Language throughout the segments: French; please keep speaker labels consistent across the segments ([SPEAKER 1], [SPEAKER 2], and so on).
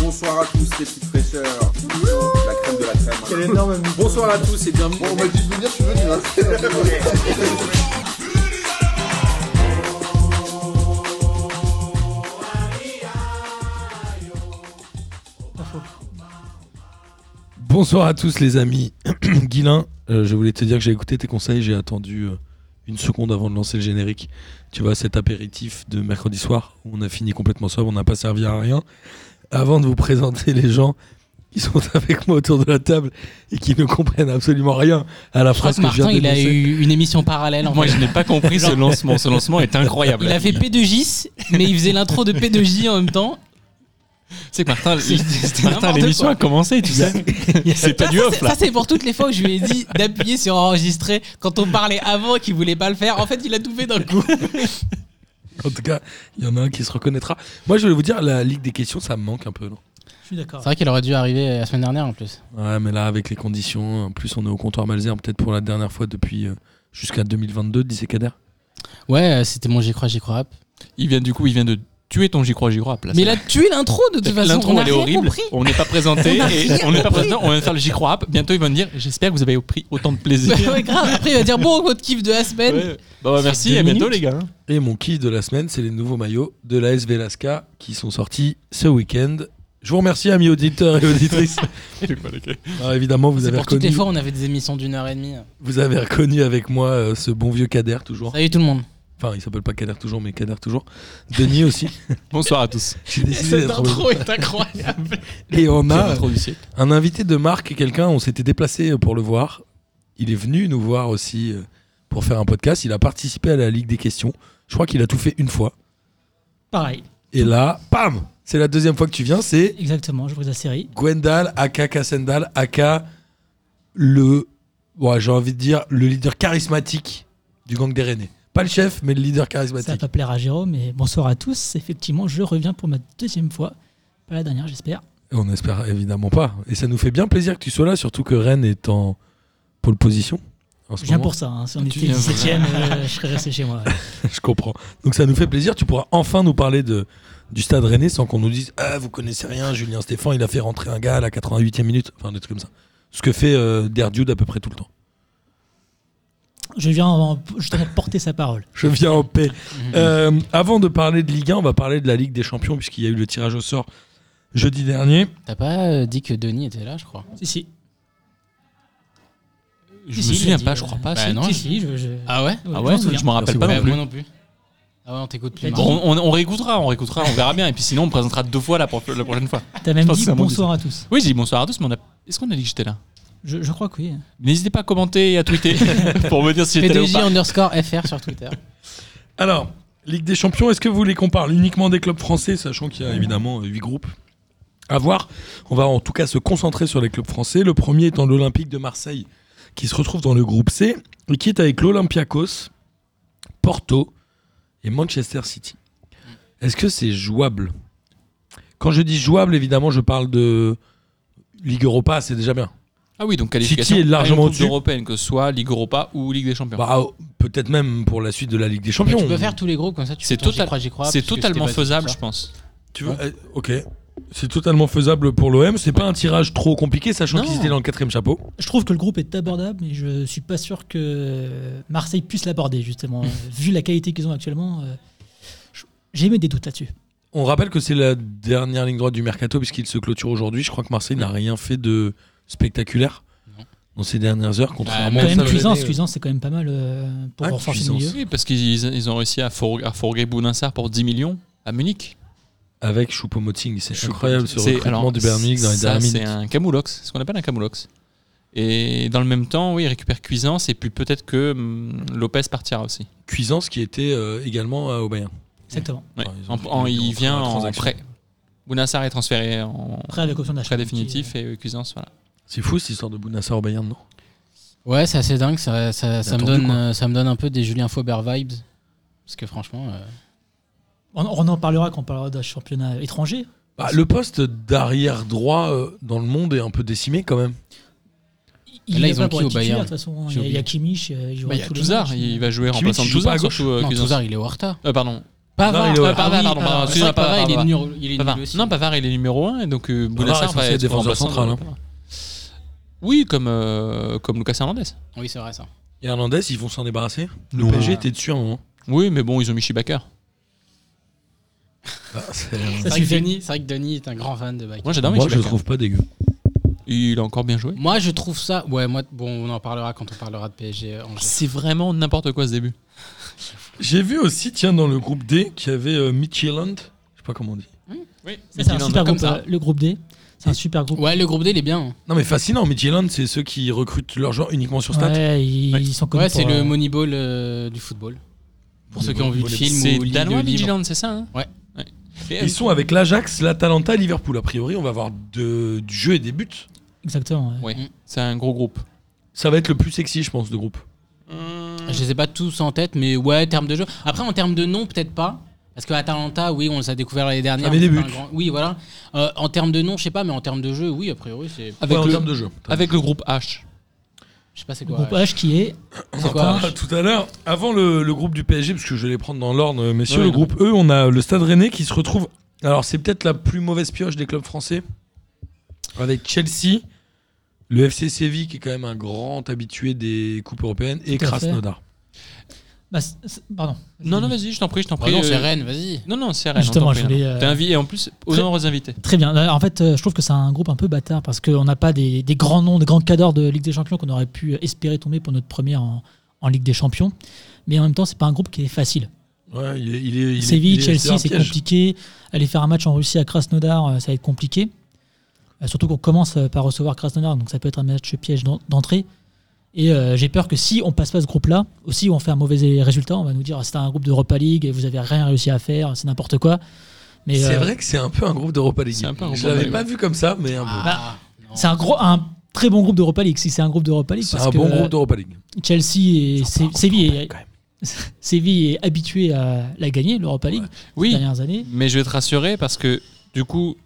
[SPEAKER 1] Bonsoir à tous les petites fraîcheurs. La crème de la crème. hein.
[SPEAKER 2] Quel énorme ami.
[SPEAKER 1] Bonsoir à tous et bienvenue.
[SPEAKER 3] Bon, on m'a dit de venir, je suis venu. hein.
[SPEAKER 4] Bonsoir à tous les amis. Guilin, euh, je voulais te dire que j'ai écouté tes conseils, j'ai attendu euh, une seconde avant de lancer le générique. Tu vois, cet apéritif de mercredi soir, où on a fini complètement sobre, on n'a pas servi à rien. Avant de vous présenter les gens qui sont avec moi autour de la table et qui ne comprennent absolument rien à la
[SPEAKER 5] Je crois
[SPEAKER 4] phrase
[SPEAKER 5] que
[SPEAKER 4] que, je
[SPEAKER 5] Martin,
[SPEAKER 4] viens de
[SPEAKER 5] il a
[SPEAKER 4] lancer.
[SPEAKER 5] eu une émission parallèle. En
[SPEAKER 6] Moi,
[SPEAKER 5] fait.
[SPEAKER 6] je n'ai pas compris ce lancement. Ce lancement est incroyable.
[SPEAKER 5] Il a fait P2J, mais il faisait l'intro de P2J en même temps.
[SPEAKER 6] C'est que Martin,
[SPEAKER 5] C'est-
[SPEAKER 6] il-
[SPEAKER 5] c'était
[SPEAKER 6] Martin,
[SPEAKER 5] n'importe
[SPEAKER 6] l'émission
[SPEAKER 5] quoi.
[SPEAKER 6] a commencé, tu sais. C'est pas
[SPEAKER 5] Ça,
[SPEAKER 6] du
[SPEAKER 5] ça,
[SPEAKER 6] off
[SPEAKER 5] c'est-
[SPEAKER 6] là.
[SPEAKER 5] Ça, c'est pour toutes les fois où je lui ai dit d'appuyer sur enregistrer quand on parlait avant qu'il voulait pas le faire. En fait, il a tout fait d'un coup.
[SPEAKER 4] En tout cas, il y en a un qui se reconnaîtra. Moi, je voulais vous dire, la Ligue des questions, ça me manque un peu. Non
[SPEAKER 2] Je suis
[SPEAKER 5] C'est
[SPEAKER 2] d'accord.
[SPEAKER 5] vrai qu'elle aurait dû arriver la semaine dernière en plus.
[SPEAKER 4] ouais, mais là, avec les conditions, en plus, on est au comptoir Malzer, peut-être pour la dernière fois depuis euh, jusqu'à 2022, disait Kader.
[SPEAKER 5] Ouais, euh, c'était mon j'y crois, j'y crois. rap.
[SPEAKER 6] Bah, Il vient du coup, il vient de tuer ton j'y crois, j'y crois. Place.
[SPEAKER 5] Mais il a tué l'intro de toute façon.
[SPEAKER 6] L'intro,
[SPEAKER 5] on a
[SPEAKER 6] elle est
[SPEAKER 5] rien
[SPEAKER 6] horrible.
[SPEAKER 5] compris.
[SPEAKER 6] On n'est pas présenté.
[SPEAKER 5] On a
[SPEAKER 6] et
[SPEAKER 5] rien
[SPEAKER 6] on n'est pas
[SPEAKER 5] compris.
[SPEAKER 6] présenté. On vient de faire le j'y crois. app. Bientôt, ils vont me dire J'espère que vous avez pris autant de plaisir.
[SPEAKER 5] Bah Ouais, ouais, grave. Après, il va dire bon, votre kiff de la semaine.
[SPEAKER 6] Ouais. Bah, bah, merci.
[SPEAKER 5] deux
[SPEAKER 6] À bientôt,
[SPEAKER 5] minutes.
[SPEAKER 6] les gars.
[SPEAKER 4] Et mon kiff de la semaine, c'est les nouveaux maillots de la SV Lasca qui sont sortis ce week-end. Je vous remercie, amis auditeurs et auditrices. Alors, évidemment, vous
[SPEAKER 5] C'est
[SPEAKER 4] avez,
[SPEAKER 5] pour toutes les
[SPEAKER 4] reconnu,
[SPEAKER 5] fois, on avait des émissions d'une heure et demie.
[SPEAKER 4] vous avez reconnu avec moi euh, ce bon vieux Kader, toujours.
[SPEAKER 5] Salut tout le monde.
[SPEAKER 4] Enfin, il s'appelle pas Kader, toujours, mais Kader, toujours. Denis aussi.
[SPEAKER 6] Bonsoir à tous.
[SPEAKER 4] J'ai décidé
[SPEAKER 5] Cette
[SPEAKER 4] d'être-
[SPEAKER 5] intro est incroyable.
[SPEAKER 4] Et on
[SPEAKER 6] Quelle
[SPEAKER 4] a
[SPEAKER 6] intro du siècle.
[SPEAKER 4] un invité de marque, quelqu'un, on s'était déplacé pour le voir. Il est venu nous voir aussi euh, pour faire un podcast. Il a participé à la Ligue des questions. Je crois qu'il a tout fait une fois.
[SPEAKER 2] Pareil.
[SPEAKER 4] Et là, pam C'est la deuxième fois que tu viens, c'est
[SPEAKER 2] Exactement, je vous la série.
[SPEAKER 4] Gwendal, aka Kassendal, aka le. Ouais, j'ai envie de dire le leader charismatique du gang des Rennais. Pas le chef, mais le leader
[SPEAKER 2] Ça va
[SPEAKER 4] charismatique.
[SPEAKER 2] pas plaire à Jérôme, mais bonsoir à tous. Effectivement, je reviens pour ma deuxième fois. Pas la dernière, j'espère.
[SPEAKER 4] Et On espère évidemment pas. Et ça nous fait bien plaisir que tu sois là, surtout que Rennes est en pole position. En ce
[SPEAKER 2] Je viens
[SPEAKER 4] moment.
[SPEAKER 2] pour ça. hein. Si on
[SPEAKER 6] Tu
[SPEAKER 2] était
[SPEAKER 6] viens
[SPEAKER 2] 17 e je serais resté chez moi. ouais.
[SPEAKER 4] Je comprends. Donc ça nous fait plaisir. Tu pourras enfin nous parler de, du stade Rennais sans qu'on nous dise Ah, vous connaissez rien, Julien Stéphan, il a fait rentrer un gars à la 88e minute. Enfin, des trucs comme ça. Ce que fait euh, Derdude à peu près tout le temps.
[SPEAKER 2] Je viens en- justement porter sa parole.
[SPEAKER 4] Je viens en paix. Euh, avant de parler de Ligue 1, on va parler de la Ligue des Champions, puisqu'il y a eu le tirage au sort jeudi dernier.
[SPEAKER 5] T'as pas euh, dit que Denis était là, je crois.
[SPEAKER 2] Si, si.
[SPEAKER 6] Je
[SPEAKER 2] Si,
[SPEAKER 6] me
[SPEAKER 2] si, il a
[SPEAKER 6] souviens
[SPEAKER 2] dit,
[SPEAKER 6] pas. Je
[SPEAKER 2] euh,
[SPEAKER 6] crois pas.
[SPEAKER 5] bah,
[SPEAKER 6] si.
[SPEAKER 5] non.
[SPEAKER 2] si, si, je. je-
[SPEAKER 5] Ah ouais
[SPEAKER 2] Ouais,
[SPEAKER 6] Ah
[SPEAKER 2] je
[SPEAKER 6] ouais.
[SPEAKER 2] m'en souviens.
[SPEAKER 6] Je me rappelle
[SPEAKER 4] Merci
[SPEAKER 6] pas non
[SPEAKER 5] Bah,
[SPEAKER 6] plus.
[SPEAKER 5] Moi non plus. Ah ouais, on t'écoute plus.
[SPEAKER 2] T'as
[SPEAKER 5] Marc.
[SPEAKER 2] dit-
[SPEAKER 6] Bon, on, on réécoutera, on réécoutera, on verra bien. Et puis sinon, on présentera deux fois la, pro- la prochaine fois.
[SPEAKER 2] T'as même
[SPEAKER 6] pense
[SPEAKER 2] dit
[SPEAKER 6] que c'est un bon
[SPEAKER 2] bonsoir à tous.
[SPEAKER 6] Oui, j'ai dit bonsoir à tous, mais on a... est-ce qu'on a dit que j'étais là
[SPEAKER 2] Je, je crois que oui.
[SPEAKER 6] N'hésitez pas à commenter et à tweeter pour me dire si j'étais là ou
[SPEAKER 5] P2J
[SPEAKER 6] pas.
[SPEAKER 5] underscore FR sur Twitter.
[SPEAKER 4] Alors, Ligue des Champions, est-ce que vous voulez qu'on parle uniquement des clubs français, sachant qu'il y a évidemment 8 groupes à voir On va en tout cas se concentrer sur les clubs français. Le premier étant l'Olympique de Marseille, qui se retrouve dans le groupe C, et qui est avec l'Olympiakos, Porto et Manchester City.
[SPEAKER 5] Mm.
[SPEAKER 4] Est-ce que c'est jouable Quand je dis jouable, évidemment, je parle de Ligue Europa, c'est déjà bien.
[SPEAKER 6] Ah oui, donc qualification
[SPEAKER 4] City est largement
[SPEAKER 6] à une coupe
[SPEAKER 4] au-dessus.
[SPEAKER 6] européenne, que ce soit Ligue Europa ou Ligue des Champions.
[SPEAKER 4] Bah, peut-être même pour la suite de la Ligue des
[SPEAKER 5] Mais
[SPEAKER 4] Champions.
[SPEAKER 5] tu peux faire tous les groupes comme ça. tu
[SPEAKER 6] C'est
[SPEAKER 5] fais ton
[SPEAKER 6] total-
[SPEAKER 5] j'y crois, j'y crois,
[SPEAKER 6] c'est
[SPEAKER 5] parce que
[SPEAKER 6] totalement
[SPEAKER 5] c'était basé sur
[SPEAKER 6] faisable,
[SPEAKER 5] ça.
[SPEAKER 6] je pense.
[SPEAKER 4] Tu veux- euh, ok. C'est totalement faisable pour l'OM. C'est pas un tirage trop compliqué, sachant
[SPEAKER 6] Non.
[SPEAKER 4] qu'ils étaient dans le quatrième chapeau.
[SPEAKER 2] Je trouve que le groupe est abordable, mais je suis pas sûr que Marseille puisse l'aborder, justement. Euh, Vu la qualité qu'ils ont actuellement, euh, je- j'ai mis des doutes là-dessus.
[SPEAKER 4] On rappelle que c'est la dernière ligne droite du mercato, puisqu'il se clôture aujourd'hui. Je crois que Marseille n'a rien fait de spectaculaire
[SPEAKER 5] Non.
[SPEAKER 4] dans ces dernières heures,
[SPEAKER 6] Ah,
[SPEAKER 4] contrairement
[SPEAKER 2] Quand
[SPEAKER 4] à
[SPEAKER 2] même,
[SPEAKER 4] Bah, ça.
[SPEAKER 2] cuisance, cuisance, c'est quand même pas mal euh, pour
[SPEAKER 4] Ah,
[SPEAKER 2] renforcer le
[SPEAKER 4] Cuisance.
[SPEAKER 2] milieu.
[SPEAKER 6] Oui, parce qu'ils ils ont réussi à, four- à fourguer Bounassar pour 10 millions à Munich.
[SPEAKER 4] Avec Choupo-Moting. C'est incroyable ce
[SPEAKER 6] C'est-
[SPEAKER 4] recrutement
[SPEAKER 6] alors,
[SPEAKER 4] du Bayern Munich dans les
[SPEAKER 6] ça,
[SPEAKER 4] dernières
[SPEAKER 6] C'est
[SPEAKER 4] minutes.
[SPEAKER 6] un camoulox, ce qu'on appelle un camoulox. Et dans le même temps, oui, il récupère Cuisance et puis peut-être que hum, Lopez partira aussi.
[SPEAKER 4] Cuisance qui était euh, également euh, au Bayern.
[SPEAKER 2] Exactement.
[SPEAKER 6] Ouais.
[SPEAKER 4] Ouais, Bah, ils ont
[SPEAKER 6] En-
[SPEAKER 4] fait
[SPEAKER 6] en-
[SPEAKER 4] une
[SPEAKER 6] il vient en
[SPEAKER 4] transaction.
[SPEAKER 6] prêt. Bounassar est transféré en
[SPEAKER 2] Après, avec option d'achat.
[SPEAKER 6] prêt définitif et euh, Cuisance, voilà.
[SPEAKER 4] C'est fou cette histoire de Bounassar au Bayern, non
[SPEAKER 5] Ouais, c'est assez dingue. Ça, ça, ça me
[SPEAKER 4] attendu,
[SPEAKER 5] donne,
[SPEAKER 4] quoi.
[SPEAKER 5] euh, ça me donne un peu des Julien Faubert vibes. Parce que franchement, euh,
[SPEAKER 2] On, on en parlera quand on parlera d'un championnat étranger.
[SPEAKER 4] Bah, Le poste d'arrière droit euh, dans le monde est un peu décimé quand même.
[SPEAKER 2] Il
[SPEAKER 5] là,
[SPEAKER 2] est
[SPEAKER 5] ils
[SPEAKER 2] pas
[SPEAKER 5] ont
[SPEAKER 2] pour
[SPEAKER 5] qui
[SPEAKER 2] être
[SPEAKER 5] au Bayern
[SPEAKER 2] titulaire, De toute façon,
[SPEAKER 5] J'ai
[SPEAKER 2] il y a- il y a
[SPEAKER 5] oublié.
[SPEAKER 2] Kimmich, euh, il
[SPEAKER 6] Bah,
[SPEAKER 2] jouera
[SPEAKER 6] Il y a
[SPEAKER 2] tous les
[SPEAKER 6] Touzard,
[SPEAKER 2] matchs, mais-
[SPEAKER 6] il va jouer en
[SPEAKER 4] Kimmich,
[SPEAKER 6] remplaçant
[SPEAKER 4] il joue pas à
[SPEAKER 6] Touzard,
[SPEAKER 4] gauche
[SPEAKER 6] surtout euh,
[SPEAKER 5] non,
[SPEAKER 6] Cuisance.
[SPEAKER 5] Touzard, il est au Horta.
[SPEAKER 6] Euh, pardon,
[SPEAKER 5] Pavard,
[SPEAKER 4] Pavard, il est-
[SPEAKER 5] ah, Pavard,
[SPEAKER 6] Ah oui,
[SPEAKER 5] pardon,
[SPEAKER 6] Pavard,
[SPEAKER 5] pardon. C'est vrai que
[SPEAKER 6] Pavard,
[SPEAKER 5] Pavard, il est
[SPEAKER 6] Pavard.
[SPEAKER 5] nul il est
[SPEAKER 6] Pavard.
[SPEAKER 5] nul aussi.
[SPEAKER 6] Non, Pavard, il est numéro 1 et donc euh, Bounassar
[SPEAKER 4] est
[SPEAKER 6] va
[SPEAKER 4] censé être
[SPEAKER 6] être
[SPEAKER 4] défenseur
[SPEAKER 6] remplaçant
[SPEAKER 4] central,
[SPEAKER 6] de
[SPEAKER 4] hein.
[SPEAKER 6] Pavard. Oui, comme, euh, comme Lucas Hernandez.
[SPEAKER 5] Oui, c'est vrai ça.
[SPEAKER 4] Et Hernandez, ils vont s'en débarrasser Le
[SPEAKER 6] Non.
[SPEAKER 4] PSG était dessus à un moment.
[SPEAKER 6] Oui, mais bon, ils ont mis Schumacher.
[SPEAKER 5] C'est
[SPEAKER 6] bah,
[SPEAKER 2] Ça
[SPEAKER 5] vrai, que
[SPEAKER 2] suffit.
[SPEAKER 5] Denis, c'est vrai que Denis est un grand fan de Bac.
[SPEAKER 6] Moi, j'adore
[SPEAKER 4] Moi, je le
[SPEAKER 6] Schumacher.
[SPEAKER 4] trouve pas dégueu.
[SPEAKER 6] Il a encore bien joué.
[SPEAKER 5] Moi, je trouve ça. Ouais, moi, bon, on en parlera quand on parlera de PSG. en
[SPEAKER 6] C'est vraiment n'importe quoi ce début.
[SPEAKER 4] J'ai vu aussi, tiens, dans le groupe D, qu'il y avait euh, Midtjylland. Je sais pas comment on dit.
[SPEAKER 6] Oui,
[SPEAKER 2] Ça, C'est un super
[SPEAKER 5] comme
[SPEAKER 2] groupe,
[SPEAKER 5] ça.
[SPEAKER 2] euh, le groupe D. C'est un super groupe.
[SPEAKER 5] Ouais, le groupe D, il est bien. hein.
[SPEAKER 4] Non, mais fascinant. Midtjylland, c'est ceux qui recrutent leurs joueurs uniquement sur Stat.
[SPEAKER 2] Ouais, ils
[SPEAKER 4] Ouais.
[SPEAKER 2] ils sont connus
[SPEAKER 5] Ouais, c'est
[SPEAKER 2] pour,
[SPEAKER 5] le
[SPEAKER 2] euh,
[SPEAKER 5] Moneyball euh, du football. Pour ceux qui ont vu le film
[SPEAKER 6] C'est
[SPEAKER 5] ou lu
[SPEAKER 6] danois
[SPEAKER 5] le livre.
[SPEAKER 6] Midtjylland, c'est ça hein
[SPEAKER 5] Ouais.
[SPEAKER 6] Et,
[SPEAKER 4] Ils sont avec l'Ajax, l'Atalanta, Liverpool. A priori, on va avoir de- du jeu et des buts.
[SPEAKER 2] euh, Exactement. ouais.
[SPEAKER 6] Ouais, c'est un gros groupe.
[SPEAKER 4] Ça va être le plus sexy, je pense, de groupe.
[SPEAKER 2] Mmh.
[SPEAKER 5] Je les ai pas tous en tête, mais ouais, terme de jeu. Après, en termes de nom, peut-être pas. Parce que Atalanta, oui, on les a découvert l'année dernière.
[SPEAKER 4] Ah, mais des
[SPEAKER 5] c'est pas
[SPEAKER 4] buts.
[SPEAKER 5] un grand- Oui, voilà. Euh, en termes de nom, je sais pas, mais en termes de jeu, oui, a priori, c'est.
[SPEAKER 6] Avec,
[SPEAKER 4] Ouais, en
[SPEAKER 6] le,
[SPEAKER 4] termes de jeu.
[SPEAKER 6] avec le groupe H.
[SPEAKER 5] Je sais pas, c'est
[SPEAKER 2] Le
[SPEAKER 5] quoi.
[SPEAKER 2] groupe H qui est.
[SPEAKER 4] On
[SPEAKER 5] C'est
[SPEAKER 4] en
[SPEAKER 5] quoi,
[SPEAKER 4] parlera tout à l'heure. Avant le, le groupe du PSG, parce que je vais les prendre dans l'ordre, euh, messieurs,
[SPEAKER 6] Ouais,
[SPEAKER 4] le
[SPEAKER 6] non.
[SPEAKER 4] groupe E, on a le Stade Rennais qui se retrouve. Alors, c'est peut-être la plus mauvaise pioche des clubs français. Avec Chelsea, le FC Séville, qui est quand même un grand habitué des Coupes européennes, et
[SPEAKER 2] Tout à fait.
[SPEAKER 4] Krasnodar.
[SPEAKER 2] bah, c'est- c'est- pardon.
[SPEAKER 6] Non, non, vas-y, je t'en prie, je t'en
[SPEAKER 4] Bah
[SPEAKER 5] Ah
[SPEAKER 6] prie.
[SPEAKER 5] non, c'est
[SPEAKER 6] euh,
[SPEAKER 5] Rennes, vas-y.
[SPEAKER 6] Non, non, c'est Rennes.
[SPEAKER 2] Justement,
[SPEAKER 6] on t'en
[SPEAKER 2] je
[SPEAKER 6] prie,
[SPEAKER 2] voulais,
[SPEAKER 6] non.
[SPEAKER 2] euh,
[SPEAKER 6] T'es invi- et en plus, honneur aux invités.
[SPEAKER 2] Très bien. Euh, En fait, euh, je trouve que c'est un groupe un peu bâtard parce qu'on n'a pas des, des grands noms, des grands cadors de Ligue des Champions qu'on aurait pu espérer tomber pour notre première en, en Ligue des Champions. Mais en même temps, c'est pas un groupe qui est facile.
[SPEAKER 4] Ouais, il est, il est- il est-
[SPEAKER 2] Séville,
[SPEAKER 4] il est-
[SPEAKER 2] Chelsea,
[SPEAKER 4] un
[SPEAKER 2] c'est
[SPEAKER 4] piège.
[SPEAKER 2] compliqué. Aller faire un match en Russie à Krasnodar, euh, ça va être compliqué. Euh, Surtout qu'on commence euh, par recevoir Krasnodar, donc ça peut être un match piège d'en- d'entrée. Et euh, j'ai peur que si on passe pas ce groupe-là, aussi on fait un mauvais résultat, on va nous dire Ah, c'est un groupe d'Europa League et vous avez rien réussi à faire, c'est n'importe quoi. Mais
[SPEAKER 4] C'est
[SPEAKER 2] euh,
[SPEAKER 4] vrai que c'est un peu un groupe d'Europa League.
[SPEAKER 6] C'est un peu un
[SPEAKER 4] je
[SPEAKER 6] groupe
[SPEAKER 4] l'avais
[SPEAKER 6] d'Europa
[SPEAKER 4] pas vu comme ça, mais bah, un peu.
[SPEAKER 5] Ah, non.
[SPEAKER 2] c'est un gros, un très bon groupe d'Europa League. Si c'est un groupe d'Europa League,
[SPEAKER 4] C'est
[SPEAKER 2] parce
[SPEAKER 4] un
[SPEAKER 2] que,
[SPEAKER 4] bon
[SPEAKER 2] euh,
[SPEAKER 4] groupe d'Europa League.
[SPEAKER 2] Chelsea et
[SPEAKER 4] C'est un
[SPEAKER 2] Sé-
[SPEAKER 4] groupe
[SPEAKER 2] Séville,
[SPEAKER 4] d'Europa League,
[SPEAKER 2] est,
[SPEAKER 4] quand même.
[SPEAKER 2] Séville est habitué à la gagner, l'Europa League, ces
[SPEAKER 6] Oui,
[SPEAKER 2] dernières années.
[SPEAKER 6] mais je vais te rassurer parce que du coup,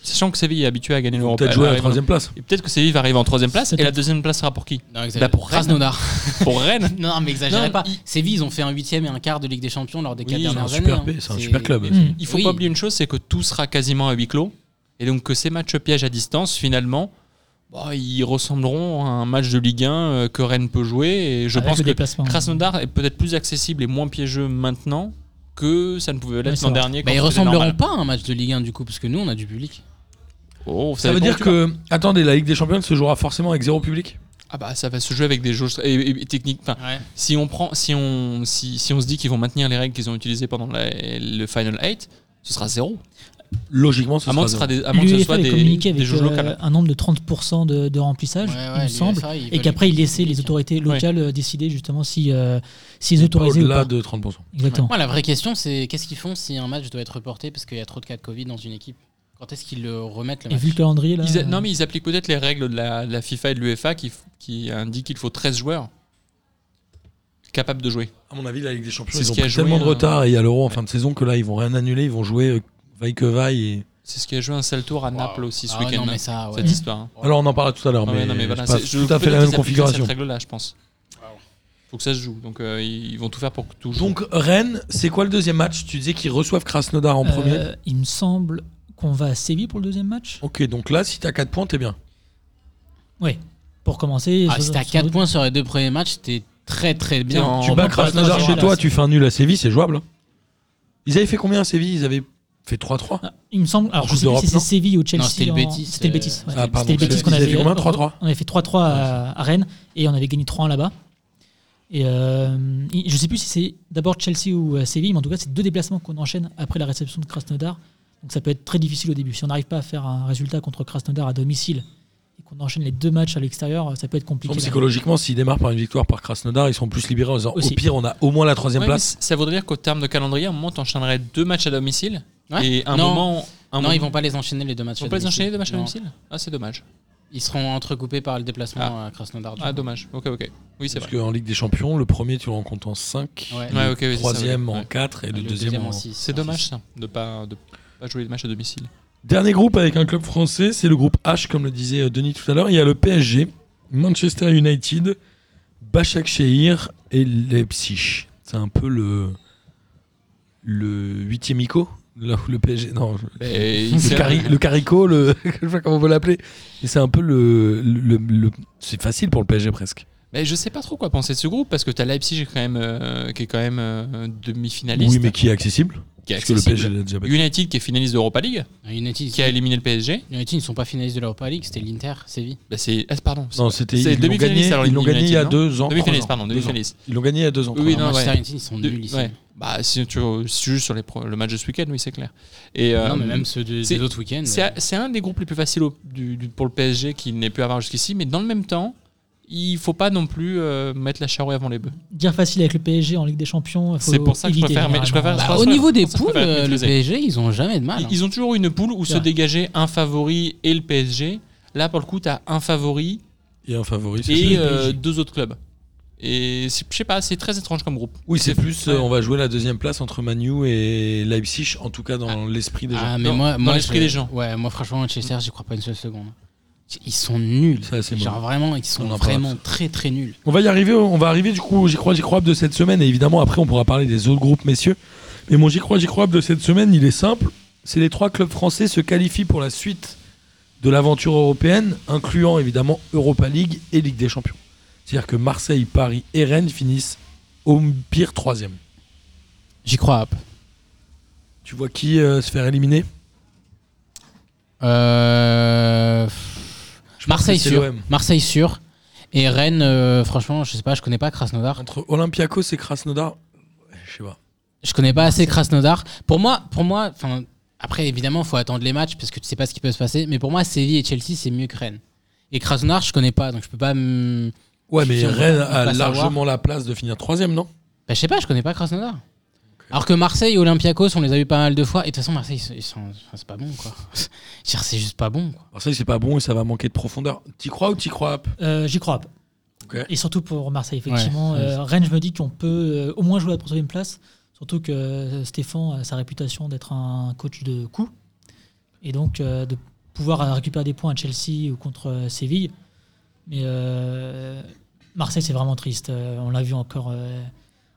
[SPEAKER 6] sachant que Séville est habitué à gagner
[SPEAKER 4] Ils vont
[SPEAKER 6] l'Europe,
[SPEAKER 4] peut-être jouer à la troisième place.
[SPEAKER 6] et peut-être que Séville va arriver en troisième place et
[SPEAKER 2] Peut-être.
[SPEAKER 6] la deuxième place sera pour qui
[SPEAKER 5] Non, exagère-
[SPEAKER 6] Bah, pour Rennes.
[SPEAKER 5] Krasnodar.
[SPEAKER 6] Pour Rennes.
[SPEAKER 5] Non, non, mais exagérez
[SPEAKER 6] Non,
[SPEAKER 5] pas.
[SPEAKER 6] il-
[SPEAKER 5] Séville, ils ont fait un huitième et un quart de Ligue des Champions lors des
[SPEAKER 6] Oui,
[SPEAKER 5] quatre
[SPEAKER 6] ils ont un
[SPEAKER 5] dernières années.
[SPEAKER 4] super
[SPEAKER 5] hein.
[SPEAKER 4] P, c'est un
[SPEAKER 5] C'est-
[SPEAKER 4] super club.
[SPEAKER 2] Mm.
[SPEAKER 6] Il faut
[SPEAKER 5] Oui.
[SPEAKER 6] pas oublier une chose, c'est que tout sera quasiment à huis clos et donc que ces matchs pièges à distance finalement. bah, ils ressembleront à un match de Ligue 1 euh, que Rennes peut jouer et je
[SPEAKER 2] Avec
[SPEAKER 6] pense
[SPEAKER 2] le
[SPEAKER 6] que
[SPEAKER 2] déplacement.
[SPEAKER 6] Krasnodar est peut-être plus accessible et moins piégeux maintenant que ça ne pouvait
[SPEAKER 2] Ouais,
[SPEAKER 6] l'être
[SPEAKER 2] c'est
[SPEAKER 6] l'an
[SPEAKER 2] vrai.
[SPEAKER 6] dernier. quand
[SPEAKER 5] Bah, ils
[SPEAKER 6] c'était
[SPEAKER 5] ressembleront
[SPEAKER 6] normal.
[SPEAKER 5] pas à un match de Ligue 1 du coup, parce que nous, on a du public.
[SPEAKER 6] Oh, vous
[SPEAKER 4] Ça
[SPEAKER 6] savez
[SPEAKER 4] veut
[SPEAKER 6] pas
[SPEAKER 4] dire
[SPEAKER 6] où tu vas.
[SPEAKER 4] que. Attendez, la Ligue des Champions se jouera forcément avec zéro public
[SPEAKER 6] Ah bah ça va se jouer avec des jauges et, et- et techniques. Enfin,
[SPEAKER 5] Ouais.
[SPEAKER 6] si on prend, si on, si, si on se dit qu'ils vont maintenir les règles qu'ils ont utilisées pendant la- le Final 8 ce sera zéro.
[SPEAKER 4] Logiquement, ce
[SPEAKER 6] À moins
[SPEAKER 4] sera
[SPEAKER 6] que ce, sera
[SPEAKER 4] zéro.
[SPEAKER 6] des, à moins que ce
[SPEAKER 2] L'UEFA
[SPEAKER 6] soit
[SPEAKER 2] avait
[SPEAKER 6] des,
[SPEAKER 2] communiqué avec
[SPEAKER 6] des jauges
[SPEAKER 2] euh,
[SPEAKER 6] locales.
[SPEAKER 2] un nombre de 30% de, de remplissage, il me semble, et qu'après ils laissaient les autorités locales euh, décider justement si, euh, s'ils autorisaient ou
[SPEAKER 4] Au-delà
[SPEAKER 2] pas.
[SPEAKER 4] de 30%.
[SPEAKER 2] Exactement.
[SPEAKER 5] Moi, la vraie question, c'est qu'est-ce qu'ils font si un match doit être reporté parce qu'il y a trop de cas de Covid dans une équipe Quand est-ce qu'ils le remettent le
[SPEAKER 2] Et
[SPEAKER 5] match
[SPEAKER 2] vu le calendrier là.
[SPEAKER 6] Ils a- non mais ils appliquent peut-être les règles de la, de la FIFA et de l'UEFA qui, f- qui indiquent qu'il faut 13 joueurs capables de jouer.
[SPEAKER 4] À mon avis, la Ligue des Champions,
[SPEAKER 6] C'est
[SPEAKER 4] ils
[SPEAKER 6] ce
[SPEAKER 4] ont
[SPEAKER 6] qui a
[SPEAKER 4] pris
[SPEAKER 6] joué,
[SPEAKER 4] tellement de
[SPEAKER 6] euh,
[SPEAKER 4] retard et à l'Euro en fin de saison que là, ils vont rien annuler. Ils vont jouer euh, vaille que vaille. Et...
[SPEAKER 6] C'est ce qui a joué un sale tour à Naples aussi ce
[SPEAKER 5] Ah
[SPEAKER 6] week-end.
[SPEAKER 5] non, mais
[SPEAKER 6] hein,
[SPEAKER 5] ça, ouais.
[SPEAKER 6] Cette histoire. hein.
[SPEAKER 4] Alors, on en parlera tout à l'heure,
[SPEAKER 6] Ah ouais,
[SPEAKER 4] mais,
[SPEAKER 6] non, mais voilà,
[SPEAKER 4] c'est pas
[SPEAKER 6] c'est-
[SPEAKER 4] tout
[SPEAKER 6] je-
[SPEAKER 4] à fait
[SPEAKER 6] peut-être
[SPEAKER 4] la
[SPEAKER 6] qu'ils
[SPEAKER 4] même
[SPEAKER 6] appliquent
[SPEAKER 4] configuration.
[SPEAKER 6] Cette règle-là, je pense. Faut que ça se joue. Donc euh, ils ils vont tout faire pour que tout joue.
[SPEAKER 4] Donc, Rennes, c'est quoi le deuxième match Tu disais qu'ils reçoivent Krasnodar en
[SPEAKER 2] euh,
[SPEAKER 4] premier.
[SPEAKER 2] il me semble qu'on va à Séville pour le deuxième match.
[SPEAKER 4] Ok, donc là, si t'as 4 points, t'es bien.
[SPEAKER 2] Oui. Pour commencer.
[SPEAKER 5] Ah,
[SPEAKER 2] sans-
[SPEAKER 5] si t'as
[SPEAKER 2] sans
[SPEAKER 5] 4
[SPEAKER 2] doute.
[SPEAKER 5] points sur les deux premiers matchs, t'es très très bien.
[SPEAKER 6] en-
[SPEAKER 4] tu
[SPEAKER 6] on
[SPEAKER 4] bats
[SPEAKER 6] prend
[SPEAKER 4] Krasnodar
[SPEAKER 2] Krasnodar
[SPEAKER 4] chez toi,
[SPEAKER 2] là,
[SPEAKER 4] tu fais un nul à Séville, c'est jouable. hein. Ils avaient fait combien à Séville Ils avaient fait 3-3.
[SPEAKER 2] Ah, Il me semble. Alors je
[SPEAKER 4] Coupe
[SPEAKER 2] sais plus
[SPEAKER 4] d'Europe,
[SPEAKER 2] si c'est
[SPEAKER 4] non
[SPEAKER 2] Séville ou Chelsea.
[SPEAKER 5] Non, c'était le
[SPEAKER 2] en-
[SPEAKER 5] Betis,
[SPEAKER 2] C'était le
[SPEAKER 5] euh,
[SPEAKER 2] Betis. ouais.
[SPEAKER 4] Ah, pardon,
[SPEAKER 2] C'était le Betis
[SPEAKER 4] Chelsea,
[SPEAKER 2] qu'on
[SPEAKER 4] ils avaient
[SPEAKER 2] avait
[SPEAKER 4] fait combien 3-3
[SPEAKER 2] On avait fait 3-3 à, à Rennes et on avait gagné 3-1 là-bas. Et euh, il- je sais plus si c'est d'abord Chelsea ou euh, Séville, mais en tout cas, c'est deux déplacements qu'on enchaîne après la réception de Krasnodar. Donc ça peut être très difficile au début. Si on n'arrive pas à faire un résultat contre Krasnodar à domicile et qu'on enchaîne les deux matchs à l'extérieur, ça peut être
[SPEAKER 4] Donc,
[SPEAKER 2] compliqué.
[SPEAKER 4] psychologiquement, s'ils démarrent par une victoire par Krasnodar, ils sont plus libérés en disant au
[SPEAKER 2] Aussi.
[SPEAKER 4] pire, on a au moins la troisième
[SPEAKER 6] Ouais,
[SPEAKER 4] place.
[SPEAKER 6] mais Ça voudrait dire qu'au terme de calendrier, à un moment, tu enchaînerais deux matchs à domicile
[SPEAKER 5] Ouais.
[SPEAKER 6] et un
[SPEAKER 5] non,
[SPEAKER 6] moment. Un
[SPEAKER 5] non,
[SPEAKER 6] moment-
[SPEAKER 5] ils vont pas les enchaîner les deux matchs.
[SPEAKER 6] Ah Ils vont
[SPEAKER 5] à
[SPEAKER 6] pas les
[SPEAKER 5] domicile.
[SPEAKER 6] enchaîner deux matchs à
[SPEAKER 5] Non.
[SPEAKER 6] domicile Ah, c'est dommage.
[SPEAKER 5] Ils seront entrecoupés par le déplacement à Krasnodar. du
[SPEAKER 6] Ah,
[SPEAKER 5] coup.
[SPEAKER 6] dommage. Ok, ok. Oui, c'est
[SPEAKER 4] Parce
[SPEAKER 6] vrai.
[SPEAKER 4] qu'en Ligue des Champions, le premier, tu le rencontres en 5.
[SPEAKER 5] Ouais.
[SPEAKER 6] Ah, Ouais, ok, oui,
[SPEAKER 4] le
[SPEAKER 6] c'est ça,
[SPEAKER 4] troisième
[SPEAKER 6] oui.
[SPEAKER 4] en
[SPEAKER 6] Ouais.
[SPEAKER 4] 4 et le,
[SPEAKER 5] Le
[SPEAKER 4] deuxième, en...
[SPEAKER 5] six.
[SPEAKER 6] C'est dommage, ça, de pas, de pas jouer les matchs à domicile.
[SPEAKER 4] Dernier groupe avec un club français, c'est le groupe H, comme le disait euh, Denis tout à l'heure. Il y a le PSG, Manchester United, Başakşehir et Leipzig. C'est un peu le... le huitième ICO, là où le PSG. Non, je-
[SPEAKER 6] Et il
[SPEAKER 4] le,
[SPEAKER 6] sert-
[SPEAKER 4] cari- le carico, le, je sais pas comment on veut l'appeler. Et c'est un peu le. le- le- le- c'est facile pour le PSG presque.
[SPEAKER 6] Mais je sais pas trop quoi penser de ce groupe parce que tu as Leipzig quand même, euh, qui est quand même euh, demi-finaliste.
[SPEAKER 4] Oui, mais qui est accessible.
[SPEAKER 6] qui est
[SPEAKER 4] Parce que le
[SPEAKER 6] accessible.
[SPEAKER 4] PSG l'a déjà battu.
[SPEAKER 6] United qui est finaliste d'Europa League,
[SPEAKER 5] United,
[SPEAKER 6] qui a éliminé le PSG.
[SPEAKER 5] United, ils ne sont pas finalistes de l'Europa League, c'était l'Inter, Séville.
[SPEAKER 6] Bah, c'est ah, pardon. c'est-
[SPEAKER 4] Non, c'était.
[SPEAKER 6] C'est
[SPEAKER 4] Ils l'ont
[SPEAKER 6] demi-finaliste,
[SPEAKER 4] gagné,
[SPEAKER 6] alors,
[SPEAKER 4] ils l'ont gagné il y a
[SPEAKER 6] United,
[SPEAKER 4] deux ans.
[SPEAKER 6] Demi-finaliste,
[SPEAKER 4] trois ans,
[SPEAKER 6] pardon,
[SPEAKER 4] deux ans.
[SPEAKER 6] demi-finaliste.
[SPEAKER 4] Ils l'ont gagné il y a deux ans.
[SPEAKER 6] Oui,
[SPEAKER 4] trois ans.
[SPEAKER 6] non,
[SPEAKER 5] Manchester
[SPEAKER 6] ouais.
[SPEAKER 5] United, ils sont
[SPEAKER 6] De-
[SPEAKER 5] nuls ici.
[SPEAKER 6] ouais. Bah, si tu si juste sur les pro- le match de ce week-end, oui, c'est clair. Et, euh,
[SPEAKER 5] Non, mais même ceux de-
[SPEAKER 6] c'est-
[SPEAKER 5] des autres week-ends. euh,
[SPEAKER 6] C'est c'est un des groupes les plus faciles au- du- du- pour le PSG qu'il n'ait pu avoir jusqu'ici, mais dans le même temps, il faut pas non plus euh, mettre la charrue avant les bœufs.
[SPEAKER 2] Dire facile avec le PSG en Ligue des Champions, faut
[SPEAKER 6] C'est pour ça que je
[SPEAKER 2] éviter,
[SPEAKER 6] préfère- mais je
[SPEAKER 2] généralement.
[SPEAKER 6] préfère-
[SPEAKER 5] Bah,
[SPEAKER 6] pense
[SPEAKER 5] au
[SPEAKER 6] pas-
[SPEAKER 5] niveau des
[SPEAKER 6] je pense pas
[SPEAKER 5] poules,
[SPEAKER 6] qu'on va
[SPEAKER 5] euh, le
[SPEAKER 6] maîtriser.
[SPEAKER 5] PSG, ils ont jamais de mal.
[SPEAKER 6] Ils,
[SPEAKER 5] hein.
[SPEAKER 6] ils ont toujours une poule où
[SPEAKER 2] C'est
[SPEAKER 6] se
[SPEAKER 2] vrai.
[SPEAKER 6] dégageait un favori et le PSG. Là, pour le coup, tu as un favori
[SPEAKER 4] Et un favori, c'est
[SPEAKER 6] et
[SPEAKER 4] le
[SPEAKER 6] euh,
[SPEAKER 4] PSG.
[SPEAKER 6] deux autres clubs. Et c'est- je sais pas, c'est très étrange comme groupe.
[SPEAKER 4] Oui, c'est plus. euh,
[SPEAKER 6] Ouais.
[SPEAKER 4] on va jouer la deuxième place entre Manu et Leipzig, en tout cas dans l'esprit des gens.
[SPEAKER 5] Ah, mais
[SPEAKER 6] Dans-
[SPEAKER 5] moi,
[SPEAKER 6] dans
[SPEAKER 5] moi,
[SPEAKER 6] l'esprit
[SPEAKER 5] je-
[SPEAKER 6] des gens.
[SPEAKER 5] Ouais, moi, franchement, Manchester, j'y crois pas une seule seconde. hein. Ils sont nuls.
[SPEAKER 4] C'est assez
[SPEAKER 5] Genre,
[SPEAKER 4] mauvais.
[SPEAKER 5] vraiment, ils sont
[SPEAKER 4] On en parle
[SPEAKER 5] vraiment très, très nuls.
[SPEAKER 4] On va y arriver, on va arriver du coup au J'y crois, J'y crois de cette semaine. Et évidemment, après, on pourra parler des autres groupes, messieurs. Mais mon J'y crois, J'y crois de cette semaine, il est simple. C'est les trois clubs français se qualifient pour la suite de l'aventure européenne, incluant évidemment Europa League et Ligue des Champions. C'est-à-dire que Marseille, Paris et Rennes finissent au pire troisième.
[SPEAKER 5] J'y crois, hop.
[SPEAKER 4] Tu vois qui euh, se faire éliminer
[SPEAKER 5] Euh,
[SPEAKER 4] Je pense
[SPEAKER 5] Marseille
[SPEAKER 4] que c'est
[SPEAKER 5] sûr.
[SPEAKER 4] l'OM.
[SPEAKER 5] Marseille sûr. Et Rennes, euh, franchement, je sais pas, je connais pas Krasnodar.
[SPEAKER 4] Entre Olympiakos et Krasnodar, ouais, je sais pas.
[SPEAKER 5] Je connais pas assez Krasnodar. Pour moi, pour moi, enfin, après évidemment, faut attendre les matchs parce que tu sais pas ce qui peut se passer. Mais pour moi, Séville et Chelsea, c'est mieux que Rennes. Et Krasnodar, je connais pas, donc je peux pas. me-
[SPEAKER 4] Ouais,
[SPEAKER 5] Je
[SPEAKER 4] mais
[SPEAKER 5] sais pas,
[SPEAKER 4] Rennes
[SPEAKER 5] on peut
[SPEAKER 4] a
[SPEAKER 5] pas savoir.
[SPEAKER 4] largement la place de finir troisième, non
[SPEAKER 5] Bah, je sais pas, je connais pas Krasnodar. Alors que Marseille et Olympiakos, on les a eu pas mal de fois. Et de toute façon, Marseille, ils sont- ils sont- enfin, c'est pas bon, quoi. Je veux dire, C'est juste pas bon, quoi.
[SPEAKER 4] Marseille, c'est pas bon et ça va manquer de profondeur. T'y crois ou t'y crois pas
[SPEAKER 2] Euh, J'y crois pas.
[SPEAKER 4] Ok.
[SPEAKER 2] Et surtout pour Marseille, effectivement.
[SPEAKER 5] Ouais, ouais.
[SPEAKER 2] Euh, Rennes, je me dis qu'on peut euh, au moins jouer à la troisième place. Surtout que euh, Stéphane a sa réputation d'être un coach de coup. Et donc euh, de pouvoir euh, récupérer des points à Chelsea ou contre euh, Séville. Mais euh, Marseille, c'est vraiment triste. Euh, on l'a vu encore, euh,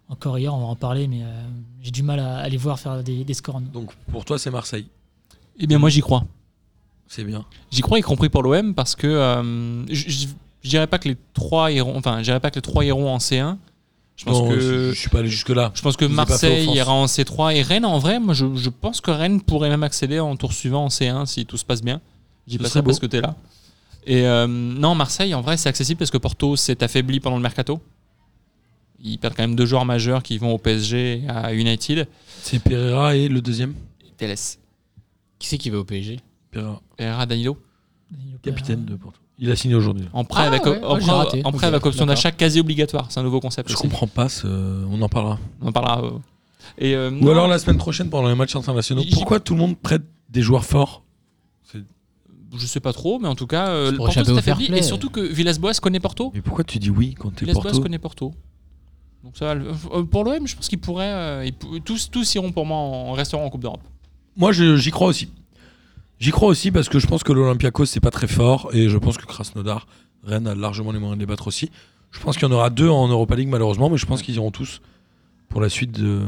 [SPEAKER 2] encore hier, on va en parler, mais euh, j'ai du mal à, à les voir faire des, des scores.
[SPEAKER 4] Donc pour toi, c'est Marseille.
[SPEAKER 6] Eh bien, moi, j'y crois.
[SPEAKER 4] C'est bien.
[SPEAKER 6] J'y crois, y compris pour l'OM, parce que euh, je- je je dirais pas que les trois iront, enfin, je dirais pas que les trois iront en C1. Je pense
[SPEAKER 4] Non,
[SPEAKER 6] que
[SPEAKER 4] je suis pas allé jusque-là.
[SPEAKER 6] Je pense que
[SPEAKER 4] Je vous ai pas fait
[SPEAKER 6] Marseille
[SPEAKER 4] offense.
[SPEAKER 6] ira en C3 et Rennes, en vrai, moi je, je pense que Rennes pourrait même accéder en tour suivant en C1 si tout se passe bien. J'y
[SPEAKER 4] Ce
[SPEAKER 6] pas
[SPEAKER 4] serait
[SPEAKER 6] ça
[SPEAKER 4] beau.
[SPEAKER 6] parce que t'es là. Et euh, non, Marseille, en vrai, c'est accessible parce que Porto s'est affaibli pendant le mercato. Ils perdent quand même deux joueurs majeurs qui vont au PSG, à United.
[SPEAKER 4] C'est Pereira et le deuxième
[SPEAKER 6] TLS.
[SPEAKER 5] Qui c'est qui va au PSG
[SPEAKER 4] Pereira,
[SPEAKER 6] Herrera Danilo.
[SPEAKER 2] Euh,
[SPEAKER 4] capitaine de Porto. Il a signé aujourd'hui.
[SPEAKER 6] En prêt
[SPEAKER 5] Ah
[SPEAKER 6] avec,
[SPEAKER 5] ouais,
[SPEAKER 6] en
[SPEAKER 5] ouais, j'ai
[SPEAKER 6] prêt-
[SPEAKER 5] raté.
[SPEAKER 6] en prêt
[SPEAKER 5] Ok,
[SPEAKER 6] avec option
[SPEAKER 5] d'accord.
[SPEAKER 6] d'achat quasi obligatoire. C'est un nouveau concept.
[SPEAKER 4] Je
[SPEAKER 6] aussi.
[SPEAKER 4] comprends pas, ce- euh, on en parlera.
[SPEAKER 6] On en parlera. euh. Et, euh,
[SPEAKER 4] Ou
[SPEAKER 6] non,
[SPEAKER 4] alors la semaine prochaine pendant les matchs internationaux.
[SPEAKER 6] J'y-
[SPEAKER 4] Pourquoi tout le monde prête des joueurs forts
[SPEAKER 6] Je sais pas trop, mais en tout cas, euh,
[SPEAKER 5] C'est pour
[SPEAKER 6] Porto
[SPEAKER 5] échapper
[SPEAKER 6] s'est
[SPEAKER 5] au fair
[SPEAKER 6] affaibli.
[SPEAKER 5] play.
[SPEAKER 6] Et surtout que Villas-Boas connaît Porto.
[SPEAKER 4] Mais pourquoi tu dis oui quand t'es
[SPEAKER 6] Les Porto.
[SPEAKER 4] Porto
[SPEAKER 6] connaît Porto. Donc ça va le- euh, Pour l'OM, je pense qu'ils pourraient. euh, ils pou- tous, tous iront pour moi en restaurant en Coupe d'Europe.
[SPEAKER 4] Moi, je- j'y crois aussi. J'y crois aussi parce que je pense que l'Olympiakos, c'est pas très fort. Et je pense que Krasnodar, Rennes a largement les moyens de les battre aussi. Je pense qu'il y en aura deux en Europa League, malheureusement. Mais je pense qu'ils iront tous pour la suite de,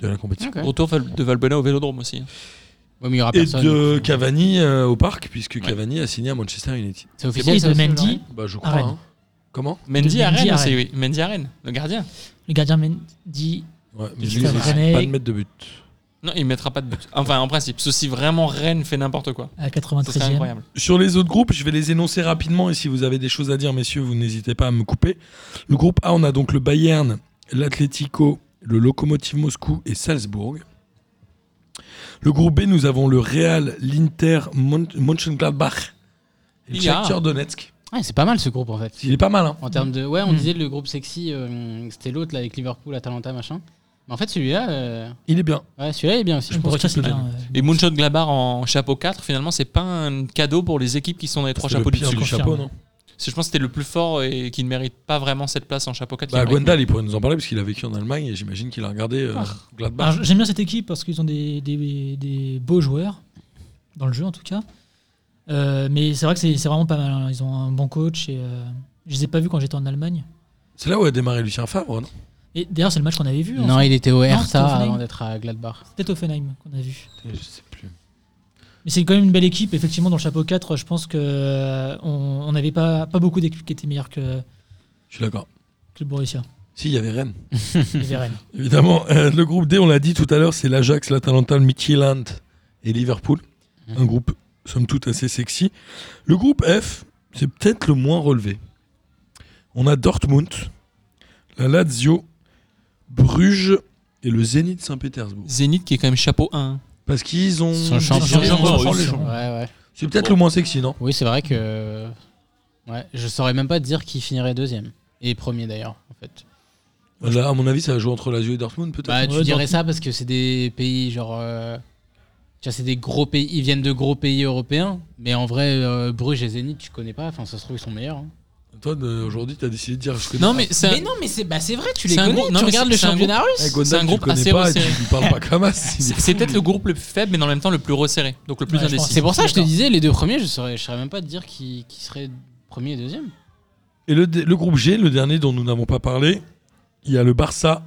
[SPEAKER 4] de la compétition.
[SPEAKER 6] Retour Val- de Valbuena au vélodrome aussi. hein.
[SPEAKER 5] Ouais, mais il y aura
[SPEAKER 2] Ah,
[SPEAKER 4] Et
[SPEAKER 5] personne.
[SPEAKER 4] de
[SPEAKER 5] donc, euh,
[SPEAKER 4] Cavani euh, au parc, puisque Cavani a signé à Manchester United.
[SPEAKER 5] C'est
[SPEAKER 2] Et
[SPEAKER 5] officiel. ça
[SPEAKER 2] de
[SPEAKER 5] aussi,
[SPEAKER 2] Mendy,
[SPEAKER 5] aujourd'hui
[SPEAKER 4] Bah, je
[SPEAKER 2] À
[SPEAKER 4] crois.
[SPEAKER 2] Rennes.
[SPEAKER 4] hein. Comment
[SPEAKER 6] Mendy
[SPEAKER 2] De
[SPEAKER 6] à
[SPEAKER 2] Mendy
[SPEAKER 6] Rennes
[SPEAKER 2] à
[SPEAKER 6] aussi,
[SPEAKER 2] Rennes.
[SPEAKER 6] oui. Mendy à Rennes, le gardien.
[SPEAKER 2] le gardien Mendy,
[SPEAKER 4] Ouais, mais
[SPEAKER 2] Je
[SPEAKER 4] lui,
[SPEAKER 2] suis
[SPEAKER 4] il
[SPEAKER 2] Rennes.
[SPEAKER 4] essaie pas de mettre de but.
[SPEAKER 6] Non, il mettra pas de but. Enfin, en principe. Sauf si vraiment Rennes fait n'importe quoi. Ça
[SPEAKER 2] à
[SPEAKER 6] serait
[SPEAKER 2] 93e.
[SPEAKER 6] incroyable.
[SPEAKER 4] Sur les autres groupes, je vais les énoncer rapidement et si vous avez des choses à dire, messieurs, vous n'hésitez pas à me couper. Le groupe A, on a donc le Bayern, l'Atlético, le Lokomotiv Moscou et Salzbourg. Le groupe B, nous avons le Real, l'Inter, Mon- Mönchengladbach et le
[SPEAKER 6] Il y a.
[SPEAKER 4] Shakhtar Donetsk.
[SPEAKER 5] Ouais, c'est pas mal ce groupe en fait.
[SPEAKER 4] Il est pas mal, hein
[SPEAKER 5] En termes de. Ouais, on
[SPEAKER 2] Mm.
[SPEAKER 5] disait le groupe sexy, euh, c'était l'autre là avec Liverpool, Atalanta, machin. Mais en fait, celui-là, euh,
[SPEAKER 4] Il est bien.
[SPEAKER 5] ouais, celui-là il est bien aussi.
[SPEAKER 2] Je pense que
[SPEAKER 5] qu'il
[SPEAKER 2] c'est
[SPEAKER 5] peut-
[SPEAKER 2] bien. euh,
[SPEAKER 6] Et Moonshot Glabar en chapeau 4, finalement, c'est pas un cadeau pour les équipes qui sont dans les trois
[SPEAKER 4] C'est le
[SPEAKER 6] chapeaux du
[SPEAKER 4] pire
[SPEAKER 6] dessus.
[SPEAKER 4] du
[SPEAKER 2] confirme.
[SPEAKER 4] chapeau, non
[SPEAKER 6] C'est- Je pense que c'était le plus fort et qui ne mérite pas vraiment cette place en chapeau 4.
[SPEAKER 4] Bah,
[SPEAKER 6] qui mérite-
[SPEAKER 4] Gwendal, il pourrait nous en parler parce qu'il a vécu en Allemagne et j'imagine qu'il a regardé euh,
[SPEAKER 6] Ah.
[SPEAKER 5] Bah,
[SPEAKER 4] Gladbach.
[SPEAKER 2] Alors, J'aime bien cette équipe parce qu'ils ont des, des- des beaux joueurs, dans le jeu en tout cas. Euh, mais c'est vrai que c'est c'est vraiment pas mal. hein. Ils ont un bon coach. Et, euh, je les ai pas vus quand j'étais en Allemagne.
[SPEAKER 4] C'est là où a démarré Lucien Favre, non
[SPEAKER 2] Et d'ailleurs, c'est le match qu'on avait vu.
[SPEAKER 5] Non, il était au
[SPEAKER 2] c'était
[SPEAKER 5] Hertha
[SPEAKER 2] Hoffenheim.
[SPEAKER 5] avant d'être à Gladbach.
[SPEAKER 2] C'était Offenheim qu'on a vu.
[SPEAKER 4] Je sais plus.
[SPEAKER 2] Mais c'est quand même une belle équipe. Effectivement, dans le chapeau 4, je pense que euh, on on n'avait pas, pas beaucoup d'équipes qui étaient meilleures que,
[SPEAKER 4] Je suis d'accord.
[SPEAKER 2] que le Borussia
[SPEAKER 4] Si, il y avait Rennes.
[SPEAKER 2] et les Rennes.
[SPEAKER 4] Évidemment, euh, le groupe D, on l'a dit tout à l'heure, c'est l'Ajax, l'Atalanta, le Midtjylland et Liverpool. Un groupe, somme toute, assez sexy. Le groupe F, c'est peut-être le moins relevé. On a Dortmund, la Lazio, Bruges et le Zénith Saint-Pétersbourg.
[SPEAKER 6] Zénith qui est quand même chapeau 1.
[SPEAKER 4] Parce qu'ils ont...
[SPEAKER 5] Ils sont
[SPEAKER 4] ils sont
[SPEAKER 5] champions.
[SPEAKER 6] champions
[SPEAKER 4] champions
[SPEAKER 6] russes.
[SPEAKER 4] russes.
[SPEAKER 5] Ouais, ouais.
[SPEAKER 4] C'est peut-être le moins sexy, non
[SPEAKER 5] Oui, c'est vrai que. Ouais, je saurais même pas te dire qui finirait deuxième. Et premier d'ailleurs, en fait.
[SPEAKER 4] Là, à mon avis, ça joue entre Lazio et Dortmund, peut-être.
[SPEAKER 5] Bah, tu
[SPEAKER 2] Ouais,
[SPEAKER 5] dirais
[SPEAKER 2] Dortmund.
[SPEAKER 5] ça parce que c'est des pays genre. euh, Tu vois, c'est des gros pays. Ils viennent de gros pays européens. Mais en vrai, euh, Bruges et Zénith, tu connais pas. Enfin, ça se trouve, ils sont meilleurs. hein.
[SPEAKER 4] Toi, de- euh, aujourd'hui, t'as décidé de dire... Je connais
[SPEAKER 6] Non,
[SPEAKER 4] pas.
[SPEAKER 6] mais c'est un,
[SPEAKER 5] Mais non, mais c'est bah, c'est vrai, tu les
[SPEAKER 6] C'est un
[SPEAKER 5] connais.
[SPEAKER 6] gros- non,
[SPEAKER 5] tu
[SPEAKER 6] mais
[SPEAKER 5] regardes
[SPEAKER 6] c'est-
[SPEAKER 5] le
[SPEAKER 6] c'est un
[SPEAKER 5] championnat
[SPEAKER 4] Eh,
[SPEAKER 5] russe.
[SPEAKER 4] Gondal,
[SPEAKER 6] c'est un
[SPEAKER 4] tu
[SPEAKER 6] groupe
[SPEAKER 4] le connais
[SPEAKER 6] assez
[SPEAKER 4] pas, et
[SPEAKER 6] resserré.
[SPEAKER 4] Tu lui parles pas comme ça.
[SPEAKER 6] c'est- c'est peut-être le groupe le plus faible, mais en même temps le plus resserré. Donc le plus
[SPEAKER 2] Ouais, je
[SPEAKER 6] indécis.
[SPEAKER 2] pense.
[SPEAKER 5] C'est pour ça que je te
[SPEAKER 2] D'accord.
[SPEAKER 5] disais, les deux premiers, je saurais, je saurais même pas te dire qui, qui serait premier et deuxième.
[SPEAKER 4] Et le, le groupe G, le dernier dont nous n'avons pas parlé, il y a le Barça,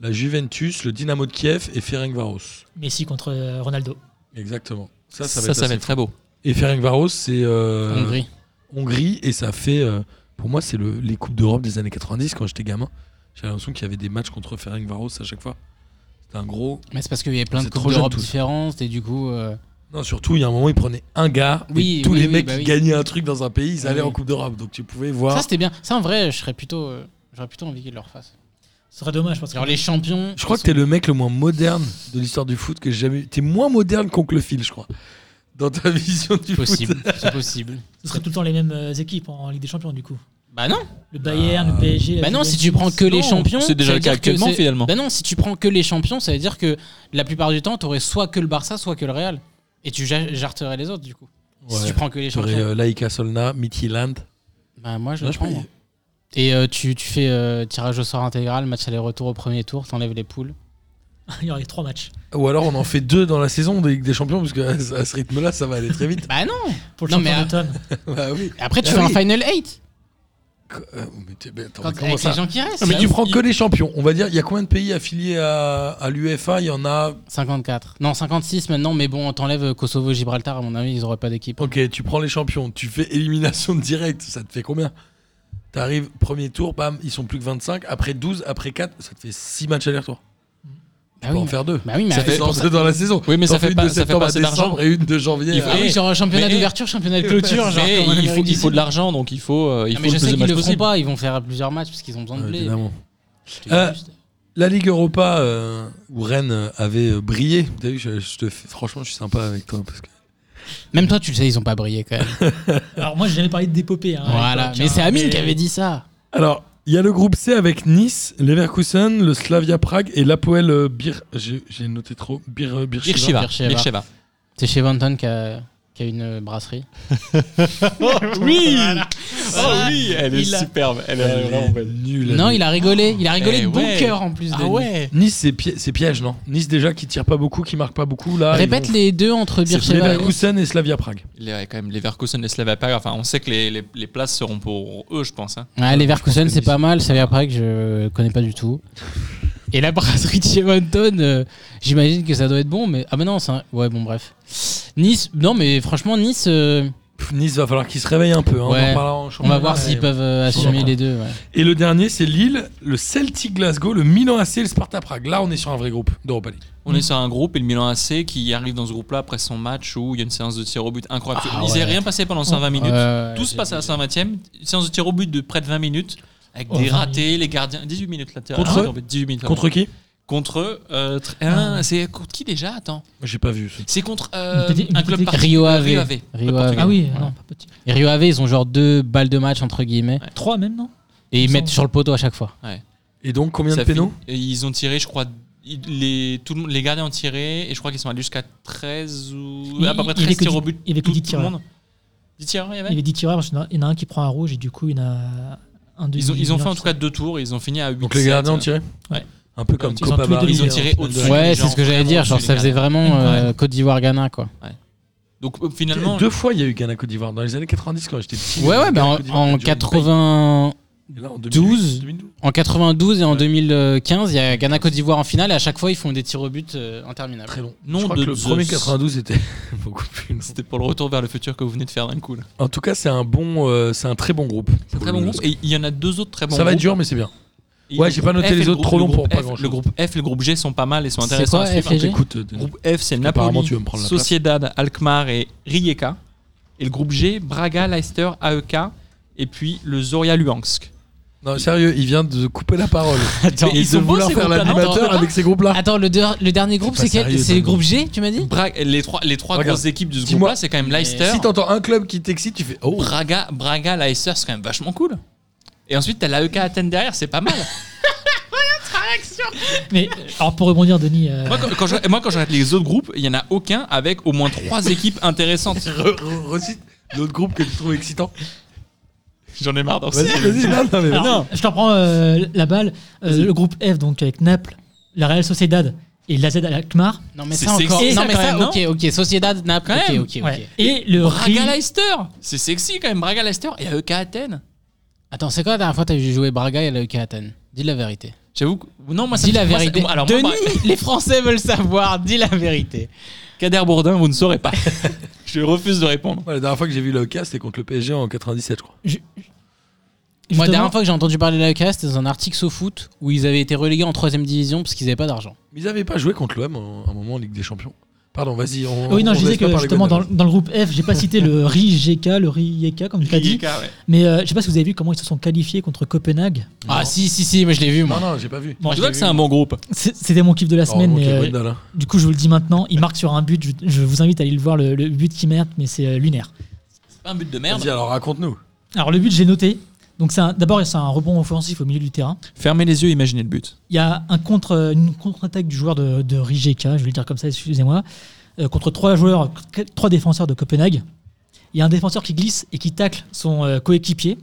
[SPEAKER 4] la Juventus, le Dynamo de Kiev et Ferencvaros.
[SPEAKER 2] Messi contre euh, Ronaldo.
[SPEAKER 4] Exactement.
[SPEAKER 6] Ça,
[SPEAKER 4] Ça, ça va
[SPEAKER 6] ça,
[SPEAKER 4] être assez
[SPEAKER 6] va être très beau.
[SPEAKER 4] fou. Et Ferencvaros, c'est euh,
[SPEAKER 5] Hongrie.
[SPEAKER 4] Hongrie, et ça fait, euh, pour moi, c'est le- les Coupes d'Europe des années 90 quand j'étais gamin. J'avais l'impression qu'il y avait des matchs contre Ferencvaros à chaque fois. C'était un gros.
[SPEAKER 5] Mais c'est parce qu'il y avait plein de
[SPEAKER 4] C'est trop
[SPEAKER 5] coupes
[SPEAKER 4] jeune,
[SPEAKER 5] d'Europe
[SPEAKER 4] tous.
[SPEAKER 5] différentes et du coup. euh,
[SPEAKER 4] Non, surtout, il y a un moment, ils prenaient un gars. et
[SPEAKER 5] Oui,
[SPEAKER 4] tous
[SPEAKER 5] oui,
[SPEAKER 4] les
[SPEAKER 5] oui,
[SPEAKER 4] mecs
[SPEAKER 5] bah
[SPEAKER 4] qui
[SPEAKER 5] oui.
[SPEAKER 4] gagnaient un truc dans un pays, ils
[SPEAKER 5] Oui,
[SPEAKER 4] allaient en
[SPEAKER 5] oui.
[SPEAKER 4] Coupe d'Europe. Donc tu pouvais
[SPEAKER 5] Ça
[SPEAKER 4] voir.
[SPEAKER 5] c'était bien. Ça en vrai, je serais plutôt, euh, j'aurais plutôt envie qu'ils leur fassent.
[SPEAKER 2] Ce serait dommage parce que
[SPEAKER 5] Genre les champions.
[SPEAKER 4] Je crois que t'es le mec le moins moderne de l'histoire du foot que j'ai jamais eu. T'es moins moderne qu'on que le fil, je crois. Dans ta vision du
[SPEAKER 5] c'est possible.
[SPEAKER 4] foot.
[SPEAKER 5] C'est possible.
[SPEAKER 2] ce serait tout le temps les mêmes euh, équipes en Ligue des Champions du coup.
[SPEAKER 5] Bah non.
[SPEAKER 2] Le Bayern, le PSG. la
[SPEAKER 5] Bah non, si
[SPEAKER 2] Juventus.
[SPEAKER 5] tu prends que les
[SPEAKER 6] Non,
[SPEAKER 5] champions.
[SPEAKER 6] c'est déjà
[SPEAKER 5] ça veut
[SPEAKER 6] le cas
[SPEAKER 5] dire que
[SPEAKER 6] actuellement,
[SPEAKER 5] c'est-
[SPEAKER 6] finalement.
[SPEAKER 5] Bah non, si tu prends que les champions, ça veut dire que la plupart du temps, t'aurais soit que le Barça, soit que le Real. Et tu ja- jarterais les autres du coup. Si tu prends que les
[SPEAKER 4] J'aurais
[SPEAKER 5] champions.
[SPEAKER 4] Laika euh, Solna, Mithyland.
[SPEAKER 5] Bah moi je
[SPEAKER 4] Là,
[SPEAKER 5] le
[SPEAKER 4] euh, je
[SPEAKER 5] prends.
[SPEAKER 4] peux y-
[SPEAKER 5] moi. Et euh, tu, tu fais euh, tirage au sort intégral, match aller-retour au premier tour, t'enlèves les poules.
[SPEAKER 2] Il y aurait trois matchs.
[SPEAKER 4] Ou alors on en fait deux dans la saison des Ligue des Champions, parce que à à ce rythme-là, ça va aller très vite.
[SPEAKER 5] Bah non
[SPEAKER 2] Pour le
[SPEAKER 5] Non,
[SPEAKER 2] champion
[SPEAKER 5] mais, euh,
[SPEAKER 2] d'automne.
[SPEAKER 4] bah oui.
[SPEAKER 5] Après tu
[SPEAKER 4] Ah
[SPEAKER 5] fais
[SPEAKER 4] oui.
[SPEAKER 5] un Final 8
[SPEAKER 4] Qu- euh, mais t'es- mais attends,
[SPEAKER 5] quand,
[SPEAKER 4] mais comment
[SPEAKER 5] avec
[SPEAKER 4] ça
[SPEAKER 5] les gens qui restent.
[SPEAKER 4] Non,
[SPEAKER 5] Bah
[SPEAKER 4] mais
[SPEAKER 5] ça
[SPEAKER 4] tu
[SPEAKER 5] ouf.
[SPEAKER 4] prends que les champions. On va dire, il y a combien de pays affiliés à, à l'UEFA Il y en a.
[SPEAKER 5] 54. Non, 56 maintenant, mais bon, on t'enlève Kosovo, Gibraltar, à mon avis, ils auraient pas d'équipe.
[SPEAKER 4] Ok, tu prends les champions, tu fais élimination directe, ça te fait combien T'arrives, premier tour, bam, ils sont plus que 25, après 12, après 4, ça te fait 6 matchs aller-retour.
[SPEAKER 5] Bah
[SPEAKER 4] Tu peux
[SPEAKER 5] oui,
[SPEAKER 4] en
[SPEAKER 5] mais-
[SPEAKER 4] faire deux.
[SPEAKER 5] bah oui, mais
[SPEAKER 4] Ça
[SPEAKER 5] avec-
[SPEAKER 4] fait dans, dans la saison.
[SPEAKER 6] Oui, mais
[SPEAKER 4] T'en
[SPEAKER 6] ça
[SPEAKER 4] fais
[SPEAKER 6] fait
[SPEAKER 4] une
[SPEAKER 6] pas-
[SPEAKER 4] de
[SPEAKER 6] ça fait
[SPEAKER 4] septembre
[SPEAKER 6] pas
[SPEAKER 4] à
[SPEAKER 6] assez d'argent.
[SPEAKER 4] décembre et une de janvier. hein.
[SPEAKER 6] Il
[SPEAKER 4] à-
[SPEAKER 5] Ah oui,
[SPEAKER 6] Eh,
[SPEAKER 5] genre championnat
[SPEAKER 6] mais-
[SPEAKER 5] d'ouverture, championnat de clôture.
[SPEAKER 6] Mais
[SPEAKER 5] genre, comme en
[SPEAKER 6] il faut,
[SPEAKER 5] Amérique
[SPEAKER 6] il faut
[SPEAKER 5] du
[SPEAKER 6] de
[SPEAKER 5] Sud.
[SPEAKER 6] l'argent, donc il faut, euh, il
[SPEAKER 5] Non,
[SPEAKER 6] faut le
[SPEAKER 5] Ah, mais je
[SPEAKER 6] plus
[SPEAKER 5] sais
[SPEAKER 6] de
[SPEAKER 5] qu'ils
[SPEAKER 6] matchs
[SPEAKER 5] le feront
[SPEAKER 6] possible.
[SPEAKER 5] pas, ils vont faire plusieurs matchs parce qu'ils ont besoin de blé.
[SPEAKER 4] Évidemment.
[SPEAKER 5] Je te dis
[SPEAKER 4] Euh,
[SPEAKER 5] juste.
[SPEAKER 4] La Ligue Europa euh, où Rennes euh, avait euh, brillé. T'as vu, je, je te fais- franchement, je suis sympa avec toi parce que
[SPEAKER 5] Même toi, tu le sais, ils ont pas brillé quand même.
[SPEAKER 2] Alors moi, j'ai jamais parlé d'épopée. hein, à
[SPEAKER 6] bah,
[SPEAKER 5] voilà,
[SPEAKER 2] l'époque,
[SPEAKER 5] mais
[SPEAKER 2] hein,
[SPEAKER 5] c'est Amine
[SPEAKER 2] mais-
[SPEAKER 5] qui avait dit ça.
[SPEAKER 4] Alors, il y a le groupe C avec Nice, Leverkusen, le Slavia Prague et l'Apoel euh, Bir. J'ai j'ai noté trop. Bir, euh, Bircheva.
[SPEAKER 6] Bircheva.
[SPEAKER 5] Bircheva.
[SPEAKER 6] Bircheva.
[SPEAKER 5] C'est chez Vanton qui a, qui a une euh, brasserie.
[SPEAKER 6] Oui Oh oui Elle est
[SPEAKER 5] Il a-
[SPEAKER 6] superbe. Elle
[SPEAKER 4] Elle
[SPEAKER 6] est
[SPEAKER 4] est
[SPEAKER 6] vraiment belle.
[SPEAKER 4] nulle, elle
[SPEAKER 5] Non,
[SPEAKER 4] est-
[SPEAKER 5] il a rigolé. Il a rigolé
[SPEAKER 6] Eh
[SPEAKER 5] de bon
[SPEAKER 6] ouais.
[SPEAKER 5] cœur en plus. de lui.
[SPEAKER 4] Nice, c'est pi- c'est piège, non Nice déjà qui tire pas beaucoup, qui marque pas beaucoup. Là, Ah, ils
[SPEAKER 5] Répète
[SPEAKER 4] vont-
[SPEAKER 5] les deux entre
[SPEAKER 4] C'est
[SPEAKER 5] Bircheva et
[SPEAKER 4] Leverkusen et Slavia Prague.
[SPEAKER 6] Les, ouais, quand même, les Verkusen, les Slavapag, enfin, on sait que les, les, les places seront pour eux, je pense. hein.
[SPEAKER 5] Ah, les Verkusen,
[SPEAKER 4] que
[SPEAKER 5] c'est
[SPEAKER 4] Nice-
[SPEAKER 5] pas mal. Ça vient après que je connais pas du tout. Et la brasserie de chez Vanton, euh, j'imagine que ça doit être bon. Mais ah, bah non, c'est un- ouais, bon, bref. Nice, non, mais franchement, Nice, euh,
[SPEAKER 4] Pff, Nice va falloir qu'ils se réveillent un peu. hein,
[SPEAKER 5] Ouais.
[SPEAKER 4] en parlera en
[SPEAKER 5] on va
[SPEAKER 4] championnat,
[SPEAKER 5] voir
[SPEAKER 4] mais-
[SPEAKER 5] s'ils peuvent euh,
[SPEAKER 4] Sur
[SPEAKER 5] assumer
[SPEAKER 4] le
[SPEAKER 5] les deux. ouais.
[SPEAKER 4] Et le dernier, c'est Lille, le Celtic Glasgow, le Milan AC et le Sparta Prague. Là, on est sur un vrai groupe d'Europa League.
[SPEAKER 6] On est sur un groupe et le Milan AC qui arrive dans ce groupe-là après son match où il y a une séance de tir au but incroyable.
[SPEAKER 5] Ah
[SPEAKER 6] il s'est
[SPEAKER 5] ouais.
[SPEAKER 6] rien passé pendant 120 minutes.
[SPEAKER 5] Ouais,
[SPEAKER 6] Tout se
[SPEAKER 5] j'ai-
[SPEAKER 6] passe à la 120 e Une séance de tir au but de près de 20 minutes avec
[SPEAKER 2] Oh,
[SPEAKER 6] des
[SPEAKER 2] 20
[SPEAKER 6] ratés, les gardiens. 18 minutes là.
[SPEAKER 4] Contre eux
[SPEAKER 6] 18 minutes. pardon.
[SPEAKER 4] Contre qui
[SPEAKER 6] Contre eux, euh, tr- un, c'est contre qui déjà Attends.
[SPEAKER 4] J'ai pas vu. ce-
[SPEAKER 6] C'est contre euh,
[SPEAKER 2] Une petite- une
[SPEAKER 6] un club
[SPEAKER 2] petite-
[SPEAKER 6] par
[SPEAKER 5] Rio Ave.
[SPEAKER 6] Rio Ave.
[SPEAKER 5] Rio
[SPEAKER 6] Le
[SPEAKER 5] Ave.
[SPEAKER 2] Ah oui,
[SPEAKER 5] Ouais.
[SPEAKER 2] non, pas petit.
[SPEAKER 5] Et Rio Ave, ils ont genre deux balles de match entre guillemets.
[SPEAKER 2] Trois même, non
[SPEAKER 5] Et ils
[SPEAKER 2] Ils
[SPEAKER 5] mettent
[SPEAKER 2] sont-
[SPEAKER 5] sur le poteau à chaque fois.
[SPEAKER 4] Et donc, combien
[SPEAKER 6] Ça
[SPEAKER 4] de pénaux
[SPEAKER 6] finit- et Ils ont tiré, je crois, il- les, tout le monde- les gardiens ont tiré et je crois qu'ils sont allés jusqu'à 13 ou
[SPEAKER 2] Il-
[SPEAKER 6] à peu près
[SPEAKER 2] il y avait
[SPEAKER 6] 13
[SPEAKER 2] que
[SPEAKER 6] tirs
[SPEAKER 2] dix-
[SPEAKER 6] au but.
[SPEAKER 2] il y avait que
[SPEAKER 6] tout,
[SPEAKER 2] dix
[SPEAKER 6] tout le
[SPEAKER 2] tireurs.
[SPEAKER 6] monde. 10 tireurs, il y avait
[SPEAKER 2] Il y avait 10 tireurs, parce qu'il y en a- il y en a un qui prend un rouge et du coup, il y en a un de
[SPEAKER 6] Ils ont, ils ont fait en
[SPEAKER 2] Milan
[SPEAKER 6] tout cas deux tours, ils ont fini à 8
[SPEAKER 4] Donc, les gardiens ont tiré
[SPEAKER 6] Ouais.
[SPEAKER 4] Un peu comme
[SPEAKER 6] Ils ont
[SPEAKER 4] Copa
[SPEAKER 2] tous les deux
[SPEAKER 4] Paris.
[SPEAKER 6] Ils ont
[SPEAKER 2] Ils ont
[SPEAKER 6] tiré
[SPEAKER 2] tiré
[SPEAKER 6] au-dessus.
[SPEAKER 5] Ouais,
[SPEAKER 6] des
[SPEAKER 5] c'est
[SPEAKER 6] gens,
[SPEAKER 5] ce que j'allais
[SPEAKER 6] vraiment
[SPEAKER 5] dire. Genre,
[SPEAKER 6] au-dessus
[SPEAKER 5] ça
[SPEAKER 6] des
[SPEAKER 5] faisait
[SPEAKER 6] gardiens.
[SPEAKER 5] vraiment euh,
[SPEAKER 6] Ouais.
[SPEAKER 5] Côte d'Ivoire-Ghana, quoi.
[SPEAKER 6] Donc euh, finalement,
[SPEAKER 4] Deux fois, il y a eu Ghana bah, Côte d'Ivoire dans les années 90 quand j'étais petit.
[SPEAKER 5] Ouais, ouais, mais en,
[SPEAKER 4] Ghana-Côte d'Ivoire,
[SPEAKER 5] en
[SPEAKER 4] ça a duré une paille.
[SPEAKER 5] 80.
[SPEAKER 4] Et là, en
[SPEAKER 5] 12.
[SPEAKER 4] 2012.
[SPEAKER 5] En 92 et en 2015, il y a Ghana Côte d'Ivoire en finale et à chaque fois ils font des tirs au but euh, interminables.
[SPEAKER 4] Très long.
[SPEAKER 6] Nom
[SPEAKER 4] je crois
[SPEAKER 6] de
[SPEAKER 4] que le
[SPEAKER 6] Zeus.
[SPEAKER 4] premier 92 était beaucoup plus long.
[SPEAKER 6] C'était pour le retour vers le futur que vous venez de faire d'un coup. là.
[SPEAKER 4] En tout cas, c'est un bon, euh, c'est un très bon groupe.
[SPEAKER 6] C'est un très bon groupe. Et il y en a deux autres très bons
[SPEAKER 4] ça va être
[SPEAKER 6] groupes.
[SPEAKER 4] dur, mais c'est bien.
[SPEAKER 6] Et
[SPEAKER 4] Ouais,
[SPEAKER 6] le
[SPEAKER 4] j'ai pas
[SPEAKER 6] groupe
[SPEAKER 4] noté
[SPEAKER 6] F et
[SPEAKER 4] les
[SPEAKER 6] le
[SPEAKER 4] autres,
[SPEAKER 6] groupe-
[SPEAKER 4] trop
[SPEAKER 6] le
[SPEAKER 4] long pour
[SPEAKER 6] groupe
[SPEAKER 4] pas
[SPEAKER 6] F-
[SPEAKER 4] grand-chose.
[SPEAKER 6] Le groupe F et le groupe G sont pas mal et sont
[SPEAKER 5] C'est
[SPEAKER 6] intéressants
[SPEAKER 5] quoi,
[SPEAKER 6] à suivre. hein.
[SPEAKER 5] F et G
[SPEAKER 4] Écoute, euh,
[SPEAKER 6] Le groupe F, c'est
[SPEAKER 4] apparemment,
[SPEAKER 6] Napoli,
[SPEAKER 4] tu vas me prendre la place.
[SPEAKER 6] Sociedad, Alkmaar et Rijeka. Et le groupe G, Braga, Leicester, AEK et puis le Zoria Luhansk.
[SPEAKER 4] Non, sérieux, il vient de couper la parole.
[SPEAKER 2] Attends,
[SPEAKER 4] et
[SPEAKER 6] ils
[SPEAKER 4] de
[SPEAKER 6] sont beaux,
[SPEAKER 4] vouloir
[SPEAKER 6] ces
[SPEAKER 4] faire
[SPEAKER 6] groupes-là, non
[SPEAKER 4] l'animateur avec ces groupes-là.
[SPEAKER 5] Attends, le, der- le dernier groupe,
[SPEAKER 4] pas
[SPEAKER 5] c'est quel
[SPEAKER 4] sérieux,
[SPEAKER 5] C'est le
[SPEAKER 4] Damien.
[SPEAKER 5] groupe G, tu m'as dit
[SPEAKER 6] Bra- les trois, les trois
[SPEAKER 4] Regarde,
[SPEAKER 6] grosses équipes de ce
[SPEAKER 4] dis-moi.
[SPEAKER 6] groupe-là, c'est quand même Leicester,
[SPEAKER 4] Si t'entends un club qui t'excite, tu fais Oh,
[SPEAKER 6] Braga, Braga, Leicester, c'est quand même vachement cool. Et ensuite, t'as l'AEK Athènes derrière, c'est pas mal.
[SPEAKER 2] Mais euh, alors pour rebondir, Denis, euh,
[SPEAKER 6] moi, quand, quand je, moi, quand je regarde les autres groupes, il y en a aucun avec au moins trois équipes intéressantes.
[SPEAKER 4] re- re- recite l'autre groupe que tu trouves excitant.
[SPEAKER 6] J'en ai marre d'en
[SPEAKER 4] Vas-y,
[SPEAKER 6] citer.
[SPEAKER 4] vas-y, non, non, mais vas-y.
[SPEAKER 2] alors, je t'en prends euh, la balle. Euh, le groupe F, donc avec Naples, la Real Sociedad et l'AZ Alkmaar.
[SPEAKER 5] Non, mais
[SPEAKER 6] C'est
[SPEAKER 5] ça encore.
[SPEAKER 6] sexy,
[SPEAKER 5] non,
[SPEAKER 6] ça,
[SPEAKER 5] mais
[SPEAKER 6] quand
[SPEAKER 5] ça,
[SPEAKER 6] même,
[SPEAKER 5] ok, ok. Sociedad, Naples,
[SPEAKER 6] Quand
[SPEAKER 5] ok,
[SPEAKER 6] même.
[SPEAKER 5] ok, Oh, ok.
[SPEAKER 2] Ouais. Et le
[SPEAKER 6] Braga
[SPEAKER 2] Ri-
[SPEAKER 6] Leicester C'est sexy quand même, Braga Leicester et AEK Athènes.
[SPEAKER 5] Attends, c'est quoi la dernière fois que t'as joué Braga et la UK Athènes Dis la vérité.
[SPEAKER 6] J'avoue que. Non, moi, ça
[SPEAKER 5] Dis
[SPEAKER 6] me-
[SPEAKER 5] la
[SPEAKER 6] moi, ça-
[SPEAKER 5] vérité.
[SPEAKER 6] moi, alors, moi,
[SPEAKER 5] Denis,
[SPEAKER 6] Bra-
[SPEAKER 5] les Français veulent savoir. Dis la vérité.
[SPEAKER 6] Kader Bourdin, vous ne saurez pas. je refuse de répondre.
[SPEAKER 4] Ouais, La dernière fois que j'ai vu le cas, c'était contre le PSG en 97, je crois.
[SPEAKER 5] Moi, la dernière
[SPEAKER 2] Justement,
[SPEAKER 5] fois que j'ai entendu parler de la E UK, c'était dans un article sous foot où ils avaient été relégués en 3 division parce qu'ils n'avaient pas d'argent.
[SPEAKER 4] Mais ils n'avaient pas joué contre l'OM à un moment en Ligue des Champions. Pardon, vas-y. On,
[SPEAKER 2] Ah oui, non,
[SPEAKER 4] on
[SPEAKER 2] je disais
[SPEAKER 4] laisse pas
[SPEAKER 2] que
[SPEAKER 4] parler
[SPEAKER 2] justement dans,
[SPEAKER 4] Gonzalez.
[SPEAKER 2] le- dans le groupe F, j'ai pas cité le Rijeka, le Rijeka, comme tu l'as dit.
[SPEAKER 6] Rijeka, ouais.
[SPEAKER 2] Mais euh, je sais pas si vous avez vu comment ils se sont qualifiés contre Copenhague.
[SPEAKER 5] Ah, si, si, si, moi je l'ai vu, moi.
[SPEAKER 4] Non, non, j'ai pas vu.
[SPEAKER 2] Bon,
[SPEAKER 6] tu vois que c'est un bon groupe.
[SPEAKER 2] C'est- C'était mon kiff de la
[SPEAKER 4] Oh,
[SPEAKER 2] semaine,
[SPEAKER 4] ok,
[SPEAKER 2] mais euh,
[SPEAKER 4] Gwendal, hein.
[SPEAKER 2] du coup, je vous le dis maintenant. Il marque sur un but. Je, je vous invite à aller le voir, le, le but qui merde, mais c'est euh, lunaire.
[SPEAKER 6] C'est pas un but de
[SPEAKER 4] Vas-y,
[SPEAKER 6] merde.
[SPEAKER 4] alors raconte-nous.
[SPEAKER 2] Alors, le but, j'ai noté. Donc, c'est un- d'abord, c'est un rebond offensif au milieu du terrain.
[SPEAKER 6] Fermez les yeux, imaginez le but.
[SPEAKER 2] Il y a un contre, euh, une contre-attaque du joueur de, de Rijeka, je vais le dire comme ça, excusez-moi, euh, contre trois joueurs, qu- trois défenseurs de Copenhague. Il y a un défenseur qui glisse et qui tacle son euh, coéquipier.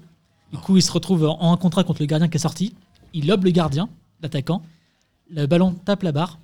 [SPEAKER 2] Du coup, il se retrouve en un contrat contre le gardien qui est sorti. Il lobe le gardien, l'attaquant. Le ballon tape la barre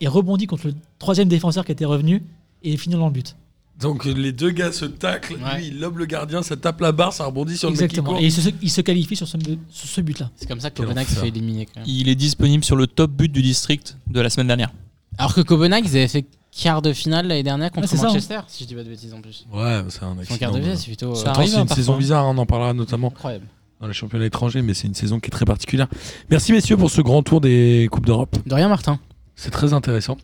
[SPEAKER 2] et rebondit contre le troisième défenseur qui était revenu et finit dans le but.
[SPEAKER 4] Donc les deux gars se taclent,
[SPEAKER 5] Ouais.
[SPEAKER 4] lui il lobe le gardien, ça tape la barre, ça rebondit sur
[SPEAKER 2] Exactement.
[SPEAKER 4] le
[SPEAKER 2] Et
[SPEAKER 4] mec
[SPEAKER 2] il se, il se qualifie sur ce, sur ce but-là.
[SPEAKER 5] C'est comme ça que
[SPEAKER 4] Quel
[SPEAKER 5] Copenhague se
[SPEAKER 4] enfer.
[SPEAKER 5] fait éliminer quand même.
[SPEAKER 6] Il est disponible sur le top but du district de la semaine dernière.
[SPEAKER 5] Alors que Copenhague, ils avaient fait quart de finale l'année dernière contre
[SPEAKER 2] Ah, c'est ça,
[SPEAKER 5] Manchester, si je dis pas de bêtises en plus.
[SPEAKER 4] qui court. Ouais, c'est un
[SPEAKER 5] Son
[SPEAKER 4] accident.
[SPEAKER 5] quart de finale,
[SPEAKER 4] voilà.
[SPEAKER 5] c'est plutôt. euh,
[SPEAKER 4] Pourtant,
[SPEAKER 6] arrive,
[SPEAKER 4] bah, c'est
[SPEAKER 6] hein,
[SPEAKER 4] une saison
[SPEAKER 6] parfois.
[SPEAKER 4] bizarre, hein, on en parlera notamment
[SPEAKER 5] incroyable.
[SPEAKER 4] dans les championnats étrangers, mais c'est une saison qui est très particulière. Merci messieurs pour ce grand tour des Coupes d'Europe.
[SPEAKER 5] De rien, Martin.
[SPEAKER 4] C'est très intéressant.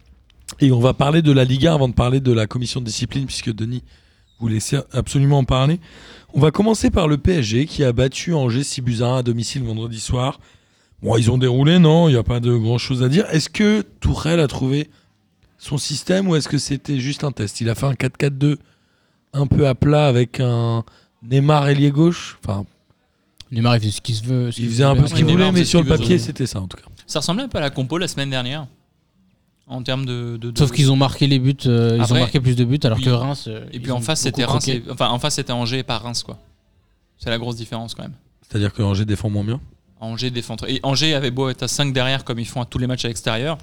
[SPEAKER 4] Et on va parler de la Liga avant de parler de la commission de discipline, puisque Denis vous laissez absolument en parler. On va commencer par le PSG qui a battu Angers 6 buts à 1 à domicile vendredi soir. Bon, ils ont déroulé, non Il n'y a pas de grand chose à dire. Est-ce que Tourelle a trouvé son système ou est-ce que c'était juste un test Il a fait un 4-4-2 un peu à plat avec un Neymar ailier gauche. Enfin,
[SPEAKER 5] Neymar, il faisait ce qu'il se veut. ce
[SPEAKER 4] il
[SPEAKER 5] qu'il
[SPEAKER 4] faisait un peu ce
[SPEAKER 6] ouais,
[SPEAKER 4] qu'il
[SPEAKER 6] Neymar
[SPEAKER 4] voulait, mais
[SPEAKER 6] faisait ce
[SPEAKER 4] sur le
[SPEAKER 6] qu'il veut,
[SPEAKER 4] papier,
[SPEAKER 6] ouais.
[SPEAKER 4] c'était ça en tout cas.
[SPEAKER 6] Ça ressemblait un peu à la compo la semaine dernière. En termes de. de- de-
[SPEAKER 5] Sauf qu'ils ont marqué les buts, euh, ils
[SPEAKER 6] Après-
[SPEAKER 5] ont marqué plus de buts alors
[SPEAKER 6] Oui.
[SPEAKER 5] que Reims. euh,
[SPEAKER 6] Et
[SPEAKER 5] ils
[SPEAKER 6] puis en
[SPEAKER 5] ont
[SPEAKER 6] face,
[SPEAKER 5] beaucoup
[SPEAKER 6] c'était Reims.
[SPEAKER 5] croqué.
[SPEAKER 6] et- Enfin, en face, c'était Angers et pas Reims, quoi. C'est la grosse différence quand même.
[SPEAKER 4] C'est-à-dire que Angers défend moins bien.
[SPEAKER 6] Angers défend. très- Et Angers avait beau être à 5 derrière comme ils font à tous les matchs à l'extérieur.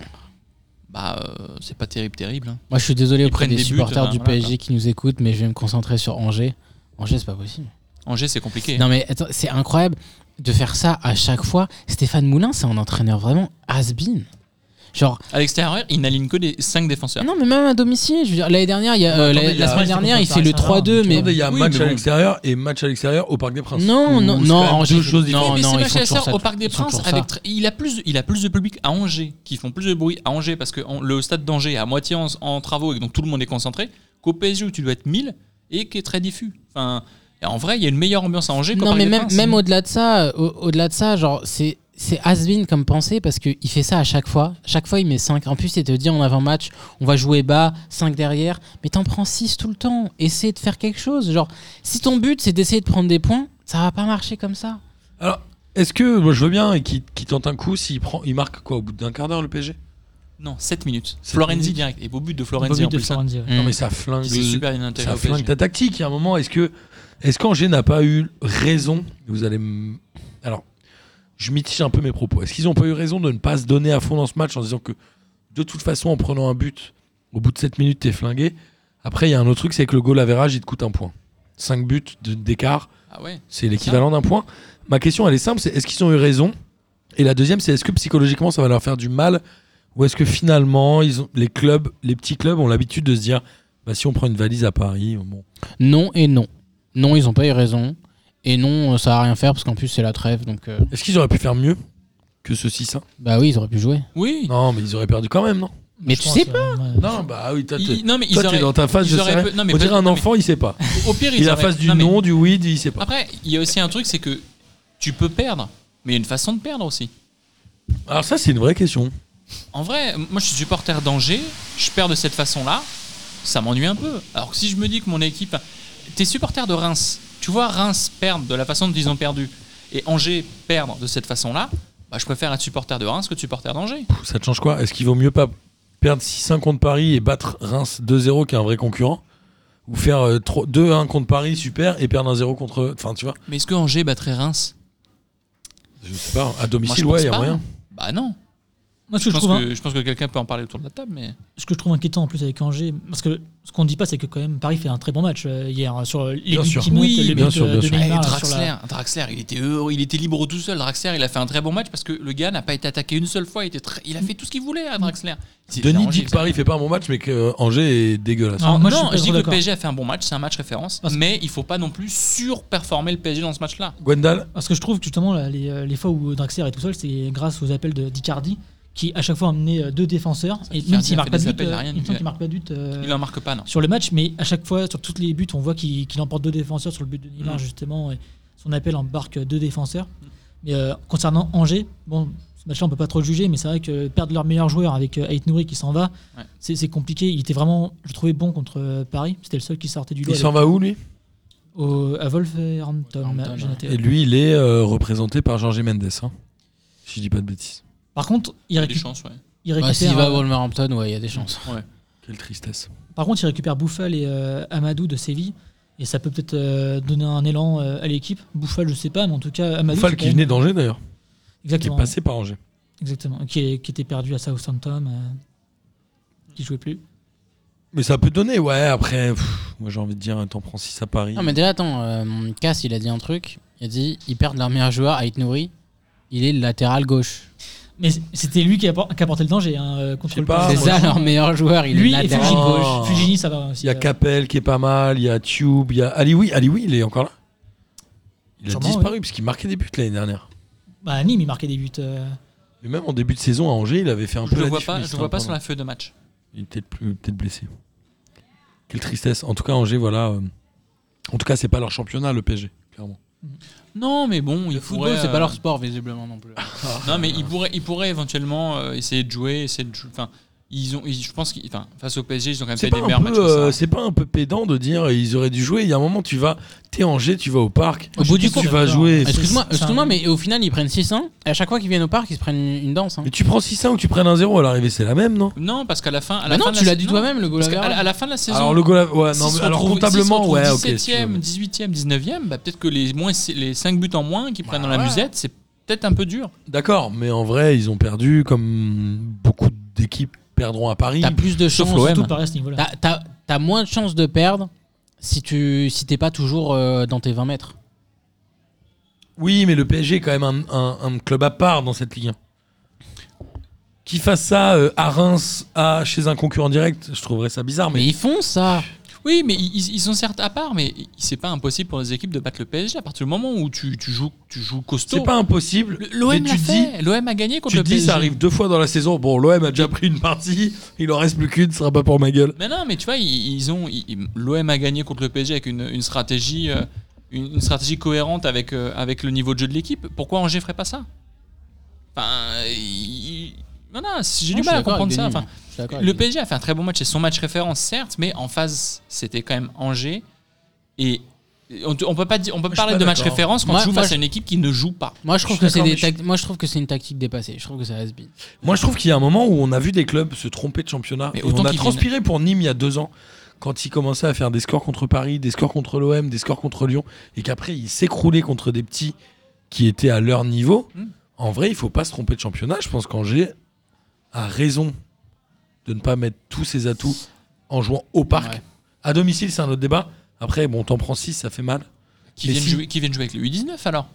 [SPEAKER 6] Bah, euh, c'est pas terrible, terrible. hein.
[SPEAKER 5] Moi, je suis désolé auprès
[SPEAKER 6] prennent
[SPEAKER 5] des
[SPEAKER 6] des buts,
[SPEAKER 5] supporters
[SPEAKER 6] hein,
[SPEAKER 5] du
[SPEAKER 6] voilà,
[SPEAKER 5] PSG qui nous écoutent, mais je vais me concentrer sur Angers. Angers, c'est pas possible.
[SPEAKER 6] Angers, c'est compliqué.
[SPEAKER 5] Non, mais attends, c'est incroyable de faire ça à chaque fois. Stéphane Moulin, c'est un entraîneur vraiment has-been. Genre,
[SPEAKER 6] À l'extérieur, ils n'alignent que des 5 défenseurs.
[SPEAKER 5] non, mais même à domicile, je veux dire, l'année dernière, il y a, euh,
[SPEAKER 4] attendez,
[SPEAKER 5] la,
[SPEAKER 4] il y a-
[SPEAKER 5] la semaine
[SPEAKER 2] ouais,
[SPEAKER 5] dernière, il
[SPEAKER 2] c'est
[SPEAKER 5] fait le
[SPEAKER 2] contre Paris,
[SPEAKER 5] 3-2,
[SPEAKER 2] c'est
[SPEAKER 5] mais.
[SPEAKER 4] Attendez, il y a
[SPEAKER 6] Oui,
[SPEAKER 4] match
[SPEAKER 6] mais
[SPEAKER 4] à
[SPEAKER 6] bon.
[SPEAKER 4] l'extérieur et match à l'extérieur au Parc des Princes.
[SPEAKER 5] Non,
[SPEAKER 4] Ou
[SPEAKER 5] non,
[SPEAKER 4] c'est
[SPEAKER 5] non,
[SPEAKER 4] quand même
[SPEAKER 5] Angers,
[SPEAKER 4] deux choses différentes.
[SPEAKER 5] non,
[SPEAKER 6] mais
[SPEAKER 5] non,
[SPEAKER 6] c'est
[SPEAKER 5] ils
[SPEAKER 6] match
[SPEAKER 5] font toujours ça.
[SPEAKER 6] au Parc des
[SPEAKER 5] Ils font
[SPEAKER 6] Princes.
[SPEAKER 5] toujours ça.
[SPEAKER 6] Avec tr- il, a plus, il a plus de public à Angers, qui font plus de bruit à Angers, parce que en- le stade d'Angers est à moitié en, en travaux et donc tout le monde est concentré, qu'au PSG où tu dois être 1000 et qui est très diffus. Enfin, et en vrai, il y a une meilleure ambiance à Angers qu'au
[SPEAKER 5] Non,
[SPEAKER 6] Parc
[SPEAKER 5] mais
[SPEAKER 6] des
[SPEAKER 5] même,
[SPEAKER 6] Princes.
[SPEAKER 5] même au-delà de ça, euh, au- au-delà de ça, genre, c'est. C'est has-been comme pensée parce qu'il fait ça à chaque fois. Chaque fois, il met 5. En plus, il te dit en avant-match, on va jouer bas, 5 derrière. Mais t'en prends 6 tout le temps. Essaye de faire quelque chose. Genre, si ton but, c'est d'essayer de prendre des points, ça va pas marcher comme ça.
[SPEAKER 4] Alors, est-ce que moi, je veux bien et qu'il qu'il tente un coup s'il prend, il marque quoi au bout d'un quart d'heure le PSG
[SPEAKER 6] Non, 7 minutes.
[SPEAKER 4] Sept
[SPEAKER 6] Florenzi
[SPEAKER 4] minutes.
[SPEAKER 6] direct. Et beau but de
[SPEAKER 2] Beau
[SPEAKER 6] Florenzi
[SPEAKER 2] but
[SPEAKER 6] en
[SPEAKER 2] de
[SPEAKER 6] plus. hein.
[SPEAKER 2] Florenzi, ouais.
[SPEAKER 4] Mm. Non mais ça flingue,
[SPEAKER 6] C'est super bien intégré
[SPEAKER 4] ça
[SPEAKER 6] au PSG.
[SPEAKER 4] flingue ta tactique. Il y a un moment, est-ce que est-ce qu'Angers n'a pas eu raison Vous allez m- alors, je mitige un peu mes propos. Est-ce qu'ils n'ont pas eu raison de ne pas se donner à fond dans ce match en se disant que de toute façon, en prenant un but au bout de 7 minutes, t'es flingué. Après, il y a un autre truc, c'est que le goal average, il te coûte un point. 5 buts de- d'écart.
[SPEAKER 6] Ah ouais.
[SPEAKER 4] C'est l'équivalent d'un point. Ma question, elle est simple, c'est est-ce qu'ils ont eu raison Et la deuxième, c'est est-ce que psychologiquement, ça va leur faire du mal Ou est-ce que finalement, ils ont, les clubs, les petits clubs ont l'habitude de se dire, bah, si on prend une valise à Paris, bon.
[SPEAKER 5] Non et non. Non, ils n'ont pas eu raison. Et non, euh, ça va rien faire parce qu'en plus c'est la trêve. Donc, euh,
[SPEAKER 4] Est-ce qu'ils auraient pu faire mieux que ceci, ça
[SPEAKER 5] bah oui, ils auraient pu jouer.
[SPEAKER 6] Oui.
[SPEAKER 4] Non, mais ils auraient perdu quand même, non
[SPEAKER 5] Mais euh, tu sais
[SPEAKER 2] pas
[SPEAKER 4] Non, bah oui, toi, t'es-
[SPEAKER 6] Ils- non mais ils
[SPEAKER 4] toi, t'es
[SPEAKER 6] auraient-
[SPEAKER 4] dans ta phase,
[SPEAKER 6] ils
[SPEAKER 4] je sais
[SPEAKER 6] auraient
[SPEAKER 4] rien.
[SPEAKER 6] peu- non, mais
[SPEAKER 4] On dirait
[SPEAKER 6] peut-
[SPEAKER 4] un
[SPEAKER 6] non,
[SPEAKER 4] enfant, il sait pas.
[SPEAKER 6] mais Au pire, ils
[SPEAKER 4] Il a la
[SPEAKER 6] auraient-
[SPEAKER 4] phase du
[SPEAKER 6] non, mais-
[SPEAKER 4] non, du oui, du il sait pas.
[SPEAKER 6] Après, il y a aussi un truc, c'est que tu peux perdre, mais il y a une façon de perdre aussi. Ah.
[SPEAKER 4] Alors ça, c'est une vraie question.
[SPEAKER 6] En vrai, moi je suis supporter d'Angers, je perds de cette façon-là, ça m'ennuie un peu. Alors que si je me dis que mon équipe. T'es supporter de Reims, tu vois Reims perdre de la façon dont ils ont perdu et Angers perdre de cette façon-là, bah, je préfère être supporter de Reims que de supporter d'Angers.
[SPEAKER 4] Pff, Ça te change quoi Est-ce qu'il vaut mieux pas perdre 6-1 contre Paris et battre Reims 2-0 qui est un vrai concurrent Ou faire euh, trop- 2-1 contre Paris, super, et perdre 1-0 contre... Enfin, tu vois,
[SPEAKER 6] Mais est-ce que Angers battrait Reims
[SPEAKER 4] je sais pas, à
[SPEAKER 6] Moi, je
[SPEAKER 4] domicile,
[SPEAKER 6] pense
[SPEAKER 4] ouais, il y a
[SPEAKER 6] pas.
[SPEAKER 4] moyen.
[SPEAKER 6] Bah non.
[SPEAKER 2] Moi,
[SPEAKER 6] Je
[SPEAKER 2] ce que je,
[SPEAKER 6] pense
[SPEAKER 2] trouve, hein,
[SPEAKER 6] que, je pense que quelqu'un peut en parler autour de la table, mais.
[SPEAKER 2] ce que je trouve inquiétant en plus avec Angers, parce que ce qu'on ne dit pas, c'est que quand même Paris fait un très bon match euh, hier hein, sur euh, les
[SPEAKER 4] Bien
[SPEAKER 2] buts
[SPEAKER 4] sûr.
[SPEAKER 2] qui mettent,
[SPEAKER 6] Oui,
[SPEAKER 2] le but
[SPEAKER 4] bien
[SPEAKER 2] de-
[SPEAKER 4] sûr, bien
[SPEAKER 2] de
[SPEAKER 4] sûr.
[SPEAKER 2] Neymar,
[SPEAKER 6] Eh,
[SPEAKER 2] là, sur
[SPEAKER 6] Draxler,
[SPEAKER 2] la-
[SPEAKER 6] Draxler, il était heureux, il était libre tout seul. Draxler, il a fait un très bon match parce que le gars n'a pas été attaqué une seule fois. Il, était très- il a fait tout ce qu'il voulait à Draxler. C'est-
[SPEAKER 4] Denis
[SPEAKER 6] Angers,
[SPEAKER 4] dit que Paris fait pas un bon match, mais que euh, Angers est dégueulasse.
[SPEAKER 2] Ah,
[SPEAKER 6] Non,
[SPEAKER 2] moi, je
[SPEAKER 6] non,
[SPEAKER 2] suis pas
[SPEAKER 6] je, dis
[SPEAKER 2] trop
[SPEAKER 6] que le
[SPEAKER 2] d'accord.
[SPEAKER 6] PSG a fait un bon match, c'est un match référence,
[SPEAKER 2] Parce-
[SPEAKER 6] mais il faut pas non plus surperformer le PSG dans ce match-là.
[SPEAKER 4] Gwendal
[SPEAKER 2] Parce que je trouve que justement, là, les, euh, les fois où Draxler est tout seul, c'est grâce aux appels de d'Icardi, qui à chaque fois a amené euh, deux défenseurs. Et
[SPEAKER 6] Icardi
[SPEAKER 2] même
[SPEAKER 6] a
[SPEAKER 2] s'il marque
[SPEAKER 6] fait
[SPEAKER 2] pas de
[SPEAKER 6] des
[SPEAKER 2] but,
[SPEAKER 6] appels, il a
[SPEAKER 2] euh,
[SPEAKER 6] rien
[SPEAKER 2] il me
[SPEAKER 6] fait.
[SPEAKER 2] semble qu'il marque pas de but euh,
[SPEAKER 6] Il en marque pas, non.
[SPEAKER 2] sur le match, mais à chaque fois, sur toutes les buts, on voit qu'il qu'il emporte deux défenseurs sur le but de Neymar,
[SPEAKER 6] Mm.
[SPEAKER 2] justement. Et son appel embarque deux défenseurs. Mais euh, concernant Angers, bon, ce match-là, on peut pas trop le juger, mais c'est vrai que perdre leur meilleur joueur avec euh, Ait Nouri qui s'en va,
[SPEAKER 6] Ouais.
[SPEAKER 2] c'est c'est compliqué. Il était vraiment, je le trouvais bon contre euh, Paris. C'était le seul qui sortait du lot
[SPEAKER 4] Il s'en
[SPEAKER 2] avec-
[SPEAKER 4] va où, lui
[SPEAKER 2] au- à Wolverhampton.
[SPEAKER 5] Wolverhampton,
[SPEAKER 2] j'ai
[SPEAKER 5] ouais.
[SPEAKER 2] noté.
[SPEAKER 4] Et lui, il est euh, représenté par Jorge Mendes, hein, si je dis pas de bêtises.
[SPEAKER 2] Par contre, il,
[SPEAKER 6] Il y a des
[SPEAKER 2] récup-
[SPEAKER 6] chances, ouais.
[SPEAKER 2] il
[SPEAKER 5] Bah,
[SPEAKER 2] récupère.
[SPEAKER 5] S'il va à
[SPEAKER 2] euh,
[SPEAKER 5] Wolverhampton, ouais, il y a des chances.
[SPEAKER 4] Quelle tristesse.
[SPEAKER 2] Par contre, il récupère Bouffal et euh, Amadou de Séville. Et ça peut peut-être euh, donner un élan euh, à l'équipe. Bouffal, je sais pas, mais en tout cas, Amadou.
[SPEAKER 4] Fall
[SPEAKER 2] c'est
[SPEAKER 4] qui
[SPEAKER 2] quand
[SPEAKER 4] venait
[SPEAKER 2] même-
[SPEAKER 4] d'Angers, d'ailleurs, qui
[SPEAKER 2] Exactement.
[SPEAKER 4] est passé par Angers.
[SPEAKER 2] Exactement. Qui, est- qui était perdu à Southampton, euh, qui jouait plus.
[SPEAKER 4] Mais ça peut donner, ouais, après, pff, moi j'ai envie de dire, t'en prends 6 à Paris.
[SPEAKER 5] Non mais déjà attends, euh, Cass il a dit un truc, il a dit ils perdent leur meilleur joueur, Ait Nouri, il est le latéral gauche.
[SPEAKER 2] Mais c- c'était lui qui, appor- qui apportait le danger hein, euh, contre
[SPEAKER 4] Je sais
[SPEAKER 2] le
[SPEAKER 4] pas, Ah,
[SPEAKER 5] c'est
[SPEAKER 2] PSG.
[SPEAKER 4] moi,
[SPEAKER 5] ça leur meilleur joueur, il
[SPEAKER 2] Lui
[SPEAKER 5] est
[SPEAKER 2] et
[SPEAKER 5] latéral
[SPEAKER 2] Fujini.
[SPEAKER 5] gauche.
[SPEAKER 4] Oh.
[SPEAKER 2] Fujini, ça va aussi.
[SPEAKER 4] Il y a
[SPEAKER 2] euh,
[SPEAKER 4] Capel qui est pas mal, il y a Tube, il y a Alioui. Alioui, il est encore là Il a
[SPEAKER 2] Sûrement,
[SPEAKER 4] disparu parce qu'il marquait des buts l'année dernière.
[SPEAKER 2] bah, à Nîmes, il marquait des buts. euh,
[SPEAKER 4] Mais même en début de saison à Angers, il avait fait un
[SPEAKER 6] Je
[SPEAKER 4] peu
[SPEAKER 6] le
[SPEAKER 4] la
[SPEAKER 6] vois pas,
[SPEAKER 4] diffuse,
[SPEAKER 6] je le vois pas
[SPEAKER 4] hein,
[SPEAKER 6] sur la feuille de match.
[SPEAKER 4] Il était peut-être peut blessé. Quelle tristesse. En tout cas, Angers, voilà. euh, En tout cas, c'est pas leur championnat, le PSG, clairement.
[SPEAKER 6] Non, mais bon, il
[SPEAKER 5] Le football
[SPEAKER 6] pourrait,
[SPEAKER 5] c'est
[SPEAKER 6] euh,
[SPEAKER 5] pas leur sport visiblement non plus.
[SPEAKER 6] Non, mais il pourrait, il pourrait éventuellement euh, essayer de jouer, essayer de jouer. Enfin, ils ont, ils- je pense qu'ils, enfin, face au PSG, ils ont quand même
[SPEAKER 4] C'est
[SPEAKER 6] fait
[SPEAKER 4] pas,
[SPEAKER 6] des meilleurs
[SPEAKER 4] un
[SPEAKER 6] matchs.
[SPEAKER 4] peu,
[SPEAKER 6] que ça.
[SPEAKER 4] euh, c'est pas un peu pédant de dire euh, ils auraient dû jouer. Il y a un moment, tu vas. T'es Angers, tu vas au parc.
[SPEAKER 5] Au bout du
[SPEAKER 4] tu
[SPEAKER 5] compte,
[SPEAKER 4] vas
[SPEAKER 2] d'accord.
[SPEAKER 4] jouer.
[SPEAKER 2] Est-ce-
[SPEAKER 5] Excuse-moi,
[SPEAKER 2] c'est un-
[SPEAKER 5] excuse-moi mais au final ils prennent 6-1 et à chaque fois qu'ils viennent au parc ils se prennent une, une danse. hein.
[SPEAKER 4] Mais tu prends 6-1 ou tu prennes un 0 à l'arrivée, c'est la même, non
[SPEAKER 6] Non, parce qu'à la fin. À la
[SPEAKER 5] Bah
[SPEAKER 6] fin
[SPEAKER 5] non
[SPEAKER 6] de la
[SPEAKER 5] tu l'as
[SPEAKER 6] saison-
[SPEAKER 5] dit toi-même le goal
[SPEAKER 6] Parce qu'à la- à
[SPEAKER 5] average.
[SPEAKER 6] la fin de la saison.
[SPEAKER 4] Alors, le goal. à- Ouais,
[SPEAKER 6] s'ils
[SPEAKER 4] non,
[SPEAKER 6] se
[SPEAKER 4] mais alors
[SPEAKER 6] retrouvent-
[SPEAKER 4] comptablement,
[SPEAKER 6] s'ils se
[SPEAKER 4] ouais, ok.
[SPEAKER 6] retrouvent
[SPEAKER 4] si tu veux.
[SPEAKER 6] 17e, 18e, 19e, bah, peut-être que les, moins, les 5 buts en moins qu'ils prennent dans la
[SPEAKER 5] ouais.
[SPEAKER 6] musette, c'est peut-être un peu dur.
[SPEAKER 4] D'accord, mais en vrai, ils ont perdu comme beaucoup d'équipes perdront à Paris.
[SPEAKER 5] T'as plus de
[SPEAKER 6] Sauf
[SPEAKER 5] chances.
[SPEAKER 6] l'OM.
[SPEAKER 2] Surtout Paris à ce niveau-là.
[SPEAKER 5] T'as- T'as t'as moins de chances de perdre si tu si t'es pas toujours euh, dans tes 20 mètres.
[SPEAKER 4] Oui, mais le PSG est quand même un, un- un club à part dans cette Ligue 1. Qui fasse ça euh, à Reims, à, chez un concurrent direct, je trouverais ça bizarre. Mais,
[SPEAKER 5] Mais ils font ça.
[SPEAKER 6] Oui, mais ils, ils- ils sont certes à part, mais i- c'est pas impossible pour les équipes de battre le PSG à partir du moment où tu, tu joues, tu joues costaud.
[SPEAKER 4] c'est pas impossible.
[SPEAKER 6] Le- L'OM
[SPEAKER 4] mais
[SPEAKER 6] l'a
[SPEAKER 4] tu dis,
[SPEAKER 6] fait. L'OM a gagné contre
[SPEAKER 4] tu
[SPEAKER 6] le
[SPEAKER 4] dis,
[SPEAKER 6] PSG.
[SPEAKER 4] ça arrive deux fois dans la saison. Bon, l'OM a déjà pris une partie, il en reste plus qu'une, ce sera pas pour ma gueule.
[SPEAKER 6] Mais non, mais tu vois, ils, ils ont ils- ils- l'OM a gagné contre le PSG avec une, une stratégie, euh, une, une stratégie cohérente avec euh, avec le niveau de jeu de l'équipe. Pourquoi Angers ferait pas ça Enfin, il- voilà, j'ai du
[SPEAKER 5] Non, je suis
[SPEAKER 6] mal à
[SPEAKER 5] d'accord
[SPEAKER 6] comprendre
[SPEAKER 5] avec
[SPEAKER 6] ça.
[SPEAKER 5] Denis,
[SPEAKER 6] Enfin,
[SPEAKER 5] moi. Je suis d'accord avec
[SPEAKER 6] Le
[SPEAKER 5] Denis.
[SPEAKER 6] PSG a fait un très bon match, c'est son match référence certes, mais en phase c'était quand même Angers et et on, te- on peut pas dire- on peut
[SPEAKER 4] suis
[SPEAKER 6] parler
[SPEAKER 4] pas
[SPEAKER 6] de match
[SPEAKER 4] d'accord.
[SPEAKER 6] référence quand
[SPEAKER 5] Moi-
[SPEAKER 6] tu joues
[SPEAKER 5] moi,
[SPEAKER 6] face
[SPEAKER 5] je-
[SPEAKER 6] à une équipe qui ne joue pas.
[SPEAKER 5] Moi je trouve
[SPEAKER 4] Je suis
[SPEAKER 5] que c'est
[SPEAKER 4] d'accord,
[SPEAKER 5] des
[SPEAKER 4] mais je-
[SPEAKER 5] tac- moi je trouve que c'est une tactique dépassée. Je trouve que ça has been.
[SPEAKER 4] Moi, je trouve qu'il y a un moment où on a vu des clubs se tromper de championnat.
[SPEAKER 6] Mais
[SPEAKER 4] Et
[SPEAKER 6] autant
[SPEAKER 4] on a
[SPEAKER 6] qu'ils
[SPEAKER 4] transpiré pour Nîmes il y a deux ans, quand ils commençaient à faire des scores contre Paris, des scores contre l'OM, des scores contre Lyon, et qu'après ils s'écroulaient contre des petits qui étaient à leur niveau.
[SPEAKER 6] Mm.
[SPEAKER 4] En vrai, il faut pas se tromper de championnat. Je pense qu'Angers a raison de ne pas mettre tous ses atouts en jouant au parc.
[SPEAKER 5] Ouais.
[SPEAKER 4] À domicile, c'est un autre débat. Après, bon, t'en prends 6, ça fait mal.
[SPEAKER 6] qui
[SPEAKER 4] Mais
[SPEAKER 6] viennent,
[SPEAKER 4] si.
[SPEAKER 6] jouer, qui viennent jouer avec le U19 alors.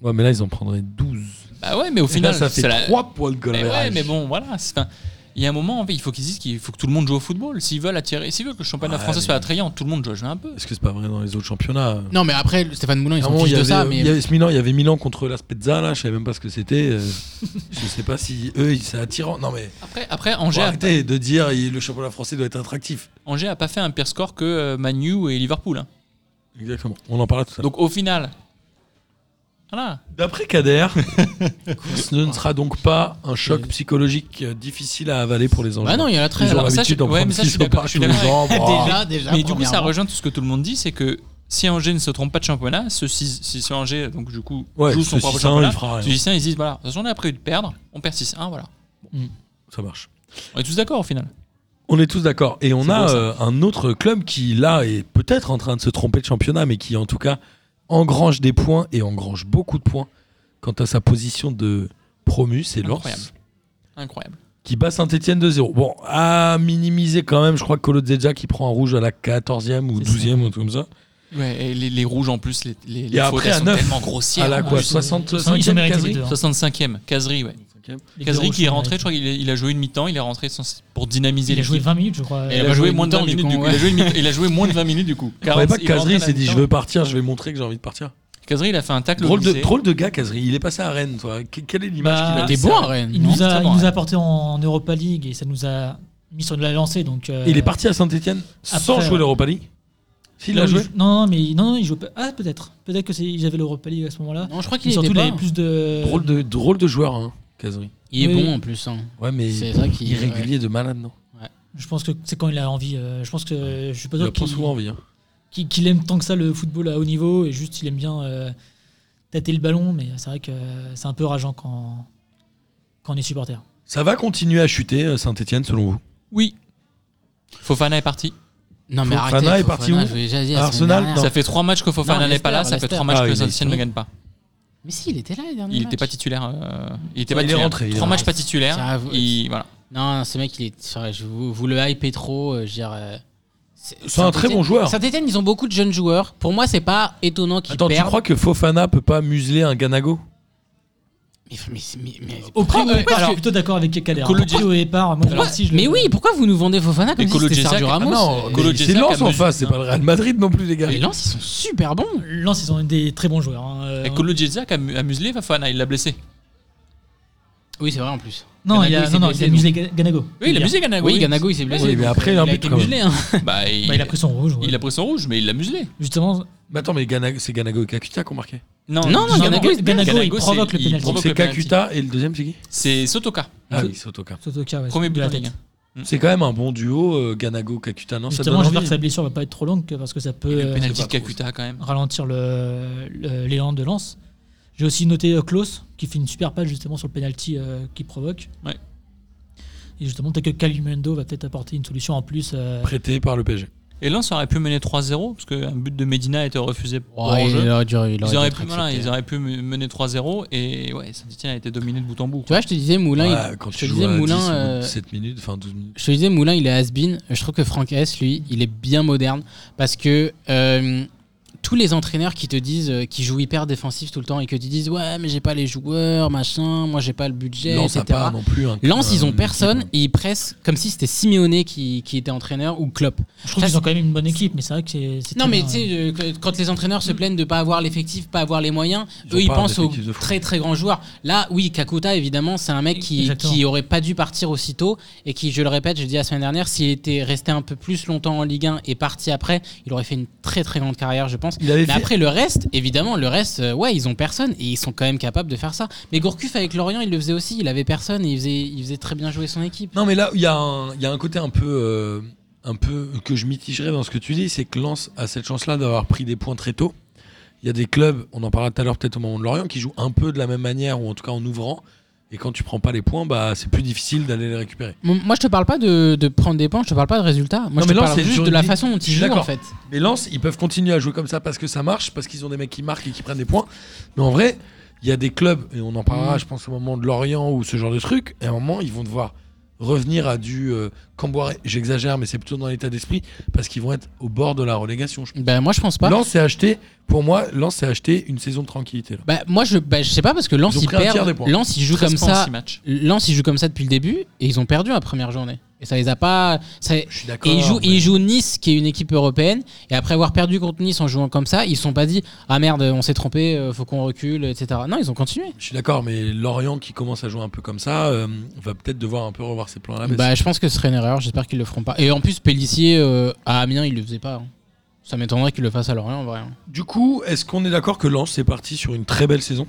[SPEAKER 4] Ouais, mais là, ils en prendraient 12.
[SPEAKER 6] Bah ouais, mais au
[SPEAKER 4] Et
[SPEAKER 6] final,
[SPEAKER 4] là, ça fait
[SPEAKER 6] c'est la-
[SPEAKER 4] 3 points de goal
[SPEAKER 6] Mais ouais,
[SPEAKER 4] average.
[SPEAKER 6] mais bon, voilà. c'est un- Il y a un moment, en fait, il faut qu'ils disent qu'il faut que tout le monde joue au football. S'ils veulent attirer, s'ils veulent que le championnat
[SPEAKER 4] Ouais,
[SPEAKER 6] français
[SPEAKER 4] mais-
[SPEAKER 6] soit attrayant, tout le monde doit jouer un peu.
[SPEAKER 4] Est-ce que c'est pas vrai dans les autres championnats
[SPEAKER 5] Non, mais après, Stéphane Moulin, il
[SPEAKER 4] Ah
[SPEAKER 5] s'en
[SPEAKER 4] bon,
[SPEAKER 5] fiche
[SPEAKER 4] il y
[SPEAKER 5] de
[SPEAKER 4] avait-
[SPEAKER 5] ça, mais.
[SPEAKER 4] il y avait ce Milan, il y avait Milan contre la Spezza, là, je savais même pas ce que c'était. euh, je sais pas si eux, ils- c'est attirant. Non, mais
[SPEAKER 6] Après, après
[SPEAKER 4] faut
[SPEAKER 6] Angers, a,
[SPEAKER 4] arrêter de dire il- le championnat français doit être attractif.
[SPEAKER 6] Angers a pas fait un pire score que euh, Man U et Liverpool. hein.
[SPEAKER 4] Exactement. On en parlait tout à l'heure.
[SPEAKER 6] Donc au final, voilà.
[SPEAKER 4] D'après Kader, ce ne sera donc pas un choc psychologique euh, difficile à avaler pour les Angers.
[SPEAKER 5] Bah non, il y a la
[SPEAKER 4] ils
[SPEAKER 5] trêve.
[SPEAKER 4] ont
[SPEAKER 6] alors ça,
[SPEAKER 4] l'habitude
[SPEAKER 6] je-
[SPEAKER 4] d'en
[SPEAKER 6] ouais,
[SPEAKER 4] prendre
[SPEAKER 6] mais ça, je
[SPEAKER 4] six
[SPEAKER 6] suis
[SPEAKER 4] au
[SPEAKER 6] d'accord,
[SPEAKER 4] parc
[SPEAKER 6] je suis
[SPEAKER 4] tous les
[SPEAKER 6] d'accord.
[SPEAKER 4] ans. bravo.
[SPEAKER 5] Déjà, déjà.
[SPEAKER 6] Mais du coup, ça
[SPEAKER 5] premièrement.
[SPEAKER 6] rejoint tout ce que tout le monde dit, c'est que si Angers ne se trompe pas de championnat, ce si, si- si Angers donc du coup
[SPEAKER 4] Ouais,
[SPEAKER 6] joue
[SPEAKER 4] ce
[SPEAKER 6] son propre
[SPEAKER 4] 6-1,
[SPEAKER 6] championnat,
[SPEAKER 4] il fera rien.
[SPEAKER 6] ce 6-1, ils se disent voilà, de toute façon, on a prévu de perdre, on perd 6-1, voilà.
[SPEAKER 4] Ça marche.
[SPEAKER 6] On est tous d'accord au final.
[SPEAKER 4] On est tous d'accord. Et on
[SPEAKER 6] C'est
[SPEAKER 4] a
[SPEAKER 6] beau, ça.
[SPEAKER 4] euh, un autre club qui, là, est peut-être en train de se tromper de championnat, mais qui, en tout cas, engrange des points et engrange beaucoup de points quant à sa position de promu, c'est Lens,
[SPEAKER 6] Incroyable. Incroyable.
[SPEAKER 4] qui bat Saint-Etienne 2-0. Bon, à minimiser quand même, je crois que Colo Zedja qui prend un rouge à la 14e ou
[SPEAKER 2] C'est ça.
[SPEAKER 4] 12e ou tout comme ça.
[SPEAKER 6] Ouais, et les, les rouges en plus, les, les, les
[SPEAKER 4] Et
[SPEAKER 6] fautes,
[SPEAKER 4] après,
[SPEAKER 6] elles
[SPEAKER 4] à
[SPEAKER 6] sont
[SPEAKER 4] neuf,
[SPEAKER 6] tellement grossières.
[SPEAKER 4] à la
[SPEAKER 6] en
[SPEAKER 4] quoi
[SPEAKER 6] plus.
[SPEAKER 2] Ils ont
[SPEAKER 4] 65e
[SPEAKER 2] mérité les
[SPEAKER 4] Casery
[SPEAKER 2] deux. hein.
[SPEAKER 6] 65e, Casery, ouais.
[SPEAKER 2] Les
[SPEAKER 6] Casery
[SPEAKER 2] Rouges
[SPEAKER 6] qui est
[SPEAKER 2] sont
[SPEAKER 6] rentré,
[SPEAKER 2] mérités.
[SPEAKER 6] je crois qu'il est- il a joué une mi-temps, il est rentré sans- pour dynamiser
[SPEAKER 2] Il a joué
[SPEAKER 6] l'équipe.
[SPEAKER 2] 20 minutes, je crois.
[SPEAKER 6] Et Il,
[SPEAKER 5] Il
[SPEAKER 6] a
[SPEAKER 5] a
[SPEAKER 6] joué
[SPEAKER 5] joué
[SPEAKER 6] moins de 20
[SPEAKER 5] une mi-temps,
[SPEAKER 6] minutes du
[SPEAKER 5] du
[SPEAKER 6] coup.
[SPEAKER 5] coup,
[SPEAKER 6] Il a joué une mi- il a joué moins de 20 minutes du coup.
[SPEAKER 4] Je croyais pas que
[SPEAKER 6] Il est rentré
[SPEAKER 4] Casery
[SPEAKER 6] à la
[SPEAKER 4] s'est dit je
[SPEAKER 6] mi-temps.
[SPEAKER 4] veux partir, je vais montrer que j'ai envie de partir.
[SPEAKER 6] Casery, il a fait un tacle. au
[SPEAKER 4] Drôle de,
[SPEAKER 6] lycée.
[SPEAKER 4] drôle de gars, Casery. Il est passé à Rennes, toi. Que- Quelle est l'image
[SPEAKER 2] Bah,
[SPEAKER 4] qu'il a
[SPEAKER 5] T'es bon à Rennes.
[SPEAKER 2] Il
[SPEAKER 5] non
[SPEAKER 2] nous a,
[SPEAKER 6] Notamment,
[SPEAKER 2] il nous
[SPEAKER 6] ouais.
[SPEAKER 2] a porté en Europa League et ça nous a mis sur de la lancée. Donc, euh,
[SPEAKER 4] Il est parti à Saint-Etienne sans
[SPEAKER 2] après,
[SPEAKER 4] jouer
[SPEAKER 2] ouais.
[SPEAKER 4] l'Europa League. S'il
[SPEAKER 2] là
[SPEAKER 4] a
[SPEAKER 2] où
[SPEAKER 4] joué
[SPEAKER 2] il- Non, non, mais non, non, il joue pas. Ah, peut-être. Peut-être que c'est j'avais l'Europa League à ce moment-là.
[SPEAKER 5] Non, je crois
[SPEAKER 2] Et
[SPEAKER 5] qu'il était
[SPEAKER 2] surtout, il
[SPEAKER 5] pas.
[SPEAKER 2] avait plus de.
[SPEAKER 4] Drôle de, drôle de joueur, hein, Casery.
[SPEAKER 5] Il est
[SPEAKER 2] Oui.
[SPEAKER 5] bon en plus. hein.
[SPEAKER 4] Ouais, mais
[SPEAKER 5] C'est ça qui-
[SPEAKER 4] irrégulier de malade, non
[SPEAKER 2] Je pense que c'est quand il a envie. euh, Je pense que euh, je suis pas
[SPEAKER 4] Il
[SPEAKER 2] sûr
[SPEAKER 4] en prend
[SPEAKER 2] qu'il
[SPEAKER 4] souvent envie. hein.
[SPEAKER 2] qu'il- qu'il aime tant que ça le football à haut niveau et juste il aime bien euh, tâter le ballon. Mais c'est vrai que euh, c'est un peu rageant quand, quand on est supporter.
[SPEAKER 4] Ça va continuer à chuter, euh, Saint-Etienne, selon vous
[SPEAKER 6] Oui. Fofana est parti.
[SPEAKER 5] Non, mais
[SPEAKER 4] Fofana
[SPEAKER 5] arrêtez.
[SPEAKER 4] est parti
[SPEAKER 5] Fofana,
[SPEAKER 4] où
[SPEAKER 5] je vous l'ai déjà dit la semaine
[SPEAKER 4] Arsenal,
[SPEAKER 5] dernière.
[SPEAKER 4] Non.
[SPEAKER 6] Ça fait 3 matchs que Fofana
[SPEAKER 5] Non,
[SPEAKER 6] n'est pas là,
[SPEAKER 5] Leicester,
[SPEAKER 6] ça fait 3
[SPEAKER 5] Leicester.
[SPEAKER 6] matchs
[SPEAKER 4] Ah,
[SPEAKER 6] que
[SPEAKER 4] il est
[SPEAKER 6] Saint-Etienne ne
[SPEAKER 4] fou.
[SPEAKER 6] gagne pas.
[SPEAKER 5] Mais si, il était là les derniers
[SPEAKER 6] Il n'était pas
[SPEAKER 5] matchs.
[SPEAKER 6] titulaire. euh, il était pas
[SPEAKER 4] Il est
[SPEAKER 6] titulaire.
[SPEAKER 4] rentré, il est
[SPEAKER 6] 3 matchs
[SPEAKER 5] rentré.
[SPEAKER 6] pas titulaires.
[SPEAKER 5] Tiens, vous-
[SPEAKER 6] il- voilà.
[SPEAKER 5] Non, ce mec, il est. enfin, je vous, vous le hypez trop. euh, je veux dire. euh,
[SPEAKER 4] C'est un très bon joueur.
[SPEAKER 5] Saint-Etienne, ils ont beaucoup de jeunes joueurs. Pour moi, c'est pas étonnant qu'ils
[SPEAKER 4] Attends, tu
[SPEAKER 5] perdent.
[SPEAKER 4] crois que Fofana peut pas museler un Ganago
[SPEAKER 5] Mais, mais- mais- mais-
[SPEAKER 2] Au
[SPEAKER 6] Ah,
[SPEAKER 2] prix,
[SPEAKER 5] pourquoi-
[SPEAKER 2] ouais, alors, je
[SPEAKER 5] alors,
[SPEAKER 2] suis plutôt d'accord avec Kader.
[SPEAKER 6] Colo-
[SPEAKER 2] Au prix au départ, moi,
[SPEAKER 5] pourquoi-
[SPEAKER 2] si je le-
[SPEAKER 5] mais oui, pourquoi vous nous vendez Fofana
[SPEAKER 6] Et
[SPEAKER 5] comme si
[SPEAKER 6] Colo
[SPEAKER 5] c'était
[SPEAKER 6] Gessac-
[SPEAKER 5] Sergio
[SPEAKER 6] ah
[SPEAKER 5] Ramos
[SPEAKER 4] non,
[SPEAKER 5] euh,
[SPEAKER 6] Colo
[SPEAKER 4] mais c'est
[SPEAKER 6] Gessac
[SPEAKER 4] Lens
[SPEAKER 6] a
[SPEAKER 4] en
[SPEAKER 6] muselé-
[SPEAKER 4] face, c'est pas le Real Madrid non plus, les gars.
[SPEAKER 5] Les Lens, ils sont super bons.
[SPEAKER 2] Lens, ils ont des très bons joueurs. hein. Euh,
[SPEAKER 6] Et Kolo Dziedziak a, mu- a muselé Fofana, il l'a blessé.
[SPEAKER 5] Oui, c'est vrai en plus.
[SPEAKER 2] Non, il y a,
[SPEAKER 5] Ganago,
[SPEAKER 2] non, non,
[SPEAKER 5] il
[SPEAKER 2] il
[SPEAKER 5] s'est
[SPEAKER 2] a
[SPEAKER 5] blessé,
[SPEAKER 2] musé Ga- Ganago.
[SPEAKER 6] Oui, il a muselé Ganago.
[SPEAKER 5] Oui, Ganago, il s'est blessé.
[SPEAKER 4] Oui, mais après, il
[SPEAKER 5] il
[SPEAKER 4] a
[SPEAKER 5] a
[SPEAKER 4] un but
[SPEAKER 5] été
[SPEAKER 4] quand même.
[SPEAKER 5] muselé. hein.
[SPEAKER 6] Bah, il,
[SPEAKER 2] Bah, il a pris son rouge. ouais.
[SPEAKER 6] il a pris son rouge, mais il l'a muselé.
[SPEAKER 2] Justement,
[SPEAKER 4] Mais attends, mais Ganago- c'est Ganago et Kakuta qu'on marquait.
[SPEAKER 5] Non, non,
[SPEAKER 6] justement,
[SPEAKER 5] Ganago, il-
[SPEAKER 2] Ganago, il
[SPEAKER 6] c'est-
[SPEAKER 2] provoque le pénalty.
[SPEAKER 6] provoque
[SPEAKER 4] C'est
[SPEAKER 6] le pénalty.
[SPEAKER 4] Kakuta et le deuxième, c'est qui
[SPEAKER 6] C'est Sotoka.
[SPEAKER 4] Ah oui, c'est Otoka.
[SPEAKER 2] Sotoka, ouais,
[SPEAKER 6] Premier
[SPEAKER 2] de
[SPEAKER 6] but
[SPEAKER 2] la
[SPEAKER 6] en Ligue
[SPEAKER 2] tête.
[SPEAKER 5] Mm.
[SPEAKER 4] C'est quand même un bon duo, euh, Ganago-Kakuta, non
[SPEAKER 2] Justement,
[SPEAKER 4] Ça donne
[SPEAKER 2] j'espère que
[SPEAKER 4] envie.
[SPEAKER 2] sa blessure va pas être trop longue que- parce que ça peut
[SPEAKER 6] Le
[SPEAKER 2] euh,
[SPEAKER 6] pénalty de
[SPEAKER 4] pas trop.
[SPEAKER 6] Kakuta quand même.
[SPEAKER 2] ralentir le- le- l'élan de lance. J'ai aussi noté euh, Klaus qui fait une super passe justement sur le penalty euh, qu'il provoque.
[SPEAKER 6] Ouais.
[SPEAKER 2] Et justement, peut-être que Calimendo va peut-être apporter une solution en plus. euh,
[SPEAKER 4] Prêté par le PSG.
[SPEAKER 6] Et Lens aurait pu mener 3-0 parce qu'un but de Medina a été refusé pour
[SPEAKER 5] Ouais,
[SPEAKER 6] hors-jeu.
[SPEAKER 5] il aurait dû- il aurait
[SPEAKER 6] Ils auraient,
[SPEAKER 5] dû
[SPEAKER 6] pu,
[SPEAKER 5] être
[SPEAKER 6] voilà,
[SPEAKER 5] accepté.
[SPEAKER 6] ils auraient pu me- mener 3-0 et ouais, Saint-Etienne a été dominé de bout en bout.
[SPEAKER 5] Tu vois, je te disais, Moulin,
[SPEAKER 4] Ouais,
[SPEAKER 5] il-
[SPEAKER 4] quand
[SPEAKER 5] je te
[SPEAKER 4] tu
[SPEAKER 5] disais,
[SPEAKER 4] joues à
[SPEAKER 5] Moulin,
[SPEAKER 4] 10 au bout de
[SPEAKER 5] euh,
[SPEAKER 4] 7 minutes, enfin 12 minutes.
[SPEAKER 5] je te disais, Moulin, il est has-been. Je trouve que Franck S, lui, il est bien moderne parce que euh, tous les entraîneurs qui te disent, euh, qui jouent hyper défensif tout le temps et que tu disent, ouais, mais j'ai pas les joueurs, machin, moi j'ai pas le budget,
[SPEAKER 4] Lens a
[SPEAKER 5] etc.
[SPEAKER 4] pas non plus euh, un.
[SPEAKER 5] Lance, ils
[SPEAKER 4] un-
[SPEAKER 5] ont personne et ils pressent comme si c'était Simeone qui, qui était entraîneur ou Klopp.
[SPEAKER 2] je trouve
[SPEAKER 5] ça,
[SPEAKER 2] qu'ils ont
[SPEAKER 5] c'est-
[SPEAKER 2] quand même une bonne équipe, mais c'est vrai que c'est. c'est
[SPEAKER 5] Non,
[SPEAKER 2] très
[SPEAKER 5] mais
[SPEAKER 2] bien,
[SPEAKER 5] tu sais, euh,
[SPEAKER 4] hein.
[SPEAKER 5] que- quand les entraîneurs se plaignent de pas avoir l'effectif, pas avoir les moyens,
[SPEAKER 4] Mm. Ils ont
[SPEAKER 5] eux ils
[SPEAKER 4] pas un
[SPEAKER 5] pensent aux
[SPEAKER 4] effectif de fou.
[SPEAKER 5] très très grands joueurs. Là, oui, Kakuta, évidemment, c'est un mec qui,
[SPEAKER 2] Exactement.
[SPEAKER 5] qui aurait pas dû partir aussitôt et qui, je le répète, j'ai dit la semaine dernière, s'il était resté un peu plus longtemps en Ligue 1 et parti après, il aurait fait une très très grande carrière, je pense.
[SPEAKER 4] Il avait
[SPEAKER 5] Mais
[SPEAKER 4] fait-
[SPEAKER 5] après, le reste, évidemment, le reste, euh, ouais, ils ont personne et ils sont quand même capables de faire ça. Mais Gourcuff avec Lorient, il le faisait aussi, il avait personne et il faisait, il faisait très bien jouer son équipe.
[SPEAKER 4] Non, mais là, il y, a un- il y a un côté un peu, euh, un peu que je mitigerais dans ce que tu dis, c'est que Lens a cette chance-là d'avoir pris des points très tôt. Il y a des clubs, on en parlera tout à l'heure peut-être au moment de Lorient, qui jouent un peu de la même manière ou en tout cas en ouvrant. Et quand tu prends pas les points, bah c'est plus difficile d'aller les récupérer.
[SPEAKER 5] Moi, moi, je te parle pas de, de prendre des points, je te parle pas de résultats. Moi,
[SPEAKER 4] Non,
[SPEAKER 5] je
[SPEAKER 4] mais
[SPEAKER 5] te
[SPEAKER 4] là,
[SPEAKER 5] parle
[SPEAKER 4] c'est
[SPEAKER 5] juste
[SPEAKER 4] sur
[SPEAKER 5] de la
[SPEAKER 4] une-
[SPEAKER 5] façon dont
[SPEAKER 4] je suis
[SPEAKER 5] ils jouent, en
[SPEAKER 4] d'accord.
[SPEAKER 5] fait.
[SPEAKER 4] Mais Lens, ils peuvent continuer à jouer comme ça parce que ça marche, parce qu'ils ont des mecs qui marquent et qui prennent des points. Mais en vrai, Mm. il y a des clubs, et on en parlera, je pense, au moment de Lorient ou ce genre de truc, et à un moment, ils vont devoir revenir à du euh, Camboire. J'exagère, mais c'est plutôt dans l'état d'esprit parce qu'ils vont être au bord de la relégation. je pense.
[SPEAKER 5] Ben, moi, je pense pas.
[SPEAKER 4] Lens s'est acheté, pour moi, Lens s'est acheté une saison de tranquillité. Là.
[SPEAKER 5] Bah, moi, je, bah, je sais pas parce que Lens,
[SPEAKER 4] Ils ont
[SPEAKER 5] ils
[SPEAKER 4] pris un tiers des
[SPEAKER 5] perdent.
[SPEAKER 4] points.
[SPEAKER 5] Lens, ils jouent
[SPEAKER 6] 13
[SPEAKER 5] comme
[SPEAKER 6] points en
[SPEAKER 5] ça.
[SPEAKER 6] six matchs.
[SPEAKER 5] Lens, ils jouent comme ça depuis le début et ils ont perdu la première journée. Et ça les a pas. ça-
[SPEAKER 4] Je suis d'accord.
[SPEAKER 5] Et ils jouent,
[SPEAKER 4] mais-
[SPEAKER 5] ils jouent Nice, qui est une équipe européenne. Et après avoir perdu contre Nice en jouant comme ça, ils se sont pas dit Ah merde, on s'est trompé, euh, faut qu'on recule, etc. Non, ils ont continué.
[SPEAKER 4] Je suis d'accord, mais Lorient qui commence à jouer un peu comme ça euh, va peut-être devoir un peu revoir ses plans à la baisse.
[SPEAKER 5] bah, je pense que ce serait une erreur, j'espère qu'ils le feront pas. Et en plus, Pellissier, euh, à Amiens, il le faisait pas. hein. Ça m'étonnerait qu'il le fasse à Lorient en vrai. hein.
[SPEAKER 4] du coup, est-ce qu'on est d'accord que Lens est parti sur une très belle saison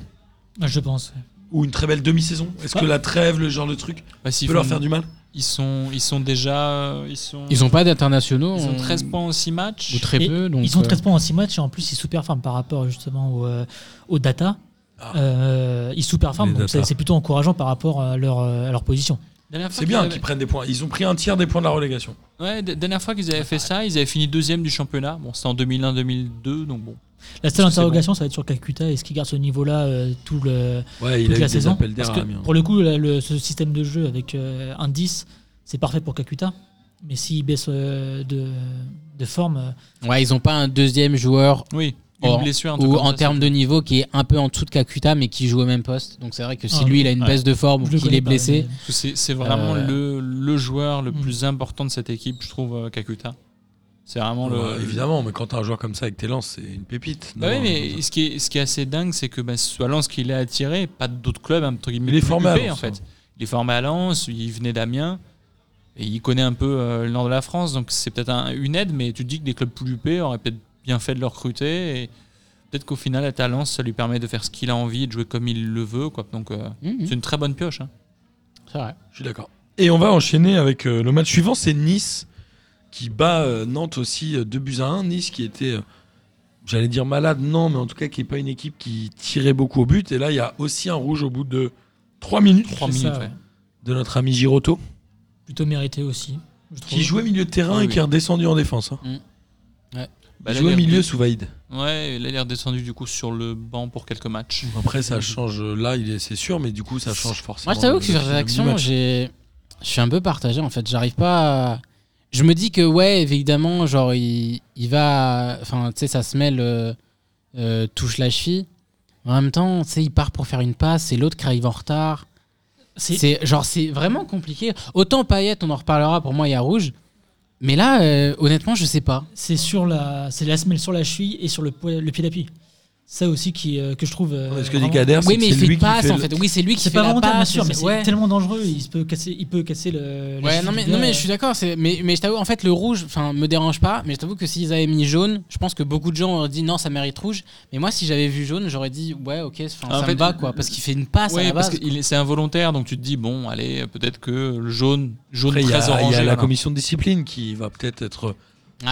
[SPEAKER 2] Ah, je pense. ouais.
[SPEAKER 4] ou une très belle demi-saison Est-ce que la trêve, le genre de truc,
[SPEAKER 6] Bah, s'ils
[SPEAKER 4] peut leur
[SPEAKER 6] font-
[SPEAKER 4] faire du mal
[SPEAKER 6] ils, sont, ils sont déjà. euh, Ils sont,
[SPEAKER 5] Ils ont pas d'internationaux.
[SPEAKER 6] ils ont
[SPEAKER 5] on-
[SPEAKER 6] 13 points en 6 matchs.
[SPEAKER 5] Ou très
[SPEAKER 2] Et
[SPEAKER 5] peu. Donc,
[SPEAKER 2] Ils ont
[SPEAKER 5] euh,
[SPEAKER 2] 13 points en 6 matchs et en plus ils sous-performent par rapport justement aux, euh, aux data.
[SPEAKER 4] Ah.
[SPEAKER 2] Euh, ils sous-performent,
[SPEAKER 4] Les
[SPEAKER 2] donc
[SPEAKER 4] data.
[SPEAKER 2] c'est c'est plutôt encourageant par rapport à leur, euh, à leur position.
[SPEAKER 6] Dernière fois
[SPEAKER 4] C'est
[SPEAKER 6] qu'ils
[SPEAKER 4] bien
[SPEAKER 6] avaient-
[SPEAKER 4] qu'ils prennent des points. Ils ont pris un tiers des points de la relégation.
[SPEAKER 6] Ouais, d- dernière fois qu'ils avaient fait ça, ils avaient fini deuxième du championnat. Bon, c'était en 2001-2002, donc bon.
[SPEAKER 2] La
[SPEAKER 6] Parce que
[SPEAKER 2] seule
[SPEAKER 6] c'est
[SPEAKER 2] interrogation, ça va être sur Calcutta et ce qui garde ce niveau-là euh, tout le,
[SPEAKER 4] Ouais, il
[SPEAKER 2] toute
[SPEAKER 4] a eu des
[SPEAKER 2] la saison.
[SPEAKER 4] appels d'air
[SPEAKER 2] Parce
[SPEAKER 4] à
[SPEAKER 2] que
[SPEAKER 4] Amiens.
[SPEAKER 2] pour le coup, là, le- ce système de jeu avec euh, un 10, c'est parfait pour Kakuta. Mais s'il baisse euh, de, de forme, euh,
[SPEAKER 5] Ouais, ils ont pas un deuxième joueur
[SPEAKER 6] Oui, une
[SPEAKER 5] Or-
[SPEAKER 6] blessure, un truc
[SPEAKER 5] ou
[SPEAKER 6] comme
[SPEAKER 5] en
[SPEAKER 6] ça,
[SPEAKER 5] termes de niveau qui est un peu en dessous de Kakuta mais qui joue au même poste. Donc c'est vrai que si
[SPEAKER 2] Ah,
[SPEAKER 5] lui il a une
[SPEAKER 6] ouais.
[SPEAKER 5] baisse de forme ou
[SPEAKER 2] je le
[SPEAKER 5] qu'il
[SPEAKER 2] connais
[SPEAKER 5] est
[SPEAKER 2] pas,
[SPEAKER 5] blessé,
[SPEAKER 2] mais-
[SPEAKER 6] Parce que C'est c'est vraiment
[SPEAKER 5] Euh,
[SPEAKER 6] le, le joueur le
[SPEAKER 4] Mm.
[SPEAKER 2] Hmm.
[SPEAKER 6] plus important de cette équipe, je trouve, euh, Kakuta. C'est vraiment le.
[SPEAKER 4] Ouais, évidemment, mais quand t'as un joueur comme ça avec tes lances, c'est une pépite.
[SPEAKER 6] Bah
[SPEAKER 4] Non,
[SPEAKER 6] oui, mais ce qui, est, ce qui est assez dingue, c'est que bah, ce soit Lens qui l'a attiré, pas d'autres clubs, hein, entre guillemets.
[SPEAKER 4] Il est
[SPEAKER 6] plus
[SPEAKER 4] formé à
[SPEAKER 6] huppés, en
[SPEAKER 4] Lens,
[SPEAKER 6] fait.
[SPEAKER 4] hein.
[SPEAKER 6] Il est formé à Lens, il venait d'Amiens, et il connaît un peu euh, le nord de la France, donc c'est peut-être un- une aide, mais tu te dis que des clubs plus huppés auraient peut-être bien fait de le recruter, et peut-être qu'au final, être à Lens, ça lui permet de faire ce qu'il a envie et de jouer comme il le veut, quoi. Donc euh,
[SPEAKER 5] Mhm.
[SPEAKER 4] Mm.
[SPEAKER 6] c'est une très bonne pioche. hein.
[SPEAKER 5] c'est vrai.
[SPEAKER 4] Je suis d'accord. Et on va enchaîner avec euh, le match suivant, c'est Nice qui bat euh, Nantes aussi 2 buts à 1. Nice qui était, euh, j'allais dire malade, non, mais en tout cas qui n'est pas une équipe qui tirait beaucoup au but. Et là, il y a aussi un rouge au bout de 3 minutes
[SPEAKER 6] Trois
[SPEAKER 2] C'est
[SPEAKER 6] minutes,
[SPEAKER 2] ça,
[SPEAKER 6] ouais.
[SPEAKER 4] de notre ami Giroto,
[SPEAKER 2] Plutôt mérité aussi. je trouve.
[SPEAKER 4] qui jouait milieu de terrain
[SPEAKER 6] Ah Oui,
[SPEAKER 4] et qui est redescendu en défense. hein.
[SPEAKER 6] Bah,
[SPEAKER 4] il
[SPEAKER 6] là,
[SPEAKER 4] jouait
[SPEAKER 6] il est
[SPEAKER 4] milieu
[SPEAKER 6] rede-
[SPEAKER 4] sous Vaïd.
[SPEAKER 6] Ouais, là, il est redescendu du coup sur le banc pour quelques matchs.
[SPEAKER 4] Après, ça change, euh, là, il est- c'est sûr, mais du coup, ça change forcément.
[SPEAKER 5] Moi je t'avoue
[SPEAKER 4] le-
[SPEAKER 5] que sur
[SPEAKER 4] le du
[SPEAKER 5] réaction
[SPEAKER 4] match.
[SPEAKER 5] j'ai je suis un peu partagé en fait, j'arrive pas à- je me dis que ouais, évidemment, genre il, il va enfin tu sais ça se mêle euh, euh, touche la cheville. En même temps, tu sais il part pour faire une passe et l'autre qui arrive en retard.
[SPEAKER 2] C'est-
[SPEAKER 5] C'est genre c'est vraiment compliqué. Autant Payet, on en reparlera. Pour moi, il y a rouge. Mais là, euh, honnêtement, je sais pas.
[SPEAKER 2] C'est sur la, c'est la semelle sur la cheville et sur le, poil- le pied d'appui. Ça aussi qui, euh, que je trouve. euh,
[SPEAKER 4] Ouais, Ce que dit
[SPEAKER 2] vraiment-
[SPEAKER 4] Kader, c'est
[SPEAKER 5] Oui,
[SPEAKER 4] que
[SPEAKER 5] mais
[SPEAKER 4] c'est
[SPEAKER 5] il fait
[SPEAKER 4] lui
[SPEAKER 5] une
[SPEAKER 4] qui
[SPEAKER 5] passe
[SPEAKER 4] fait
[SPEAKER 5] en
[SPEAKER 4] le-
[SPEAKER 5] fait. Oui, c'est lui qui
[SPEAKER 2] C'est
[SPEAKER 5] fait
[SPEAKER 2] pas
[SPEAKER 5] la
[SPEAKER 2] volontaire, bien
[SPEAKER 5] passe.
[SPEAKER 2] sûr,
[SPEAKER 5] c'est-
[SPEAKER 2] mais c'est
[SPEAKER 5] ouais.
[SPEAKER 2] tellement dangereux. Il se peut casser, il peut casser le. la
[SPEAKER 5] Ouais,
[SPEAKER 2] cheville
[SPEAKER 5] non
[SPEAKER 2] du
[SPEAKER 5] mais,
[SPEAKER 2] gars,
[SPEAKER 5] non mais
[SPEAKER 2] euh,
[SPEAKER 5] je suis d'accord, c'est- mais, mais je t'avoue, en fait le rouge, enfin me dérange pas, mais je t'avoue que s'ils avaient mis jaune, je pense que beaucoup de gens auraient dit non ça mérite rouge, mais moi si j'avais vu jaune j'aurais dit ouais ok 'fin,
[SPEAKER 6] En
[SPEAKER 5] ça
[SPEAKER 6] fait,
[SPEAKER 5] me va quoi, parce qu'il fait une
[SPEAKER 2] Ah,
[SPEAKER 5] passe à
[SPEAKER 6] Oui,
[SPEAKER 5] la
[SPEAKER 6] parce
[SPEAKER 5] base.
[SPEAKER 6] que il est- c'est involontaire, donc tu te dis, bon, allez, peut-être que le jaune, jaune
[SPEAKER 4] Après, il y a,
[SPEAKER 6] très
[SPEAKER 4] il y
[SPEAKER 6] orangé.
[SPEAKER 4] a la
[SPEAKER 6] voilà.
[SPEAKER 4] commission de discipline qui va peut-être être
[SPEAKER 5] Ah,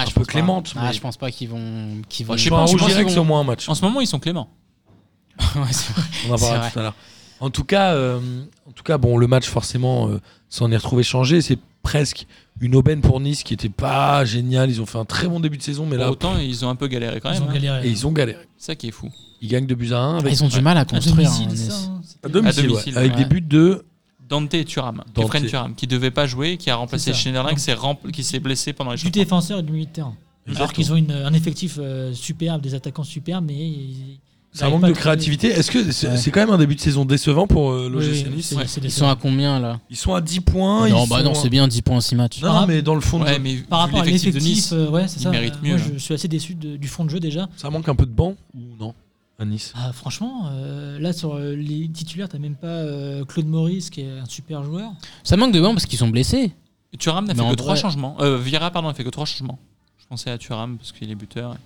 [SPEAKER 4] un
[SPEAKER 5] je
[SPEAKER 4] peu
[SPEAKER 5] pense pas.
[SPEAKER 4] clémente,
[SPEAKER 5] Ah,
[SPEAKER 4] mais-
[SPEAKER 5] je pense pas qu'ils vont, qu'ils vont.
[SPEAKER 6] je sais
[SPEAKER 4] Je
[SPEAKER 6] pas,
[SPEAKER 4] un
[SPEAKER 6] pense
[SPEAKER 4] rouge
[SPEAKER 6] qu'ils
[SPEAKER 4] direct,
[SPEAKER 6] vont-
[SPEAKER 4] c'est au moins un match.
[SPEAKER 6] En ce moment, ils sont cléments.
[SPEAKER 5] Ouais, c'est vrai.
[SPEAKER 4] On en
[SPEAKER 5] C'est
[SPEAKER 4] parlera
[SPEAKER 5] vrai.
[SPEAKER 4] tout à l'heure. En tout cas, euh, en tout cas, bon, le match forcément euh, s'en est retrouvé changé. C'est presque une aubaine pour Nice qui était pas géniale. Ils ont fait un très bon début de saison, mais
[SPEAKER 6] Pour
[SPEAKER 4] là,
[SPEAKER 5] Oh,
[SPEAKER 6] autant, ils ont un peu galéré quand
[SPEAKER 2] Ils
[SPEAKER 6] même.
[SPEAKER 2] ont
[SPEAKER 6] hein.
[SPEAKER 2] galéré.
[SPEAKER 4] et ils ont galéré.
[SPEAKER 6] C'est ça qui est fou.
[SPEAKER 4] Ils gagnent 2 buts à 1 avec,
[SPEAKER 5] Ils ont du
[SPEAKER 6] Ah,
[SPEAKER 5] mal à construire. hein,
[SPEAKER 2] domicile,
[SPEAKER 5] Nice.
[SPEAKER 2] ça, hein,
[SPEAKER 4] à
[SPEAKER 2] c'était-
[SPEAKER 4] domicile,
[SPEAKER 6] à domicile,
[SPEAKER 4] ouais, avec
[SPEAKER 5] ouais.
[SPEAKER 4] des buts de.
[SPEAKER 6] Dante et Thuram,
[SPEAKER 4] Dante.
[SPEAKER 6] Efren Thuram, qui devait pas jouer, qui a remplacé
[SPEAKER 2] C'est ça.
[SPEAKER 6] Schneiderlin,
[SPEAKER 2] Donc-
[SPEAKER 6] qui s'est rempl- qui s'est blessé pendant les
[SPEAKER 2] du
[SPEAKER 6] championnats.
[SPEAKER 2] défenseur et du milieu de terrain. Alors qu'ils ont une- un effectif euh, superbe, des attaquants superbes, mais ils- ils
[SPEAKER 4] C'est un
[SPEAKER 2] arrivent
[SPEAKER 4] manque
[SPEAKER 2] pas
[SPEAKER 4] de
[SPEAKER 2] à-
[SPEAKER 4] créativité. Est-ce que c'est
[SPEAKER 5] Ouais.
[SPEAKER 4] c'est quand même un début de saison décevant pour euh,
[SPEAKER 2] Oui, oui,
[SPEAKER 4] l'OGC Nice
[SPEAKER 2] c'est-
[SPEAKER 6] Ouais.
[SPEAKER 2] c'est
[SPEAKER 5] Ils
[SPEAKER 2] décevant.
[SPEAKER 5] sont à combien là
[SPEAKER 4] Ils sont à 10
[SPEAKER 6] Ah,
[SPEAKER 4] points.
[SPEAKER 5] Non
[SPEAKER 4] ils
[SPEAKER 5] bah
[SPEAKER 4] sont
[SPEAKER 5] non
[SPEAKER 4] à-
[SPEAKER 5] c'est bien 10 points en 6 matchs.
[SPEAKER 4] Non,
[SPEAKER 2] Par-
[SPEAKER 4] mais dans le fond, de
[SPEAKER 6] Ouais,
[SPEAKER 4] jeu,
[SPEAKER 6] mais
[SPEAKER 2] Par
[SPEAKER 6] vu
[SPEAKER 2] rapport à
[SPEAKER 6] l'effectif
[SPEAKER 2] l'effectif,
[SPEAKER 6] de Nice,
[SPEAKER 2] euh, ouais, c'est
[SPEAKER 6] ils
[SPEAKER 2] ça.
[SPEAKER 6] méritent
[SPEAKER 2] Moi,
[SPEAKER 6] mieux,
[SPEAKER 2] je suis assez déçu de- du fond de jeu déjà.
[SPEAKER 4] ça manque un peu de banc ou non à Nice.
[SPEAKER 2] Ah, franchement, euh, là sur euh, les titulaires, t'as même pas euh, Claude Maurice qui est un super joueur.
[SPEAKER 5] Ça manque de banc parce qu'ils sont blessés.
[SPEAKER 2] euh,
[SPEAKER 6] Thuram n'a
[SPEAKER 5] Mais
[SPEAKER 6] fait
[SPEAKER 5] en
[SPEAKER 6] que trois
[SPEAKER 5] vrai-
[SPEAKER 6] changements. Euh, Vieira, pardon, n'a fait que trois changements. Je pensais à Thuram parce qu'il est buteur.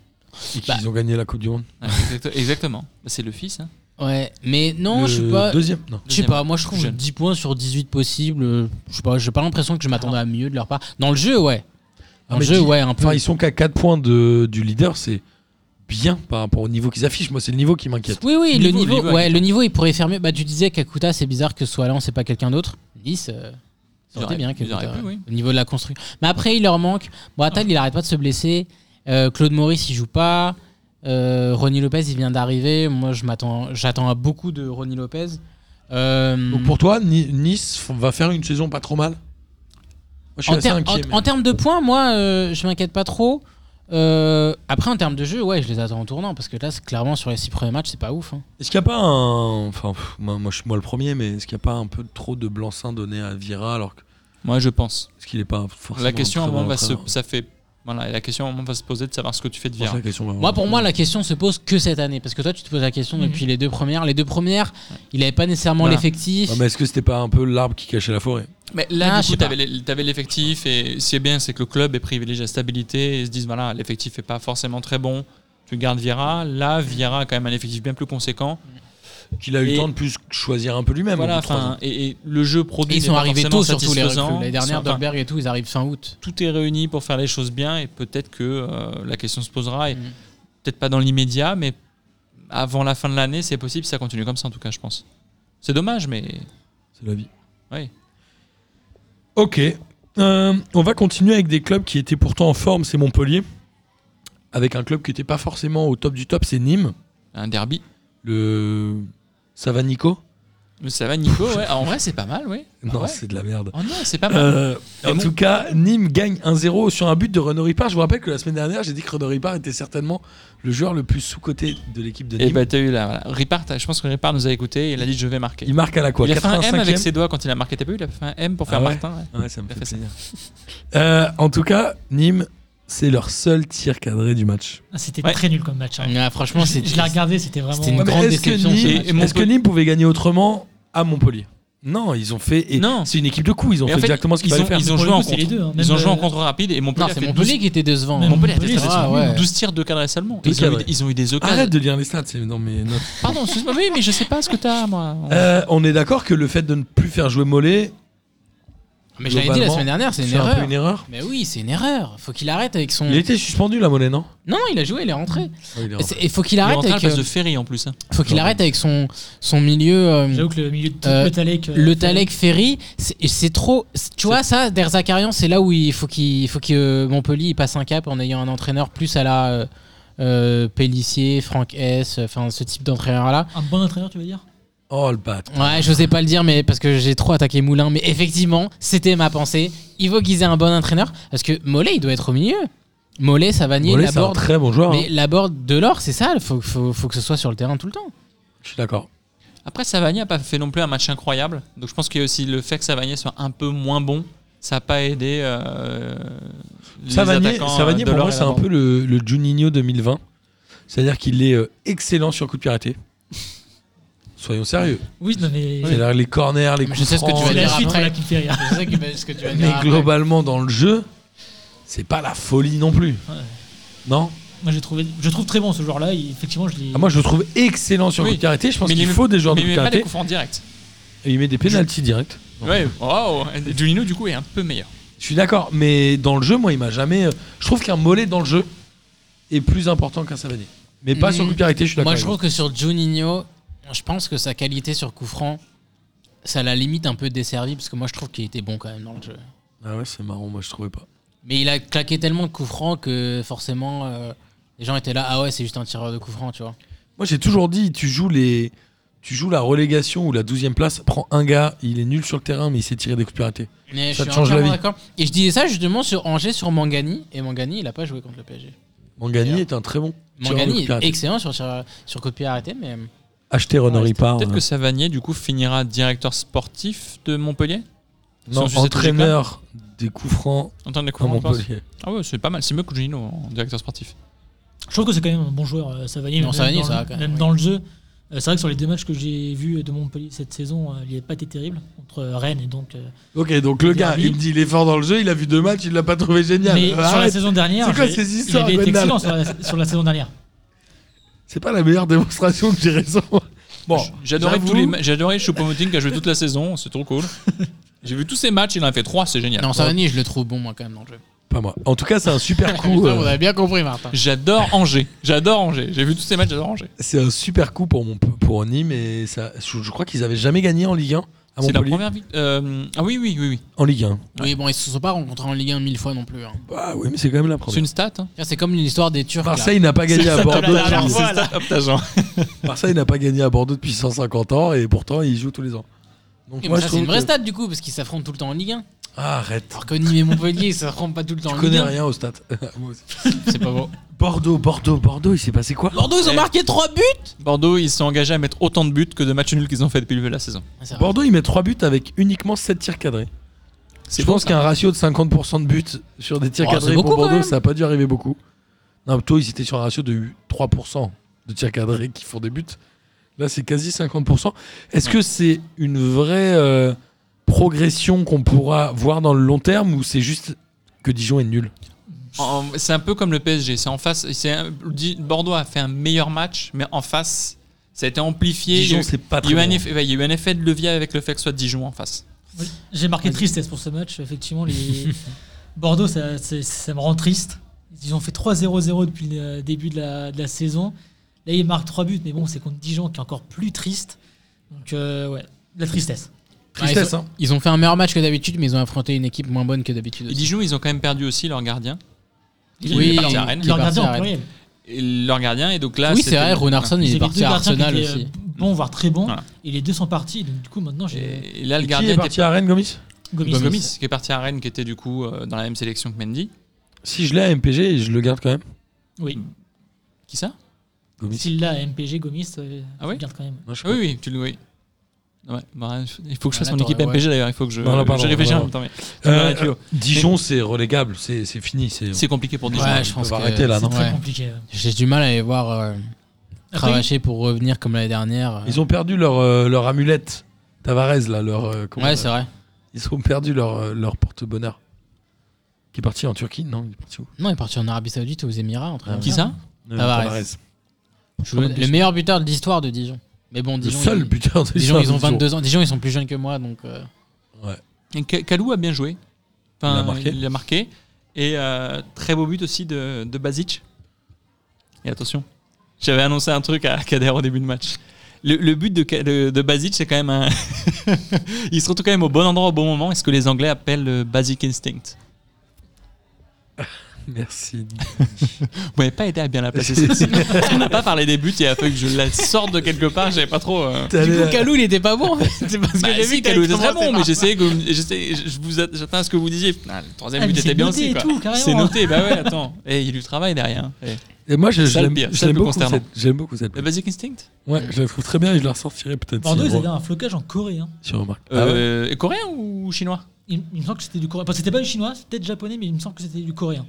[SPEAKER 4] Et
[SPEAKER 5] Bah,
[SPEAKER 4] qu'ils ont gagné la Coupe du Monde.
[SPEAKER 6] Ouais, exact- Exactement. Bah, C'est le fils. hein.
[SPEAKER 5] Ouais, mais non,
[SPEAKER 4] Le
[SPEAKER 5] je sais pas.
[SPEAKER 4] Deuxième. Non.
[SPEAKER 5] Je sais
[SPEAKER 6] Deuxième.
[SPEAKER 5] pas, moi je trouve
[SPEAKER 6] Jeune.
[SPEAKER 5] 10 points sur 18 possibles. euh, Je sais pas, j'ai pas l'impression que je m'attendais à mieux de leur part. Dans le jeu, ouais. Dans
[SPEAKER 4] Ah,
[SPEAKER 5] le
[SPEAKER 4] mais
[SPEAKER 5] jeu,
[SPEAKER 4] dis-
[SPEAKER 5] ouais, un peu.
[SPEAKER 4] Enfin, ils sont qu'à 4 points de, du leader, c'est bien par rapport au niveau qu'ils affichent. Moi, c'est le niveau qui m'inquiète.
[SPEAKER 5] Oui, oui,
[SPEAKER 6] Niveau,
[SPEAKER 5] le niveau,
[SPEAKER 6] niveau,
[SPEAKER 5] ouais, le niveau, il pourrait faire mieux. Bah, tu disais qu'Akuta, c'est bizarre que Soalan, c'est pas quelqu'un d'autre. Nice, euh,
[SPEAKER 6] Ils
[SPEAKER 5] ça aurait été
[SPEAKER 6] auraient-
[SPEAKER 5] bien
[SPEAKER 6] ils
[SPEAKER 5] Kakuta,
[SPEAKER 6] auraient pu,
[SPEAKER 5] ouais,
[SPEAKER 6] oui.
[SPEAKER 5] Au niveau de la construction. Mais après, il leur manque. Bon, Attal, il arrête pas de se blesser. Euh, Claude Maurice, il joue pas. Euh, Ronny Lopez, il vient d'arriver. Moi, je m'attends, j'attends à beaucoup de Ronny Lopez. Euh,
[SPEAKER 4] Donc pour toi, Ni- Nice f- va faire une saison pas trop mal je suis
[SPEAKER 5] En,
[SPEAKER 4] assez
[SPEAKER 5] ter-
[SPEAKER 4] inquiet.
[SPEAKER 5] en-
[SPEAKER 4] mais-
[SPEAKER 5] en termes de points, moi, euh, je m'inquiète pas trop. Euh, après, en termes de jeu, ouais, je les attends en tournant parce que là, c'est clairement, sur les six premiers matchs, c'est pas ouf. hein.
[SPEAKER 4] Est-ce qu'il n'y a pas un. Enfin, pff, moi, moi, je suis moi le premier, mais est-ce qu'il n'y a pas un peu trop de blanc-seing donné à Vira alors que.
[SPEAKER 6] Moi, je pense.
[SPEAKER 4] Est-ce qu'il n'est pas forcément.
[SPEAKER 6] La question, à
[SPEAKER 4] un
[SPEAKER 6] un
[SPEAKER 4] très
[SPEAKER 6] moment,
[SPEAKER 4] bon
[SPEAKER 6] va se,
[SPEAKER 4] entraîneur
[SPEAKER 6] ça fait, voilà, la question, à un moment, va se poser de savoir ce que tu fais de
[SPEAKER 4] Je pense
[SPEAKER 6] Vira.
[SPEAKER 4] que la question va-
[SPEAKER 5] Moi, pour moi, la question se pose que cette année parce que toi, tu te poses la question depuis les deux premières. Les deux premières, il avait pas nécessairement
[SPEAKER 6] Voilà.
[SPEAKER 5] l'effectif.
[SPEAKER 4] Ouais, mais est-ce que c'était pas un peu l'arbre qui cachait la forêt
[SPEAKER 6] Mais là,
[SPEAKER 5] Ah,
[SPEAKER 6] du
[SPEAKER 5] je sais
[SPEAKER 6] coup,
[SPEAKER 5] pas.
[SPEAKER 6] t'avais l'e- t'avais l'effectif et ce qui est bien, c'est que le club est privilégié à la stabilité et ils se disent voilà, l'effectif est pas forcément très bon. Tu gardes Vieira. Là, Vieira a quand même un effectif bien plus conséquent.
[SPEAKER 4] Qu'il a eu le
[SPEAKER 6] Et-
[SPEAKER 4] temps de plus choisir un peu lui-même.
[SPEAKER 6] voilà,
[SPEAKER 4] au bout de trois ans.
[SPEAKER 6] enfin, et, et le jeu
[SPEAKER 5] Et
[SPEAKER 6] produit.
[SPEAKER 5] ils
[SPEAKER 6] n'est
[SPEAKER 5] sont
[SPEAKER 6] pas
[SPEAKER 5] arrivés
[SPEAKER 6] forcément
[SPEAKER 5] tôt, surtout les recrues.
[SPEAKER 6] satisfaisant.
[SPEAKER 5] L'année
[SPEAKER 6] Ils sont-
[SPEAKER 5] dernière,
[SPEAKER 6] enfin,
[SPEAKER 5] Dolberg et tout, ils arrivent fin août.
[SPEAKER 6] tout est réuni pour faire les choses bien et peut-être que euh, la question se posera et
[SPEAKER 5] Mhm.
[SPEAKER 6] peut-être pas dans l'immédiat, mais avant la fin de l'année, c'est possible si ça continue comme ça en tout cas, je pense. C'est dommage, mais
[SPEAKER 4] C'est la vie.
[SPEAKER 6] Oui.
[SPEAKER 4] Ok. Euh, on va continuer avec des clubs qui étaient pourtant en forme, c'est Montpellier. Avec un club qui n'était pas forcément au top du top, c'est Nîmes.
[SPEAKER 6] un derby.
[SPEAKER 4] Le. Ça va, Nico
[SPEAKER 6] Mais ça va, Nico. ouais. Ah, En vrai, c'est pas mal, oui. Ah ouais.
[SPEAKER 4] Non,
[SPEAKER 6] Ah
[SPEAKER 4] c'est de la merde.
[SPEAKER 6] Oh non, c'est pas mal.
[SPEAKER 4] Euh,
[SPEAKER 6] Et
[SPEAKER 4] en tout cas, Nîmes gagne 1-0 sur un but de Renaud Ripard. Je vous rappelle que la semaine dernière, j'ai dit que Renaud Ripard était certainement le joueur le plus sous-coté de l'équipe de
[SPEAKER 6] Et
[SPEAKER 4] Nîmes.
[SPEAKER 6] bah t'as eu là, voilà. Ripart, je pense que Ripart nous a écouté et il a dit je vais marquer.
[SPEAKER 4] il marque à la quoi
[SPEAKER 6] Il a fait un
[SPEAKER 4] 85e?
[SPEAKER 6] M avec ses doigts quand il a marqué, t'as pas vu, il a fait un M pour faire
[SPEAKER 4] Ah ouais.
[SPEAKER 6] Martin. ouais.
[SPEAKER 4] Ouais, ça me
[SPEAKER 6] Il a
[SPEAKER 4] fait
[SPEAKER 6] fait ça.
[SPEAKER 4] plaisir. Euh, en tout cas, Nîmes, c'est leur seul tir cadré du match.
[SPEAKER 2] Ah, C'était
[SPEAKER 6] Ouais.
[SPEAKER 2] très nul comme match. hein.
[SPEAKER 5] Ouais, franchement,
[SPEAKER 2] Je-
[SPEAKER 5] c'est
[SPEAKER 2] Je l'ai regardé, c'était vraiment.
[SPEAKER 5] C'était une
[SPEAKER 4] Ouais, mais
[SPEAKER 5] grande
[SPEAKER 4] est-ce que
[SPEAKER 5] déception.
[SPEAKER 4] Nîmes-
[SPEAKER 5] ce
[SPEAKER 6] Et-
[SPEAKER 5] match.
[SPEAKER 6] et mon-
[SPEAKER 4] Est-ce que Nîmes pouvait gagner autrement à Montpellier Non, ils ont fait. et
[SPEAKER 6] Non.
[SPEAKER 4] C'est une équipe de coups, ils ont
[SPEAKER 6] Mais en
[SPEAKER 4] fait
[SPEAKER 6] fait,
[SPEAKER 4] exactement ce qu'il
[SPEAKER 6] ils
[SPEAKER 4] fallait
[SPEAKER 6] ont-
[SPEAKER 4] faire.
[SPEAKER 6] Ils ont
[SPEAKER 2] Pour le
[SPEAKER 6] joué en
[SPEAKER 2] coup, c'est les
[SPEAKER 6] contre.
[SPEAKER 2] deux, hein.
[SPEAKER 6] Ils
[SPEAKER 2] Même,
[SPEAKER 6] ont joué
[SPEAKER 2] euh,
[SPEAKER 6] en contre rapide et Montpellier
[SPEAKER 5] Non,
[SPEAKER 6] a
[SPEAKER 5] c'est
[SPEAKER 6] fait
[SPEAKER 5] Montpellier qui était décevant.
[SPEAKER 2] Même
[SPEAKER 6] Montpellier a
[SPEAKER 2] Montpellier,
[SPEAKER 6] fait
[SPEAKER 2] c'est
[SPEAKER 5] Ah,
[SPEAKER 2] nul.
[SPEAKER 5] ouais.
[SPEAKER 6] 12, 12 tirs de cadre seulement.
[SPEAKER 4] Deux
[SPEAKER 6] Ils ont, eu,
[SPEAKER 4] cadres.
[SPEAKER 6] ils ont eu des occasions.
[SPEAKER 4] Arrête de lire les stats, c'est non mais non.
[SPEAKER 6] Pardon, excuse-moi, oui, mais je sais pas ce que t'as, moi.
[SPEAKER 4] Euh, on est d'accord que le fait de ne plus faire jouer Mollet,
[SPEAKER 5] Mais je l'avais dit la
[SPEAKER 4] globalement,
[SPEAKER 5] semaine dernière, c'est
[SPEAKER 4] c'est
[SPEAKER 5] une
[SPEAKER 4] un
[SPEAKER 5] erreur. Hmm.
[SPEAKER 4] peu une erreur.
[SPEAKER 5] Mais oui, c'est une erreur. Faut qu'il arrête avec son.
[SPEAKER 4] Il était suspendu la Mollet, non
[SPEAKER 5] Non, non, il a joué, il est rentré.
[SPEAKER 4] Ah, il est
[SPEAKER 5] Et
[SPEAKER 4] rentré.
[SPEAKER 5] c'est- Et faut qu'il
[SPEAKER 6] Il
[SPEAKER 5] arrête
[SPEAKER 6] rentre à la
[SPEAKER 5] avec.
[SPEAKER 6] place de
[SPEAKER 5] euh,
[SPEAKER 6] Ferry en plus. hein.
[SPEAKER 5] Faut qu'il
[SPEAKER 4] Jordan.
[SPEAKER 5] arrête avec son son milieu. euh,
[SPEAKER 2] J'avoue que le milieu de tout
[SPEAKER 5] Euh,
[SPEAKER 2] le Talek. euh,
[SPEAKER 5] Le
[SPEAKER 2] fait-
[SPEAKER 5] Talek Ferry, c'est- c'est trop. c'est- Tu vois, ça, Der Zakarian, c'est là où il faut qu'il faut que euh, Montpellier il passe un cap en ayant un entraîneur plus à la euh, euh, Pélissier, Franck S, enfin ce type d'entraîneur-là.
[SPEAKER 2] Un bon entraîneur, tu veux dire
[SPEAKER 4] Oh le bâtard.
[SPEAKER 5] Ouais, j'osais pas le dire, mais parce que j'ai trop attaqué Moulin. Mais effectivement, c'était ma pensée. Il faut qu'ils aient un bon entraîneur parce que Mollet, il doit être au milieu. Mollet, Savanier,
[SPEAKER 4] Mollet, c'est un
[SPEAKER 5] Laborde.
[SPEAKER 4] très bon joueur. hein.
[SPEAKER 5] Mais Laborde de l'or, c'est ça. Faut, faut, faut que ce soit sur le terrain tout le temps.
[SPEAKER 4] Je suis d'accord.
[SPEAKER 6] Après, Savagnier a pas fait non plus un match incroyable. Donc je pense qu'il y a aussi le fait que Savagnier soit un peu moins bon. Ça n'a pas aidé. Euh, les
[SPEAKER 4] Savanier,
[SPEAKER 6] attaquants,
[SPEAKER 4] Savanier,
[SPEAKER 6] euh,
[SPEAKER 4] pour
[SPEAKER 6] Delors
[SPEAKER 4] moi,
[SPEAKER 6] et
[SPEAKER 4] c'est un
[SPEAKER 6] Laborde.
[SPEAKER 4] peu le, le Juninho 2020. C'est-à-dire qu'il est euh, excellent sur coup de pied arrêté. Soyons sérieux.
[SPEAKER 2] Oui, non, mais.
[SPEAKER 4] C'est-à-dire les corners, les
[SPEAKER 5] Mais
[SPEAKER 4] coups
[SPEAKER 5] je sais ce que tu
[SPEAKER 4] francs,
[SPEAKER 5] vas
[SPEAKER 2] C'est
[SPEAKER 5] dire Ah,
[SPEAKER 2] la suite
[SPEAKER 5] après.
[SPEAKER 2] là, qui me fait rire.
[SPEAKER 5] C'est ça que tu vas
[SPEAKER 4] Mais globalement, dans le jeu, c'est pas la folie non plus.
[SPEAKER 2] Ouais.
[SPEAKER 4] Non
[SPEAKER 2] Moi, j'ai trouvé, je trouve très bon ce joueur-là. et Effectivement, je l'ai.
[SPEAKER 4] Ah, Moi, je le trouve excellent sur
[SPEAKER 6] Oui.
[SPEAKER 4] coup de pied arrêté. Je pense
[SPEAKER 6] Mais il
[SPEAKER 4] qu'il
[SPEAKER 6] met-
[SPEAKER 4] faut des joueurs
[SPEAKER 6] Mais
[SPEAKER 4] de
[SPEAKER 6] il
[SPEAKER 4] coup de
[SPEAKER 6] met pas
[SPEAKER 4] pied
[SPEAKER 6] les
[SPEAKER 4] arrêté.
[SPEAKER 6] coups francs directs.
[SPEAKER 4] Et il met des pénalties directs.
[SPEAKER 6] Ouais, waouh Juninho, du coup, est un peu meilleur.
[SPEAKER 4] Je suis d'accord, mais dans le jeu, moi, il m'a jamais. euh, Je trouve qu'un mollet dans le jeu est plus important qu'un savanier. Mais pas
[SPEAKER 5] Mhm.
[SPEAKER 4] sur coup de pied arrêté, je suis d'accord.
[SPEAKER 5] Moi, je
[SPEAKER 4] avec vous.
[SPEAKER 5] trouve que sur Juninho, je pense que sa qualité sur coup franc, ça la limite un peu desservie parce que moi, je trouve qu'il était bon quand même dans le jeu.
[SPEAKER 4] Ah ouais, c'est marrant, moi, je trouvais pas.
[SPEAKER 5] Mais il a claqué tellement de coups francs que forcément, euh, les gens étaient là. Ah ouais, c'est juste un tireur de coups francs, tu vois.
[SPEAKER 4] Moi, j'ai toujours dit, tu joues les. Tu joues la relégation ou la 12 place, prends un gars, il est nul sur le terrain, mais il s'est tiré des coups de pied arrêtés.
[SPEAKER 5] Mais
[SPEAKER 4] Ça
[SPEAKER 5] je
[SPEAKER 4] te
[SPEAKER 5] suis
[SPEAKER 4] change la
[SPEAKER 5] entièrement
[SPEAKER 4] vie.
[SPEAKER 5] d'accord. Et je disais ça justement sur Angers, sur Mangani. Et Mangani, il a pas joué contre le PSG.
[SPEAKER 4] Mangani
[SPEAKER 5] Merde.
[SPEAKER 4] est un très bon. tireur de coups de
[SPEAKER 5] Mangani
[SPEAKER 4] pied
[SPEAKER 5] est
[SPEAKER 4] arrêtés.
[SPEAKER 5] excellent sur, tireur- sur coup de pied arrêté, mais
[SPEAKER 4] Acheter Renaud
[SPEAKER 5] Ouais,
[SPEAKER 4] Ripard.
[SPEAKER 6] Peut-être
[SPEAKER 4] euh,
[SPEAKER 6] que Savanier, du coup, finira directeur sportif de Montpellier
[SPEAKER 4] Non,
[SPEAKER 6] Sans-
[SPEAKER 4] entraîneur des coups francs
[SPEAKER 6] en termes de
[SPEAKER 4] à
[SPEAKER 6] courant, on pense.
[SPEAKER 4] Montpellier.
[SPEAKER 6] Ah ouais, c'est pas mal. C'est mieux que Juninho en directeur sportif.
[SPEAKER 2] Je trouve que c'est quand même un bon joueur, euh, Savanier.
[SPEAKER 5] Non,
[SPEAKER 2] même
[SPEAKER 5] Savanier,
[SPEAKER 2] dans
[SPEAKER 5] ça
[SPEAKER 2] le-
[SPEAKER 5] va quand même,
[SPEAKER 2] Même
[SPEAKER 5] oui.
[SPEAKER 2] dans le jeu. Euh, C'est vrai que sur les deux matchs que j'ai vus de Montpellier cette saison, euh, il n'a pas été terrible contre euh, Rennes et donc. euh,
[SPEAKER 4] Ok, donc le gars,
[SPEAKER 2] Derby.
[SPEAKER 4] il me dit, il est fort dans le jeu, il a vu deux matchs, il l'a pas trouvé génial.
[SPEAKER 2] Mais
[SPEAKER 4] Ah, bah, Arrête.
[SPEAKER 2] sur la saison dernière,
[SPEAKER 4] C'est quoi
[SPEAKER 2] j'ai-
[SPEAKER 4] ces histoires,
[SPEAKER 2] il avait été
[SPEAKER 4] Gwendal
[SPEAKER 2] excellent sur la, sur la saison dernière.
[SPEAKER 4] C'est pas la meilleure démonstration que j'ai raison. Bon,
[SPEAKER 6] J'adorais
[SPEAKER 4] j'avoue-
[SPEAKER 6] tous les ma- j'adorais Choupo-Moting qui a joué toute la saison, c'est trop cool. J'ai vu tous ses matchs, il en a fait 3, c'est génial.
[SPEAKER 5] non, Savani, je le trouve bon moi quand même dans le jeu.
[SPEAKER 4] Pas moi. En tout cas, c'est un super coup.
[SPEAKER 5] Putain,
[SPEAKER 4] euh,
[SPEAKER 5] vous avez bien compris, Martin.
[SPEAKER 6] J'adore Angers, j'adore Angers. J'ai vu tous ses matchs, j'adore Angers.
[SPEAKER 4] c'est un super coup pour mon pour Nîmes et ça. Je, je crois qu'ils avaient jamais gagné en Ligue 1 à
[SPEAKER 6] C'est la
[SPEAKER 4] Montpellier.
[SPEAKER 6] première victoire. ah oui, oui, oui, oui.
[SPEAKER 4] En Ligue 1.
[SPEAKER 5] Oui, bon, ils se sont pas rencontrés en Ligue 1 mille fois non plus. hein.
[SPEAKER 4] Bah oui, mais c'est quand même la
[SPEAKER 6] C'est
[SPEAKER 4] première.
[SPEAKER 6] une stat. hein.
[SPEAKER 5] C'est comme l'histoire des Turcs. là.
[SPEAKER 4] Marseille n'a pas gagné à Bordeaux.
[SPEAKER 2] la dernière
[SPEAKER 4] depuis-
[SPEAKER 2] fois.
[SPEAKER 6] C'est une stat, hop, t'as genre.
[SPEAKER 4] Marseille n'a pas gagné à Bordeaux depuis 150 ans et pourtant ils jouent tous les ans. Donc
[SPEAKER 5] Et
[SPEAKER 4] moi je
[SPEAKER 5] mais ça, c'est
[SPEAKER 4] trouve
[SPEAKER 5] une vraie
[SPEAKER 4] que-
[SPEAKER 5] stat du coup, parce qu'ils s'affrontent tout le temps en Ligue 1.
[SPEAKER 4] Ah, arrête.
[SPEAKER 5] Alors que Nîmes et Montpellier, ça rentre pas tout le temps.
[SPEAKER 4] Tu
[SPEAKER 5] en
[SPEAKER 4] connais
[SPEAKER 5] Ligue un.
[SPEAKER 4] rien au stade. Moi aussi.
[SPEAKER 5] C'est pas bon.
[SPEAKER 4] Bordeaux, Bordeaux, Bordeaux, il s'est passé quoi
[SPEAKER 5] Bordeaux, ils ont
[SPEAKER 6] Eh.
[SPEAKER 5] marqué 3 buts
[SPEAKER 6] Bordeaux, ils se sont engagés à mettre autant de buts que de matchs nuls qu'ils ont fait depuis le début de la saison.
[SPEAKER 4] Bordeaux, il met 3 buts avec uniquement 7 tirs cadrés. Je pense qu'un ratio de 50% de buts sur des tirs
[SPEAKER 5] Oh,
[SPEAKER 4] cadrés
[SPEAKER 5] c'est beaucoup,
[SPEAKER 4] pour
[SPEAKER 5] quand
[SPEAKER 4] Bordeaux,
[SPEAKER 5] même.
[SPEAKER 4] ça n'a pas dû arriver beaucoup. Non, plutôt, ils étaient sur un ratio de 3% de tirs cadrés qui font des buts. Là, c'est quasi 50%. Est-ce que c'est une vraie euh, progression qu'on pourra voir dans le long terme ou c'est juste que Dijon est nul
[SPEAKER 6] En- C'est un peu comme le PSG. C'est en face. c'est un- Di- Bordeaux a fait un meilleur match, mais en face, ça a été amplifié. il y a
[SPEAKER 4] Dijon,
[SPEAKER 6] eu-
[SPEAKER 4] c'est pas
[SPEAKER 6] il
[SPEAKER 4] très
[SPEAKER 6] y, a eu un
[SPEAKER 4] bon.
[SPEAKER 6] effet, ouais, il y a eu un effet de levier avec le fait que ce soit Dijon en face.
[SPEAKER 2] J'ai marqué tristesse pour ce match. Effectivement, les Bordeaux, ça, c'est- ça me rend triste. Ils ont fait 3-0-0 depuis le début de la, de la saison. Là, ils marquent 3 buts, mais bon, c'est contre Dijon qui est encore plus triste. Donc, euh, ouais, de la tristesse.
[SPEAKER 4] Tristesse, hein.
[SPEAKER 5] Ils ont fait un meilleur match que d'habitude, mais ils ont affronté une équipe moins bonne que d'habitude.
[SPEAKER 6] Et
[SPEAKER 5] aussi.
[SPEAKER 6] Dijon, ils ont quand même perdu aussi leur gardien. Il
[SPEAKER 5] Oui,
[SPEAKER 6] est parti à Rennes.
[SPEAKER 5] Qui est
[SPEAKER 2] Leur
[SPEAKER 5] parti
[SPEAKER 2] gardien
[SPEAKER 5] à
[SPEAKER 2] en
[SPEAKER 5] Rennes.
[SPEAKER 2] pluriel.
[SPEAKER 6] Et leur gardien, et donc là.
[SPEAKER 5] oui,
[SPEAKER 6] c'était-
[SPEAKER 5] c'est vrai, Ronarsson,
[SPEAKER 2] Ils
[SPEAKER 5] il est
[SPEAKER 2] avaient
[SPEAKER 5] parti
[SPEAKER 2] deux
[SPEAKER 5] à
[SPEAKER 2] gardiens qui
[SPEAKER 5] Arsenal
[SPEAKER 2] étaient,
[SPEAKER 5] aussi.
[SPEAKER 2] euh, Bons, voire très bons.
[SPEAKER 6] Voilà.
[SPEAKER 2] Et les deux sont partis. Donc, du coup, maintenant, j'ai
[SPEAKER 6] Et là, Ah, le
[SPEAKER 4] Qui
[SPEAKER 6] gardien
[SPEAKER 4] est
[SPEAKER 6] était
[SPEAKER 4] parti à Rennes, Gomis
[SPEAKER 2] Gomis.
[SPEAKER 6] Gomis, qui est parti à Rennes, qui était du coup euh, dans la même sélection que Mendy.
[SPEAKER 4] Si je l'ai à MPG, je le garde quand même.
[SPEAKER 2] Oui.
[SPEAKER 6] Qui ça
[SPEAKER 4] Gomis.
[SPEAKER 2] S'il l'a à MPG, Gomis, euh,
[SPEAKER 6] Ah
[SPEAKER 2] je
[SPEAKER 6] oui
[SPEAKER 2] le garde quand même.
[SPEAKER 4] Non, je sais
[SPEAKER 6] Ah
[SPEAKER 4] pas.
[SPEAKER 6] Oui, oui, tu le. Oui. Ouais, bah, il faut que je
[SPEAKER 5] Ah,
[SPEAKER 6] fasse mon
[SPEAKER 5] attends,
[SPEAKER 6] équipe
[SPEAKER 5] ouais.
[SPEAKER 6] MPG d'ailleurs, il faut que je,
[SPEAKER 4] Non, non, pardon,
[SPEAKER 6] je réfléchisse
[SPEAKER 4] non,
[SPEAKER 6] en même temps. mais
[SPEAKER 4] Euh,
[SPEAKER 6] Dans la tuyau.
[SPEAKER 4] Dijon, c'est relégable, c'est c'est fini. c'est-
[SPEAKER 6] C'est compliqué pour Dijon.
[SPEAKER 5] Ouais,
[SPEAKER 4] on
[SPEAKER 5] je
[SPEAKER 4] peut
[SPEAKER 5] pense que
[SPEAKER 4] arrêter, là,
[SPEAKER 5] c'est
[SPEAKER 4] non
[SPEAKER 5] très
[SPEAKER 2] Très
[SPEAKER 5] compliqué.
[SPEAKER 2] compliqué. euh.
[SPEAKER 5] J'ai du mal à les voir euh,
[SPEAKER 2] Après,
[SPEAKER 5] cravacher pour revenir comme l'année dernière.
[SPEAKER 4] Ils ont perdu leur, euh, leur amulette. Tavares, là, leur. euh, comment-
[SPEAKER 5] Ouais, c'est vrai.
[SPEAKER 4] Ils ont perdu leur, euh, leur porte-bonheur. Qui est parti en Turquie Non, il est parti où
[SPEAKER 5] Non, il est parti en Arabie Saoudite ou aux Émirats. entre
[SPEAKER 4] Ah,
[SPEAKER 5] autres.
[SPEAKER 6] Qui ça
[SPEAKER 4] Euh,
[SPEAKER 5] Tavares.
[SPEAKER 4] Je
[SPEAKER 5] Le,
[SPEAKER 4] connais plus.
[SPEAKER 5] le meilleur buteur de l'histoire de Dijon. Mais bon,
[SPEAKER 4] Le
[SPEAKER 5] Dijon,
[SPEAKER 4] seul
[SPEAKER 5] ils,
[SPEAKER 4] buteur de
[SPEAKER 5] Dijon,
[SPEAKER 4] Dijon.
[SPEAKER 5] ils ont 22 ans. Dijon, ils sont plus jeunes que moi, donc. euh,
[SPEAKER 6] Et Ka- Kalou a bien joué.
[SPEAKER 4] Il a marqué.
[SPEAKER 6] il a marqué. Et euh, très beau but aussi de, de Basic. Et attention, j'avais annoncé un truc à Kader au début de match. Le, le but de, Ka- de, de Basic, c'est quand même un. il se retrouve quand même au bon endroit au bon moment. est ce que les Anglais appellent le Basic Instinct.
[SPEAKER 4] Merci.
[SPEAKER 6] Vous m'avez pas aidé à bien la placer. celle-ci. Parce qu'on n'a pas parlé des buts. Il a fallu que je la sorte de quelque part. J'avais pas trop. euh,
[SPEAKER 4] T'es allé
[SPEAKER 5] Du coup,
[SPEAKER 4] à-
[SPEAKER 5] Kalou, il était pas bon. en fait. C'est parce que
[SPEAKER 6] Bah,
[SPEAKER 5] j'ai
[SPEAKER 6] si,
[SPEAKER 5] vu
[SPEAKER 6] Kalou
[SPEAKER 5] Kalou
[SPEAKER 6] était très bon, mais
[SPEAKER 5] j'ai
[SPEAKER 6] j'essayais que vous- j'essayais- je je vous a- j'attends à ce que vous disiez. Ah, le troisième
[SPEAKER 2] Ah,
[SPEAKER 6] but
[SPEAKER 2] mais
[SPEAKER 6] était
[SPEAKER 2] c'est
[SPEAKER 6] bien
[SPEAKER 2] noté
[SPEAKER 6] aussi.
[SPEAKER 2] et
[SPEAKER 6] quoi.
[SPEAKER 2] tout, carrément.
[SPEAKER 6] C'est noté, bah ouais, attends. Et il y a du travail derrière. hein. Eh.
[SPEAKER 4] Et moi, je- je
[SPEAKER 6] Ça, le
[SPEAKER 4] l'aime
[SPEAKER 6] pire,
[SPEAKER 4] je
[SPEAKER 6] ça,
[SPEAKER 4] l'aime
[SPEAKER 6] le
[SPEAKER 4] beaucoup.
[SPEAKER 6] concernant.
[SPEAKER 4] cette- J'aime beaucoup cette.
[SPEAKER 6] Le Basic Instinct
[SPEAKER 4] Ouais, je la trouve très bien et je la ressortirai peut-être.
[SPEAKER 2] Bordeaux,
[SPEAKER 4] si,
[SPEAKER 2] ils avaient un flocage en Corée. hein.
[SPEAKER 4] si on remarque. Ah ouais
[SPEAKER 6] Euh, Coréen ou chinois
[SPEAKER 2] Il, il me semble que c'était du coréen. Enfin, c'était pas du chinois, c'était peut-être japonais, mais il me semble que c'était du coréen.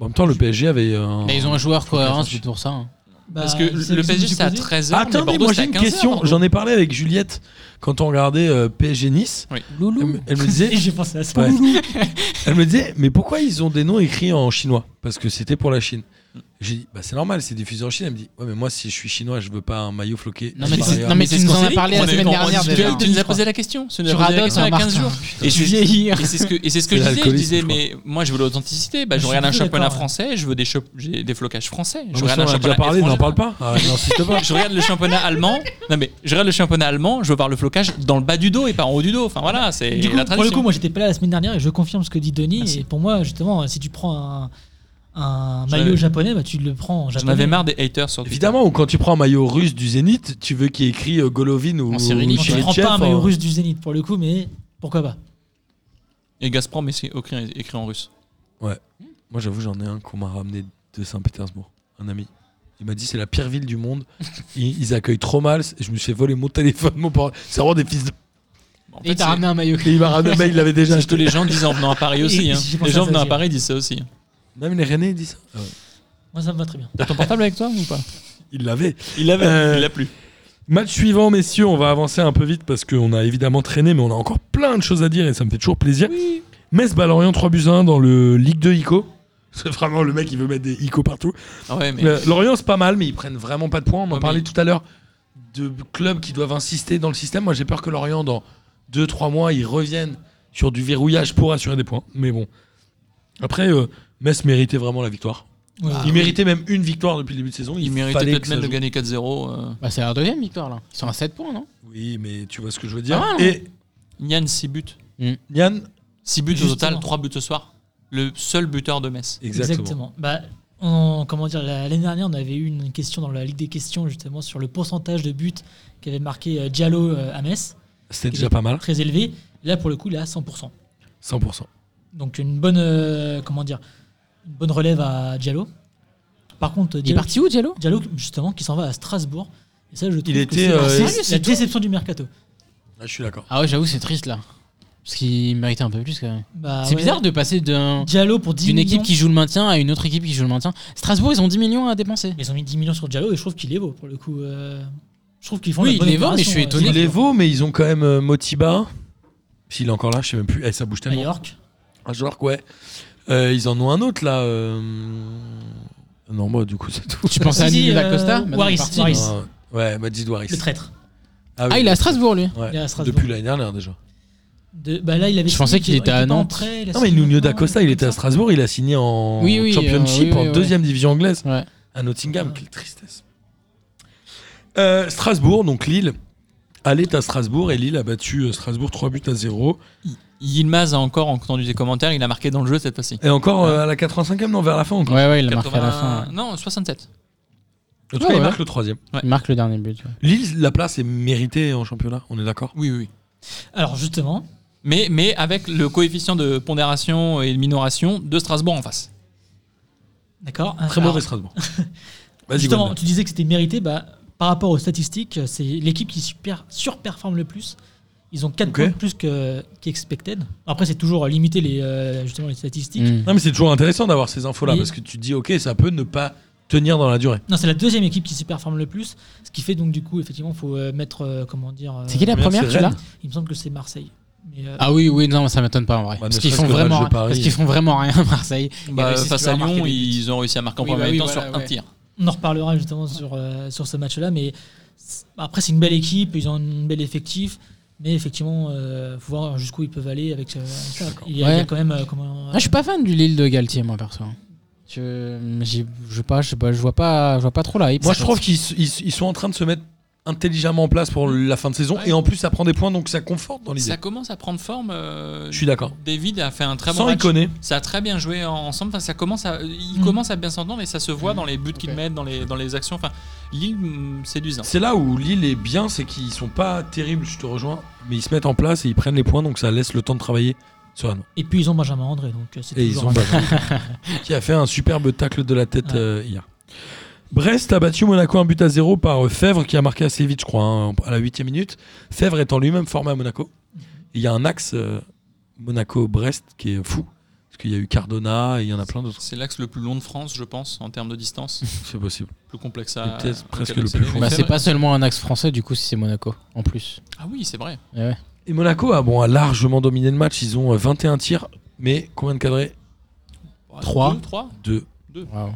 [SPEAKER 4] En même temps, le PSG avait. un-
[SPEAKER 5] Mais ils ont un joueur cohérent,
[SPEAKER 4] Focus.
[SPEAKER 5] c'est pour ça. hein.
[SPEAKER 2] Bah,
[SPEAKER 6] Parce que
[SPEAKER 2] c'est-
[SPEAKER 6] le PSG, c'est à
[SPEAKER 2] supposé.
[SPEAKER 6] 13h.
[SPEAKER 4] Attendez, moi j'ai une question. J'en ai parlé avec Juliette quand on regardait euh, PSG Nice. Elle me- elle me disait
[SPEAKER 2] Et j'ai pensé à ça.
[SPEAKER 4] Ouais. Elle me disait, mais pourquoi ils ont des noms écrits en chinois Parce que c'était pour la Chine. J'ai dit, bah c'est normal, c'est diffusé en Chine. Elle me dit, ouais, mais moi si je suis chinois, je veux pas un maillot floqué.
[SPEAKER 5] Non, mais
[SPEAKER 4] Par
[SPEAKER 5] c'est-
[SPEAKER 4] ailleurs.
[SPEAKER 5] non, mais tu nous en as parlé la
[SPEAKER 6] on est-
[SPEAKER 5] semaine
[SPEAKER 6] on- on
[SPEAKER 5] dernière
[SPEAKER 6] discute-
[SPEAKER 5] déjà.
[SPEAKER 6] Tu nous as posé la question. Tu nous as posé
[SPEAKER 5] Tu
[SPEAKER 6] la
[SPEAKER 5] radotes
[SPEAKER 6] question il
[SPEAKER 5] un
[SPEAKER 6] y a 15 jours. Et
[SPEAKER 5] Tu
[SPEAKER 6] je-
[SPEAKER 5] vieillis.
[SPEAKER 6] Et c'est ce que, et c'est ce que je
[SPEAKER 4] C'est
[SPEAKER 6] disais. Je
[SPEAKER 4] l'alcoolisme,
[SPEAKER 6] disais,
[SPEAKER 4] je
[SPEAKER 6] mais moi, je veux l'authenticité. Bah,
[SPEAKER 2] Je
[SPEAKER 6] je
[SPEAKER 2] suis
[SPEAKER 6] regarde un
[SPEAKER 2] plutôt
[SPEAKER 6] championnat
[SPEAKER 2] d'accord, ouais.
[SPEAKER 6] français, je veux des, chop- j'ai des flocages français.
[SPEAKER 4] Non,
[SPEAKER 6] Je
[SPEAKER 4] mais ça,
[SPEAKER 6] regarde
[SPEAKER 4] on
[SPEAKER 6] un
[SPEAKER 4] en a déjà
[SPEAKER 6] championnat
[SPEAKER 4] parlé, n'en
[SPEAKER 6] étranger.
[SPEAKER 4] parle pas. Arrête, n'insiste pas.
[SPEAKER 6] Je regarde le championnat allemand. Non, mais je regarde le championnat allemand, je veux voir le flocage dans le bas du dos et pas en haut du dos. Enfin, voilà, c'est
[SPEAKER 2] Du coup,
[SPEAKER 6] la
[SPEAKER 2] pour le
[SPEAKER 6] tradition.
[SPEAKER 2] coup, moi j'étais pas là la semaine dernière et je confirme ce que dit Denis.
[SPEAKER 6] Merci.
[SPEAKER 2] Et pour moi, justement, si tu prends un, un
[SPEAKER 6] J'en
[SPEAKER 2] maillot
[SPEAKER 6] avais-
[SPEAKER 2] japonais, bah, tu le prends en
[SPEAKER 6] J'en
[SPEAKER 2] japonais.
[SPEAKER 6] avais marre des haters sur Twitter.
[SPEAKER 4] Évidemment, ou quand tu prends un maillot russe du Zénith, tu veux qu'il y ait écrit euh, Golovin ou
[SPEAKER 6] En cyrillique.
[SPEAKER 2] Bon, tu
[SPEAKER 4] Chirichev,
[SPEAKER 2] prends pas un maillot
[SPEAKER 4] hein.
[SPEAKER 2] russe du Zénith pour le coup, mais pourquoi pas
[SPEAKER 6] Et Gazprom, mais c'est écrit, écrit en russe.
[SPEAKER 4] Moi j'avoue, j'en ai un qu'on m'a ramené de Saint-Pétersbourg, un ami. Il m'a dit c'est la pire ville du monde. Ils, ils accueillent trop mal. Je me suis fait voler mon téléphone, mon portable. C'est vraiment des fils de.
[SPEAKER 6] En
[SPEAKER 5] Et
[SPEAKER 6] fait,
[SPEAKER 5] t'as
[SPEAKER 6] c'est-
[SPEAKER 5] ramené un maillot.
[SPEAKER 4] Et il m'a ramené, mais il l'avait déjà
[SPEAKER 6] C'est ce que
[SPEAKER 4] acheté.
[SPEAKER 6] les gens disent en venant à Paris aussi.
[SPEAKER 2] Et
[SPEAKER 6] hein.
[SPEAKER 2] j'ai pensé
[SPEAKER 6] Les
[SPEAKER 2] à
[SPEAKER 6] gens
[SPEAKER 2] ça
[SPEAKER 6] venant à
[SPEAKER 2] aussi.
[SPEAKER 6] Paris disent ça aussi.
[SPEAKER 4] Même les Rennais disent ça. Ah ouais.
[SPEAKER 2] Moi ça me va très bien.
[SPEAKER 6] T'as ton portable avec toi ou pas
[SPEAKER 4] Il l'avait.
[SPEAKER 6] Il l'avait,
[SPEAKER 4] Euh,
[SPEAKER 6] il l'a plus.
[SPEAKER 4] Match suivant, messieurs, on va avancer un peu vite parce qu'on a évidemment traîné, mais on a encore plein de choses à dire et ça me fait toujours plaisir. Metz bat Lorient 3 buts à 1 dans le Ligue 2 ICO. C'est vraiment le mec qui veut mettre des ICO partout.
[SPEAKER 6] Ah ouais, mais
[SPEAKER 4] Le- Lorient, c'est pas mal, mais ils prennent vraiment pas de points. On en
[SPEAKER 6] Ouais,
[SPEAKER 4] parlait
[SPEAKER 6] mais-
[SPEAKER 4] tout à l'heure de clubs qui doivent insister dans le système. Moi, j'ai peur que Lorient, dans 2-3 mois, ils reviennent sur du verrouillage pour assurer des points. Mais bon. Après, euh, Metz méritait vraiment la victoire.
[SPEAKER 2] Ouais.
[SPEAKER 4] il méritait même une victoire depuis le début de saison.
[SPEAKER 6] il méritait
[SPEAKER 4] fallait
[SPEAKER 6] peut-être
[SPEAKER 4] que ça
[SPEAKER 6] même de
[SPEAKER 4] joue.
[SPEAKER 6] gagner 4-0. euh.
[SPEAKER 5] Bah, c'est leur deuxième victoire là. Ils sont à 7 points, non
[SPEAKER 4] Oui, mais tu vois ce que je veux dire.
[SPEAKER 5] Pas mal, hein.
[SPEAKER 4] et
[SPEAKER 6] Nian, 6 buts.
[SPEAKER 4] Yann,
[SPEAKER 6] 6 buts au total,
[SPEAKER 2] Justement.
[SPEAKER 6] 3 buts ce soir. Le seul buteur de Metz.
[SPEAKER 2] Bah, on- comment dire, la- l'année dernière, on avait eu une question dans la Ligue des questions justement sur le pourcentage de buts qu'avait marqué euh, Diallo euh, à Metz,
[SPEAKER 4] C'était
[SPEAKER 2] déjà
[SPEAKER 4] déjà pas mal.
[SPEAKER 2] très élevé. Là, pour le coup, il est à 100%.
[SPEAKER 4] 100%.
[SPEAKER 2] Donc une bonne, euh, comment dire, une bonne relève à Diallo. Par contre,
[SPEAKER 5] Il est
[SPEAKER 2] Diallo,
[SPEAKER 5] parti où, Diallo
[SPEAKER 2] Diallo, justement, qui s'en va à Strasbourg. Et ça, je trouve que
[SPEAKER 4] était,
[SPEAKER 2] c'est
[SPEAKER 4] euh,
[SPEAKER 2] la-
[SPEAKER 4] sérieux,
[SPEAKER 2] c'est la
[SPEAKER 5] c'est tout
[SPEAKER 2] déception du mercato.
[SPEAKER 4] Là, je suis d'accord.
[SPEAKER 5] Ah ouais, j'avoue, c'est triste là. Parce qu'il méritait un peu plus quand même.
[SPEAKER 2] Bah,
[SPEAKER 5] c'est
[SPEAKER 2] ouais.
[SPEAKER 5] bizarre de passer d'un-
[SPEAKER 2] Diallo pour 10
[SPEAKER 5] d'une équipe
[SPEAKER 2] millions.
[SPEAKER 5] qui joue le maintien à une autre équipe qui joue le maintien. Strasbourg, ils ont 10 millions à dépenser.
[SPEAKER 2] Ils ont mis 10 millions sur Diallo et je trouve qu'il est beau pour le coup. euh, Je trouve qu'ils font
[SPEAKER 5] Oui,
[SPEAKER 2] la bonne
[SPEAKER 5] il est beau, mais je suis
[SPEAKER 2] opération,
[SPEAKER 5] étonné.
[SPEAKER 4] Il
[SPEAKER 2] euh,
[SPEAKER 4] les vaut, mais ils ont quand même euh, Motiba. S'il est encore là, je sais même plus. Eh, ça bouge
[SPEAKER 2] à
[SPEAKER 4] tellement.
[SPEAKER 2] York.
[SPEAKER 4] Un joueur, ouais. Euh, ils en ont un autre, là. euh, Non, moi, du coup, c'est tout.
[SPEAKER 5] Tu pensais à
[SPEAKER 2] Si, si,
[SPEAKER 5] Nini
[SPEAKER 2] euh,
[SPEAKER 5] Costa maintenant, il est
[SPEAKER 2] Waris,
[SPEAKER 5] parti.
[SPEAKER 2] Waris.
[SPEAKER 4] Non, Ouais, Madjid Waris.
[SPEAKER 2] Le traître.
[SPEAKER 4] oui.
[SPEAKER 5] Ah, il est à Strasbourg lui.
[SPEAKER 4] Ouais,
[SPEAKER 2] il est à Strasbourg.
[SPEAKER 4] Depuis l'année dernière, déjà.
[SPEAKER 2] De- bah là, il avait
[SPEAKER 5] Je pensais
[SPEAKER 2] signé-
[SPEAKER 5] qu'il était à
[SPEAKER 2] pas en
[SPEAKER 5] Nantes.
[SPEAKER 2] prêt, il a
[SPEAKER 4] Non, mais
[SPEAKER 2] signé
[SPEAKER 4] Nuno
[SPEAKER 2] un an,
[SPEAKER 4] da Costa, il était à
[SPEAKER 2] comme ça.
[SPEAKER 4] Strasbourg, il a signé en
[SPEAKER 5] Oui, oui,
[SPEAKER 4] Championship,
[SPEAKER 5] euh, oui, oui,
[SPEAKER 4] en
[SPEAKER 5] ouais.
[SPEAKER 4] deuxième division anglaise,
[SPEAKER 5] Ouais.
[SPEAKER 4] à Nottingham. Quelle tristesse. Euh, Strasbourg, donc Lille, allait à Strasbourg et Lille a battu euh, Strasbourg 3 buts à 0.
[SPEAKER 6] Yilmaz a encore entendu des commentaires, il a marqué dans le jeu cette fois-ci.
[SPEAKER 4] Et encore euh, à la 85e, non, vers la fin encore.
[SPEAKER 5] Ouais, ouais, il a marqué à la fin.
[SPEAKER 6] 80
[SPEAKER 5] ouais.
[SPEAKER 6] Non, 67.
[SPEAKER 4] En tout cas,
[SPEAKER 5] Ouais,
[SPEAKER 4] il
[SPEAKER 5] ouais.
[SPEAKER 4] marque le troisième.
[SPEAKER 5] Il marque le dernier but. ouais.
[SPEAKER 4] Lille, la place est méritée en championnat, on est d'accord
[SPEAKER 6] Oui, oui, oui.
[SPEAKER 2] Alors justement,
[SPEAKER 6] Mais, mais avec le coefficient de pondération et de minoration de Strasbourg en face.
[SPEAKER 2] d'accord.
[SPEAKER 4] Très
[SPEAKER 2] Alors,
[SPEAKER 4] mauvais Strasbourg. Vas-y,
[SPEAKER 2] Justement,
[SPEAKER 4] Gwendal.
[SPEAKER 2] tu disais que c'était mérité. Bah, par rapport aux statistiques, c'est l'équipe qui super, surperforme le plus. Ils ont 4
[SPEAKER 4] Ok.
[SPEAKER 2] points de plus que- qu'expected. Après, c'est toujours limité les, euh, justement les statistiques.
[SPEAKER 5] Mm.
[SPEAKER 4] Non, mais c'est toujours intéressant d'avoir ces infos-là
[SPEAKER 2] Oui.
[SPEAKER 4] parce que tu te dis, ok, ça peut ne pas tenir dans la durée.
[SPEAKER 2] Non, c'est la deuxième équipe qui superforme le plus. Ce qui fait donc, du coup, effectivement, faut euh, mettre. euh, comment dire euh,
[SPEAKER 5] C'est qui la
[SPEAKER 4] Première,
[SPEAKER 5] première,
[SPEAKER 4] c'est
[SPEAKER 5] tu l'as
[SPEAKER 4] Rennes.
[SPEAKER 2] Il me semble que c'est Marseille. Mais, euh,
[SPEAKER 5] Ah oui, oui, non, ça m'étonne pas en vrai.
[SPEAKER 4] Bah,
[SPEAKER 5] parce
[SPEAKER 4] ne
[SPEAKER 5] qu'ils
[SPEAKER 4] serait-ce
[SPEAKER 5] font,
[SPEAKER 4] que le match
[SPEAKER 5] vraiment-
[SPEAKER 4] de Paris.
[SPEAKER 5] parce qu'ils font vraiment rien à Marseille. Ils
[SPEAKER 6] Bah,
[SPEAKER 5] réussissent
[SPEAKER 6] face
[SPEAKER 5] toujours
[SPEAKER 6] à
[SPEAKER 5] marquer
[SPEAKER 6] Lyon,
[SPEAKER 5] des buts.
[SPEAKER 6] ils ont réussi à marquer en
[SPEAKER 5] Oui,
[SPEAKER 6] premier
[SPEAKER 5] bah oui,
[SPEAKER 6] temps
[SPEAKER 5] voilà,
[SPEAKER 6] sur un
[SPEAKER 5] ouais.
[SPEAKER 6] tir.
[SPEAKER 2] On en reparlera justement sur, euh, sur ce match-là, mais c'est- après c'est une belle équipe, ils ont un bel effectif, mais effectivement, il faut voir jusqu'où ils peuvent aller avec euh, ça. Il y a, il y a
[SPEAKER 5] Ouais.
[SPEAKER 2] quand même euh, comment,
[SPEAKER 5] Ah, je suis pas fan du Lille de Galtier, moi perso. Je, j'ai- je sais pas, je sais pas, je vois pas, je vois pas trop la hype.
[SPEAKER 4] Moi, je trouve qu'ils s- ils- ils sont en train de se mettre intelligemment en place pour la fin de saison
[SPEAKER 6] Ouais.
[SPEAKER 4] et en plus, ça prend des points donc ça conforte dans l'idée.
[SPEAKER 6] Ça commence à prendre forme. euh,
[SPEAKER 4] Je suis d'accord.
[SPEAKER 6] David a fait un très bon
[SPEAKER 4] Sans
[SPEAKER 6] match.
[SPEAKER 4] iconer.
[SPEAKER 6] Ça a très bien joué en- ensemble. Enfin, ça commence à, ils
[SPEAKER 2] Mm.
[SPEAKER 6] commencent à bien s'entendre et ça se voit dans les buts qu'ils
[SPEAKER 5] Ok.
[SPEAKER 6] mettent, dans les, dans les actions. Enfin, Lille, mm, séduisant.
[SPEAKER 4] C'est là où Lille est bien, c'est qu'ils sont pas terribles, je te rejoins, mais ils se mettent en place et ils prennent les points donc ça laisse le temps de travailler sur Rennes.
[SPEAKER 2] Et puis ils ont Benjamin André, donc euh, c'est
[SPEAKER 4] Et ils
[SPEAKER 2] toujours
[SPEAKER 4] ont
[SPEAKER 2] un-
[SPEAKER 4] battu. qui a fait un superbe tacle de la tête
[SPEAKER 2] Ouais.
[SPEAKER 4] euh, hier. Brest a battu Monaco un but à zéro par euh, Fèvre qui a marqué assez vite, je crois, hein, à la huitième minute. Fèvre étant lui-même formé à Monaco. Il y a un axe euh, Monaco-Brest qui est fou. Parce qu'il y a eu Cardona et il y en a plein d'autres.
[SPEAKER 6] C'est l'axe le plus long de France, je pense, en termes de distance.
[SPEAKER 4] C'est possible.
[SPEAKER 6] plus complexe à.
[SPEAKER 4] Et peut-être
[SPEAKER 6] à
[SPEAKER 4] presque
[SPEAKER 6] calculer.
[SPEAKER 4] le plus fort.
[SPEAKER 5] Bah,
[SPEAKER 6] Mais Mm.
[SPEAKER 5] c'est
[SPEAKER 6] c'est
[SPEAKER 5] pas seulement un axe français du coup si c'est Monaco en plus.
[SPEAKER 6] vrai. Ah oui, c'est vrai.
[SPEAKER 5] Eh ouais.
[SPEAKER 4] Et Monaco a, bon, a largement dominé le match. Ils ont euh, 21 tirs, mais combien de cadrés
[SPEAKER 5] Trois.
[SPEAKER 6] 3
[SPEAKER 4] 2.
[SPEAKER 5] Waouh.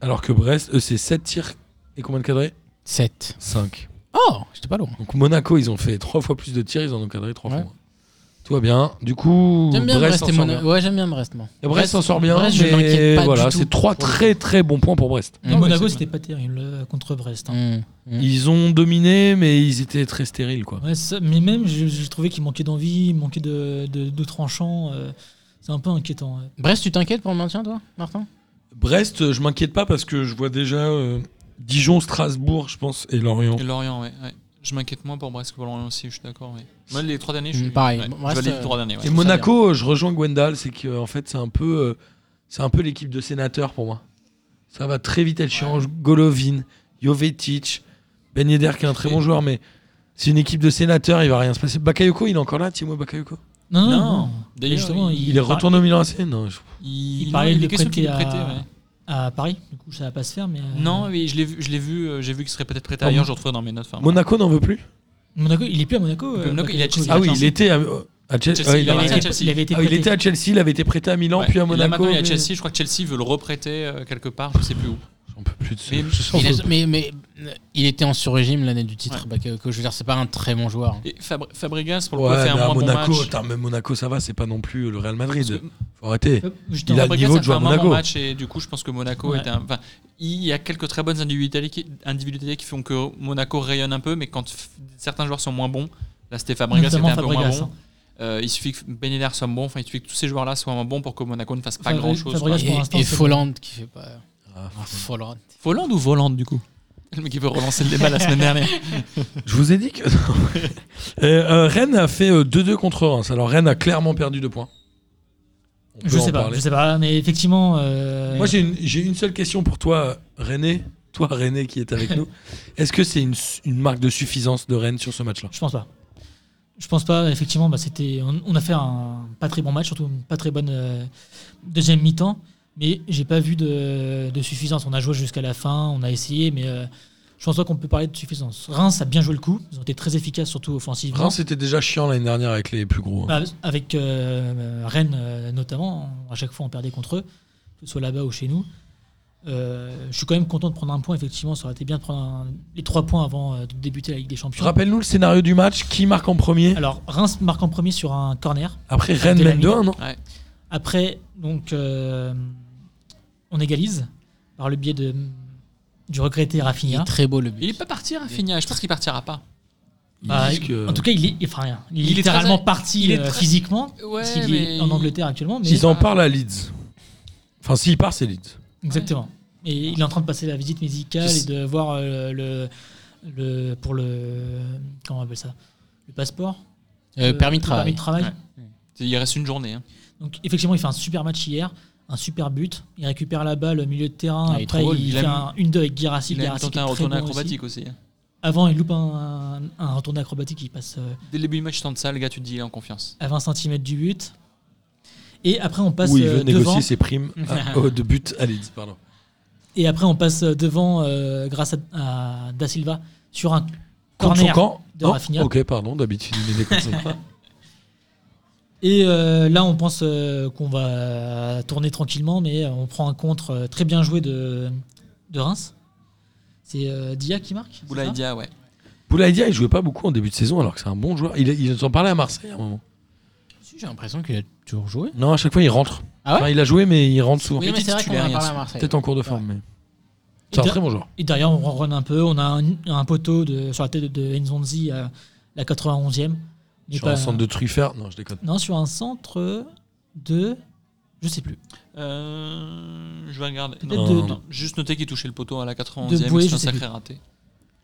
[SPEAKER 4] Alors que Brest, eux, c'est 7 tirs et combien de cadrés
[SPEAKER 5] 7.
[SPEAKER 4] 5.
[SPEAKER 5] Oh, j'étais pas loin.
[SPEAKER 4] Donc Monaco, ils ont fait trois fois plus de tirs, ils en ont cadré trois
[SPEAKER 5] Ouais.
[SPEAKER 4] fois moins. Tout va bien. Du coup,
[SPEAKER 5] J'aime bien
[SPEAKER 4] Brest
[SPEAKER 5] Brest
[SPEAKER 4] s'en
[SPEAKER 5] et
[SPEAKER 4] sort
[SPEAKER 5] Monaco.
[SPEAKER 4] bien.
[SPEAKER 5] Ouais, j'aime bien Brest, moi.
[SPEAKER 4] Et Brest s'en sort bien,
[SPEAKER 5] Brest, je
[SPEAKER 4] mais
[SPEAKER 5] m'inquiète pas du
[SPEAKER 4] voilà,
[SPEAKER 5] tout.
[SPEAKER 4] c'est trois très très bons points pour Brest.
[SPEAKER 2] Mais
[SPEAKER 5] Ouais,
[SPEAKER 2] Monaco,
[SPEAKER 5] c'est
[SPEAKER 2] c'était pas terrible euh, contre Brest. hein.
[SPEAKER 5] Mm, mm.
[SPEAKER 4] Ils ont dominé, mais ils étaient très stériles, quoi.
[SPEAKER 2] Ouais, c'est ça, mais même, je- j'ai trouvé qu'il manquait d'envie, il manquait de, de, de tranchant. euh, c'est un peu inquiétant. ouais.
[SPEAKER 5] Brest, tu t'inquiètes pour le maintien, toi, Martin
[SPEAKER 4] Brest, euh, je m'inquiète pas parce que je vois déjà euh, Dijon, Strasbourg, je pense, et Lorient.
[SPEAKER 6] Et Lorient, ouais. ouais. Je m'inquiète moins pour Brest que pour Lorient aussi, je suis d'accord. ouais. Moi, les trois derniers, je
[SPEAKER 5] Mm,
[SPEAKER 6] suis.
[SPEAKER 5] pareil.
[SPEAKER 6] ouais,
[SPEAKER 5] Bon,
[SPEAKER 6] je
[SPEAKER 5] Brest,
[SPEAKER 6] valide
[SPEAKER 5] euh,
[SPEAKER 6] les trois derniers. ouais.
[SPEAKER 4] Et
[SPEAKER 5] trouve ça
[SPEAKER 4] Monaco, euh, je rejoins Gwendal, c'est que euh, en fait, c'est un peu, euh, c'est un peu l'équipe de sénateurs pour moi. Ça va très vite, elle change. Golovin, Jovetic, Ben Yedder qui est un très bon joueur, mais c'est une équipe de sénateurs, il va rien se passer. Bakayoko, il est encore là, Timo Bakayoko.
[SPEAKER 2] Non, non, non.
[SPEAKER 6] Non,
[SPEAKER 2] Et
[SPEAKER 6] d'ailleurs,
[SPEAKER 2] justement,
[SPEAKER 6] il,
[SPEAKER 4] Il est retourné au Milan AC Non, je-
[SPEAKER 6] il,
[SPEAKER 2] il parlait
[SPEAKER 6] non,
[SPEAKER 2] de
[SPEAKER 6] est question
[SPEAKER 2] prêter
[SPEAKER 6] qu'il est
[SPEAKER 2] à-
[SPEAKER 6] prêté, ouais.
[SPEAKER 2] À Paris, du coup, ça va pas se faire. Mais, euh,
[SPEAKER 6] Non, oui, je l'ai vu, je l'ai vu, euh, j'ai vu qu'il serait peut-être prêté
[SPEAKER 4] Ah
[SPEAKER 6] ailleurs,
[SPEAKER 4] bon
[SPEAKER 6] je le retrouve dans mes notes. enfin,
[SPEAKER 4] Monaco n'en veut plus
[SPEAKER 2] Monaco, il est plus à Monaco.
[SPEAKER 6] Il est
[SPEAKER 2] euh,
[SPEAKER 6] Monaco, il est à
[SPEAKER 2] Bakayoko,
[SPEAKER 6] Chelsea.
[SPEAKER 4] Ah oui,
[SPEAKER 6] attends,
[SPEAKER 4] il était à, à Chelsea.
[SPEAKER 6] Chelsea,
[SPEAKER 4] ouais,
[SPEAKER 6] il
[SPEAKER 4] il,
[SPEAKER 6] a
[SPEAKER 4] a-
[SPEAKER 6] arrêté à
[SPEAKER 2] était-
[SPEAKER 6] Chelsea.
[SPEAKER 2] il avait été
[SPEAKER 4] ah, il
[SPEAKER 2] prêté.
[SPEAKER 4] était à Chelsea, il avait été prêté à Milan,
[SPEAKER 6] ouais.
[SPEAKER 4] puis à
[SPEAKER 6] Et Là,
[SPEAKER 4] Monaco.
[SPEAKER 6] maintenant, il est à
[SPEAKER 4] mais-
[SPEAKER 6] Chelsea, je crois que Chelsea veut le reprêter euh, quelque part, je sais plus où.
[SPEAKER 4] J'en peux plus de ce-
[SPEAKER 6] Mais-
[SPEAKER 4] j'en
[SPEAKER 5] Il a-
[SPEAKER 4] peux plus.
[SPEAKER 5] mais, mais euh, il était en sur-régime l'année du titre, Bakayoko. Je veux dire, c'est pas un très bon joueur. hein.
[SPEAKER 6] Et Fabri- Fabregas, pour le coup,
[SPEAKER 4] Ouais,
[SPEAKER 6] a fait
[SPEAKER 4] mais
[SPEAKER 6] un
[SPEAKER 4] à
[SPEAKER 6] moins bon
[SPEAKER 4] Monaco,
[SPEAKER 6] match.
[SPEAKER 4] putain, mais Monaco, ça va, c'est pas non plus le Real Madrid.
[SPEAKER 6] Parce que-
[SPEAKER 4] Faut arrêter.
[SPEAKER 2] Hop,
[SPEAKER 4] Il a
[SPEAKER 2] j'étais en-
[SPEAKER 4] le
[SPEAKER 6] Fabregas
[SPEAKER 4] niveau de
[SPEAKER 6] fait
[SPEAKER 4] joueur
[SPEAKER 6] un moins
[SPEAKER 4] Monaco.
[SPEAKER 6] bon match et du coup, je pense que Monaco
[SPEAKER 2] Ouais.
[SPEAKER 6] est un. enfin, il y a quelques très bonnes individualités, individualités qui font que Monaco rayonne un peu, mais quand f- certains joueurs sont moins bons, là c'était Fabregas, c'était
[SPEAKER 2] notamment
[SPEAKER 6] un peu moins
[SPEAKER 2] Fabregas.
[SPEAKER 6] bon.
[SPEAKER 2] hein.
[SPEAKER 6] Euh, il suffit que Ben Yedder soit bon, enfin il suffit que tous ces joueurs-là soient moins bons pour que Monaco ne fasse pas
[SPEAKER 2] Fabregas-
[SPEAKER 6] grand-chose.
[SPEAKER 2] Fabregas-
[SPEAKER 6] quoi.
[SPEAKER 2] Brest, pour l'instant,
[SPEAKER 5] Et, et
[SPEAKER 2] c'est
[SPEAKER 5] Folland qui fait pas.
[SPEAKER 6] Euh,
[SPEAKER 4] Ah,
[SPEAKER 5] Ah, Folland.
[SPEAKER 6] Folland ou Volante du coup Le mec qui veut relancer le débat la semaine dernière.
[SPEAKER 4] Je vous ai dit que. Euh, euh, Rennes a fait euh, 2-2 contre Reims. Alors Rennes a clairement perdu 2 points. On peut
[SPEAKER 2] Je
[SPEAKER 4] en
[SPEAKER 2] sais pas,
[SPEAKER 4] parler.
[SPEAKER 2] je sais pas, mais effectivement. euh,
[SPEAKER 4] Moi, j'ai une, j'ai une seule question pour toi, René. Toi, René, qui est avec nous. Est-ce que c'est une, su- une marque de suffisance de Rennes sur ce match-là
[SPEAKER 2] Je pense pas. Je pense pas, effectivement, bah, c'était, on, on a fait un pas très bon match, surtout une pas très bonne euh, deuxième mi-temps, mais j'ai pas vu de, de suffisance. On a joué jusqu'à la fin, on a essayé, mais euh, je pense pas qu'on peut parler de suffisance. Reims a bien joué le coup, ils ont été très efficaces, surtout offensivement.
[SPEAKER 4] Reims, c'était déjà chiant l'année dernière avec les plus gros. hein.
[SPEAKER 2] Bah, avec euh, Rennes euh, notamment, on- à chaque fois on perdait contre eux, que ce soit là-bas ou chez nous. Euh, je suis quand même content de prendre un point, effectivement, ça aurait été bien de prendre un- les trois points avant euh, de débuter la Ligue des Champions.
[SPEAKER 4] Rappelle-nous le scénario du match. Qui marque en premier
[SPEAKER 2] Alors Reims marque en premier sur un corner.
[SPEAKER 4] Après, Rennes
[SPEAKER 2] dès la
[SPEAKER 4] mène 2-1, non
[SPEAKER 2] Après, donc, euh, on égalise par le biais de, du regretté
[SPEAKER 5] Il est
[SPEAKER 2] Rafinha.
[SPEAKER 5] très beau le but.
[SPEAKER 6] Il est pas parti, Rafinha. Je pense qu'il partira pas.
[SPEAKER 4] Ils
[SPEAKER 2] Bah,
[SPEAKER 4] disent que-
[SPEAKER 2] En tout cas, il est, enfin, il est
[SPEAKER 6] Il est
[SPEAKER 2] littéralement
[SPEAKER 6] très-
[SPEAKER 2] parti
[SPEAKER 6] il est
[SPEAKER 2] euh,
[SPEAKER 6] très-
[SPEAKER 2] physiquement,
[SPEAKER 6] Ouais,
[SPEAKER 2] parce qu'il
[SPEAKER 6] mais
[SPEAKER 2] est en
[SPEAKER 6] il-
[SPEAKER 2] Angleterre actuellement. Mais
[SPEAKER 4] S'ils en parlent à Leeds. Enfin, s'il part, c'est Leeds.
[SPEAKER 2] Exactement. Et il est en train de passer la visite médicale
[SPEAKER 6] Je
[SPEAKER 2] et
[SPEAKER 6] sais-
[SPEAKER 2] de voir euh, le, le pour le comment on appelle ça le passeport
[SPEAKER 5] Euh,
[SPEAKER 2] Le-
[SPEAKER 5] permis de
[SPEAKER 2] le permis
[SPEAKER 5] travail.
[SPEAKER 2] de travail.
[SPEAKER 6] Ouais. Il reste une journée. hein.
[SPEAKER 2] Donc effectivement, il fait un super match hier, un super but. Il récupère la balle au milieu de terrain.
[SPEAKER 5] Ah, il est
[SPEAKER 2] Après,
[SPEAKER 5] trop
[SPEAKER 2] il,
[SPEAKER 6] beau, lui. Il
[SPEAKER 2] fait
[SPEAKER 6] a
[SPEAKER 2] un 1-2 avec Guirassi.
[SPEAKER 6] Il a même
[SPEAKER 2] Guirassi
[SPEAKER 6] tenté
[SPEAKER 2] qui est
[SPEAKER 6] un
[SPEAKER 2] très
[SPEAKER 6] retourné
[SPEAKER 2] bon aussi.
[SPEAKER 6] acrobatique aussi. hein.
[SPEAKER 2] Avant, il loupe un, un retourné acrobatique, il passe euh,
[SPEAKER 6] Dès le début du match, tente ça, le gars, tu te dis, il est en confiance.
[SPEAKER 2] à 20 cm du but. Et après, on passe
[SPEAKER 4] Où il
[SPEAKER 2] euh,
[SPEAKER 4] veut
[SPEAKER 2] devant.
[SPEAKER 4] négocier ses primes à- oh, de but à Leeds. Pardon.
[SPEAKER 2] Et après, on passe euh, devant euh, grâce à, à Da Silva sur un
[SPEAKER 4] Contre son
[SPEAKER 2] corner.
[SPEAKER 4] camp
[SPEAKER 2] de
[SPEAKER 4] Non
[SPEAKER 2] Rafinha.
[SPEAKER 4] Oh, Ok, pardon, d'habitude, il est né contre son camp.
[SPEAKER 2] Et euh, là, on pense euh, qu'on va tourner tranquillement, mais euh, on prend un contre euh, très bien joué de, de Reims. C'est euh, Dia qui marque c'est ça
[SPEAKER 6] Boulaïdia, ouais.
[SPEAKER 4] Boulaïdia, il jouait pas beaucoup en début de saison, alors que c'est un bon joueur. Il, il nous en parlait à Marseille à un moment.
[SPEAKER 5] J'ai l'impression qu'il a toujours joué.
[SPEAKER 4] Non, à chaque fois, il rentre.
[SPEAKER 5] Ah ouais
[SPEAKER 4] Enfin, il a joué, mais il rentre souvent.
[SPEAKER 5] Oui,
[SPEAKER 6] Il
[SPEAKER 5] mais
[SPEAKER 6] était
[SPEAKER 5] c'est vrai qu'on en
[SPEAKER 6] titulaire,
[SPEAKER 5] a
[SPEAKER 6] il y a
[SPEAKER 5] parlé à
[SPEAKER 6] ce-
[SPEAKER 5] Marseille.
[SPEAKER 4] Peut-être en cours de forme, mais. C'est un
[SPEAKER 2] Et
[SPEAKER 4] très bon joueur.
[SPEAKER 2] Et derrière, on ronronne un peu. On a un, un poteau de, sur la tête de, de Nzonzi à la 91e. mais
[SPEAKER 4] Sur
[SPEAKER 2] pas-
[SPEAKER 4] un centre de Truffert. Non, je déconne.
[SPEAKER 2] Non, sur un centre de. Je sais plus.
[SPEAKER 6] Euh, je vais regarder.
[SPEAKER 2] Peut-être
[SPEAKER 6] Non,
[SPEAKER 4] de-
[SPEAKER 6] non, non. Juste noter qu'il touchait le poteau à la 91e.
[SPEAKER 2] De Boué,
[SPEAKER 6] C'est
[SPEAKER 2] je
[SPEAKER 6] un
[SPEAKER 2] sais
[SPEAKER 6] sacré
[SPEAKER 2] plus.
[SPEAKER 6] raté.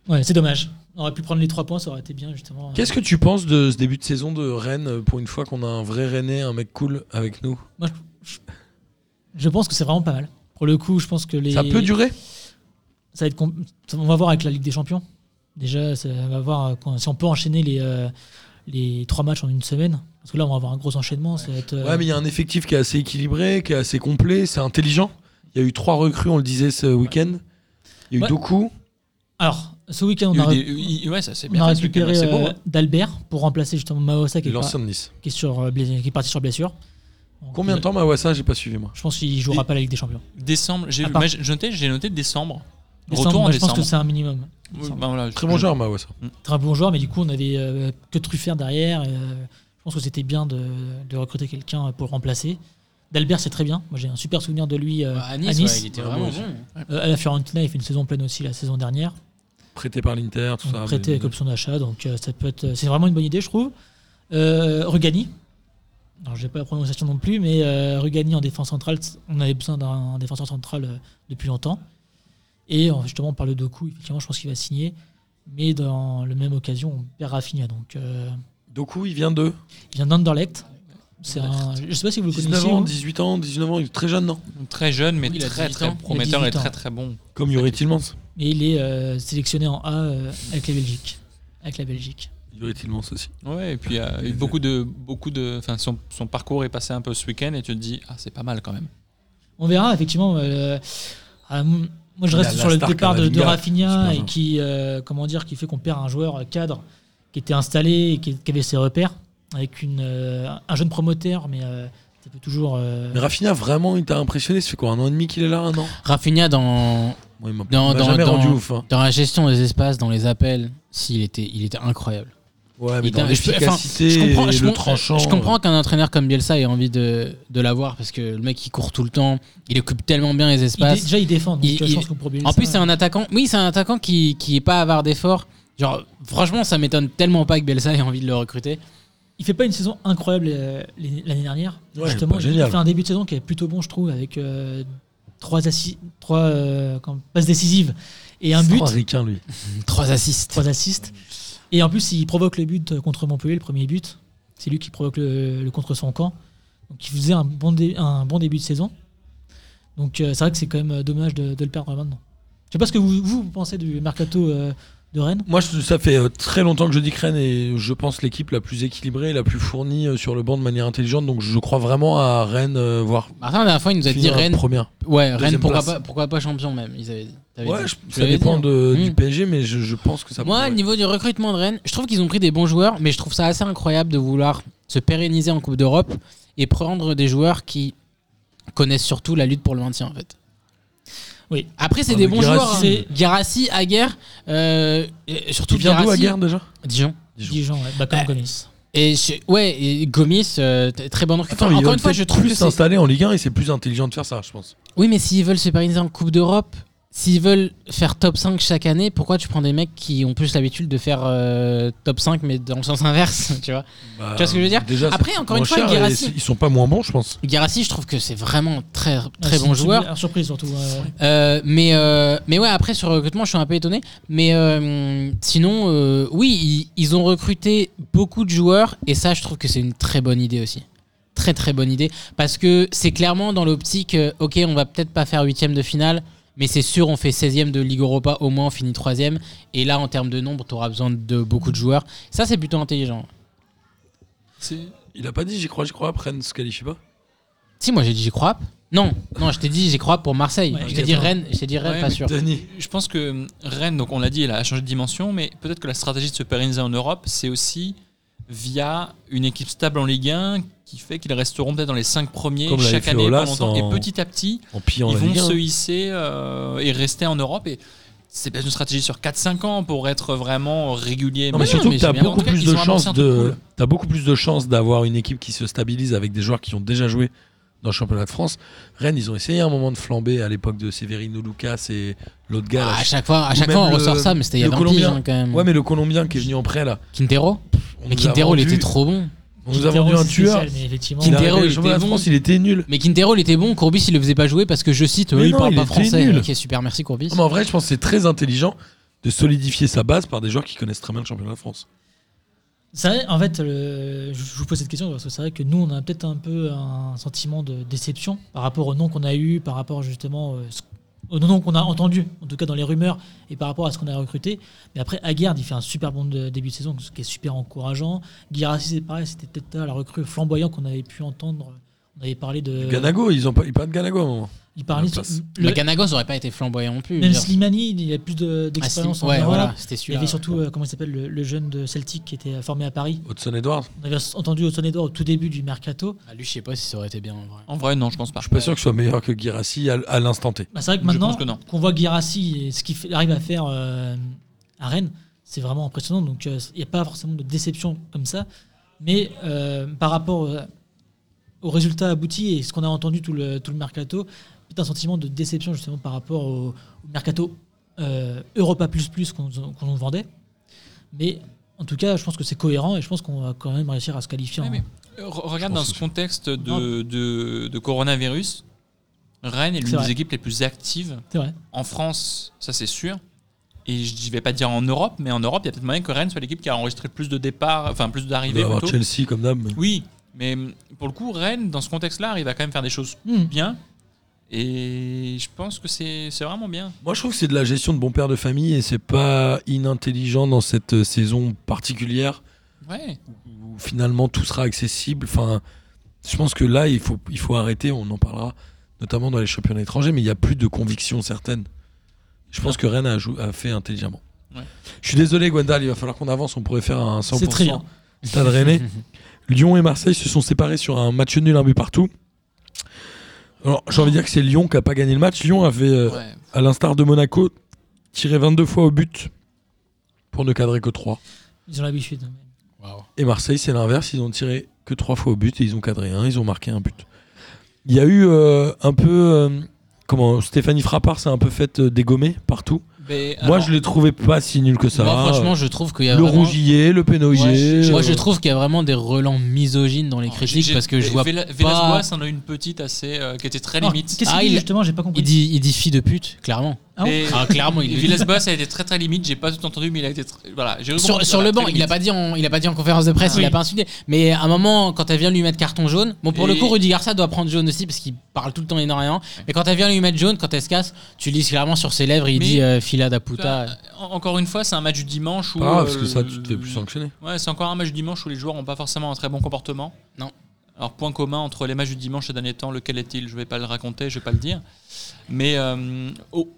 [SPEAKER 2] Ouais, c'est dommage. On aurait pu prendre les trois points, ça aurait été bien, justement.
[SPEAKER 4] Qu'est-ce que tu penses de ce début de saison de Rennes euh, pour une fois qu'on a un vrai Rennais, un mec cool avec nous
[SPEAKER 2] Moi, je, je- je pense que c'est vraiment pas mal. Pour le coup, je pense que les.
[SPEAKER 4] Ça peut durer
[SPEAKER 2] ça va être com- on va voir avec la Ligue des Champions. Déjà, ça- on va voir euh, quand- si on peut enchaîner les, euh, les trois matchs en une semaine. Parce que là, on va avoir un gros enchaînement. Ça va être, euh,
[SPEAKER 4] Ouais, mais il y a un effectif qui est assez équilibré, qui est assez complet, c'est intelligent. Il y a eu trois recrues, on le disait ce week-end. Il y a eu
[SPEAKER 2] Ouais.
[SPEAKER 4] Doku.
[SPEAKER 2] Alors, ce week-end, on
[SPEAKER 6] Il y
[SPEAKER 2] a,
[SPEAKER 6] a eu
[SPEAKER 2] ré-
[SPEAKER 6] des- il- Ouais, ça s'est
[SPEAKER 2] on
[SPEAKER 6] bien
[SPEAKER 2] a
[SPEAKER 6] fait, ce week-end, ouais,
[SPEAKER 2] récupéré
[SPEAKER 6] C'est beau.
[SPEAKER 2] euh,
[SPEAKER 6] hein.
[SPEAKER 2] d'Albert pour remplacer justement Maosa qui, est pas-
[SPEAKER 4] L'ancien de Nice.
[SPEAKER 2] qui est sur, euh, blessé- qui est parti sur blessure. Donc,
[SPEAKER 4] Combien de
[SPEAKER 2] euh,
[SPEAKER 4] temps Mawassa J'ai pas suivi moi.
[SPEAKER 2] Je pense qu'il jouera
[SPEAKER 6] Et-
[SPEAKER 2] pas la Ligue des Champions.
[SPEAKER 6] Décembre, j'ai
[SPEAKER 2] à part-
[SPEAKER 6] moi, j'ai noté, j'ai noté décembre.
[SPEAKER 2] Décembre,
[SPEAKER 6] Retour en
[SPEAKER 2] moi, je pense
[SPEAKER 6] décembre.
[SPEAKER 2] que c'est un minimum.
[SPEAKER 6] Oui, bah voilà, je-
[SPEAKER 4] Très bon
[SPEAKER 6] je-
[SPEAKER 4] joueur Mawassa.
[SPEAKER 2] Très bon joueur, mais du coup, on avait euh, que Truffert derrière. et, euh, je pense que c'était bien de, de recruter quelqu'un pour le remplacer. D'Albert, c'est très bien. Moi, j'ai un super souvenir de lui euh,
[SPEAKER 5] Bah, à Nice, ouais, il était
[SPEAKER 4] Ouais,
[SPEAKER 5] vraiment
[SPEAKER 4] moi
[SPEAKER 5] bon.
[SPEAKER 2] Euh, à la Fiorentina, il fait une saison pleine aussi la saison dernière.
[SPEAKER 4] Prêté par l'Inter, tout
[SPEAKER 2] Donc,
[SPEAKER 4] ça.
[SPEAKER 2] prêté
[SPEAKER 4] mais-
[SPEAKER 2] avec option d'achat, donc euh, ça peut être. C'est vraiment une bonne idée, je trouve. Euh, Rugani. Alors, j'ai pas la prononciation non plus, mais euh, Rugani en défense centrale, c- on avait besoin d'un défenseur central euh, depuis longtemps. Et euh, justement, on parle de Doku, effectivement, je pense qu'il va signer. Mais dans la même occasion, on perd Rafinha. Donc, euh,
[SPEAKER 4] Doku, il vient de
[SPEAKER 2] il vient d'Anderlecht. C'est un- Je sais pas si vous le
[SPEAKER 4] 19
[SPEAKER 2] connaissez.
[SPEAKER 5] hein.
[SPEAKER 4] ans,
[SPEAKER 2] vous.
[SPEAKER 4] 18 ans, 19 ans, il est très jeune, non
[SPEAKER 6] Très jeune, mais
[SPEAKER 5] Oui, il a
[SPEAKER 6] très
[SPEAKER 5] 18
[SPEAKER 6] très
[SPEAKER 5] ans.
[SPEAKER 6] prometteur
[SPEAKER 2] Il a
[SPEAKER 6] et
[SPEAKER 2] 18
[SPEAKER 6] très
[SPEAKER 2] ans.
[SPEAKER 6] très bon.
[SPEAKER 4] Comme Yuri Tillmans.
[SPEAKER 2] Et il est euh, sélectionné en A euh, avec la Belgique. Avec la Belgique.
[SPEAKER 4] Yuri Tillmans aussi.
[SPEAKER 6] Ouais, et puis il y a eu beaucoup de. Beaucoup de enfin, son, son parcours est passé un peu ce week-end et tu te dis, ah, c'est pas mal quand même.
[SPEAKER 2] On verra, effectivement. euh, euh, moi, je
[SPEAKER 4] La-
[SPEAKER 2] reste
[SPEAKER 4] la
[SPEAKER 2] sur le
[SPEAKER 4] star
[SPEAKER 2] départ de, de
[SPEAKER 4] Camavinga,
[SPEAKER 2] Rafinha
[SPEAKER 4] super
[SPEAKER 2] et
[SPEAKER 4] joueur.
[SPEAKER 2] qui, euh, comment dire, qui fait qu'on perd un joueur euh, cadre qui était installé et qui, qui avait ses repères avec une, euh, un jeune promoteur, mais euh, ça peut toujours. euh,
[SPEAKER 4] Mais Rafinha, vraiment, il t'a impressionné Ça fait quoi, un an et demi qu'il est là Un an
[SPEAKER 5] Rafinha, dans,
[SPEAKER 4] Moi, Il m'a
[SPEAKER 5] Dans-
[SPEAKER 4] il m'a
[SPEAKER 5] dans-
[SPEAKER 4] jamais
[SPEAKER 5] dans-
[SPEAKER 4] rendu ouf. hein.
[SPEAKER 5] dans la gestion des espaces, dans les appels, s'il était, il était incroyable.
[SPEAKER 4] Ouais, Ah, mais
[SPEAKER 5] Il
[SPEAKER 4] dans
[SPEAKER 5] était- je peux- enfin,
[SPEAKER 4] l'efficacité,
[SPEAKER 5] je comprends- je
[SPEAKER 4] le
[SPEAKER 5] com-
[SPEAKER 4] tranchant. euh.
[SPEAKER 5] Je comprends qu'un entraîneur comme Bielsa ait envie de, de l'avoir parce que le mec il court tout le temps, il occupe tellement bien les
[SPEAKER 2] il dé-
[SPEAKER 5] espaces.
[SPEAKER 2] déjà, il défend. donc,
[SPEAKER 5] il-
[SPEAKER 2] euh, je
[SPEAKER 5] il-
[SPEAKER 2] pense que pour Bielsa,
[SPEAKER 5] En plus, c'est un attaquant. Oui, c'est un attaquant qui, qui est pas avare d'efforts. Genre, franchement, ça m'étonne tellement pas que Bielsa ait envie de le recruter.
[SPEAKER 2] Il fait pas une saison incroyable euh, l'année l'année dernière.
[SPEAKER 4] Ouais,
[SPEAKER 2] justement,
[SPEAKER 4] pas
[SPEAKER 2] il
[SPEAKER 4] génial.
[SPEAKER 2] fait un début de saison qui est plutôt bon, je trouve, avec euh, trois, assi- trois euh, comment- passes décisives et un
[SPEAKER 4] C'est
[SPEAKER 2] but.
[SPEAKER 4] trop ricain, lui.
[SPEAKER 5] Trois assists.
[SPEAKER 2] trois assists. Et en plus, il provoque le but contre Montpellier, le premier but. C'est lui qui provoque le, le contre son camp. donc qui faisait un bon, dé- un bon début de saison. Donc euh, c'est vrai que c'est quand même euh, dommage de, de le perdre maintenant. Je sais pas ce que vous, vous pensez du mercato euh, de Rennes.
[SPEAKER 4] Moi, je- ça fait euh, très longtemps que je dis que Rennes est, je pense, l'équipe la plus équilibrée, la plus fournie euh, sur le banc de manière intelligente. Donc, je crois vraiment à Rennes, euh, voire
[SPEAKER 5] Martin, la dernière fois, il nous a dit
[SPEAKER 4] finir
[SPEAKER 5] Rennes.
[SPEAKER 4] première.
[SPEAKER 5] Ouais, Rennes, pourquoi
[SPEAKER 4] place.
[SPEAKER 5] pas, pourquoi pas champion même Ils avaient dit. T'avais
[SPEAKER 4] Ouais,
[SPEAKER 5] dit.
[SPEAKER 4] je-
[SPEAKER 5] Tu
[SPEAKER 4] ça
[SPEAKER 5] l'avais dit,
[SPEAKER 4] dépend
[SPEAKER 5] hein.
[SPEAKER 4] de- du
[SPEAKER 5] Mm.
[SPEAKER 4] PSG, mais je, je pense que ça.
[SPEAKER 5] Moi, au
[SPEAKER 4] pourrait.
[SPEAKER 5] niveau du recrutement de Rennes, je trouve qu'ils ont pris des bons joueurs, mais je trouve ça assez incroyable de vouloir se pérenniser en Coupe d'Europe et prendre des joueurs qui connaissent surtout la lutte pour le maintien, en fait.
[SPEAKER 2] Oui.
[SPEAKER 5] Après, c'est
[SPEAKER 4] Ah,
[SPEAKER 5] des
[SPEAKER 4] mais
[SPEAKER 5] bons
[SPEAKER 4] Guirassy,
[SPEAKER 5] joueurs.
[SPEAKER 2] c'est-
[SPEAKER 5] Garassi, Aguerre, euh, et surtout
[SPEAKER 4] Tu viens d'où à
[SPEAKER 5] Guirassy.
[SPEAKER 4] Guerre déjà
[SPEAKER 5] Dijon.
[SPEAKER 4] Dijon.
[SPEAKER 2] Dijon, ouais,
[SPEAKER 4] Euh,
[SPEAKER 2] bah, comme
[SPEAKER 5] Bah,
[SPEAKER 2] Gomis.
[SPEAKER 5] Et je- ouais, et Gomis, euh, t- très bon recrutement.
[SPEAKER 4] Attends, il
[SPEAKER 5] Encore
[SPEAKER 4] aurait
[SPEAKER 5] une fois,
[SPEAKER 4] peut-être
[SPEAKER 5] je trouve
[SPEAKER 4] plus
[SPEAKER 5] que c'est-
[SPEAKER 4] s'installer en Ligue 1 et c'est plus intelligent de faire ça, je pense.
[SPEAKER 5] Oui, mais s'ils veulent se pérenniser en Coupe d'Europe, s'ils veulent faire top 5 chaque année, pourquoi tu prends des mecs qui ont plus l'habitude de faire euh, top 5 mais dans le sens inverse, tu vois
[SPEAKER 4] Bah,
[SPEAKER 5] Tu vois ce que je veux dire
[SPEAKER 4] déjà, c'est
[SPEAKER 5] Après, encore
[SPEAKER 4] moins
[SPEAKER 5] une fois,
[SPEAKER 4] cher et
[SPEAKER 5] Guirassy,
[SPEAKER 4] c'est- ils sont pas moins bons, je pense.
[SPEAKER 5] Guirassy, je trouve que c'est vraiment très
[SPEAKER 4] Ah,
[SPEAKER 2] Ouais,
[SPEAKER 5] très
[SPEAKER 2] c'est
[SPEAKER 5] bon
[SPEAKER 2] une
[SPEAKER 5] joueur.
[SPEAKER 2] super surprise surtout. euh,
[SPEAKER 5] Euh, mais euh, mais ouais, après sur le recrutement, je suis un peu étonné. Mais euh, sinon, euh, oui, ils, ils ont recruté beaucoup de joueurs et ça, je trouve que c'est une très bonne idée aussi. Très très bonne idée parce que c'est clairement dans l'optique. euh, ok, on va peut-être pas faire huitième de finale. Mais c'est sûr, on fait 16e de Ligue Europa, au moins on finit 3ème. Et là, en termes de nombre, tu auras besoin de beaucoup de joueurs. Ça, c'est plutôt intelligent.
[SPEAKER 6] C'est-
[SPEAKER 4] Il a pas dit j'y crois, j'y crois, après Rennes se qualifie pas.
[SPEAKER 5] Si, moi j'ai dit j'y crois. pas. Non, non, je t'ai dit j'y crois pas pour Marseille.
[SPEAKER 2] Ouais,
[SPEAKER 5] je t'ai dit
[SPEAKER 2] exactement.
[SPEAKER 5] Rennes, je t'ai dit Rennes,
[SPEAKER 6] Ouais,
[SPEAKER 5] pas
[SPEAKER 6] mais
[SPEAKER 5] sûr.
[SPEAKER 4] Dani.
[SPEAKER 6] Je pense que hum, Rennes, donc on l'a dit, elle a changé de dimension, mais peut-être que la stratégie de se pérenniser en Europe, c'est aussi via une équipe stable en Ligue 1 qui fait qu'ils resteront peut-être dans les 5 premiers
[SPEAKER 4] Comme l'avait
[SPEAKER 6] chaque
[SPEAKER 4] fait
[SPEAKER 6] année pendant
[SPEAKER 4] Aulas
[SPEAKER 6] longtemps.
[SPEAKER 4] en-
[SPEAKER 6] Et petit à petit,
[SPEAKER 4] En pillant
[SPEAKER 6] ils
[SPEAKER 4] la hein.
[SPEAKER 6] vont
[SPEAKER 4] Ligue 1.
[SPEAKER 6] se hisser euh, et rester en Europe. Et c'est peut-être une stratégie sur 4-5 ans pour être vraiment régulier.
[SPEAKER 4] Non mais
[SPEAKER 5] non,
[SPEAKER 4] surtout
[SPEAKER 5] mais
[SPEAKER 4] que t'as
[SPEAKER 5] c'est bien.
[SPEAKER 6] En
[SPEAKER 4] beaucoup
[SPEAKER 6] tout cas,
[SPEAKER 4] plus
[SPEAKER 6] ils
[SPEAKER 4] de
[SPEAKER 6] ont annoncé
[SPEAKER 4] chances
[SPEAKER 6] un truc
[SPEAKER 4] de
[SPEAKER 6] cool.
[SPEAKER 4] t'as beaucoup plus de chances d'avoir une équipe qui se stabilise avec des joueurs qui ont déjà joué dans le championnat de France. Rennes, ils ont essayé à un moment de flamber à l'époque de Severino Lucas et l'autre gars. là,
[SPEAKER 5] Ah, à
[SPEAKER 4] je-
[SPEAKER 5] chaque fois, à chaque
[SPEAKER 4] Ou
[SPEAKER 5] fois on
[SPEAKER 4] même le-
[SPEAKER 5] ressort ça, mais c'était il y a
[SPEAKER 4] le
[SPEAKER 5] 20
[SPEAKER 4] Colombien.
[SPEAKER 5] piges, hein, quand même.
[SPEAKER 4] Ouais, mais le Colombien qui est venu en prêt là.
[SPEAKER 5] Quintero
[SPEAKER 4] On
[SPEAKER 5] Mais
[SPEAKER 4] nous a
[SPEAKER 5] Quintero, il
[SPEAKER 4] vendu-
[SPEAKER 5] était trop bon.
[SPEAKER 4] On nous a
[SPEAKER 2] Quintero,
[SPEAKER 4] vendu un
[SPEAKER 2] c'est
[SPEAKER 4] tueur.
[SPEAKER 2] spécial, mais effectivement,
[SPEAKER 4] Il est arrivé
[SPEAKER 5] Quintero,
[SPEAKER 4] au
[SPEAKER 5] il était
[SPEAKER 4] championnat de
[SPEAKER 5] bon.
[SPEAKER 4] France, il était nul.
[SPEAKER 5] Mais Quintero, il était bon. Courbis, il le faisait pas jouer parce que je cite, euh,
[SPEAKER 4] Mais
[SPEAKER 5] il
[SPEAKER 4] non,
[SPEAKER 5] parle
[SPEAKER 4] il
[SPEAKER 5] pas
[SPEAKER 4] était
[SPEAKER 5] français.
[SPEAKER 4] nul.
[SPEAKER 5] Ok, super, merci Courbis.
[SPEAKER 4] Non, mais en vrai, je pense que c'est très intelligent de solidifier sa base par des joueurs qui connaissent très bien le championnat de France.
[SPEAKER 2] C'est vrai, en fait, le- je je vous pose cette question parce que c'est vrai que nous, on a peut-être un peu un sentiment de déception par rapport au nom qu'on a eu, par rapport justement euh, ce- au nom qu'on a entendu, en tout cas dans les rumeurs, et par rapport à ce qu'on a recruté. Mais après, Aguerd, il fait un super bon de- début de saison, ce qui est super encourageant. Guirassi, c'est pareil, c'était peut-être ça, la recrue flamboyant qu'on avait pu entendre. On avait parlé de.
[SPEAKER 4] Ganago, ils ont pas, ils parlent de Ganago à un moment.
[SPEAKER 2] Il parlait.
[SPEAKER 4] La place.
[SPEAKER 2] le-
[SPEAKER 5] Mais Ganago, ça aurait pas été flamboyant non plus. je
[SPEAKER 2] même
[SPEAKER 5] veux dire.
[SPEAKER 2] Slimani, il a plus de-
[SPEAKER 5] Ah, si,
[SPEAKER 2] d'expérience en
[SPEAKER 5] ouais,
[SPEAKER 2] Europe.
[SPEAKER 5] voilà,
[SPEAKER 2] Il
[SPEAKER 5] c'était
[SPEAKER 2] y
[SPEAKER 5] celui-là.
[SPEAKER 2] avait surtout, euh, comment il s'appelle, le, le jeune de Celtic qui était formé à Paris.
[SPEAKER 4] Hudson Edwards.
[SPEAKER 2] On avait entendu au Edouard au tout début du mercato.
[SPEAKER 5] Ah, lui, je sais pas si ça aurait été bien en vrai.
[SPEAKER 6] En vrai, non, je pense pas.
[SPEAKER 4] Je suis pas sûr que ce soit meilleur que Girassi à, à l'instant T.
[SPEAKER 2] Bah, c'est vrai que
[SPEAKER 6] Je
[SPEAKER 2] maintenant
[SPEAKER 6] pense que non.
[SPEAKER 2] qu'on voit Guirassi et ce qu'il fait- arrive à faire euh, à Rennes, c'est vraiment impressionnant. Donc euh, il n'y a pas forcément de déception comme ça. Mais euh, par rapport euh, aux résultats aboutis et ce qu'on a entendu tout le, tout le mercato, peut un sentiment de déception justement par rapport au, au mercato euh, Europa qu'on qu'on nous vendait. Mais en tout cas, je pense que c'est cohérent et je pense qu'on va quand même réussir à se qualifier.
[SPEAKER 6] Ouais,
[SPEAKER 2] en-
[SPEAKER 6] mais, euh, re- regarde
[SPEAKER 4] Je pense
[SPEAKER 6] dans
[SPEAKER 4] que
[SPEAKER 6] ce
[SPEAKER 4] c'est-
[SPEAKER 6] contexte de,
[SPEAKER 2] Non.
[SPEAKER 6] de, de coronavirus, Rennes est
[SPEAKER 2] C'est
[SPEAKER 6] l'une
[SPEAKER 2] vrai.
[SPEAKER 6] des équipes les plus actives
[SPEAKER 2] C'est vrai.
[SPEAKER 6] en France, ça c'est sûr. Et je ne vais pas dire en Europe, mais en Europe, il y a peut-être moyen que Rennes soit l'équipe qui a enregistré le plus de départs, enfin plus
[SPEAKER 4] Il
[SPEAKER 6] d'arrivées.
[SPEAKER 4] va y avoir
[SPEAKER 6] plutôt.
[SPEAKER 4] Bah, Chelsea comme dame.
[SPEAKER 6] Oui, mais hum, pour le coup, Rennes, dans ce contexte-là, arrive à quand même faire des choses
[SPEAKER 2] Hmm.
[SPEAKER 6] bien. Et je pense que c'est c'est vraiment bien.
[SPEAKER 4] Moi, je trouve que c'est de la gestion de bon père de famille et c'est pas inintelligent dans cette euh, saison particulière
[SPEAKER 6] Ouais.
[SPEAKER 4] où finalement tout sera accessible. Enfin, je pense que là, il faut, il faut arrêter. On en parlera notamment dans les championnats étrangers, mais il n'y a plus de conviction certaine. Je pense que Rennes a, jou- a fait intelligemment.
[SPEAKER 6] Ouais.
[SPEAKER 4] Je suis désolé, Gwendal, il va falloir qu'on avance. On pourrait faire un 100%.
[SPEAKER 2] C'est très bien.
[SPEAKER 4] Stade Rennais. Lyon et Marseille se sont séparés sur un match nul, un but partout. Alors, j'ai envie de dire que c'est Lyon qui a pas gagné le match. Lyon avait, euh,
[SPEAKER 6] ouais.
[SPEAKER 4] à l'instar de Monaco, tiré 22 fois au but pour ne cadrer que 3.
[SPEAKER 2] Ils ont l'habitude.
[SPEAKER 4] Et Marseille, c'est l'inverse, ils ont tiré que 3 fois au but et ils ont cadré un, ils ont marqué un but. Il y a eu euh, un peu. euh, comment Stéphanie Frappard s'est un peu faite euh, dégommer partout.
[SPEAKER 6] Mais
[SPEAKER 4] Moi,
[SPEAKER 6] alors,
[SPEAKER 4] je l'ai trouvé pas si nul que ça.
[SPEAKER 5] Moi, franchement, je trouve qu'il y a.
[SPEAKER 4] le
[SPEAKER 5] vraiment-
[SPEAKER 4] Rougier, le
[SPEAKER 5] Ouais,
[SPEAKER 4] Pénogier.
[SPEAKER 5] je- Moi, je
[SPEAKER 4] euh,
[SPEAKER 5] trouve qu'il y a vraiment des relents misogynes dans les
[SPEAKER 6] j'ai-
[SPEAKER 5] critiques
[SPEAKER 6] Oh, j'ai-
[SPEAKER 5] parce que je vois.
[SPEAKER 6] Vela- Velasquez en a eu une petite assez euh, qui était très
[SPEAKER 2] Alors,
[SPEAKER 6] limite.
[SPEAKER 2] Qu'est-ce
[SPEAKER 5] Ah,
[SPEAKER 2] qu'il dit
[SPEAKER 5] il-
[SPEAKER 2] justement J'ai pas
[SPEAKER 5] Il
[SPEAKER 2] compris.
[SPEAKER 5] dit, il dit fille de pute, clairement.
[SPEAKER 2] Ah bon
[SPEAKER 6] Et-
[SPEAKER 5] Ah, clairement, il
[SPEAKER 6] et
[SPEAKER 5] le
[SPEAKER 6] Villas-Boas a été très très limite, j'ai pas tout entendu, mais il a été très- voilà. j'ai
[SPEAKER 5] sur,
[SPEAKER 6] vraiment-
[SPEAKER 5] sur
[SPEAKER 6] voilà,
[SPEAKER 5] le banc,
[SPEAKER 6] très
[SPEAKER 5] il a
[SPEAKER 6] limite.
[SPEAKER 5] pas dit en, il a pas dit en conférence de presse,
[SPEAKER 2] Ah.
[SPEAKER 5] il a
[SPEAKER 2] Oui.
[SPEAKER 5] pas insulté. Mais à un moment, quand elle vient lui mettre carton jaune, bon pour le
[SPEAKER 6] Et-
[SPEAKER 5] coup, Rudy Garcia doit prendre jaune aussi parce qu'il parle tout le temps énormément. Mais quand elle vient lui mettre jaune, quand elle se casse, tu lis clairement sur ses lèvres, il
[SPEAKER 6] Mais- Bah,
[SPEAKER 5] dit euh, fila da
[SPEAKER 6] Tu vois,
[SPEAKER 5] puta.
[SPEAKER 6] en- Encore une fois, c'est un match du dimanche où.
[SPEAKER 4] Pas grave, parce
[SPEAKER 6] euh,
[SPEAKER 4] que ça, tu te fais plus sanctionner.
[SPEAKER 6] Ouais, c'est encore un match du dimanche où les joueurs n'ont pas forcément un très bon comportement.
[SPEAKER 5] Non.
[SPEAKER 6] Alors, point commun entre les matchs du dimanche ces derniers temps, lequel est-il Je vais pas le raconter, je vais pas le dire. Mais. euh, oh,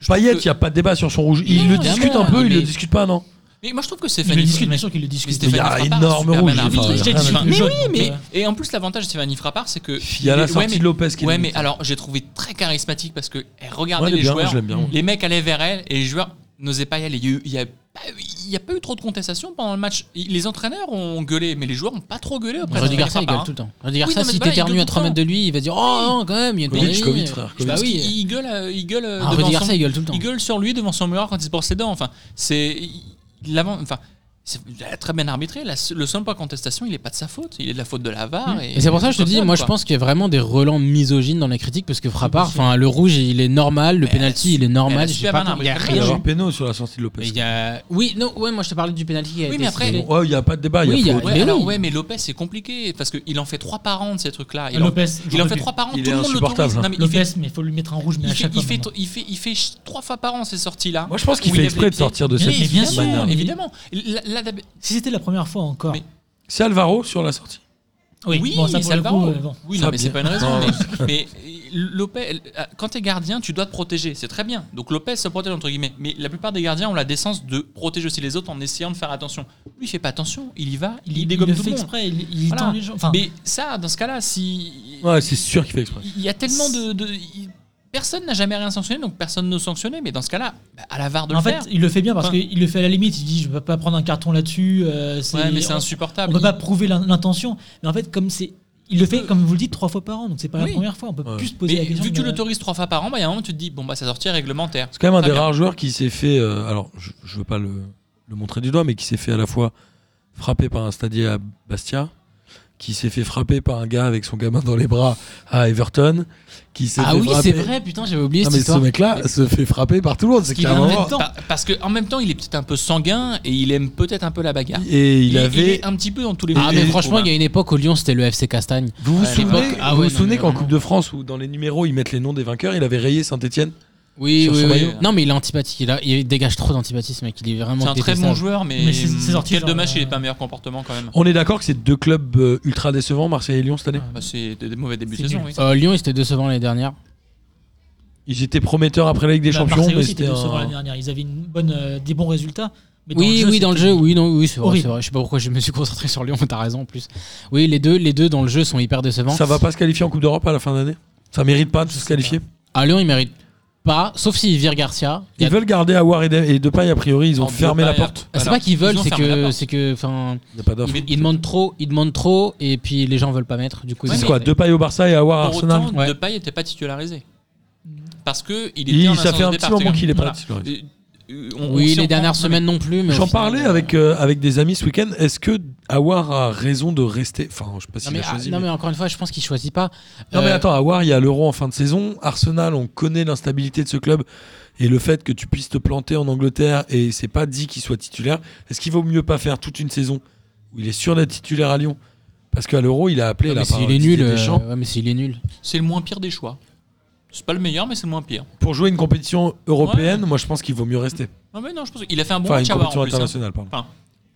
[SPEAKER 6] je
[SPEAKER 4] Payet, il
[SPEAKER 6] trouve que-
[SPEAKER 4] n'y a pas de débat sur son rouge. Il
[SPEAKER 5] Non,
[SPEAKER 4] le discute un
[SPEAKER 5] évidemment.
[SPEAKER 4] peu, il
[SPEAKER 6] Mais-
[SPEAKER 4] le discute pas, non
[SPEAKER 6] Mais moi, je trouve que
[SPEAKER 2] Il
[SPEAKER 6] Stéphanie.
[SPEAKER 2] le discute, bien sûr qu'il le discute.
[SPEAKER 4] Mais il y a énorme rouge, enfin,
[SPEAKER 2] Oui, je t'ai
[SPEAKER 4] rien
[SPEAKER 2] dit,
[SPEAKER 4] à
[SPEAKER 2] le
[SPEAKER 6] mais
[SPEAKER 2] jaune,
[SPEAKER 6] oui,
[SPEAKER 2] donc,
[SPEAKER 6] mais.
[SPEAKER 2] euh,
[SPEAKER 6] Et en plus, l'avantage de Stéphanie Frappard, c'est que.
[SPEAKER 4] Il y a la
[SPEAKER 6] Ouais,
[SPEAKER 4] sortie
[SPEAKER 6] mais-
[SPEAKER 4] de Lopez qui est
[SPEAKER 6] Ouais, mais
[SPEAKER 4] limite.
[SPEAKER 6] alors, j'ai trouvé très charismatique parce que elle
[SPEAKER 4] Ouais,
[SPEAKER 6] regardait
[SPEAKER 4] il est
[SPEAKER 6] les
[SPEAKER 4] bien,
[SPEAKER 6] joueurs.
[SPEAKER 4] je l'aime bien. ouais.
[SPEAKER 6] Les mecs allaient vers elle et les joueurs n'osaient pas y aller. Il y a eu- il y a, pas eu- il y a pas eu trop de contestation pendant le match. Il- Les entraîneurs ont gueulé, mais les joueurs n'ont pas trop gueulé. Après,
[SPEAKER 5] Rudy
[SPEAKER 6] Stéphanie
[SPEAKER 5] Garcia il gueule
[SPEAKER 6] Frappard,
[SPEAKER 5] tout
[SPEAKER 6] hein.
[SPEAKER 5] le temps. Rudy
[SPEAKER 6] non,
[SPEAKER 5] Garcia,
[SPEAKER 6] mais
[SPEAKER 5] si
[SPEAKER 6] voilà,
[SPEAKER 5] t'es
[SPEAKER 6] il gueule
[SPEAKER 5] éternu à
[SPEAKER 6] tout
[SPEAKER 5] 3
[SPEAKER 6] le temps.
[SPEAKER 5] mètres de lui, il va dire oh non quand même, il y a une
[SPEAKER 4] Covid,
[SPEAKER 5] pénurie.
[SPEAKER 4] Covid, frère, Covid.
[SPEAKER 5] Bah
[SPEAKER 6] hein. Parce qu'il-
[SPEAKER 5] oui.
[SPEAKER 6] il gueule, euh, il gueule, euh,
[SPEAKER 5] Ah,
[SPEAKER 6] devant
[SPEAKER 5] Rudy
[SPEAKER 6] son-
[SPEAKER 5] Garcia il gueule tout le temps.
[SPEAKER 6] il gueule sur lui devant son miroir quand il se brosse les dents. Enfin, c'est l'avant. Enfin, c'est il a très bien arbitré. La- le seul point de contestation, il n'est pas de sa faute. Il est de la faute de la VAR.
[SPEAKER 5] Mmh. Et c'est pour ça que je te dis, moi je pense qu'il y a vraiment des relents misogynes dans les critiques parce que Frappard, enfin le rouge il est normal, le
[SPEAKER 6] elle a
[SPEAKER 5] penalty
[SPEAKER 6] su-
[SPEAKER 5] il est
[SPEAKER 6] elle a
[SPEAKER 5] normal,
[SPEAKER 6] su
[SPEAKER 5] j'ai
[SPEAKER 6] avoir
[SPEAKER 5] pas
[SPEAKER 6] un
[SPEAKER 5] compris, il y a
[SPEAKER 6] arbitre
[SPEAKER 4] Il y
[SPEAKER 5] rien.
[SPEAKER 4] a
[SPEAKER 6] brillant.
[SPEAKER 4] un péno sur la sortie de Lopez.
[SPEAKER 5] Mais il y a- Oui, non, ouais, moi je te parlais du penalty qui a
[SPEAKER 6] Oui,
[SPEAKER 5] été
[SPEAKER 6] mais après,
[SPEAKER 5] sifflé.
[SPEAKER 6] il-
[SPEAKER 4] Ouais, il n'y a pas de débat.
[SPEAKER 5] Oui,
[SPEAKER 4] Il
[SPEAKER 5] il
[SPEAKER 4] y
[SPEAKER 5] y
[SPEAKER 4] a
[SPEAKER 5] a-
[SPEAKER 4] faute.
[SPEAKER 6] Ouais,
[SPEAKER 5] Mais
[SPEAKER 6] alors
[SPEAKER 5] oui.
[SPEAKER 6] ouais, mais Lopez c'est compliqué parce qu'il en fait trois par an de ces trucs-là. Il, en-
[SPEAKER 2] Lopez,
[SPEAKER 6] il en
[SPEAKER 2] j'en
[SPEAKER 6] fait
[SPEAKER 2] peux
[SPEAKER 6] trois par an.
[SPEAKER 4] Il
[SPEAKER 6] tout
[SPEAKER 4] est
[SPEAKER 6] le monde l'autorise.
[SPEAKER 4] insupportable, hein.
[SPEAKER 6] Non, mais
[SPEAKER 2] plus.
[SPEAKER 6] il fait-
[SPEAKER 2] Lopez, mais il faut lui mettre un rouge, mais
[SPEAKER 6] il
[SPEAKER 2] à
[SPEAKER 6] fait,
[SPEAKER 2] chaque fois.
[SPEAKER 6] il, fait,
[SPEAKER 2] maintenant.
[SPEAKER 6] il, fait, il fait ch- trois fois par an ces sorties-là.
[SPEAKER 4] Moi, je pense qu'il
[SPEAKER 6] Où
[SPEAKER 4] fait
[SPEAKER 6] il
[SPEAKER 4] exprès
[SPEAKER 6] lève
[SPEAKER 4] de
[SPEAKER 6] les
[SPEAKER 4] sortir de
[SPEAKER 6] pieds.
[SPEAKER 4] cette
[SPEAKER 6] Mais
[SPEAKER 2] bien sûr.
[SPEAKER 4] manière.
[SPEAKER 6] Évidemment. La- la- la-
[SPEAKER 2] Si c'était la première fois encore.
[SPEAKER 6] Mais-
[SPEAKER 4] C'est Alvaro sur la sortie.
[SPEAKER 6] Oui,
[SPEAKER 2] bon, ça
[SPEAKER 6] mais
[SPEAKER 2] pour le
[SPEAKER 6] Alvaro.
[SPEAKER 2] coup. euh, bon.
[SPEAKER 6] Oui,
[SPEAKER 4] Ça
[SPEAKER 6] non, mais c'est
[SPEAKER 4] bien.
[SPEAKER 6] pas une raison.
[SPEAKER 4] Non,
[SPEAKER 6] mais, mais euh, Lopez, ah, quand t'es gardien, tu dois te protéger. C'est très bien. Donc Lopez se protège, entre guillemets. Mais la plupart des gardiens ont la décence de protéger aussi les autres en essayant de faire attention. Lui, il fait pas attention. Il y va, il, y dégomme
[SPEAKER 2] le
[SPEAKER 6] tout
[SPEAKER 2] fait
[SPEAKER 6] le monde.
[SPEAKER 2] exprès, il il
[SPEAKER 6] Voilà.
[SPEAKER 2] tend les gens. Enfin,
[SPEAKER 6] Mais ça, dans ce cas-là, si.
[SPEAKER 4] Ouais, c'est sûr qu'il fait exprès.
[SPEAKER 6] Il y a tellement de. de- il- personne n'a jamais rien sanctionné, donc personne ne sanctionné. Mais dans ce cas-là, bah, à la VAR de
[SPEAKER 2] en
[SPEAKER 6] le
[SPEAKER 2] fait,
[SPEAKER 6] faire.
[SPEAKER 2] il le fait bien parce
[SPEAKER 6] Enfin-
[SPEAKER 2] qu'il le fait à la limite. Il dit Je ne peux pas prendre un carton là-dessus. euh, c'est-
[SPEAKER 6] Ouais, mais c'est
[SPEAKER 2] on- On
[SPEAKER 6] insupportable.
[SPEAKER 2] ne peut pas prouver l'in- l'intention. Mais en fait, comme c'est. Il le fait, comme vous le dites, trois fois par an. Donc, c'est pas
[SPEAKER 6] Oui.
[SPEAKER 2] la première fois. On peut
[SPEAKER 4] Ouais.
[SPEAKER 2] plus se
[SPEAKER 6] Mais
[SPEAKER 2] poser la question.
[SPEAKER 6] vu que tu
[SPEAKER 2] de-
[SPEAKER 6] l'autorises trois fois par an, bah, il y a un moment, tu te dis, bon, bah, ça sortie est réglementaire.
[SPEAKER 4] C'est quand même un
[SPEAKER 6] Très
[SPEAKER 4] des
[SPEAKER 6] bien.
[SPEAKER 4] rares joueurs qui s'est fait, euh, alors je, je veux pas le, le montrer du doigt, mais qui s'est fait à la fois frapper par un stadier à Bastia, qui s'est fait frapper par un gars avec son gamin dans les bras à Everton, qui s'est
[SPEAKER 5] Ah
[SPEAKER 4] fait
[SPEAKER 5] oui,
[SPEAKER 4] frapper.
[SPEAKER 5] c'est vrai, putain, j'avais oublié
[SPEAKER 4] Non,
[SPEAKER 5] cette
[SPEAKER 4] mais ce
[SPEAKER 5] histoire.
[SPEAKER 4] mec-là se fait frapper par tout le monde. C'est
[SPEAKER 2] Qu'il
[SPEAKER 4] qu'à un
[SPEAKER 2] est en même
[SPEAKER 4] moment-
[SPEAKER 2] temps.
[SPEAKER 6] Pa- parce qu'en même temps, il est peut-être un peu sanguin et il aime peut-être un peu la bagarre.
[SPEAKER 4] Et il,
[SPEAKER 6] est-
[SPEAKER 4] avait.
[SPEAKER 6] est un petit peu dans tous les
[SPEAKER 5] Ah, mais
[SPEAKER 6] je
[SPEAKER 5] franchement,
[SPEAKER 6] trouve,
[SPEAKER 5] il y a une époque au Lyon, c'était le FC Castagne.
[SPEAKER 4] Vous vous
[SPEAKER 6] Ouais, à l'époque-
[SPEAKER 4] souvenez,
[SPEAKER 5] ah
[SPEAKER 4] vous
[SPEAKER 5] ouais,
[SPEAKER 4] vous
[SPEAKER 5] non,
[SPEAKER 4] souvenez
[SPEAKER 5] mais
[SPEAKER 4] qu'en
[SPEAKER 5] vraiment.
[SPEAKER 4] Coupe de France, où dans les numéros ils mettent les noms des vainqueurs, il avait rayé Saint-Etienne
[SPEAKER 5] Oui,
[SPEAKER 4] Sur
[SPEAKER 5] oui,
[SPEAKER 4] son
[SPEAKER 5] oui.
[SPEAKER 4] maillot.
[SPEAKER 5] Non, mais il est antipathique. Il, a- il dégage trop d'antipathie, ce mec. Il est
[SPEAKER 6] hein.
[SPEAKER 5] vraiment
[SPEAKER 6] C'est un très
[SPEAKER 5] détestable.
[SPEAKER 6] bon joueur, mais,
[SPEAKER 2] Mais c'est- c'est sorti
[SPEAKER 6] quel
[SPEAKER 2] genre,
[SPEAKER 6] dommage
[SPEAKER 2] euh,
[SPEAKER 6] qu'il n'ait pas un meilleur comportement quand même.
[SPEAKER 4] On est d'accord que c'est deux clubs euh, ultra décevants, Marseille et Lyon cette année
[SPEAKER 6] Bah, c'est des, des mauvais débuts de
[SPEAKER 2] C'est
[SPEAKER 6] saison,
[SPEAKER 2] nul.
[SPEAKER 6] oui.
[SPEAKER 5] Euh, Lyon, il était décevant l'année dernière.
[SPEAKER 4] Ils étaient prometteurs après la Ligue des
[SPEAKER 2] Bah,
[SPEAKER 4] Champions,
[SPEAKER 2] Marseille
[SPEAKER 4] mais
[SPEAKER 2] aussi était
[SPEAKER 4] c'était
[SPEAKER 2] décevant
[SPEAKER 4] un-
[SPEAKER 2] l'année dernière. Ils avaient une bonne, euh, des bons résultats. mais dans
[SPEAKER 5] oui,
[SPEAKER 2] le jeu,
[SPEAKER 5] oui, dans le
[SPEAKER 2] c'était-
[SPEAKER 5] jeu, oui, non, oui, c'est vrai,
[SPEAKER 2] Horrible.
[SPEAKER 5] c'est vrai. Je sais pas pourquoi je me suis concentré sur Lyon, t'as raison en plus. Oui, les deux, les deux dans le jeu sont hyper décevants.
[SPEAKER 4] Ça va pas se qualifier en Coupe d'Europe à la fin d'année Ça mérite pas de se qualifier
[SPEAKER 5] À Lyon, ils méritent pas, sauf s'ils virent Garcia. Il y
[SPEAKER 4] Ils
[SPEAKER 5] a-
[SPEAKER 4] veulent garder Awar et De- et Depay, a priori, ils ont
[SPEAKER 6] Alors,
[SPEAKER 4] fermé la
[SPEAKER 6] Depay,
[SPEAKER 4] porte.
[SPEAKER 5] Ah, C'est
[SPEAKER 6] alors,
[SPEAKER 5] pas qu'ils
[SPEAKER 6] ils
[SPEAKER 5] veulent,
[SPEAKER 6] ont
[SPEAKER 5] c'est
[SPEAKER 6] fermé la
[SPEAKER 5] que,
[SPEAKER 6] porte.
[SPEAKER 5] c'est que, enfin,
[SPEAKER 4] Il n'y a pas d'offre.
[SPEAKER 5] ils, ils demandent trop, ils demandent trop, et puis les gens veulent pas mettre. Du coup,
[SPEAKER 6] Ouais,
[SPEAKER 5] ils-
[SPEAKER 4] C'est
[SPEAKER 6] mais-
[SPEAKER 4] quoi Depay au Barça et Awar à
[SPEAKER 6] Pour
[SPEAKER 4] Arsenal
[SPEAKER 6] autant,
[SPEAKER 5] Ouais.
[SPEAKER 6] Depay n'était pas titularisé. Parce que il était
[SPEAKER 4] Il-
[SPEAKER 6] en
[SPEAKER 4] Ça
[SPEAKER 6] instance
[SPEAKER 4] fait
[SPEAKER 6] de
[SPEAKER 4] un
[SPEAKER 6] départ,
[SPEAKER 4] petit moment
[SPEAKER 6] c'est-à-dire-
[SPEAKER 4] qu'il est pas
[SPEAKER 6] voilà.
[SPEAKER 4] titularisé.
[SPEAKER 6] Euh, on- on s'y
[SPEAKER 5] oui, les
[SPEAKER 6] reprend.
[SPEAKER 5] dernières
[SPEAKER 6] Non, mais-
[SPEAKER 5] semaines non plus. mais au
[SPEAKER 4] J'en
[SPEAKER 5] final,
[SPEAKER 4] parlais
[SPEAKER 5] euh,
[SPEAKER 4] avec, euh, avec des amis ce week-end. Est-ce que Awar a raison de rester Enfin, je sais pas
[SPEAKER 5] Non
[SPEAKER 4] s'il
[SPEAKER 5] mais,
[SPEAKER 4] a choisi.
[SPEAKER 5] ah, non,
[SPEAKER 4] mais-
[SPEAKER 5] mais encore une fois, je pense qu'il choisit pas.
[SPEAKER 4] Non, mais
[SPEAKER 5] Euh,
[SPEAKER 4] attends, Awar, il y a l'Euro en fin de saison. Arsenal, on connaît l'instabilité de ce club et le fait que tu puisses te planter en Angleterre et c'est pas dit qu'il soit titulaire. Est-ce qu'il vaut mieux pas faire toute une saison où il est sûr d'être titulaire à Lyon Parce qu'à l'Euro, il a appelé
[SPEAKER 5] ouais,
[SPEAKER 4] la
[SPEAKER 5] Ah, mais s'il est nul, euh, ouais, mais s'il est nul.
[SPEAKER 6] C'est le moins pire des choix. C'est pas le meilleur, mais c'est le moins pire.
[SPEAKER 4] pour jouer une compétition européenne, moi je pense qu'il vaut mieux rester.
[SPEAKER 6] Ah, mais non, je pense qu'il a fait un bon
[SPEAKER 4] enfin,
[SPEAKER 6] match
[SPEAKER 4] une
[SPEAKER 6] à Awar,
[SPEAKER 4] compétition
[SPEAKER 6] en plus. hein.
[SPEAKER 4] internationale, pardon.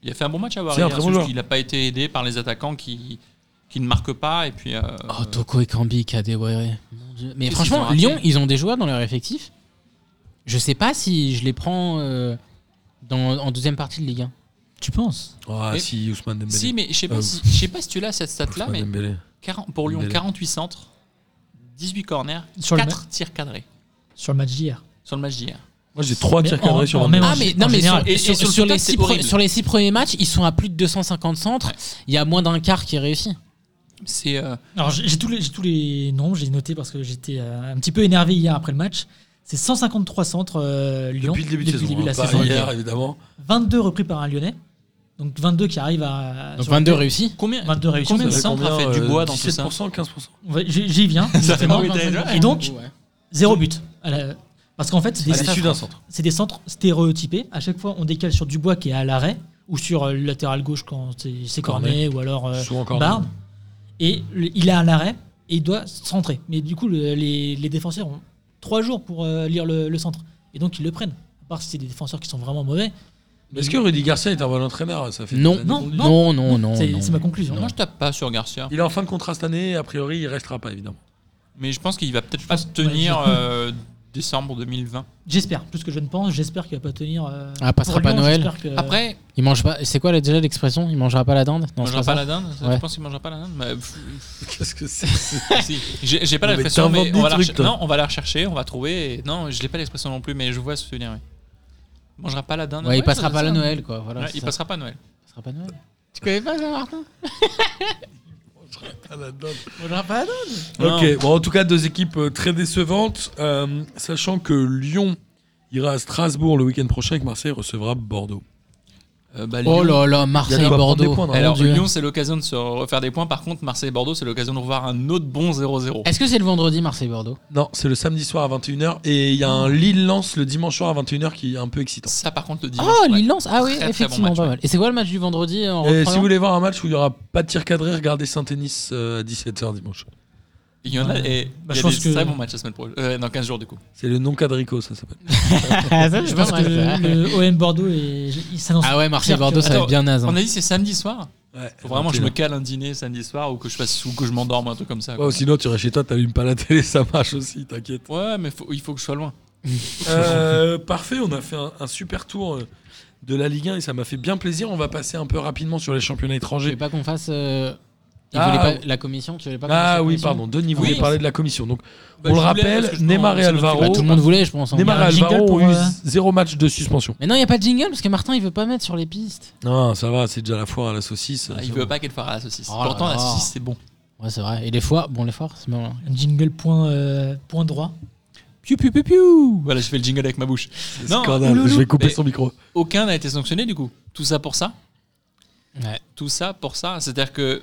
[SPEAKER 6] Il a fait un bon match à Awar.
[SPEAKER 4] C'est un
[SPEAKER 6] hier,
[SPEAKER 4] très bon
[SPEAKER 6] sauf
[SPEAKER 4] joueur.
[SPEAKER 6] qu'il n'a pas été aidé par les attaquants qui, qui ne marquent pas. Et puis, euh,
[SPEAKER 5] Oh, Toko et Kambi, KD, ouais, ouais. Mon Dieu. Mais
[SPEAKER 6] Qu'est-ce qu'ils ont
[SPEAKER 5] franchement,
[SPEAKER 6] raté
[SPEAKER 5] Lyon, ils ont des joueurs dans leur effectif. Je sais pas si je les prends euh, dans, en deuxième partie de Ligue 1.
[SPEAKER 2] Tu penses
[SPEAKER 4] Ah
[SPEAKER 6] Mais-
[SPEAKER 4] si, Ousmane Dembélé.
[SPEAKER 6] si, mais je sais
[SPEAKER 4] Euh,
[SPEAKER 6] pas, si, je sais pas si tu l'as cette stat-là,
[SPEAKER 4] Ousmane
[SPEAKER 6] mais
[SPEAKER 4] Dembélé.
[SPEAKER 6] 40 pour Lyon,
[SPEAKER 4] Dembélé.
[SPEAKER 6] 48 centres, 18 corners,
[SPEAKER 2] Sur le
[SPEAKER 6] 4 tirs cadrés
[SPEAKER 2] Sur le match d'hier.
[SPEAKER 6] sur le match d'hier.
[SPEAKER 4] Moi j'ai trois
[SPEAKER 2] Mais
[SPEAKER 4] tirs
[SPEAKER 2] en-
[SPEAKER 4] cadrés sur
[SPEAKER 2] en
[SPEAKER 4] 22.
[SPEAKER 2] même-
[SPEAKER 5] Ah, mais,
[SPEAKER 2] en
[SPEAKER 5] non, mais
[SPEAKER 2] général.
[SPEAKER 5] sur,
[SPEAKER 6] Et- et
[SPEAKER 5] sur-
[SPEAKER 6] sur le
[SPEAKER 5] sur les
[SPEAKER 6] total,
[SPEAKER 5] six
[SPEAKER 6] c'est
[SPEAKER 5] pre-
[SPEAKER 6] horrible.
[SPEAKER 5] sur les six premiers matchs, ils sont à plus de 250 centres.
[SPEAKER 6] Ouais.
[SPEAKER 5] Il y a moins d'un quart qui réussit.
[SPEAKER 6] C'est euh,
[SPEAKER 2] Alors, j'ai j'ai tous, les- j'ai tous les noms, j'ai noté parce que j'étais euh, un petit peu énervé hier après le match. C'est 153 centres euh, Lyon
[SPEAKER 4] Depuis le début de saison,
[SPEAKER 2] la
[SPEAKER 4] hein, pas
[SPEAKER 2] saison.
[SPEAKER 4] hier évidemment.
[SPEAKER 2] 22 repris par un Lyonnais. Donc 22 qui arrive
[SPEAKER 6] Ah,
[SPEAKER 2] à.
[SPEAKER 5] Donc
[SPEAKER 2] sur le
[SPEAKER 5] 22
[SPEAKER 2] terrain.
[SPEAKER 5] réussis.
[SPEAKER 6] combien,
[SPEAKER 2] 22 réussis,
[SPEAKER 6] combien de
[SPEAKER 2] ça fait euh,
[SPEAKER 6] centres a fait
[SPEAKER 4] du
[SPEAKER 6] Dubois
[SPEAKER 4] bois
[SPEAKER 6] dans tout ça
[SPEAKER 4] 17%, 15%.
[SPEAKER 2] Ouais, J'y j'y viens.
[SPEAKER 6] Ça fait
[SPEAKER 2] justement.
[SPEAKER 6] pas-
[SPEAKER 2] Et donc,
[SPEAKER 5] Ouais.
[SPEAKER 2] zéro but. À la- Parce qu'en fait, c'est des,
[SPEAKER 4] à l'issue d'un centre.
[SPEAKER 2] c'est des centres stéréotypés. À chaque fois, on décale sur Dubois qui est à l'arrêt ou sur euh, le latéral gauche quand c'est- c'est corné ou alors euh,
[SPEAKER 4] Souvent encore.
[SPEAKER 2] Barnes. Et le- il est à l'arrêt et il doit centrer. Mais du coup, le- les, les défenseurs ont trois jours pour euh, lire le, le centre. Et donc, ils le prennent. À part si c'est des défenseurs qui sont vraiment mauvais.
[SPEAKER 4] Mais Est-ce que Rudy Garcia est un bon entraîneur Ça fait
[SPEAKER 5] Non.
[SPEAKER 4] des années qu'on le dit.
[SPEAKER 5] Non, non, non.
[SPEAKER 2] c'est
[SPEAKER 5] non.
[SPEAKER 2] c'est ma conclusion.
[SPEAKER 6] Moi, je tape pas sur Garcia.
[SPEAKER 4] Il est en fin de contrat cette année, a priori, il restera pas, évidemment.
[SPEAKER 6] Mais je pense qu'il va peut-être pas se
[SPEAKER 2] Ah, ouais,
[SPEAKER 6] tenir
[SPEAKER 2] je-
[SPEAKER 6] euh, décembre 2020.
[SPEAKER 2] J'espère, plus que je ne pense, j'espère qu'il va pas tenir. euh,
[SPEAKER 5] Ah, passera
[SPEAKER 2] pour
[SPEAKER 5] pas
[SPEAKER 2] Lyon,
[SPEAKER 5] Noël.
[SPEAKER 2] j'espère que-
[SPEAKER 6] Après,
[SPEAKER 5] Il mange pas. C'est quoi là, déjà l'expression Il mangera pas la
[SPEAKER 6] il
[SPEAKER 5] dinde Non, c'est
[SPEAKER 6] mangera
[SPEAKER 5] ça.
[SPEAKER 6] pas la dinde
[SPEAKER 5] Ouais.
[SPEAKER 6] Je pense qu'il mangera pas la dinde. mais, pff,
[SPEAKER 4] Qu'est-ce que c'est
[SPEAKER 6] si. J'ai j'ai pas
[SPEAKER 4] Non, mais
[SPEAKER 6] l'expression,
[SPEAKER 4] t'inventes
[SPEAKER 6] mais
[SPEAKER 4] des
[SPEAKER 6] on va, la
[SPEAKER 4] trucs,
[SPEAKER 6] recher-
[SPEAKER 4] toi.
[SPEAKER 6] non, on va la rechercher, on va trouver. et- Non, je l'ai pas l'expression non plus, mais je vois ce souvenir. Oui. Il mangera pas la dinde.
[SPEAKER 5] Ouais, il passera
[SPEAKER 6] ça-
[SPEAKER 5] pas la
[SPEAKER 6] ça-
[SPEAKER 5] Noël, quoi. Voilà,
[SPEAKER 6] Ouais,
[SPEAKER 5] c'est
[SPEAKER 6] il
[SPEAKER 5] ça.
[SPEAKER 6] passera pas Noël.
[SPEAKER 5] Il passera pas Noël. Tu connais pas ça, Martin
[SPEAKER 4] Ah, la dinde.
[SPEAKER 5] Il mangera pas la dinde.
[SPEAKER 4] Ok, bon, en tout cas, deux équipes euh, très décevantes. euh, sachant que Lyon ira à Strasbourg le week-end prochain et que Marseille recevra Bordeaux.
[SPEAKER 6] Euh, bah,
[SPEAKER 5] Oh
[SPEAKER 6] Lyon-
[SPEAKER 5] là là,
[SPEAKER 4] Il y a de quoi prendre des
[SPEAKER 5] Marseille-Bordeaux. Eh,
[SPEAKER 4] points, non
[SPEAKER 6] Alors,
[SPEAKER 5] Oh Mon Dieu.
[SPEAKER 6] Lyon, c'est l'occasion de se refaire des points. Par contre, Marseille-Bordeaux, c'est l'occasion de revoir un autre bon 0-0.
[SPEAKER 5] Est-ce que c'est le vendredi, Marseille-Bordeaux
[SPEAKER 4] Non, c'est le samedi soir à 21h et il y a un Lille-Lance le dimanche soir à 21h qui est un peu excitant.
[SPEAKER 6] Ça, par contre, le dimanche.
[SPEAKER 5] Oh,
[SPEAKER 6] ouais.
[SPEAKER 5] Lille-Lance Ah oui,
[SPEAKER 6] Très, très bon
[SPEAKER 5] effectivement,
[SPEAKER 6] match,
[SPEAKER 5] pas
[SPEAKER 6] ouais.
[SPEAKER 5] mal. Et c'est quoi le match du vendredi en
[SPEAKER 4] Et
[SPEAKER 5] reprenant
[SPEAKER 4] Eh, si vous voulez voir un match où il n'y aura pas de tir cadré, regardez Saint-Denis euh, à 17h dimanche.
[SPEAKER 6] Il y en a,
[SPEAKER 2] Ouais.
[SPEAKER 6] et il y
[SPEAKER 2] Bah, je
[SPEAKER 6] a
[SPEAKER 2] pense
[SPEAKER 6] des
[SPEAKER 2] que-
[SPEAKER 6] très bons matchs la semaine prochaine. Euh, dans 15 jours, du coup.
[SPEAKER 4] C'est le non-cadrico, ça s'appelle.
[SPEAKER 5] Ah, ça, c'est
[SPEAKER 2] Je
[SPEAKER 5] pas
[SPEAKER 2] pense que
[SPEAKER 5] mal, ça.
[SPEAKER 2] le OM Bordeaux est- il s'annonce.
[SPEAKER 5] Ah ouais, Marseille-Bordeaux, ça va
[SPEAKER 6] Attends,
[SPEAKER 5] être bien naze. hein.
[SPEAKER 6] On a dit c'est samedi soir.
[SPEAKER 4] Ouais,
[SPEAKER 6] Faut vraiment que je me
[SPEAKER 4] 21.
[SPEAKER 6] cale un dîner samedi soir ou que je fasse ou que je m'endorme un truc comme ça.
[SPEAKER 4] Ouais,
[SPEAKER 6] quoi.
[SPEAKER 4] ou sinon, tu restes chez toi, t'allumes pas la télé, ça marche aussi, t'inquiète.
[SPEAKER 6] Ouais, mais faut- il faut que je sois loin.
[SPEAKER 4] Euh, parfait, on a fait un, un super tour euh, de la Ligue 1 et ça m'a fait bien plaisir. On va passer un peu rapidement sur les championnats
[SPEAKER 5] Je voulais
[SPEAKER 4] étrangers.
[SPEAKER 5] pas qu'on fasse. euh, il
[SPEAKER 4] Ah.
[SPEAKER 5] voulait pas- La commission, tu voulais pas qu'on fasse
[SPEAKER 4] Ah
[SPEAKER 5] la
[SPEAKER 4] oui,
[SPEAKER 5] commission
[SPEAKER 4] pardon, Denis voulait
[SPEAKER 6] Oui.
[SPEAKER 4] parler de la commission. Donc,
[SPEAKER 6] Bah,
[SPEAKER 4] on
[SPEAKER 6] je
[SPEAKER 4] le
[SPEAKER 6] voulais,
[SPEAKER 4] rappelle,
[SPEAKER 6] parce que je
[SPEAKER 4] Neymar
[SPEAKER 6] pense-
[SPEAKER 4] et
[SPEAKER 6] c'est notre
[SPEAKER 4] Alvaro.
[SPEAKER 5] Bah,
[SPEAKER 6] truc.
[SPEAKER 5] tout le monde voulait, je pense. hein.
[SPEAKER 4] Neymar et
[SPEAKER 2] un jingle
[SPEAKER 4] Alvaro
[SPEAKER 2] pour,
[SPEAKER 4] ont eu
[SPEAKER 2] euh,
[SPEAKER 4] zéro match de suspension.
[SPEAKER 5] Mais non, il n'y a pas de jingle parce que Martin, il veut pas mettre sur les pistes.
[SPEAKER 4] Non, Ah, ça va, c'est déjà la foire à la saucisse.
[SPEAKER 6] Ah, il
[SPEAKER 4] C'est
[SPEAKER 6] veut
[SPEAKER 4] bon.
[SPEAKER 6] pas qu'elle foire à la saucisse.
[SPEAKER 5] Oh là
[SPEAKER 6] Pourtant, la
[SPEAKER 5] là.
[SPEAKER 6] saucisse, c'est bon.
[SPEAKER 5] Ouais, c'est vrai. Et les fois, bon, les foires, c'est bon.
[SPEAKER 2] Un jingle point, euh, point droit.
[SPEAKER 6] Piu, piu, piu, piu. Voilà, je fais le jingle avec ma bouche. Non,
[SPEAKER 4] Scandale,
[SPEAKER 6] ouloulou.
[SPEAKER 4] je vais couper
[SPEAKER 6] Mais
[SPEAKER 4] son micro.
[SPEAKER 6] Aucun n'a été sanctionné, du coup. Tout ça pour ça
[SPEAKER 5] Ouais.
[SPEAKER 6] Tout ça pour ça C'est-à-dire que.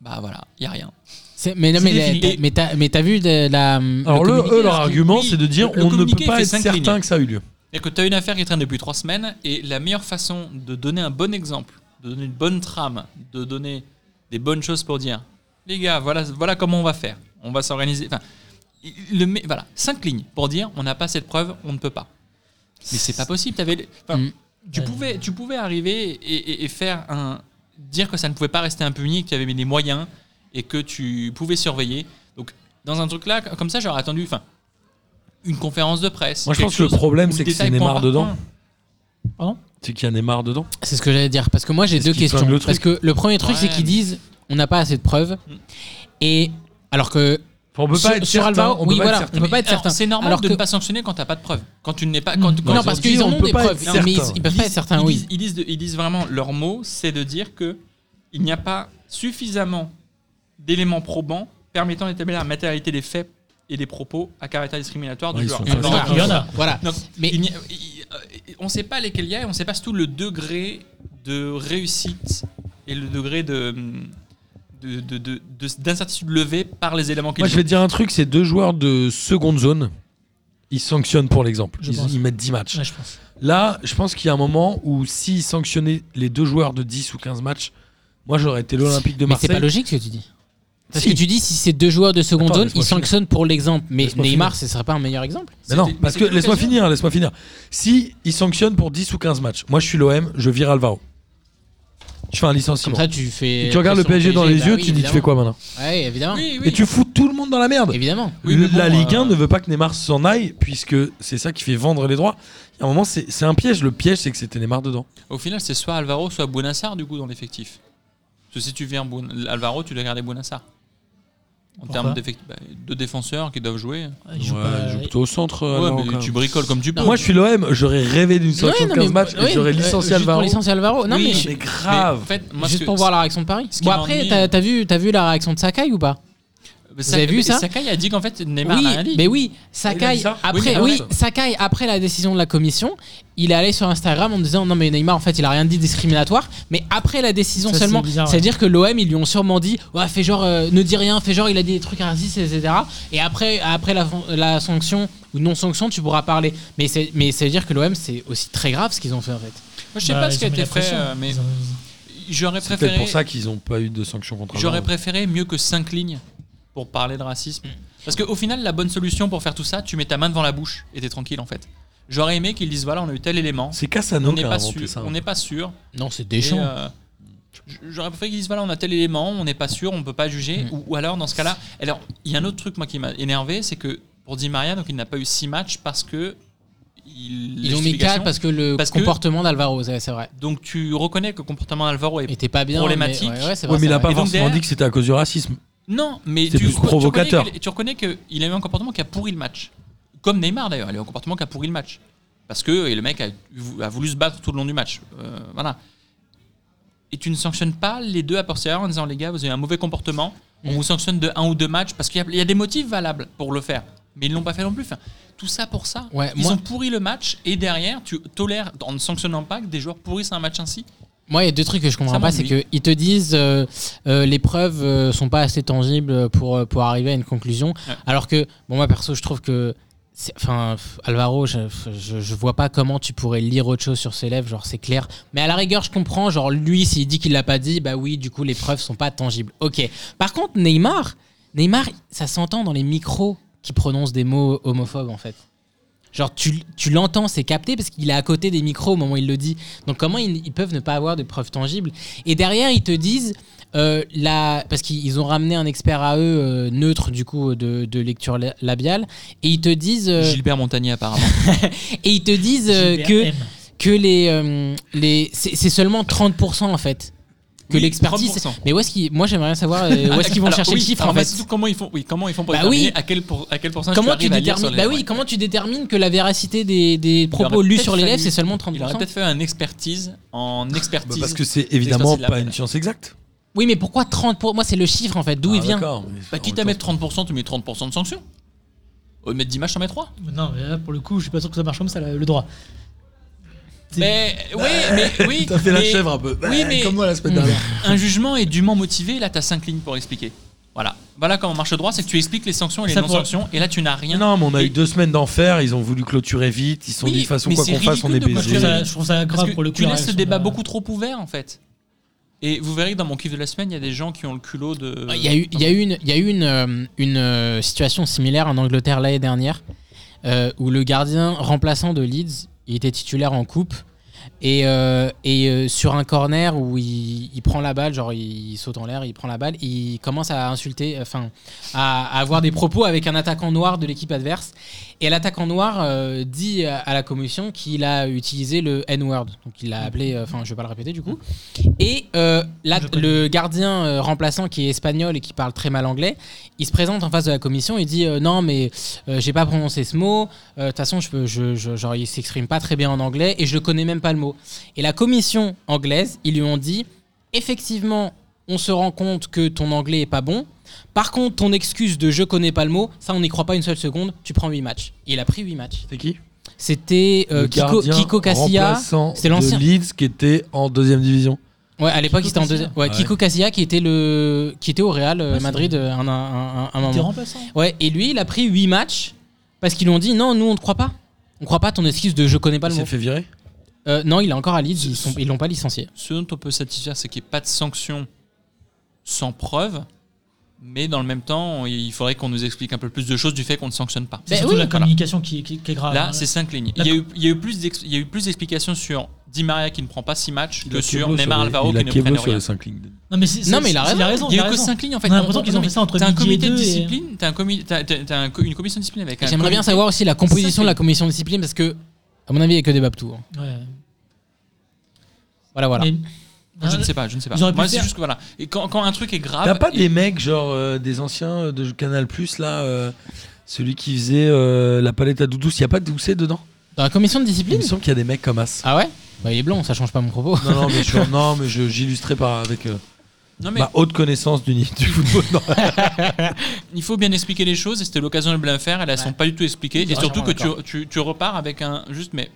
[SPEAKER 6] Bah voilà, il y a rien.
[SPEAKER 5] C'est- Mais non,
[SPEAKER 2] C'est
[SPEAKER 5] mais
[SPEAKER 2] défini.
[SPEAKER 5] la- mais t'as mais t'as vu de- la. hum,
[SPEAKER 4] Alors, le,
[SPEAKER 5] communiqué,
[SPEAKER 4] eux, leur
[SPEAKER 5] là, qui-
[SPEAKER 4] argument,
[SPEAKER 6] oui,
[SPEAKER 4] c'est de dire
[SPEAKER 6] le
[SPEAKER 4] on ne
[SPEAKER 6] communiqué
[SPEAKER 4] peut pas
[SPEAKER 6] fait
[SPEAKER 4] être
[SPEAKER 6] cinq
[SPEAKER 4] certain
[SPEAKER 6] lignes.
[SPEAKER 4] que ça a eu lieu.
[SPEAKER 6] C'est-à-dire que tu as une affaire qui traîne depuis trois semaines et la meilleure façon de donner un bon exemple, de donner une bonne trame, de donner des bonnes choses pour dire les gars, voilà, voilà comment on va faire. On va s'organiser. Enfin, le, mais- voilà, cinq lignes pour dire on n'a pas cette preuve, on ne peut pas. Mais c'est pas possible. t'avais le- enfin,
[SPEAKER 5] Mm.
[SPEAKER 6] tu,
[SPEAKER 2] Ouais.
[SPEAKER 6] pouvais, tu pouvais arriver et, et- et faire un. dire que ça ne pouvait pas rester impuni, que tu avais mis les moyens et que tu pouvais surveiller. Donc, dans un truc là, comme ça, j'aurais attendu. Enfin, une conférence de presse.
[SPEAKER 4] Moi, je
[SPEAKER 6] quelque
[SPEAKER 4] pense que le
[SPEAKER 6] chose
[SPEAKER 4] problème,
[SPEAKER 6] où
[SPEAKER 4] c'est que
[SPEAKER 6] détail
[SPEAKER 4] c'est
[SPEAKER 6] point
[SPEAKER 4] Neymar
[SPEAKER 6] par
[SPEAKER 4] dedans.
[SPEAKER 6] point.
[SPEAKER 4] C'est qu'il y a Neymar dedans.
[SPEAKER 5] C'est ce que j'allais dire parce que moi j'ai
[SPEAKER 4] Est-ce
[SPEAKER 5] deux
[SPEAKER 4] qu'ils
[SPEAKER 5] questions.
[SPEAKER 4] flinguent le
[SPEAKER 5] Parce
[SPEAKER 4] truc
[SPEAKER 5] que le premier truc, c'est
[SPEAKER 6] Ouais, Mm.
[SPEAKER 5] qu'ils
[SPEAKER 6] mais-
[SPEAKER 5] disent on n'a pas assez de preuves. Et alors que
[SPEAKER 4] Enfin, on peut
[SPEAKER 5] Sur-
[SPEAKER 4] pas être
[SPEAKER 5] sur
[SPEAKER 4] certain.
[SPEAKER 5] Alvaro,
[SPEAKER 4] on peut
[SPEAKER 5] oui,
[SPEAKER 4] pas
[SPEAKER 5] voilà.
[SPEAKER 4] être certain.
[SPEAKER 5] On peut pas être
[SPEAKER 6] Alors,
[SPEAKER 5] certain.
[SPEAKER 6] C'est normal
[SPEAKER 5] Alors
[SPEAKER 6] de
[SPEAKER 5] que-
[SPEAKER 6] ne pas sanctionner quand t'as pas de preuves. Quand tu n'es pas.
[SPEAKER 2] Mm.
[SPEAKER 6] Quand,
[SPEAKER 2] Non,
[SPEAKER 6] quand
[SPEAKER 5] non
[SPEAKER 6] ils
[SPEAKER 5] parce
[SPEAKER 6] ont-
[SPEAKER 5] qu'ils
[SPEAKER 4] dit,
[SPEAKER 5] en
[SPEAKER 4] on
[SPEAKER 5] ont
[SPEAKER 4] peut
[SPEAKER 5] des
[SPEAKER 4] pas être
[SPEAKER 5] preuves. Non, mais ils,
[SPEAKER 4] certain.
[SPEAKER 5] ils peuvent pas être certains.
[SPEAKER 6] ils
[SPEAKER 5] Oui.
[SPEAKER 6] disent- ils disent de- ils disent vraiment leur mot, c'est de dire que il n'y a pas suffisamment d'éléments probants permettant d'établir la matérialité des faits et des propos à caractère discriminatoire
[SPEAKER 4] Ouais,
[SPEAKER 6] du
[SPEAKER 4] ils
[SPEAKER 6] joueur.
[SPEAKER 4] sont
[SPEAKER 6] Donc,
[SPEAKER 5] Voilà.
[SPEAKER 2] Il y en a.
[SPEAKER 5] Voilà.
[SPEAKER 6] donc,
[SPEAKER 5] Mais-
[SPEAKER 6] il n'y a- il- euh, on ne sait pas lesquels il y a et on ne sait pas surtout le degré de réussite et le degré de hum, de- de- de- de- d'incertitude levée par les éléments qu'il
[SPEAKER 4] Moi, je vais te dire un truc c'est deux joueurs de seconde zone. Ils sanctionnent pour l'exemple.
[SPEAKER 2] Je
[SPEAKER 4] Ils,
[SPEAKER 2] pense.
[SPEAKER 4] ils mettent 10 matchs.
[SPEAKER 2] Ouais, je pense.
[SPEAKER 4] Là, je pense qu'il y a un moment où s'ils sanctionnaient les deux joueurs de 10 ou 15 matchs, moi j'aurais été l'Olympique de
[SPEAKER 5] Mais
[SPEAKER 4] Marseille.
[SPEAKER 5] c'est pas logique ce que tu dis. Parce
[SPEAKER 4] Si.
[SPEAKER 5] que tu dis si c'est deux joueurs de seconde
[SPEAKER 4] Attends,
[SPEAKER 5] zone,
[SPEAKER 4] laisse-moi
[SPEAKER 5] ils
[SPEAKER 4] finir.
[SPEAKER 5] sanctionnent pour l'exemple. Mais
[SPEAKER 4] Laisse-moi
[SPEAKER 5] Neymar,
[SPEAKER 4] finir.
[SPEAKER 5] ce serait pas un meilleur exemple.
[SPEAKER 4] Mais non,
[SPEAKER 6] C'était-
[SPEAKER 4] parce que
[SPEAKER 6] c'était
[SPEAKER 4] laisse-moi
[SPEAKER 6] l'occasion.
[SPEAKER 4] finir, laisse-moi finir. Si ils sanctionnent pour 10 ou 15 matchs, moi je suis l'OM, je vire Alvaro. Je fais un
[SPEAKER 5] Comme
[SPEAKER 4] licenciement.
[SPEAKER 5] ça, tu fais.
[SPEAKER 4] Et tu regardes le PSG dans les yeux, tu dis tu fais quoi maintenant
[SPEAKER 5] Ouais, évidemment.
[SPEAKER 6] bah Oui,
[SPEAKER 4] Et
[SPEAKER 6] oui.
[SPEAKER 4] tu fous tout le monde dans la merde.
[SPEAKER 5] Évidemment.
[SPEAKER 6] Oui, mais
[SPEAKER 4] la
[SPEAKER 6] bon,
[SPEAKER 4] Ligue 1
[SPEAKER 6] euh,
[SPEAKER 4] ne veut pas que Neymar s'en aille puisque c'est ça qui fait vendre les droits. Il y a un moment, c'est c'est un piège. Le piège, c'est que c'était Neymar dedans.
[SPEAKER 6] Au final, c'est soit Alvaro, soit Bounassar du coup dans l'effectif. Parce que si tu viens Boun- Alvaro, tu dois garder Bounassar. En
[SPEAKER 2] Pourquoi Oh,
[SPEAKER 6] termes d'effectif- bah, de défenseurs qui doivent jouer.
[SPEAKER 2] Il joue
[SPEAKER 4] Ouais,
[SPEAKER 2] pas-
[SPEAKER 4] il joue plutôt au centre.
[SPEAKER 6] euh, Ouais,
[SPEAKER 4] alors,
[SPEAKER 6] mais
[SPEAKER 4] quand
[SPEAKER 6] tu
[SPEAKER 4] même.
[SPEAKER 6] bricoles comme tu peux.
[SPEAKER 4] Moi, je suis l'OM. J'aurais rêvé d'une
[SPEAKER 5] Ouais,
[SPEAKER 4] sanction
[SPEAKER 5] non,
[SPEAKER 4] de
[SPEAKER 5] mais
[SPEAKER 4] 15 matchs
[SPEAKER 5] ouais,
[SPEAKER 4] et j'aurais
[SPEAKER 5] euh,
[SPEAKER 4] licencié
[SPEAKER 5] juste
[SPEAKER 4] Alvaro.
[SPEAKER 5] pour licencier Alvaro. Non,
[SPEAKER 6] Oui,
[SPEAKER 5] mais
[SPEAKER 6] mais-
[SPEAKER 5] je-
[SPEAKER 4] Mais
[SPEAKER 6] Mais
[SPEAKER 4] grave.
[SPEAKER 6] en fait, moi, ce
[SPEAKER 5] juste
[SPEAKER 6] que-
[SPEAKER 5] pour voir la réaction de Paris.
[SPEAKER 6] ce qui
[SPEAKER 5] Bon, après,
[SPEAKER 6] m'ennuie-
[SPEAKER 5] t'as t'as vu, t'as vu la réaction de Sakai ou pas Vous avez vu ça
[SPEAKER 6] Sakai a dit qu'en fait Neymar
[SPEAKER 5] oui,
[SPEAKER 6] n'a rien dit.
[SPEAKER 5] mais oui,
[SPEAKER 4] Il a
[SPEAKER 5] Sakai
[SPEAKER 4] dit ça
[SPEAKER 6] Oui,
[SPEAKER 5] après
[SPEAKER 6] mais
[SPEAKER 5] oui,
[SPEAKER 6] arrête.
[SPEAKER 5] Sakai après la décision de la commission, il est allé sur Instagram en disant non mais Neymar en fait, il a rien dit discriminatoire, mais après la décision
[SPEAKER 2] Ça, c'est
[SPEAKER 5] seulement,
[SPEAKER 2] bizarre, ouais.
[SPEAKER 5] c'est-à-dire que l'OM ils lui ont sûrement dit ouais, fais genre euh, ne dis rien, fais genre il a dit des trucs racistes etc. et après après la, la sanction ou non sanction, tu pourras parler. Mais c'est mais c'est à dire que l'OM c'est aussi très grave ce qu'ils ont fait en fait.
[SPEAKER 6] Moi, je sais
[SPEAKER 2] Bah,
[SPEAKER 6] pas ce
[SPEAKER 2] ils
[SPEAKER 6] qui a
[SPEAKER 2] ont mis
[SPEAKER 6] été
[SPEAKER 2] la
[SPEAKER 6] fait,
[SPEAKER 2] pression.
[SPEAKER 6] euh, mais
[SPEAKER 2] Ils ont-
[SPEAKER 6] j'aurais
[SPEAKER 4] C'est peut-être
[SPEAKER 6] préféré.
[SPEAKER 4] pour ça qu'ils n'ont pas eu de sanctions contre
[SPEAKER 6] J'aurais
[SPEAKER 4] Haaland.
[SPEAKER 6] préféré mieux que 5 lignes pour parler de racisme. Parce qu'au final, la bonne solution pour faire tout ça, tu mets ta main devant la bouche et t'es tranquille en fait. J'aurais aimé qu'ils disent voilà, on a eu tel élément,
[SPEAKER 4] C'est
[SPEAKER 6] on
[SPEAKER 4] Cassano qui
[SPEAKER 6] n'est
[SPEAKER 4] a
[SPEAKER 6] pas
[SPEAKER 4] inventé
[SPEAKER 6] sûr,
[SPEAKER 4] ça.
[SPEAKER 6] on n'est pas sûr.
[SPEAKER 5] Non, c'est
[SPEAKER 6] et,
[SPEAKER 5] déchant.
[SPEAKER 6] euh, j- J'aurais préféré qu'ils disent voilà, on a tel élément, on n'est pas sûr, on peut pas juger.
[SPEAKER 5] Mm.
[SPEAKER 6] Ou, ou alors dans ce cas-là, alors il y a un autre truc moi qui m'a énervé, c'est que pour Di Maria, donc il n'a pas eu 6 matchs parce que il,
[SPEAKER 5] Ils ont mis 4 parce que le
[SPEAKER 6] Parce que-
[SPEAKER 5] comportement d'Alvaro, ouais, c'est vrai.
[SPEAKER 6] donc tu reconnais que le comportement d'Alvaro est
[SPEAKER 5] était pas bien
[SPEAKER 6] Problématique.
[SPEAKER 5] Mais, ouais, ouais, c'est
[SPEAKER 4] Ouais,
[SPEAKER 5] vrai,
[SPEAKER 4] mais il
[SPEAKER 5] c'est
[SPEAKER 4] n'a
[SPEAKER 5] vrai.
[SPEAKER 4] pas
[SPEAKER 6] Et donc
[SPEAKER 4] forcément
[SPEAKER 6] derrière-
[SPEAKER 4] dit que c'était à cause du racisme.
[SPEAKER 6] Non, mais
[SPEAKER 4] C'est
[SPEAKER 6] tu,
[SPEAKER 4] plus
[SPEAKER 6] tu reconnais
[SPEAKER 4] provocateur.
[SPEAKER 6] qu'il- Tu reconnais qu'il a eu un comportement qui a pourri le match. Comme Neymar d'ailleurs, il a eu un comportement qui a pourri le match. Parce que et le mec a, a voulu se battre tout le long du match. Euh, voilà. Et tu ne sanctionnes pas les deux à posteriori en disant les gars, vous avez un mauvais comportement.
[SPEAKER 5] Mm.
[SPEAKER 6] On vous sanctionne de un ou deux matchs parce qu'il y a- il y, a des motifs valables pour le faire. Mais ils ne l'ont pas fait non plus. Enfin, tout ça pour ça.
[SPEAKER 5] Ouais,
[SPEAKER 6] ils
[SPEAKER 5] moi-
[SPEAKER 6] ont pourri le match et derrière, tu tolères, en ne sanctionnant pas, que des joueurs pourrissent un match ainsi.
[SPEAKER 5] Moi, il y a deux trucs que je comprends
[SPEAKER 6] Ça
[SPEAKER 5] pas, c'est
[SPEAKER 6] m'ennuie.
[SPEAKER 5] qu'ils te disent euh, euh, les preuves euh, sont pas assez tangibles pour, euh, pour arriver à une conclusion,
[SPEAKER 6] Ouais.
[SPEAKER 5] alors que, bon, moi perso, je trouve que, c'est- enfin, pff, Alvaro, je, pff, je, je vois pas comment tu pourrais lire autre chose sur ses lèvres, genre c'est clair. Mais à la rigueur, je comprends, genre lui, s'il dit qu'il l'a pas dit, bah oui, du coup, les preuves sont pas tangibles. Ok. Par contre, Neymar, Neymar, ça s'entend dans les micros qui prononcent des mots homophobes en fait. Genre, tu, tu l'entends, c'est capté parce qu'il est à côté des micros au moment où il le dit. Donc, comment ils, ils peuvent ne pas avoir de preuves tangibles Et derrière, ils te disent, euh, la- parce qu'ils ils ont ramené un expert à eux, euh, neutre du coup, de, de lecture la- labiale, et ils te disent, euh,
[SPEAKER 6] Gilbert Montagnier apparemment.
[SPEAKER 5] et ils te disent euh, que,
[SPEAKER 2] JBRM.
[SPEAKER 5] que les, euh, les, c'est c'est seulement 30% en fait. Que
[SPEAKER 6] Oui,
[SPEAKER 5] l'expertise.
[SPEAKER 6] 30%.
[SPEAKER 5] Mais où est-ce qu'ils. Moi, j'aimerais savoir euh, où est-ce qu'ils vont
[SPEAKER 6] Ah, Alors,
[SPEAKER 5] chercher
[SPEAKER 6] oui,
[SPEAKER 5] le chiffre
[SPEAKER 6] alors,
[SPEAKER 5] en
[SPEAKER 6] mais
[SPEAKER 5] fait.
[SPEAKER 6] surtout, comment ils font, oui, comment ils font pour
[SPEAKER 5] Bah
[SPEAKER 6] déterminer
[SPEAKER 5] oui.
[SPEAKER 6] à quel, pour- à quel pourcentage
[SPEAKER 5] Comment tu,
[SPEAKER 6] arrives à lire sur
[SPEAKER 5] détermines
[SPEAKER 6] les
[SPEAKER 5] bah
[SPEAKER 6] lèvres,
[SPEAKER 5] oui,
[SPEAKER 6] ouais.
[SPEAKER 5] comment tu détermines que la véracité des, des propos
[SPEAKER 6] aurait
[SPEAKER 5] lus
[SPEAKER 6] peut-être
[SPEAKER 5] sur les
[SPEAKER 6] fallu-
[SPEAKER 5] lèvres, c'est seulement
[SPEAKER 6] Il aurait
[SPEAKER 5] 30%
[SPEAKER 6] peut-être fait un expertise en
[SPEAKER 4] Bah,
[SPEAKER 6] expertise.
[SPEAKER 4] parce que c'est évidemment
[SPEAKER 6] de la
[SPEAKER 4] pas
[SPEAKER 6] peine.
[SPEAKER 4] une science exacte.
[SPEAKER 5] Oui, mais pourquoi 30 pour... Moi, c'est le chiffre en fait, d'où il
[SPEAKER 4] Ah,
[SPEAKER 5] vient.
[SPEAKER 4] d'accord, mais
[SPEAKER 6] bah,
[SPEAKER 4] en
[SPEAKER 6] quitte
[SPEAKER 4] même
[SPEAKER 6] à
[SPEAKER 4] temps,
[SPEAKER 6] mettre 30%, tu mets 30% de sanction. Au lieu de mettre 10 matchs, t'en mets 3.
[SPEAKER 2] Non, mais là, pour le coup, je suis pas sûr que ça marche comme ça, là, le droit. C'est-
[SPEAKER 6] Mais oui, mais oui.
[SPEAKER 4] T'as fait la
[SPEAKER 6] mais
[SPEAKER 4] chèvre un peu.
[SPEAKER 6] oui, mais-
[SPEAKER 4] Comme moi la semaine dernière.
[SPEAKER 6] Un jugement est dûment motivé. Là, t'as 5 lignes pour expliquer. Voilà. Voilà comment marche le droit c'est que tu expliques les sanctions et les
[SPEAKER 2] Ça pour-
[SPEAKER 6] non-sanctions. Et là, tu n'as rien.
[SPEAKER 4] Non, mais on a
[SPEAKER 6] Et-
[SPEAKER 4] eu deux semaines d'enfer. Ils ont voulu clôturer vite. Ils se sont
[SPEAKER 6] Oui,
[SPEAKER 4] dit, de toute façon,
[SPEAKER 6] mais
[SPEAKER 4] quoi
[SPEAKER 6] c'est
[SPEAKER 4] qu'on fasse, on est
[SPEAKER 6] ridicule de
[SPEAKER 2] Moi, je, trouve
[SPEAKER 4] baisé.
[SPEAKER 6] clôturer.
[SPEAKER 2] ça, je trouve ça
[SPEAKER 6] Parce
[SPEAKER 2] grave
[SPEAKER 6] que
[SPEAKER 2] pour le coup.
[SPEAKER 6] tu
[SPEAKER 2] la
[SPEAKER 6] laisses le
[SPEAKER 2] réaction
[SPEAKER 6] débat
[SPEAKER 5] euh.
[SPEAKER 2] de-
[SPEAKER 6] beaucoup trop ouvert en fait. Et vous verrez que dans mon kiff de la semaine, il y a des gens qui ont le culot de.
[SPEAKER 5] Euh, Il y a eu, il y a eu une, il y a eu une, euh, une euh, situation similaire en Angleterre l'année dernière, euh, où le gardien remplaçant de Leeds, il était titulaire en coupe, et, euh, et euh, sur un corner où il, il prend la balle, genre il, saute en l'air, il prend la balle, il commence à insulter, enfin à, à avoir des propos avec un attaquant noir de l'équipe adverse, et l'attaquant noir euh, dit à, à la commission qu'il a utilisé le N-word, donc il l'a appelé, euh, enfin je vais pas le répéter du coup, et euh, la-
[SPEAKER 2] Je connais.
[SPEAKER 5] le gardien euh, remplaçant qui est espagnol et qui parle très mal anglais, il se présente en face de la commission et dit euh, non mais euh, j'ai pas prononcé ce mot, euh, de toute façon je peux, je, je- genre il s'exprime pas très bien en anglais et je le connais même pas le mot. Et la commission anglaise, ils lui ont dit effectivement on se rend compte que ton anglais est pas bon. Par contre, ton excuse de je connais pas le mot, ça on n'y croit pas une seule seconde, tu prends 8 matchs. Et il a pris 8 matchs.
[SPEAKER 4] C'est qui
[SPEAKER 5] C'était euh,
[SPEAKER 4] Le
[SPEAKER 5] Kiko,
[SPEAKER 4] gardien
[SPEAKER 5] Kiko Casilla.
[SPEAKER 4] remplaçant
[SPEAKER 5] c'était l'ancien.
[SPEAKER 4] de Leeds qui était en deuxième division.
[SPEAKER 5] Ouais, à l'époque,
[SPEAKER 2] Kiko
[SPEAKER 5] il était en
[SPEAKER 2] Casilla.
[SPEAKER 5] deuxième. Ouais,
[SPEAKER 4] Ah
[SPEAKER 5] Kiko Casilla qui était, le... qui était au Real euh,
[SPEAKER 2] Ouais, c'est
[SPEAKER 5] Madrid euh, un, un- un- un
[SPEAKER 2] T'es
[SPEAKER 5] moment.
[SPEAKER 2] remplaçant.
[SPEAKER 5] Ouais, et lui, il a pris 8 matchs parce qu'ils lui ont dit non, nous on ne croit pas. On croit pas ton excuse de je connais pas
[SPEAKER 4] il
[SPEAKER 5] le
[SPEAKER 4] s'est
[SPEAKER 5] mot.
[SPEAKER 4] fait virer.
[SPEAKER 5] Euh, non, il est encore à Leeds, ils sont- ils l'ont pas licencié.
[SPEAKER 6] Ce dont on peut satisfaire, c'est qu'il n'y ait pas de sanction sans preuve, mais dans le même temps, il faudrait qu'on nous explique un peu plus de choses du fait qu'on ne sanctionne pas.
[SPEAKER 2] C'est
[SPEAKER 5] Ben
[SPEAKER 2] surtout
[SPEAKER 5] oui,
[SPEAKER 2] la
[SPEAKER 6] voilà.
[SPEAKER 2] communication qui, qui- qui est
[SPEAKER 4] Ah,
[SPEAKER 2] grave.
[SPEAKER 6] Là,
[SPEAKER 2] hein.
[SPEAKER 6] c'est 5 lignes.
[SPEAKER 2] La-
[SPEAKER 6] Il y, a eu, il y a eu plus d'ex- il y a eu plus d'explications sur Di Maria qui ne prend pas 6 matchs
[SPEAKER 4] Il a
[SPEAKER 6] que sur
[SPEAKER 4] Keblo
[SPEAKER 6] Neymar
[SPEAKER 4] les-
[SPEAKER 6] Alvaro
[SPEAKER 4] il a
[SPEAKER 6] qui ne
[SPEAKER 4] Keblo
[SPEAKER 6] prennent
[SPEAKER 4] sur
[SPEAKER 6] rien.
[SPEAKER 4] les 5 lignes.
[SPEAKER 2] Non, mais, c'est-
[SPEAKER 5] Non,
[SPEAKER 2] c'est-
[SPEAKER 5] mais il a raison,
[SPEAKER 6] Il n'y
[SPEAKER 2] il
[SPEAKER 6] a eu que 5 lignes en fait.
[SPEAKER 2] On a l'impression qu'ils ont
[SPEAKER 6] Non,
[SPEAKER 2] fait ça entre
[SPEAKER 6] T'as un
[SPEAKER 2] midi et
[SPEAKER 6] comité de
[SPEAKER 2] deux et-
[SPEAKER 6] discipline, t'as un comi- t'as- t'as- t'as un co- une commission de discipline avec un
[SPEAKER 5] J'aimerais bien
[SPEAKER 6] comité-
[SPEAKER 5] savoir aussi la composition de la commission de discipline parce que, à mon avis, il n'y a que des babtous. hein.
[SPEAKER 2] Ouais.
[SPEAKER 5] Voilà, voilà.
[SPEAKER 2] Mais-
[SPEAKER 6] Je ne sais pas, je ne sais pas.
[SPEAKER 2] Ils auraient pu
[SPEAKER 6] Moi,
[SPEAKER 2] le
[SPEAKER 6] c'est
[SPEAKER 2] faire.
[SPEAKER 6] juste que voilà. Et quand, quand un truc est grave.
[SPEAKER 4] T'as pas
[SPEAKER 6] et-
[SPEAKER 4] des mecs, genre euh, des anciens euh, de Canal Plus, là euh, Celui qui faisait euh, la palette à doudous, il n'y a pas de doucet dedans
[SPEAKER 5] Dans la commission de
[SPEAKER 4] Il
[SPEAKER 5] discipline
[SPEAKER 4] me semble qu'il y a des mecs comme As.
[SPEAKER 5] Ah ouais Bah, il est blanc, ça change pas mon propos.
[SPEAKER 4] Non, non, mais je- non, mais je- j'illustrais par avec. euh,
[SPEAKER 6] Non, mais
[SPEAKER 4] Ma haute connaissance du, ni- du football. Non.
[SPEAKER 6] il faut bien expliquer les choses et c'était l'occasion de bien faire. Elles ne sont pas du tout expliquées.
[SPEAKER 5] Oui,
[SPEAKER 6] Et surtout que
[SPEAKER 5] franchement,
[SPEAKER 6] tu, tu, tu repars avec un juste, mais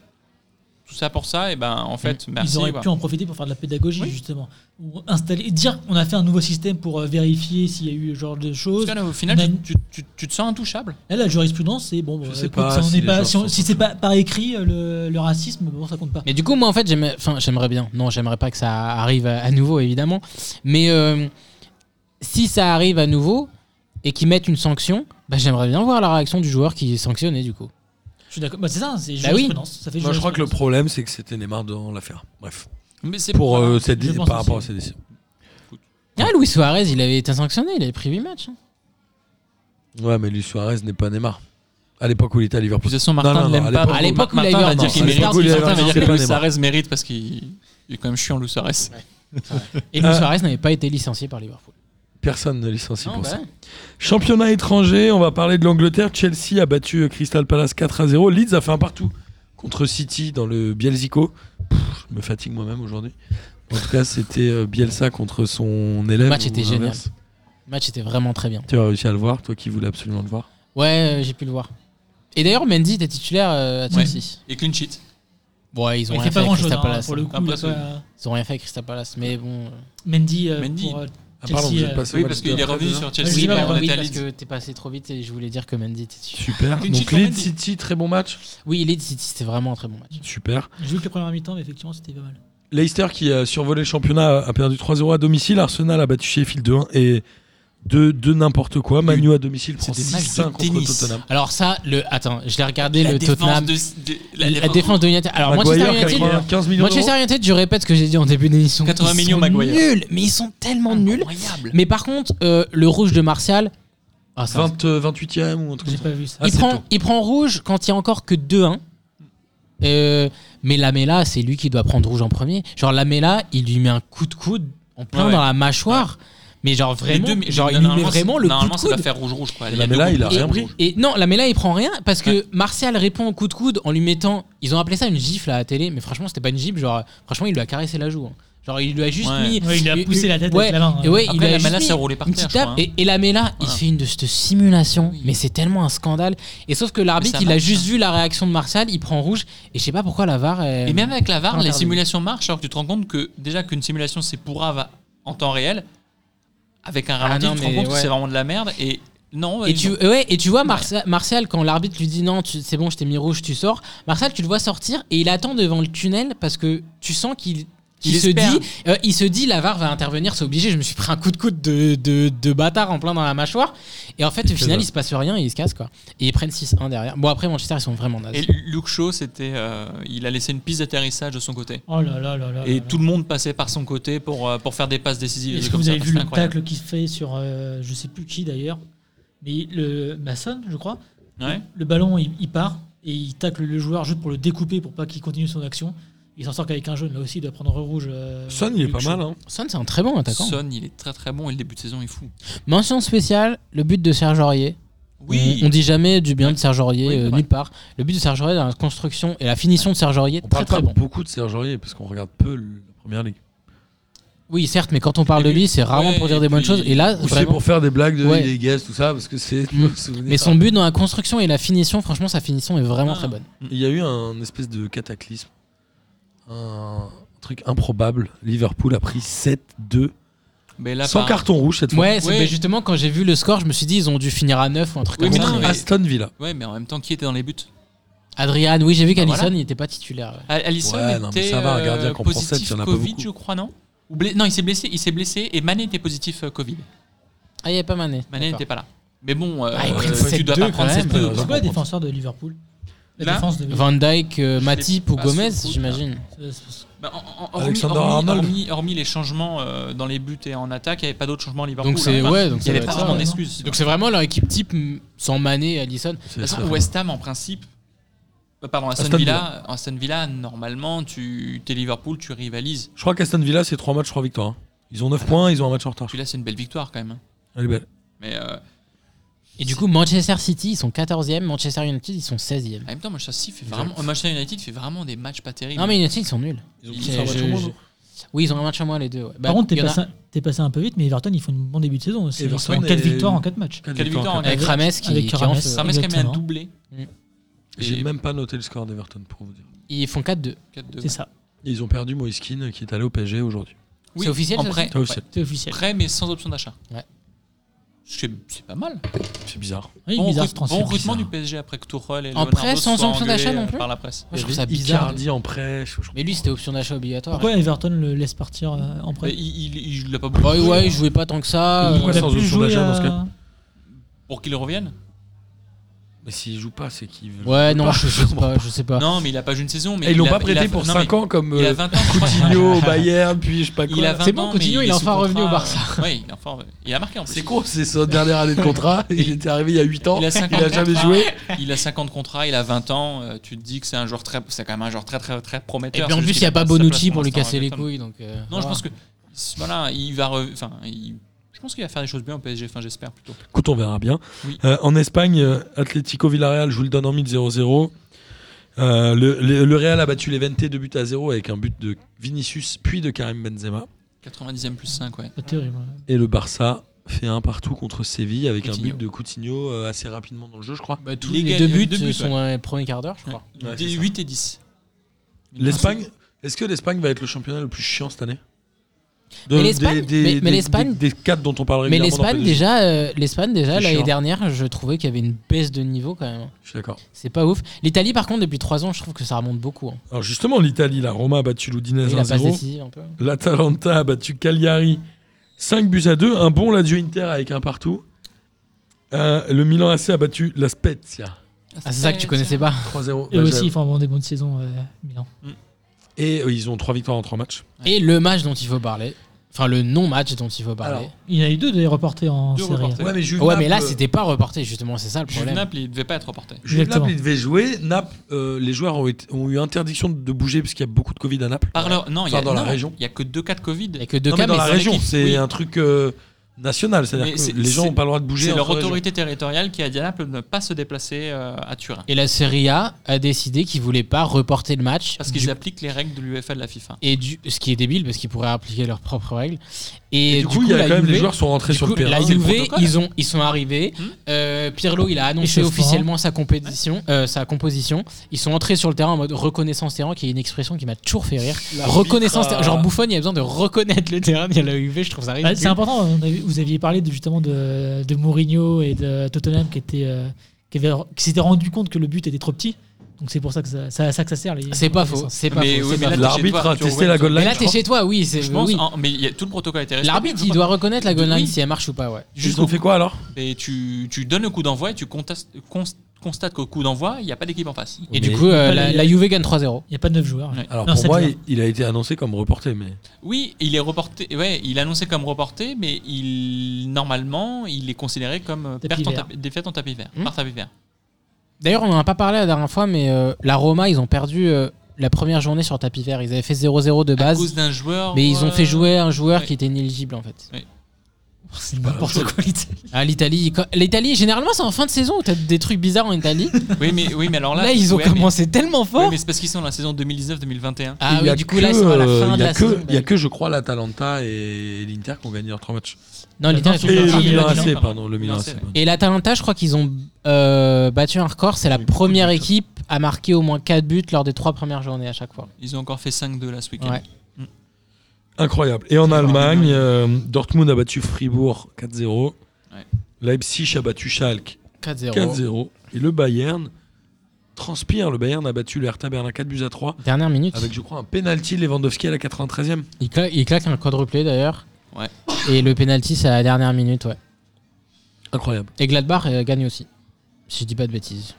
[SPEAKER 6] tout ça pour ça, et ben en fait, merci.
[SPEAKER 2] Ils auraient
[SPEAKER 6] quoi.
[SPEAKER 2] pu en profiter pour faire de la pédagogie,
[SPEAKER 6] Oui.
[SPEAKER 2] justement. Ou installer, dire on a fait un nouveau système pour euh, vérifier s'il y a eu ce genre de
[SPEAKER 6] Parce
[SPEAKER 2] choses.
[SPEAKER 6] que là, au final,
[SPEAKER 2] Même-
[SPEAKER 6] tu, tu- tu- tu te sens intouchable.
[SPEAKER 2] Là, la jurisprudence, c'est bon.
[SPEAKER 4] Je
[SPEAKER 2] bah,
[SPEAKER 4] sais
[SPEAKER 2] écoute,
[SPEAKER 4] pas
[SPEAKER 2] ça, on
[SPEAKER 4] si
[SPEAKER 2] est
[SPEAKER 4] les
[SPEAKER 2] pas-
[SPEAKER 4] gens
[SPEAKER 2] si on-
[SPEAKER 4] sont
[SPEAKER 2] si c'est pas par écrit euh, le, le racisme, bon, ça compte pas.
[SPEAKER 5] Mais du coup, moi, en fait, j'aimais- enfin, j'aimerais bien. Non, j'aimerais pas que ça arrive à, à nouveau, évidemment. Mais euh, si ça arrive à nouveau et qu'ils mettent une sanction, bah, j'aimerais bien voir la réaction du joueur qui est sanctionné, du coup.
[SPEAKER 2] Je suis d'accord. Bah, c'est ça, c'est
[SPEAKER 5] Bah oui.
[SPEAKER 2] jurisprudence. Ça fait
[SPEAKER 4] Moi, je crois que le
[SPEAKER 2] jurisprudence.
[SPEAKER 4] problème, c'est que c'était Neymar dans l'affaire. Bref.
[SPEAKER 6] Mais c'est
[SPEAKER 4] Pour,
[SPEAKER 6] pas-
[SPEAKER 4] euh, cette,
[SPEAKER 2] je pense
[SPEAKER 4] par rapport à
[SPEAKER 2] aussi.
[SPEAKER 4] cette décision.
[SPEAKER 5] Ah, Luis Suarez, il avait été sanctionné, il avait pris 8 matchs. hein.
[SPEAKER 4] Ouais, mais Luis Suarez n'est pas Neymar. À l'époque où il était à
[SPEAKER 6] De toute
[SPEAKER 4] Liverpool.
[SPEAKER 6] façon,
[SPEAKER 4] Non,
[SPEAKER 6] Martin ne
[SPEAKER 4] non, non, à
[SPEAKER 6] l'aime pas.
[SPEAKER 4] l'époque,
[SPEAKER 5] À l'époque où
[SPEAKER 6] Martin
[SPEAKER 5] Lever-
[SPEAKER 6] va dire
[SPEAKER 5] non,
[SPEAKER 6] qu'il
[SPEAKER 5] à
[SPEAKER 6] mérite.
[SPEAKER 5] l'époque où
[SPEAKER 6] Martin
[SPEAKER 5] Lever-
[SPEAKER 6] va dire que
[SPEAKER 4] c'est pas
[SPEAKER 6] Luis
[SPEAKER 4] Neymar.
[SPEAKER 6] Suarez mérite parce qu'il il est quand même chiant, Luis Suarez.
[SPEAKER 5] Et Luis
[SPEAKER 4] Euh.
[SPEAKER 5] Suarez n'avait pas été licencié par Liverpool.
[SPEAKER 4] Personne ne licencie pour
[SPEAKER 5] bah,
[SPEAKER 4] ça. Championnat étranger, on va parler de l'Angleterre. Chelsea a battu euh, Crystal Palace 4 à 0. Leeds a fait un partout contre City dans le Bielzico. Pff, je me fatigue moi-même aujourd'hui. En tout cas, c'était euh, Bielsa contre son élève.
[SPEAKER 5] Le match
[SPEAKER 4] ou
[SPEAKER 5] était
[SPEAKER 4] l'inverse.
[SPEAKER 5] Le match était vraiment très bien.
[SPEAKER 4] Tu as réussi à le voir, toi qui voulais absolument le voir.
[SPEAKER 5] Ouais, euh, j'ai pu le voir. Et d'ailleurs, Mendy était titulaire euh, à
[SPEAKER 6] Ouais.
[SPEAKER 5] Chelsea.
[SPEAKER 6] Et clean sheet.
[SPEAKER 5] Ouais, ils ont
[SPEAKER 2] Il
[SPEAKER 5] rien
[SPEAKER 2] fait
[SPEAKER 5] fait
[SPEAKER 2] pas
[SPEAKER 5] avec
[SPEAKER 2] grand chose
[SPEAKER 5] Crystal Palace.
[SPEAKER 2] pour le
[SPEAKER 5] hein.
[SPEAKER 2] coup. il a
[SPEAKER 6] Impossible.
[SPEAKER 2] pas-
[SPEAKER 5] Ils ont rien fait avec Crystal Palace, mais bon. euh,
[SPEAKER 2] Mendy euh,
[SPEAKER 6] Mendy.
[SPEAKER 2] pour, euh,
[SPEAKER 4] Ah,
[SPEAKER 2] Chelsea,
[SPEAKER 4] pardon, vous êtes
[SPEAKER 2] euh,
[SPEAKER 4] passé au
[SPEAKER 6] Oui,
[SPEAKER 4] match
[SPEAKER 6] parce
[SPEAKER 4] de
[SPEAKER 6] qu'il est
[SPEAKER 4] après,
[SPEAKER 6] revenu
[SPEAKER 4] déjà.
[SPEAKER 6] sur Chelsea.
[SPEAKER 2] Oui,
[SPEAKER 6] mais
[SPEAKER 2] bah,
[SPEAKER 6] on
[SPEAKER 5] oui,
[SPEAKER 6] était à
[SPEAKER 5] parce
[SPEAKER 6] Leeds.
[SPEAKER 5] que t'es passé trop vite et je voulais dire que Mendy était titulaire.
[SPEAKER 4] Super.
[SPEAKER 6] Clean sheet
[SPEAKER 4] Donc
[SPEAKER 6] pour
[SPEAKER 4] Leeds
[SPEAKER 6] Mendy.
[SPEAKER 4] City, très bon match.
[SPEAKER 5] Oui, Leeds City, c'était vraiment un très bon match.
[SPEAKER 4] Super.
[SPEAKER 2] J'ai vu que la première mi-temps, mais effectivement, c'était pas mal.
[SPEAKER 4] Leicester qui a survolé le championnat a perdu 3-0 à domicile. Arsenal a battu Sheffield 2-1 et 2 de n'importe quoi. Manu à domicile prend
[SPEAKER 6] C'était
[SPEAKER 4] 6-1
[SPEAKER 6] match de
[SPEAKER 4] contre
[SPEAKER 6] tennis.
[SPEAKER 4] Tottenham.
[SPEAKER 5] Alors, ça, le. Attends, je l'ai regardé,
[SPEAKER 6] La
[SPEAKER 5] le
[SPEAKER 6] défense
[SPEAKER 5] Tottenham.
[SPEAKER 6] de- de-
[SPEAKER 5] La, défense de United. Alors,
[SPEAKER 4] Maguire,
[SPEAKER 5] Manchester United.
[SPEAKER 4] 95 millions d'euros.
[SPEAKER 5] Manchester United, je répète ce que j'ai dit en début d'émission.
[SPEAKER 6] 80
[SPEAKER 5] ils
[SPEAKER 6] millions,
[SPEAKER 5] sont
[SPEAKER 6] Maguire.
[SPEAKER 5] Nuls, mais ils sont tellement nuls.
[SPEAKER 6] Incroyable.
[SPEAKER 5] Mais par contre, euh, le rouge de Martial. Ah, ça,
[SPEAKER 4] 20, euh, 28e ou un truc
[SPEAKER 2] J'ai
[SPEAKER 4] comme ça.
[SPEAKER 2] pas vu ça.
[SPEAKER 4] Ah,
[SPEAKER 5] il,
[SPEAKER 4] c'est
[SPEAKER 5] prend,
[SPEAKER 4] tôt.
[SPEAKER 5] il prend rouge quand il n'y a encore que 2-1. Euh, mais Lamela, c'est lui qui doit prendre rouge en premier. Genre Lamela, il lui met un coup de coude en plein
[SPEAKER 6] Ouais, ouais.
[SPEAKER 5] dans la mâchoire. Mais genre
[SPEAKER 6] Les
[SPEAKER 5] vraiment,
[SPEAKER 6] deux, mais
[SPEAKER 5] genre, il lui met
[SPEAKER 6] normalement,
[SPEAKER 5] vraiment
[SPEAKER 6] c'est-
[SPEAKER 5] le coup de
[SPEAKER 6] Normalement, ça doit
[SPEAKER 5] coude.
[SPEAKER 6] faire rouge-rouge. quoi. Il y
[SPEAKER 4] Là,
[SPEAKER 6] a
[SPEAKER 4] Eh ben, mais
[SPEAKER 6] deux
[SPEAKER 4] là,
[SPEAKER 6] groupes
[SPEAKER 4] il a
[SPEAKER 6] rouges.
[SPEAKER 4] rien pris.
[SPEAKER 5] Et non, Lamela, il prend rien parce que Martial répond au coup de coude en lui mettant. Ils ont appelé ça une gifle à la télé, mais franchement, c'était pas une gifle. Genre, franchement, il lui a caressé la joue. hein. Genre, il lui a juste
[SPEAKER 6] Ouais.
[SPEAKER 5] mis.
[SPEAKER 2] Ouais, il a
[SPEAKER 5] une-
[SPEAKER 2] poussé
[SPEAKER 5] une-
[SPEAKER 2] la tête
[SPEAKER 5] ouais,
[SPEAKER 2] avec la main. hein.
[SPEAKER 5] et ouais,
[SPEAKER 6] Après,
[SPEAKER 5] il a
[SPEAKER 6] Lamela
[SPEAKER 5] juste
[SPEAKER 6] s'est
[SPEAKER 5] mis
[SPEAKER 6] roulé par
[SPEAKER 5] une
[SPEAKER 6] terre,
[SPEAKER 5] petite
[SPEAKER 6] je
[SPEAKER 5] tape.
[SPEAKER 6] crois, hein.
[SPEAKER 5] Et, et Lamela, il
[SPEAKER 6] Voilà.
[SPEAKER 5] fait une de cette simulation,
[SPEAKER 6] Oui.
[SPEAKER 5] mais c'est tellement un scandale. Et sauf que l'arbitre,
[SPEAKER 6] ça
[SPEAKER 5] il a
[SPEAKER 6] marche,
[SPEAKER 5] juste
[SPEAKER 6] hein.
[SPEAKER 5] vu la réaction de Martial, il prend rouge. Et je sais pas pourquoi la VAR. euh,
[SPEAKER 6] Et même avec la
[SPEAKER 5] pas
[SPEAKER 6] VAR, les
[SPEAKER 5] interdit.
[SPEAKER 6] simulations marchent, alors que tu te rends compte que déjà qu'une simulation c'est pourrave en temps réel, avec un ralenti,
[SPEAKER 5] non,
[SPEAKER 6] tu te rends
[SPEAKER 5] mais
[SPEAKER 6] compte que
[SPEAKER 5] ouais.
[SPEAKER 6] c'est vraiment de la merde. Et non,
[SPEAKER 5] Et
[SPEAKER 6] ils
[SPEAKER 5] tu,
[SPEAKER 6] ont-
[SPEAKER 5] ouais, et tu vois Martial, Martial, quand l'arbitre lui dit non, tu- c'est bon, je t'ai mis rouge, tu sors. Martial, tu le vois sortir et il attend devant le tunnel parce que tu sens qu'il qu'il
[SPEAKER 6] Il
[SPEAKER 5] se
[SPEAKER 6] espère.
[SPEAKER 5] dit, euh, il se dit, la VAR va intervenir, c'est obligé. Je me suis pris un coup de coude de, de, de bâtard en plein dans la mâchoire. Et en fait, au final,
[SPEAKER 4] ça.
[SPEAKER 5] il se passe rien et ils se cassent quoi. Et ils prennent 6-1 derrière. Bon après, Manchester, ils sont vraiment nazes.
[SPEAKER 6] et Luke Shaw, c'était, euh, il a laissé une piste d'atterrissage de son côté.
[SPEAKER 2] Oh là là là là.
[SPEAKER 6] Et
[SPEAKER 2] là
[SPEAKER 6] tout le monde passait par son côté pour, euh, pour faire des passes décisives.
[SPEAKER 2] Est-ce
[SPEAKER 6] C'est
[SPEAKER 2] que
[SPEAKER 6] comme
[SPEAKER 2] vous
[SPEAKER 6] ça,
[SPEAKER 2] avez vu
[SPEAKER 6] c'est
[SPEAKER 2] le
[SPEAKER 6] incroyable.
[SPEAKER 2] tacle qu'il fait sur euh, je sais plus qui d'ailleurs, mais le Masson, je crois.
[SPEAKER 6] Ouais.
[SPEAKER 2] Le ballon, il, il part et il tacle le joueur juste pour le découper pour pas qu'il continue son action. Il s'en sort qu'avec un jaune. Là aussi, il doit prendre rouge. euh,
[SPEAKER 4] Son, il est
[SPEAKER 2] Luke
[SPEAKER 4] pas
[SPEAKER 2] Shaw.
[SPEAKER 4] mal. Hein.
[SPEAKER 5] Son, c'est un très bon attaquant.
[SPEAKER 6] Son, il est très très bon et le début de saison est fou.
[SPEAKER 5] Mention spéciale, le but de Serge Aurier.
[SPEAKER 6] Oui,
[SPEAKER 5] On, on dit jamais du bien de Serge Aurier
[SPEAKER 6] Oui, c'est
[SPEAKER 5] euh,
[SPEAKER 6] vrai.
[SPEAKER 5] nulle part. Le but de Serge Aurier dans la construction et la finition de Serge Aurier,
[SPEAKER 4] On parle
[SPEAKER 5] très très
[SPEAKER 4] pas
[SPEAKER 5] bon.
[SPEAKER 4] beaucoup de Serge Aurier parce qu'on regarde peu le- la première ligue.
[SPEAKER 5] Oui, certes, mais quand on parle
[SPEAKER 6] Et
[SPEAKER 5] de
[SPEAKER 6] puis-
[SPEAKER 5] lui, c'est rarement
[SPEAKER 6] ouais,
[SPEAKER 5] pour dire
[SPEAKER 6] et
[SPEAKER 5] des bonnes
[SPEAKER 6] puis-
[SPEAKER 5] choses. Et là,
[SPEAKER 4] Ou c'est
[SPEAKER 5] vraiment.
[SPEAKER 4] pour faire des blagues de
[SPEAKER 5] Ouais.
[SPEAKER 4] il est gaz, tout ça, parce que c'est
[SPEAKER 5] Mm.
[SPEAKER 4] nos souvenirs.
[SPEAKER 5] Mais son but dans la construction et la finition, franchement, sa finition est vraiment
[SPEAKER 6] Ah.
[SPEAKER 5] très bonne.
[SPEAKER 4] Il y a eu un espèce de cataclysme. Un truc improbable. Liverpool a pris 7-2.
[SPEAKER 6] mais là,
[SPEAKER 4] Sans
[SPEAKER 6] par-
[SPEAKER 4] carton rouge cette fois.
[SPEAKER 5] Ouais, c'est-
[SPEAKER 6] Ouais.
[SPEAKER 5] mais justement, quand j'ai vu le score, je me suis dit, ils ont dû finir à 9 ou un truc
[SPEAKER 6] Oui,
[SPEAKER 5] comme
[SPEAKER 6] mais
[SPEAKER 5] ça.
[SPEAKER 6] non,
[SPEAKER 4] Contre
[SPEAKER 6] mais-
[SPEAKER 4] Aston Villa.
[SPEAKER 6] ouais, mais en même temps, qui était dans les buts
[SPEAKER 5] Adrian, oui, j'ai vu
[SPEAKER 6] Bah,
[SPEAKER 5] qu'Alisson,
[SPEAKER 6] voilà.
[SPEAKER 5] il n'était pas titulaire. ouais.
[SPEAKER 6] Al- Alisson
[SPEAKER 4] Ouais,
[SPEAKER 6] était
[SPEAKER 4] non, mais ça va, un
[SPEAKER 6] euh,
[SPEAKER 4] gardien qui en prend
[SPEAKER 6] positif
[SPEAKER 4] sept, il y en a pas
[SPEAKER 6] Covid,
[SPEAKER 4] beaucoup.
[SPEAKER 6] je crois, non Ou blé- Non, il s'est blessé, il s'est blessé et Mané était positif euh, Covid.
[SPEAKER 5] Ah, il n'y avait pas Mané.
[SPEAKER 6] Mané
[SPEAKER 5] D'accord.
[SPEAKER 6] n'était pas là. Mais bon, euh,
[SPEAKER 5] Ah, ils prennent
[SPEAKER 6] euh, tu
[SPEAKER 5] 7-2
[SPEAKER 6] dois pas prendre
[SPEAKER 5] quand même. Bah,
[SPEAKER 6] 7-2.
[SPEAKER 4] Ouais,
[SPEAKER 2] C'est quoi les
[SPEAKER 4] comprends.
[SPEAKER 2] défenseurs de Liverpool La
[SPEAKER 6] Là
[SPEAKER 2] défense de euh, Liverpool.
[SPEAKER 5] Van Dyke, euh,
[SPEAKER 6] Je
[SPEAKER 5] Matip
[SPEAKER 6] l'ai
[SPEAKER 5] ou
[SPEAKER 6] pas
[SPEAKER 5] Gomez,
[SPEAKER 6] sous le coude,
[SPEAKER 5] j'imagine.
[SPEAKER 6] Bah, en- en- hormis-
[SPEAKER 4] Alexander
[SPEAKER 6] hormis-
[SPEAKER 4] Arnold.
[SPEAKER 6] hormis- hormis les changements euh, dans les buts et en attaque, il n'y avait pas d'autres changements à Liverpool.
[SPEAKER 5] Donc c'est-
[SPEAKER 6] hein. Enfin,
[SPEAKER 5] ouais, donc
[SPEAKER 6] il
[SPEAKER 5] ça
[SPEAKER 6] n'y avait
[SPEAKER 5] doit
[SPEAKER 6] pas
[SPEAKER 5] être
[SPEAKER 6] vraiment
[SPEAKER 5] ça, ouais.
[SPEAKER 6] d'excuses.
[SPEAKER 5] Donc c'est vraiment leur équipe type m- sans Mané et Allison.
[SPEAKER 6] De
[SPEAKER 4] C'est-
[SPEAKER 6] toute façon,
[SPEAKER 4] c'est-
[SPEAKER 6] West Ham, en principe, euh, pardon, Aston,
[SPEAKER 4] Aston
[SPEAKER 6] Villa, Aston Villa, normalement, tu es Liverpool, tu rivalises.
[SPEAKER 4] Je crois qu'Aston Villa, c'est 3 matchs, 3 victoires. hein. Ils ont
[SPEAKER 5] Ah,
[SPEAKER 4] 9 points, ils ont un match en retard.
[SPEAKER 6] Puis là, c'est une belle victoire quand même. hein.
[SPEAKER 4] Elle est belle.
[SPEAKER 6] Mais euh,
[SPEAKER 5] Et du coup, Manchester City, ils sont 14e, Manchester United, ils sont 16e.
[SPEAKER 6] en même temps, Manchester City fait vraiment, Manchester United fait vraiment des matchs pas terribles.
[SPEAKER 5] Non, mais United, ils sont nuls.
[SPEAKER 4] Ils ont
[SPEAKER 5] Je-
[SPEAKER 4] tous un match
[SPEAKER 5] je-
[SPEAKER 4] en moins,
[SPEAKER 5] je-
[SPEAKER 4] non
[SPEAKER 5] Oui, ils ont un match à moins les deux. ouais. Bah,
[SPEAKER 2] Par contre,
[SPEAKER 5] il
[SPEAKER 2] t'es
[SPEAKER 5] y en a-
[SPEAKER 2] passé, t'es passé un peu vite, mais Everton, ils font un bon début de saison aussi. Ils
[SPEAKER 4] Everton
[SPEAKER 2] sont en 4
[SPEAKER 4] est-
[SPEAKER 2] victoires en 4 matchs.
[SPEAKER 4] Quatre
[SPEAKER 6] Quelle
[SPEAKER 4] victoires,
[SPEAKER 6] victoire
[SPEAKER 4] quatre
[SPEAKER 6] en
[SPEAKER 5] avec
[SPEAKER 6] Avec
[SPEAKER 5] Rames qui,
[SPEAKER 2] avec
[SPEAKER 5] qui euh, en
[SPEAKER 2] Rames.
[SPEAKER 5] feu.
[SPEAKER 6] Rames qui a mis un
[SPEAKER 2] Exactement.
[SPEAKER 6] doublé.
[SPEAKER 4] J'ai
[SPEAKER 5] hein.
[SPEAKER 6] Et-
[SPEAKER 4] même pas noté le score d'Everton pour vous dire.
[SPEAKER 5] Ils font 4-2.
[SPEAKER 6] 4-2.
[SPEAKER 2] C'est ça,
[SPEAKER 4] Ils ont perdu Moiskin qui est allé au PSG aujourd'hui.
[SPEAKER 6] Oui,
[SPEAKER 5] C'est officiel,
[SPEAKER 6] en
[SPEAKER 5] ça,
[SPEAKER 6] prêt,
[SPEAKER 4] C'est officiel.
[SPEAKER 2] c'est officiel.
[SPEAKER 6] prêt, mais sans option d'achat.
[SPEAKER 5] Ouais.
[SPEAKER 6] C'est c'est pas mal.
[SPEAKER 4] C'est bizarre.
[SPEAKER 2] Oui,
[SPEAKER 6] bon
[SPEAKER 2] bizarre
[SPEAKER 6] recru-
[SPEAKER 2] ce transfert.
[SPEAKER 6] bon recrutement
[SPEAKER 2] Bizarre.
[SPEAKER 6] du PSG après que Tourelle et
[SPEAKER 5] En
[SPEAKER 6] Leonardo
[SPEAKER 5] prêt,
[SPEAKER 6] se
[SPEAKER 5] sans
[SPEAKER 6] soient
[SPEAKER 5] option d'achat
[SPEAKER 6] engueulés euh,
[SPEAKER 5] non plus
[SPEAKER 6] par la presse. Bah,
[SPEAKER 5] Moi, je trouve ça
[SPEAKER 4] Icardi
[SPEAKER 5] bizarre.
[SPEAKER 4] en prêt. je- je-
[SPEAKER 5] Mais lui, c'était option d'achat obligatoire.
[SPEAKER 2] Pourquoi Everton le laisse partir euh, en prêt
[SPEAKER 6] Mais il, il, il l'a pas beaucoup
[SPEAKER 5] Bah,
[SPEAKER 6] joué,
[SPEAKER 5] ouais,
[SPEAKER 6] hein.
[SPEAKER 5] il jouait pas tant que ça.
[SPEAKER 4] Il-
[SPEAKER 5] euh,
[SPEAKER 4] pourquoi sans
[SPEAKER 2] plus
[SPEAKER 4] option
[SPEAKER 2] joué
[SPEAKER 4] d'achat dans
[SPEAKER 2] à-
[SPEAKER 4] ce cas
[SPEAKER 6] Pour qu'il revienne
[SPEAKER 4] Mais s'il joue pas, c'est qu'il veut.
[SPEAKER 5] Ouais, non, je sais pas, je sais pas.
[SPEAKER 6] Non, mais il a pas joué une saison. Mais
[SPEAKER 4] Et ils l'ont
[SPEAKER 6] a-
[SPEAKER 4] pas
[SPEAKER 6] il
[SPEAKER 4] prêté
[SPEAKER 6] a-
[SPEAKER 4] pour
[SPEAKER 6] non,
[SPEAKER 4] 5
[SPEAKER 6] mais
[SPEAKER 4] ans comme
[SPEAKER 6] Il a
[SPEAKER 4] euh,
[SPEAKER 6] 20 ans. je crois.
[SPEAKER 4] Coutinho, Bayern, puis je sais pas
[SPEAKER 6] Il a
[SPEAKER 4] quoi.
[SPEAKER 6] 20
[SPEAKER 5] C'est bon,
[SPEAKER 6] ans,
[SPEAKER 5] Coutinho,
[SPEAKER 6] mais
[SPEAKER 5] il est
[SPEAKER 6] sous
[SPEAKER 5] enfin revenu au
[SPEAKER 6] contrat.
[SPEAKER 5] Barça.
[SPEAKER 6] Oui, il est enfin revenu. Il a marqué en plus.
[SPEAKER 4] C'est con, c'est sa dernière année de contrat. il était arrivé il y a 8 ans.
[SPEAKER 6] Il
[SPEAKER 4] Il
[SPEAKER 6] a 50
[SPEAKER 4] a jamais
[SPEAKER 6] contrats.
[SPEAKER 4] joué.
[SPEAKER 6] Il a 50 contrats, il a 20 ans. euh, tu te dis que c'est un joueur très, c'est quand même un joueur très très très
[SPEAKER 5] Et
[SPEAKER 6] prometteur.
[SPEAKER 5] puis en
[SPEAKER 6] C'est
[SPEAKER 5] plus,
[SPEAKER 6] juste
[SPEAKER 5] il y a
[SPEAKER 6] qu'il
[SPEAKER 5] pas
[SPEAKER 6] sa place
[SPEAKER 5] Bonucci pour
[SPEAKER 6] l'instant
[SPEAKER 5] lui
[SPEAKER 6] à
[SPEAKER 5] casser les
[SPEAKER 6] Everton.
[SPEAKER 5] couilles. Donc, euh,
[SPEAKER 6] Non, je
[SPEAKER 5] voilà.
[SPEAKER 6] pense que voilà, il va, re- enfin, il- je pense qu'il va faire des choses bien au PSG. Enfin, j'espère plutôt.
[SPEAKER 4] Écoute, on verra bien.
[SPEAKER 6] Oui.
[SPEAKER 4] Euh, en Espagne, euh, Atlético Villarreal, je vous le donne en 0-0. Euh, le, le- le Real a battu les 2 buts à 0 avec un but de Vinicius puis de Karim Benzema.
[SPEAKER 6] 90e plus 5, ouais.
[SPEAKER 2] Pas terrible. ouais.
[SPEAKER 4] Et le Barça fait un partout contre Séville avec un
[SPEAKER 6] Coutinho.
[SPEAKER 4] but de Coutinho euh, assez rapidement dans le jeu, je crois.
[SPEAKER 5] Bah, tous
[SPEAKER 6] Il est
[SPEAKER 5] les
[SPEAKER 6] gagné-
[SPEAKER 5] deux
[SPEAKER 6] les
[SPEAKER 5] buts,
[SPEAKER 6] deux buts,
[SPEAKER 5] sont dans les premiers quart d'heure, je crois.
[SPEAKER 4] Ouais,
[SPEAKER 6] Des
[SPEAKER 4] c'est ça.
[SPEAKER 6] 8 et 10.
[SPEAKER 4] L'Espagne, est-ce que l'Espagne va être le championnat le plus chiant cette année De-
[SPEAKER 5] Mais l'Espagne- mais- mais l'Espagne-
[SPEAKER 4] des, des quatre dont on parle
[SPEAKER 5] Mais
[SPEAKER 4] régulièrement. dans
[SPEAKER 5] l'Espagne,
[SPEAKER 4] P2J.
[SPEAKER 5] déjà, euh, l'Espagne, déjà,
[SPEAKER 4] C'est
[SPEAKER 5] l'année
[SPEAKER 4] chiant.
[SPEAKER 5] dernière, je trouvais qu'il y avait une baisse de niveau quand même.
[SPEAKER 4] Je suis d'accord.
[SPEAKER 5] C'est pas ouf. L'Italie, par contre, depuis 3 ans, je trouve que ça remonte beaucoup. hein.
[SPEAKER 4] Alors justement, l'Italie, la Roma a battu l'Udinese
[SPEAKER 5] Et la passe
[SPEAKER 4] 1-0.
[SPEAKER 5] décisive un peu.
[SPEAKER 4] L'Atalanta a battu Cagliari 5 buts à 2. Un bon Lazio Inter avec un partout. Euh, le Milan AC a battu la Spezia
[SPEAKER 5] Ah, c'est ça que tu connaissais pas.
[SPEAKER 4] 3-0.
[SPEAKER 2] Et
[SPEAKER 4] Bah,
[SPEAKER 2] aussi,
[SPEAKER 4] j'ai-
[SPEAKER 2] ils font vraiment des bonnes saisons, euh, Milan.
[SPEAKER 4] Et euh, ils ont 3 victoires en 3 matchs.
[SPEAKER 5] Et le match dont il faut parler. Enfin, le non-match dont il faut parler.
[SPEAKER 4] Alors,
[SPEAKER 2] Il y en a eu deux de les reporter en
[SPEAKER 6] Deux
[SPEAKER 2] série.
[SPEAKER 6] reportés. Ouais,
[SPEAKER 4] mais
[SPEAKER 5] ouais, mais là, c'était pas reporté, justement, c'est ça le
[SPEAKER 6] Juve
[SPEAKER 5] problème.
[SPEAKER 6] Naples, il devait pas être reporté.
[SPEAKER 4] Juve
[SPEAKER 2] Exactement.
[SPEAKER 4] Naples, il devait jouer. Naples, euh, les joueurs ont, été- ont eu interdiction de bouger parce qu'il y a beaucoup de Covid à Naples.
[SPEAKER 6] Par leur- non, il y a,
[SPEAKER 4] Enfin, dans la
[SPEAKER 6] non,
[SPEAKER 4] région.
[SPEAKER 6] Il y a que deux cas de Covid.
[SPEAKER 5] Il y a que deux
[SPEAKER 4] Non,
[SPEAKER 5] cas,
[SPEAKER 4] mais dans
[SPEAKER 5] mais
[SPEAKER 4] la
[SPEAKER 5] c'est-
[SPEAKER 4] région,
[SPEAKER 6] l'équipe,
[SPEAKER 4] c'est
[SPEAKER 6] oui.
[SPEAKER 4] un truc euh, national. C'est-à-dire
[SPEAKER 6] Mais
[SPEAKER 4] que
[SPEAKER 6] c'est-
[SPEAKER 4] les gens
[SPEAKER 6] c'est-
[SPEAKER 4] n'ont pas le droit de bouger.
[SPEAKER 6] C'est leur
[SPEAKER 4] entre régions.
[SPEAKER 6] autorité territoriale qui a dit à Naples de ne pas se déplacer euh, à Turin.
[SPEAKER 5] Et la Serie A a décidé qu'ils voulaient pas reporter le match.
[SPEAKER 6] Parce
[SPEAKER 5] du-
[SPEAKER 6] qu'ils appliquent les règles de l'UEFA de la FIFA.
[SPEAKER 5] et du, ce qui est débile parce qu'ils pourraient appliquer leurs propres règles.
[SPEAKER 4] Et
[SPEAKER 5] Et,
[SPEAKER 4] du, coup, il y a
[SPEAKER 5] la
[SPEAKER 4] quand même les
[SPEAKER 5] Juve-
[SPEAKER 4] joueurs sont rentrés
[SPEAKER 5] du
[SPEAKER 4] sur
[SPEAKER 5] coup,
[SPEAKER 4] le terrain.
[SPEAKER 5] la
[SPEAKER 6] c'est le
[SPEAKER 5] Juve,
[SPEAKER 6] protocole.
[SPEAKER 5] ils, ont, ils sont arrivés.
[SPEAKER 6] Hmm.
[SPEAKER 5] Euh, Pirlo, il a annoncé
[SPEAKER 2] Échauffement.
[SPEAKER 5] officiellement sa compétition, euh, sa composition. Ils sont entrés sur le terrain en mode reconnaissance terrain, qui est une expression qui m'a toujours fait rire. Reconnaissance terrain, genre Bouffon, il y a besoin de reconnaître le terrain. Il y a la Juve, je trouve ça
[SPEAKER 2] Ouais, Ah, C'est
[SPEAKER 5] ridicule.
[SPEAKER 2] important, on avait- vous aviez parlé de- justement de, de Mourinho et de Tottenham qui, étaient, euh, qui, avaient- qui s'étaient rendu compte que le but était trop petit. Donc c'est pour ça que ça, ça- ça que ça sert. les-
[SPEAKER 5] C'est pas
[SPEAKER 2] les
[SPEAKER 5] faux,
[SPEAKER 2] sens.
[SPEAKER 5] c'est pas
[SPEAKER 6] Mais
[SPEAKER 5] faux.
[SPEAKER 6] oui,
[SPEAKER 5] c'est
[SPEAKER 6] mais là, t'es
[SPEAKER 5] pas faux.
[SPEAKER 6] chez
[SPEAKER 4] L'arbitre
[SPEAKER 6] toi,
[SPEAKER 4] a
[SPEAKER 6] tu
[SPEAKER 4] testé
[SPEAKER 6] revois
[SPEAKER 4] la
[SPEAKER 6] le
[SPEAKER 4] goal
[SPEAKER 5] Mais
[SPEAKER 4] line.
[SPEAKER 5] là,
[SPEAKER 4] je
[SPEAKER 5] t'es
[SPEAKER 4] crois.
[SPEAKER 5] chez toi, oui. c'est-
[SPEAKER 6] Je pense,
[SPEAKER 5] oui.
[SPEAKER 6] en- mais il y a- tout le protocole a été respecté.
[SPEAKER 5] L'arbitre,
[SPEAKER 6] Euh, je
[SPEAKER 5] il
[SPEAKER 6] crois.
[SPEAKER 5] doit reconnaître la goal line
[SPEAKER 6] Oui.
[SPEAKER 5] si elle marche ou pas, ouais.
[SPEAKER 4] Juste, on fait quoi alors
[SPEAKER 6] Et tu, tu donnes le coup d'envoi et tu contestes- const- constates qu'au coup d'envoi, il n'y a pas d'équipe en face.
[SPEAKER 5] Et
[SPEAKER 4] Mais-
[SPEAKER 5] du coup, euh,
[SPEAKER 2] Pas
[SPEAKER 5] la,
[SPEAKER 2] les-
[SPEAKER 5] la Juve gagne 3-0.
[SPEAKER 2] Il n'y a pas de neuf joueurs.
[SPEAKER 6] Ouais.
[SPEAKER 4] Alors
[SPEAKER 2] Non,
[SPEAKER 4] pour
[SPEAKER 2] sept
[SPEAKER 4] moi,
[SPEAKER 2] joueurs.
[SPEAKER 4] il, il a été annoncé comme reporté, mais
[SPEAKER 6] Oui, il est reporté. Ouais, il est annoncé comme reporté, mais il normalement, il est considéré comme euh,
[SPEAKER 2] Tapis
[SPEAKER 6] perte en
[SPEAKER 2] vert.
[SPEAKER 6] tapis- défaite en tapis vert,
[SPEAKER 5] Hmm.
[SPEAKER 6] par tapis vert.
[SPEAKER 5] D'ailleurs, on en a pas parlé la dernière fois, mais euh, la Roma, ils ont perdu euh, la première journée sur tapis vert. Ils avaient fait 0-0 de
[SPEAKER 6] à cause
[SPEAKER 5] base,
[SPEAKER 6] d'un joueur.
[SPEAKER 5] mais ils ont
[SPEAKER 6] euh,
[SPEAKER 5] fait jouer un joueur
[SPEAKER 6] ouais.
[SPEAKER 5] qui était inéligible en fait.
[SPEAKER 2] C'est n'importe quoi. l'Italie.
[SPEAKER 5] Ah, l'Italie, quand- l'Italie, généralement, c'est en fin de saison où t'as des trucs bizarres en Italie.
[SPEAKER 6] Oui, mais oui, mais alors là,
[SPEAKER 5] là, ils ont
[SPEAKER 6] ouais, mais-
[SPEAKER 5] commencé tellement
[SPEAKER 6] ouais,
[SPEAKER 5] fort.
[SPEAKER 6] mais c'est parce qu'ils sont dans la saison 2019-2021.
[SPEAKER 5] Ah
[SPEAKER 4] il y
[SPEAKER 5] oui,
[SPEAKER 4] a
[SPEAKER 5] du coup,
[SPEAKER 4] que,
[SPEAKER 5] là, ils sont à la
[SPEAKER 4] euh,
[SPEAKER 5] fin
[SPEAKER 4] il
[SPEAKER 5] de
[SPEAKER 4] y a
[SPEAKER 5] la
[SPEAKER 4] que-
[SPEAKER 5] saison.
[SPEAKER 4] Il y a que, je crois, l'Atalanta et l'Inter qui ont gagné leurs trois matchs.
[SPEAKER 5] Non, l'Italie, ils
[SPEAKER 4] Et
[SPEAKER 5] sont
[SPEAKER 2] le
[SPEAKER 4] le Milan
[SPEAKER 5] à la fin de la saison.
[SPEAKER 4] AC,
[SPEAKER 6] Milan,
[SPEAKER 4] pardon, le Milan
[SPEAKER 6] Milan
[SPEAKER 4] AC.
[SPEAKER 6] AC,
[SPEAKER 4] pardon.
[SPEAKER 5] Et l'Atalanta, je crois qu'ils ont euh, battu un record. C'est la
[SPEAKER 4] Oui, beaucoup de
[SPEAKER 5] première
[SPEAKER 4] buts. hein.
[SPEAKER 5] équipe à marquer au moins 4 buts lors des 3 premières journées à chaque fois.
[SPEAKER 6] Ils ont encore fait 5-2 là ce week-end.
[SPEAKER 5] Ouais.
[SPEAKER 4] Incroyable. Et en Allemagne, euh, Dortmund a battu Fribourg 4-0.
[SPEAKER 6] Ouais.
[SPEAKER 4] Leipzig a battu Schalke
[SPEAKER 5] 4-0.
[SPEAKER 4] 4-0. Et le Bayern transpire. Le Bayern a battu le Hertha Berlin 4 buts à 3.
[SPEAKER 5] Dernière minute.
[SPEAKER 4] Avec, je crois, un penalty de Lewandowski à la 93e.
[SPEAKER 5] Il, cla- il claque un quadruplé d'ailleurs.
[SPEAKER 6] Ouais.
[SPEAKER 5] Et le penalty, c'est à la dernière minute, ouais.
[SPEAKER 4] Incroyable.
[SPEAKER 5] Et Gladbach euh, gagne aussi. Si je dis pas de bêtises.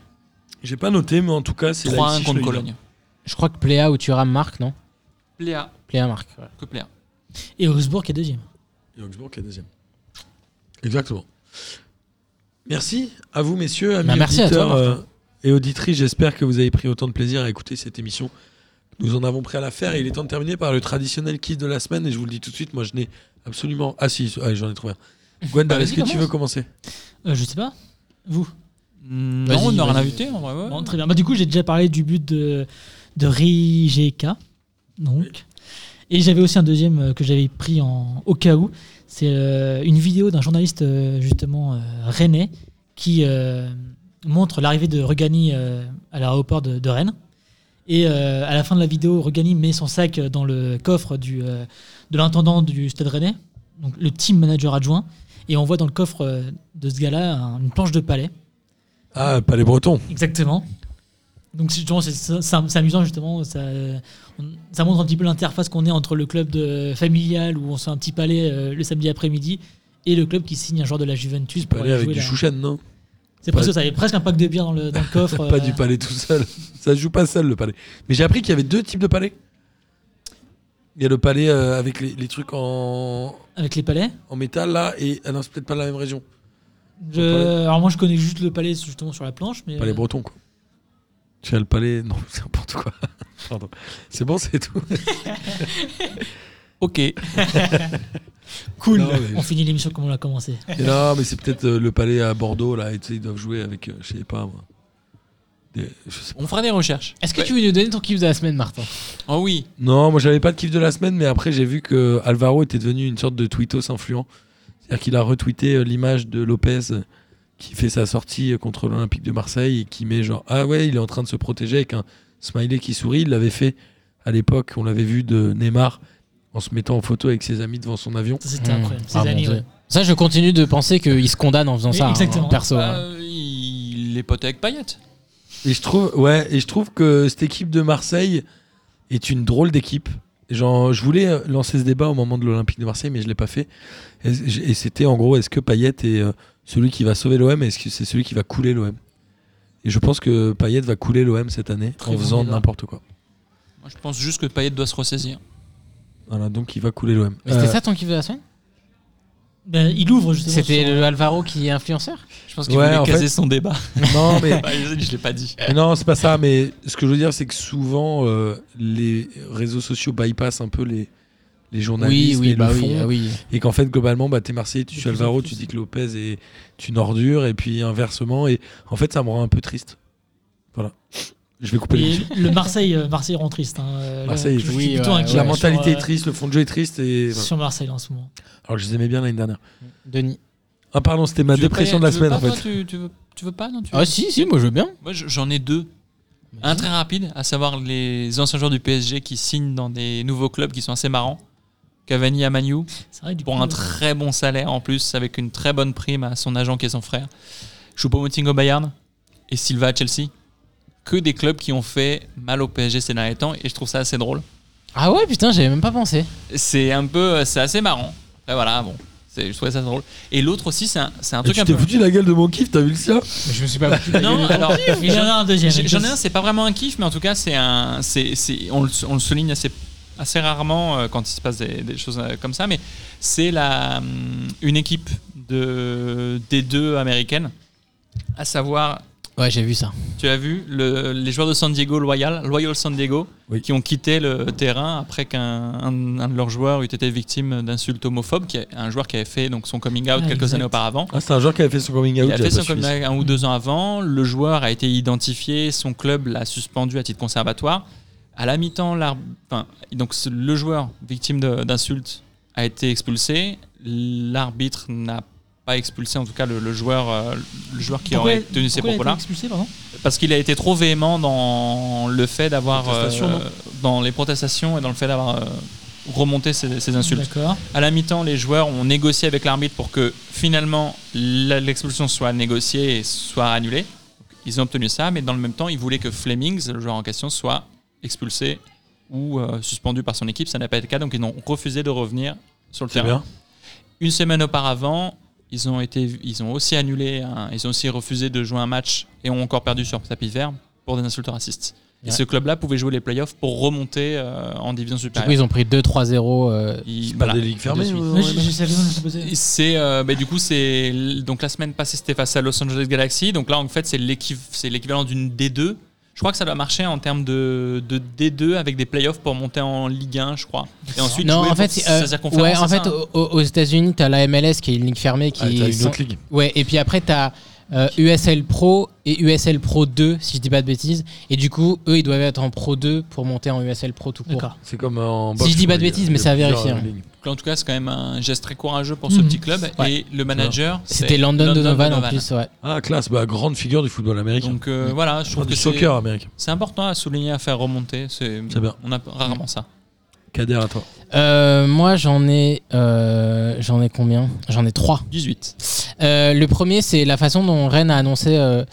[SPEAKER 4] J'ai pas noté, mais en tout cas, c'est
[SPEAKER 6] 3-1
[SPEAKER 4] Leipzig,
[SPEAKER 6] contre
[SPEAKER 4] le leader.
[SPEAKER 6] Cologne.
[SPEAKER 5] Je crois que Pléa ou Thuram marque, non
[SPEAKER 6] Pléa,
[SPEAKER 5] Pléa marque. ouais.
[SPEAKER 6] que Pléa.
[SPEAKER 2] Et Augsbourg qui est deuxième.
[SPEAKER 4] Et Augsbourg qui est deuxième. Exactement. Merci à vous, messieurs, amis
[SPEAKER 5] Bah, merci à
[SPEAKER 4] auditeurs
[SPEAKER 5] toi,
[SPEAKER 4] euh, et auditrices. J'espère que vous avez pris autant de plaisir à écouter cette émission. Nous en avons pris à la faire et il est temps de terminer par le traditionnel quiz de la semaine. Et je vous le dis tout de suite, moi je n'ai absolument. Ah si, ah, j'en ai trouvé un. Gwenda,
[SPEAKER 5] Bah,
[SPEAKER 4] est-ce
[SPEAKER 5] vas-y,
[SPEAKER 4] que tu
[SPEAKER 5] commence.
[SPEAKER 4] veux commencer
[SPEAKER 2] Euh, je sais pas. Vous.
[SPEAKER 6] Non, on aura un
[SPEAKER 5] Hmm, vas-y.
[SPEAKER 6] invité en vrai. ouais.
[SPEAKER 2] Bon, très bien. Bah, du coup, j'ai déjà parlé du but de, de Rijeka. Donc. Et j'avais aussi un deuxième euh, que j'avais pris en, au cas où. C'est euh, une vidéo d'un journaliste, euh, justement, euh, rennais, qui euh, montre l'arrivée de Regani euh, à l'aéroport de, de Rennes. Et euh, à la fin de la vidéo, Regani met son sac euh, dans le coffre du, euh, de l'intendant du stade rennais, donc le team manager adjoint. Et on voit dans le coffre euh, de ce gars-là un- une planche de palais.
[SPEAKER 4] Ah, pas les Bretons.
[SPEAKER 2] Exactement. Donc c'est justement, c'est- c'est c'est- c'est amusant justement, ça, on- ça montre un petit peu l'interface qu'on est entre le club de, familial où on se fait un petit palais euh, le samedi après-midi et le club qui signe un joueur de la Juventus pour
[SPEAKER 4] Palais
[SPEAKER 2] aller
[SPEAKER 4] avec
[SPEAKER 2] jouer
[SPEAKER 4] du
[SPEAKER 2] là.
[SPEAKER 4] chouchan, non
[SPEAKER 2] C'est presque ça, il y avait presque un pack de bière dans le, dans le coffre.
[SPEAKER 4] Pas
[SPEAKER 2] euh,
[SPEAKER 4] du palais tout seul. Ça se joue pas seul, le palais. Mais j'ai appris qu'il y avait deux types de palais. Il y a le palais euh, avec les, les trucs en,
[SPEAKER 2] Avec les palais.
[SPEAKER 4] en métal, là, et. Ah non, c'est peut-être pas la même région.
[SPEAKER 2] Je-
[SPEAKER 4] palais.
[SPEAKER 2] alors moi je connais juste le palais justement sur la planche, mais
[SPEAKER 4] Palais
[SPEAKER 2] euh,
[SPEAKER 4] breton, quoi. Tu as le palais. Non, c'est n'importe quoi. Pardon. C'est bon, c'est tout.
[SPEAKER 6] Ok.
[SPEAKER 2] cool.
[SPEAKER 4] Non, mais-
[SPEAKER 2] On finit l'émission comme on l'a commencé.
[SPEAKER 4] Et non, mais c'est peut-être euh, le palais à Bordeaux, là, et tu sais, ils doivent jouer avec, euh, je sais pas, moi. Des- je sais pas.
[SPEAKER 6] On fera des recherches.
[SPEAKER 5] Est-ce que
[SPEAKER 6] Ouais.
[SPEAKER 5] tu veux nous donner ton kiff de la semaine, Martin
[SPEAKER 6] Oh oui.
[SPEAKER 4] Non, moi j'avais pas de kiff de la semaine, mais après j'ai vu que Alvaro était devenu une sorte de tweetos influent. C'est-à-dire qu'il a retweeté euh, l'image de Lopez euh, qui fait sa sortie euh, contre l'Olympique de Marseille et qui met genre Ah ouais, il est en train de se protéger avec un smiley qui sourit. Il l'avait fait à l'époque, on l'avait vu de Neymar en se mettant en photo avec ses amis devant son avion.
[SPEAKER 2] Ça, C'était un
[SPEAKER 5] Mmh.
[SPEAKER 2] problème. Ces
[SPEAKER 5] Ah, mon
[SPEAKER 2] années,
[SPEAKER 5] Dieu.
[SPEAKER 2] ouais.
[SPEAKER 5] Ça, je continue de penser qu'il se condamne en faisant
[SPEAKER 2] Oui,
[SPEAKER 5] ça, hein,
[SPEAKER 2] exactement.
[SPEAKER 5] perso. hein.
[SPEAKER 6] Euh, il est poté avec Payet.
[SPEAKER 4] Et je trouve, ouais, et je trouve que cette équipe de Marseille est une drôle d'équipe. Genre, je voulais euh, lancer ce débat au moment de l'Olympique de Marseille, mais je l'ai pas fait. Et, et c'était en gros, est-ce que Payet est euh, celui qui va sauver l'OM, est-ce que c'est celui qui va couler l'OM Et je pense que Payet va couler l'OM cette année
[SPEAKER 2] Très
[SPEAKER 4] en
[SPEAKER 2] bon
[SPEAKER 4] faisant
[SPEAKER 2] débat.
[SPEAKER 4] n'importe quoi.
[SPEAKER 6] Moi, je pense juste que Payet doit se ressaisir.
[SPEAKER 4] Voilà, donc il va couler l'OM.
[SPEAKER 5] Mais c'était
[SPEAKER 4] Euh,
[SPEAKER 5] ça ton kiff de la semaine
[SPEAKER 2] Ben, il ouvre justement.
[SPEAKER 5] C'était
[SPEAKER 2] sur-
[SPEAKER 5] le Alvaro qui est influenceur
[SPEAKER 6] Je pense qu'il
[SPEAKER 4] Ouais, en
[SPEAKER 6] voulait
[SPEAKER 4] fait-
[SPEAKER 6] caser son débat.
[SPEAKER 4] Non, mais
[SPEAKER 6] Bah, je je l'ai pas dit.
[SPEAKER 4] Mais non, c'est pas ça, mais ce que je veux dire, c'est que souvent, euh, les réseaux sociaux bypassent un peu les, les journalistes et le font.
[SPEAKER 5] oui. ah
[SPEAKER 4] Et qu'en fait, globalement, bah, t'es Marseillais, tu
[SPEAKER 2] De
[SPEAKER 4] es
[SPEAKER 2] plus en
[SPEAKER 4] Alvaro,
[SPEAKER 2] plus.
[SPEAKER 4] tu dis que Lopez est une ordure, et puis inversement. Et en fait, ça me rend un peu triste. Voilà. Je vais couper
[SPEAKER 2] Et
[SPEAKER 4] l'émission.
[SPEAKER 2] le Marseille, euh, Marseille rend triste. hein. Euh, là,
[SPEAKER 4] Marseille,
[SPEAKER 2] je suis
[SPEAKER 5] oui,
[SPEAKER 2] plutôt
[SPEAKER 5] ouais,
[SPEAKER 2] inquiet
[SPEAKER 5] ouais.
[SPEAKER 4] La
[SPEAKER 2] sur,
[SPEAKER 4] mentalité
[SPEAKER 2] euh,
[SPEAKER 4] est triste, le fond de jeu est triste. Et voilà.
[SPEAKER 2] sur Marseille en ce moment.
[SPEAKER 4] Alors que je les aimais bien l'année dernière.
[SPEAKER 5] Denis.
[SPEAKER 4] Ah, pardon, c'était ma
[SPEAKER 6] Tu veux
[SPEAKER 4] dépression de
[SPEAKER 6] pas-
[SPEAKER 4] la
[SPEAKER 6] tu veux
[SPEAKER 4] semaine, en
[SPEAKER 6] pas, toi,
[SPEAKER 4] fait.
[SPEAKER 6] tu, tu veux, tu veux pas non, tu veux-
[SPEAKER 5] Ah si, si, moi je veux bien.
[SPEAKER 6] Moi, je- j'en ai deux. Un très rapide, à savoir les anciens joueurs du PSG qui signent dans des nouveaux clubs qui sont assez marrants. Cavani à Manu,
[SPEAKER 2] C'est vrai, du
[SPEAKER 6] pour
[SPEAKER 2] coup,
[SPEAKER 6] un
[SPEAKER 2] euh,
[SPEAKER 6] très bon salaire en plus, avec une très bonne prime à son agent qui est son frère. Choupo-Moting au Bayern et Silva à Chelsea. Que des clubs qui ont fait mal au PSG ces derniers temps et je trouve ça assez drôle.
[SPEAKER 5] Ah ouais, putain, j'avais même pas pensé.
[SPEAKER 6] C'est un peu, euh, c'est assez marrant. Après, voilà, bon, c'est- je trouvais ça drôle. Et l'autre aussi, c'est un, c'est un
[SPEAKER 4] Et
[SPEAKER 6] truc
[SPEAKER 4] tu
[SPEAKER 6] un peu.
[SPEAKER 4] t'es foutu la gueule de mon kiff, t'as vu le sien
[SPEAKER 5] je me suis pas
[SPEAKER 2] Ah,
[SPEAKER 6] Non, alors,
[SPEAKER 2] Il y en a un deuxième.
[SPEAKER 6] J'ai- J'en ai un, c'est pas vraiment un kiff, mais en tout cas, c'est un, c'est, c'est- on, le, on le souligne assez, assez rarement euh, quand il se passe des, des choses euh, comme ça, mais c'est la, hum, une équipe de, des deux américaines, à savoir,
[SPEAKER 5] Ouais, j'ai vu ça.
[SPEAKER 6] tu as vu, le- les joueurs de San Diego Loyal, Loyal San Diego,
[SPEAKER 4] Oui.
[SPEAKER 6] qui ont quitté le terrain après qu'un un- un de leurs joueurs eût été victime d'insultes homophobes, qui est un joueur qui avait fait donc, son coming out
[SPEAKER 2] Ah,
[SPEAKER 6] quelques
[SPEAKER 2] exact.
[SPEAKER 6] années auparavant.
[SPEAKER 4] Ah, c'est un joueur qui avait fait son coming out.
[SPEAKER 6] Il a
[SPEAKER 4] j'avais
[SPEAKER 6] fait
[SPEAKER 4] pas
[SPEAKER 6] son
[SPEAKER 4] suivi ça.
[SPEAKER 6] comeback un ou deux ans avant. Le joueur a été identifié. Son club l'a suspendu à titre conservatoire. À la mi-temps, l'arb- enfin, donc ce- le joueur victime de- d'insultes a été expulsé. L'arbitre n'a pas expulsé, en tout cas le, le joueur, euh, le joueur qui
[SPEAKER 2] Pourquoi-
[SPEAKER 6] aurait tenu ces
[SPEAKER 2] pourquoi il a été
[SPEAKER 6] propos-là,
[SPEAKER 2] expulsé, pardon
[SPEAKER 6] parce qu'il a été trop véhément dans le fait d'avoir euh,
[SPEAKER 4] Protestation, non
[SPEAKER 6] dans les protestations et dans le fait d'avoir euh, remonté ces- ces insultes.
[SPEAKER 2] D'accord.
[SPEAKER 6] À la mi-temps, les joueurs ont négocié avec l'arbitre pour que finalement la- l'expulsion soit négociée et soit annulée. Ils ont obtenu ça, mais dans le même temps, ils voulaient que Flemings, le joueur en question, soit expulsé ou euh, suspendu par son équipe. Ça n'a pas été le cas, donc ils ont refusé de revenir sur le
[SPEAKER 4] C'est
[SPEAKER 6] terrain.
[SPEAKER 4] bien.
[SPEAKER 6] Une semaine auparavant, ils ont, été, ils ont aussi annulé, un- ils ont aussi refusé de jouer un match et ont encore perdu sur tapis vert pour des insultes racistes. Et
[SPEAKER 5] Ouais.
[SPEAKER 6] ce club-là pouvait jouer les playoffs pour remonter euh, en division
[SPEAKER 5] Du coup,
[SPEAKER 6] supérieure.
[SPEAKER 5] ils ont pris 2-3-0. euh,
[SPEAKER 6] Ils-
[SPEAKER 4] Pas
[SPEAKER 6] voilà.
[SPEAKER 4] des ligues fermées.
[SPEAKER 6] suite.
[SPEAKER 4] ouais,
[SPEAKER 2] Ouais,
[SPEAKER 4] ouais,
[SPEAKER 2] j'ai- j'ai- c'est la question que je me posais.
[SPEAKER 6] C'est euh, bah, du coup c'est l- donc la semaine passée c'était face à Los Angeles Galaxy donc là en fait c'est l'équiv- c'est l'équivalent d'une D2 je crois que ça doit marcher en termes de, de D2 avec des playoffs pour monter en Ligue 1 je crois et ensuite
[SPEAKER 5] Non,
[SPEAKER 6] jouer
[SPEAKER 5] en
[SPEAKER 6] pour
[SPEAKER 5] fait,
[SPEAKER 6] sa-
[SPEAKER 5] c'est, euh,
[SPEAKER 6] sa circonférence,
[SPEAKER 5] ouais, en
[SPEAKER 6] c'est
[SPEAKER 5] fait,
[SPEAKER 6] ça hein.
[SPEAKER 5] au- au- aux États-Unis, t'as la MLS qui est une ligue fermée qui
[SPEAKER 4] Ah, t'as
[SPEAKER 5] est
[SPEAKER 4] une autre ligue.
[SPEAKER 5] Ouais, et puis après, t'as euh, USL Pro et USL Pro 2, si je dis pas de bêtises. Et du coup, eux, ils doivent être en Pro 2 pour monter en USL Pro tout court.
[SPEAKER 2] D'accord.
[SPEAKER 4] C'est comme en.
[SPEAKER 5] Si
[SPEAKER 4] boxe,
[SPEAKER 5] je dis pas de
[SPEAKER 4] il y a-
[SPEAKER 5] bêtises,
[SPEAKER 4] il y
[SPEAKER 5] mais
[SPEAKER 4] a
[SPEAKER 5] c'est à
[SPEAKER 4] plusieurs
[SPEAKER 5] vérifier, hein.
[SPEAKER 4] lignes.
[SPEAKER 6] En tout cas, c'est quand même un geste très courageux pour ce
[SPEAKER 2] Mhm.
[SPEAKER 6] petit club.
[SPEAKER 5] Mm-hmm. Ouais.
[SPEAKER 6] Et le manager,
[SPEAKER 5] C'était London, Donovan, en plus, ouais.
[SPEAKER 4] Ah, classe, bah, grande figure du football américain.
[SPEAKER 6] Donc euh, voilà, je
[SPEAKER 4] Enfin,
[SPEAKER 6] trouve
[SPEAKER 4] du
[SPEAKER 6] que c'est-
[SPEAKER 4] soccer américain.
[SPEAKER 6] c'est important à souligner, à faire remonter. C'est
[SPEAKER 4] C'est bien.
[SPEAKER 6] On a rarement ça.
[SPEAKER 4] Kader à toi.
[SPEAKER 5] Euh, moi, j'en ai, euh, j'en ai combien J'en ai trois.
[SPEAKER 6] 18.
[SPEAKER 5] Euh, le premier, c'est la façon dont Rennes a annoncé euh,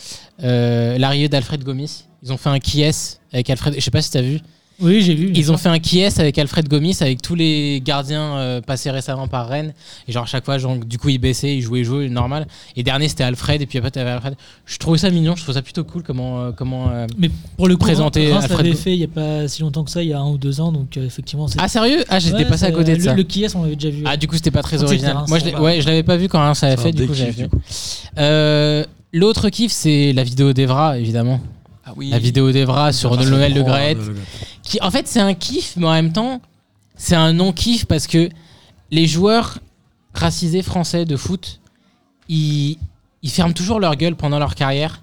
[SPEAKER 5] euh, l'arrivée d'Alfred Gomis. Ils ont fait un Kies avec Alfred. Je sais pas si t'as vu.
[SPEAKER 2] Oui, j'ai vu.
[SPEAKER 5] Ils ont fait un Kies avec Alfred Gomis, avec tous les gardiens euh, passés récemment par Rennes. Et genre, à chaque fois, genre, du coup, ils baissaient, ils jouaient, ils jouaient, normal. Et dernier, c'était Alfred. Et puis après, t'avais Alfred. Je trouvais ça mignon, je trouve ça plutôt cool comment. euh, comment euh,
[SPEAKER 2] Mais pour le coup,
[SPEAKER 5] Présenter
[SPEAKER 2] Reims
[SPEAKER 5] Alfred
[SPEAKER 2] l'avait
[SPEAKER 5] Go-
[SPEAKER 2] fait il n'y a pas si longtemps que ça, il y a un ou deux ans, donc euh, effectivement, c'est.
[SPEAKER 5] Ah, sérieux Ah, j'étais
[SPEAKER 2] Ouais,
[SPEAKER 5] passé à
[SPEAKER 2] c'est-
[SPEAKER 5] côté de
[SPEAKER 2] le-
[SPEAKER 5] ça.
[SPEAKER 2] Le qui est, on l'avait déjà vu.
[SPEAKER 5] Ah, du coup, c'était pas très
[SPEAKER 2] Quand c'est que
[SPEAKER 5] original.
[SPEAKER 2] Reims,
[SPEAKER 5] Moi, je l'ai-
[SPEAKER 2] on va-
[SPEAKER 5] ouais, je l'avais pas vu quand Reims avait
[SPEAKER 4] C'est
[SPEAKER 5] fait.
[SPEAKER 4] un
[SPEAKER 5] Du coup,
[SPEAKER 4] dékiff,
[SPEAKER 5] j'avais
[SPEAKER 4] du
[SPEAKER 5] vu. Euh, L'autre kiff, c'est la vidéo d'Evra, évidemment.
[SPEAKER 6] Ah oui.
[SPEAKER 5] La vidéo d'Evra sur
[SPEAKER 4] Ah, c'est
[SPEAKER 5] Noël de
[SPEAKER 4] grand,
[SPEAKER 5] Graët.
[SPEAKER 4] Noël de
[SPEAKER 5] Qui, en fait, c'est un kiff, mais en même temps, c'est un non-kiff parce que les joueurs racisés français de foot, ils, ils ferment toujours leur gueule pendant leur carrière.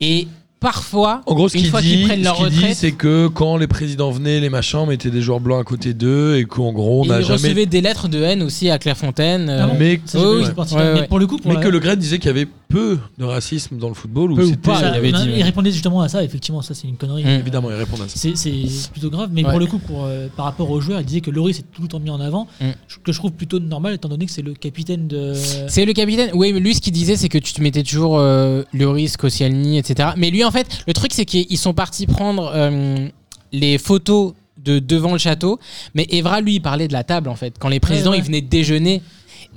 [SPEAKER 5] Et parfois,
[SPEAKER 4] En gros, ce
[SPEAKER 5] Une
[SPEAKER 4] qu'il
[SPEAKER 5] fois
[SPEAKER 4] dit,
[SPEAKER 5] qu'ils prennent leur
[SPEAKER 4] ce qu'il dit,
[SPEAKER 5] retraite-
[SPEAKER 4] c'est que quand les présidents venaient, les machins mettaient des joueurs blancs à côté d'eux et qu'en gros, on
[SPEAKER 5] ils
[SPEAKER 4] n'a
[SPEAKER 5] recevaient
[SPEAKER 4] jamais.
[SPEAKER 5] des lettres de haine aussi à Clairefontaine. euh,
[SPEAKER 2] Ah bon
[SPEAKER 4] Mais,
[SPEAKER 2] Ça, j'ai
[SPEAKER 5] oui,
[SPEAKER 2] pas vu
[SPEAKER 5] oui.
[SPEAKER 2] cette partie-là.
[SPEAKER 5] Ouais,
[SPEAKER 2] Mais
[SPEAKER 5] ouais.
[SPEAKER 2] pour le coup, pour
[SPEAKER 4] mais
[SPEAKER 2] la-
[SPEAKER 4] que le Graët disait qu'il y avait peu de racisme dans le football.
[SPEAKER 5] Peu ou
[SPEAKER 4] c'était-
[SPEAKER 5] pas,
[SPEAKER 2] ça,
[SPEAKER 5] il avait
[SPEAKER 2] non,
[SPEAKER 5] dit, ouais.
[SPEAKER 2] il répondait justement à ça, effectivement, ça c'est une connerie.
[SPEAKER 5] Mm.
[SPEAKER 4] Évidemment, ils répondent à ça.
[SPEAKER 2] C'est c'est plutôt grave, mais
[SPEAKER 5] Ouais.
[SPEAKER 2] pour le coup, pour, euh, par rapport aux joueurs, il disait que Laurie s'est tout le temps mis en avant,
[SPEAKER 5] Mm.
[SPEAKER 2] ch- que je trouve plutôt normal étant donné que c'est le capitaine de.
[SPEAKER 5] Euh, C'est le capitaine. Oui, mais lui, ce qu'il disait, c'est que tu te mettais toujours euh, Lloris, Koscielny, etc. Mais lui, en fait, le truc, c'est qu'ils sont partis prendre euh, les photos de devant le château. Mais Evra, lui, il parlait de la table, en fait. Quand les présidents,
[SPEAKER 2] ouais.
[SPEAKER 5] ils venaient déjeuner.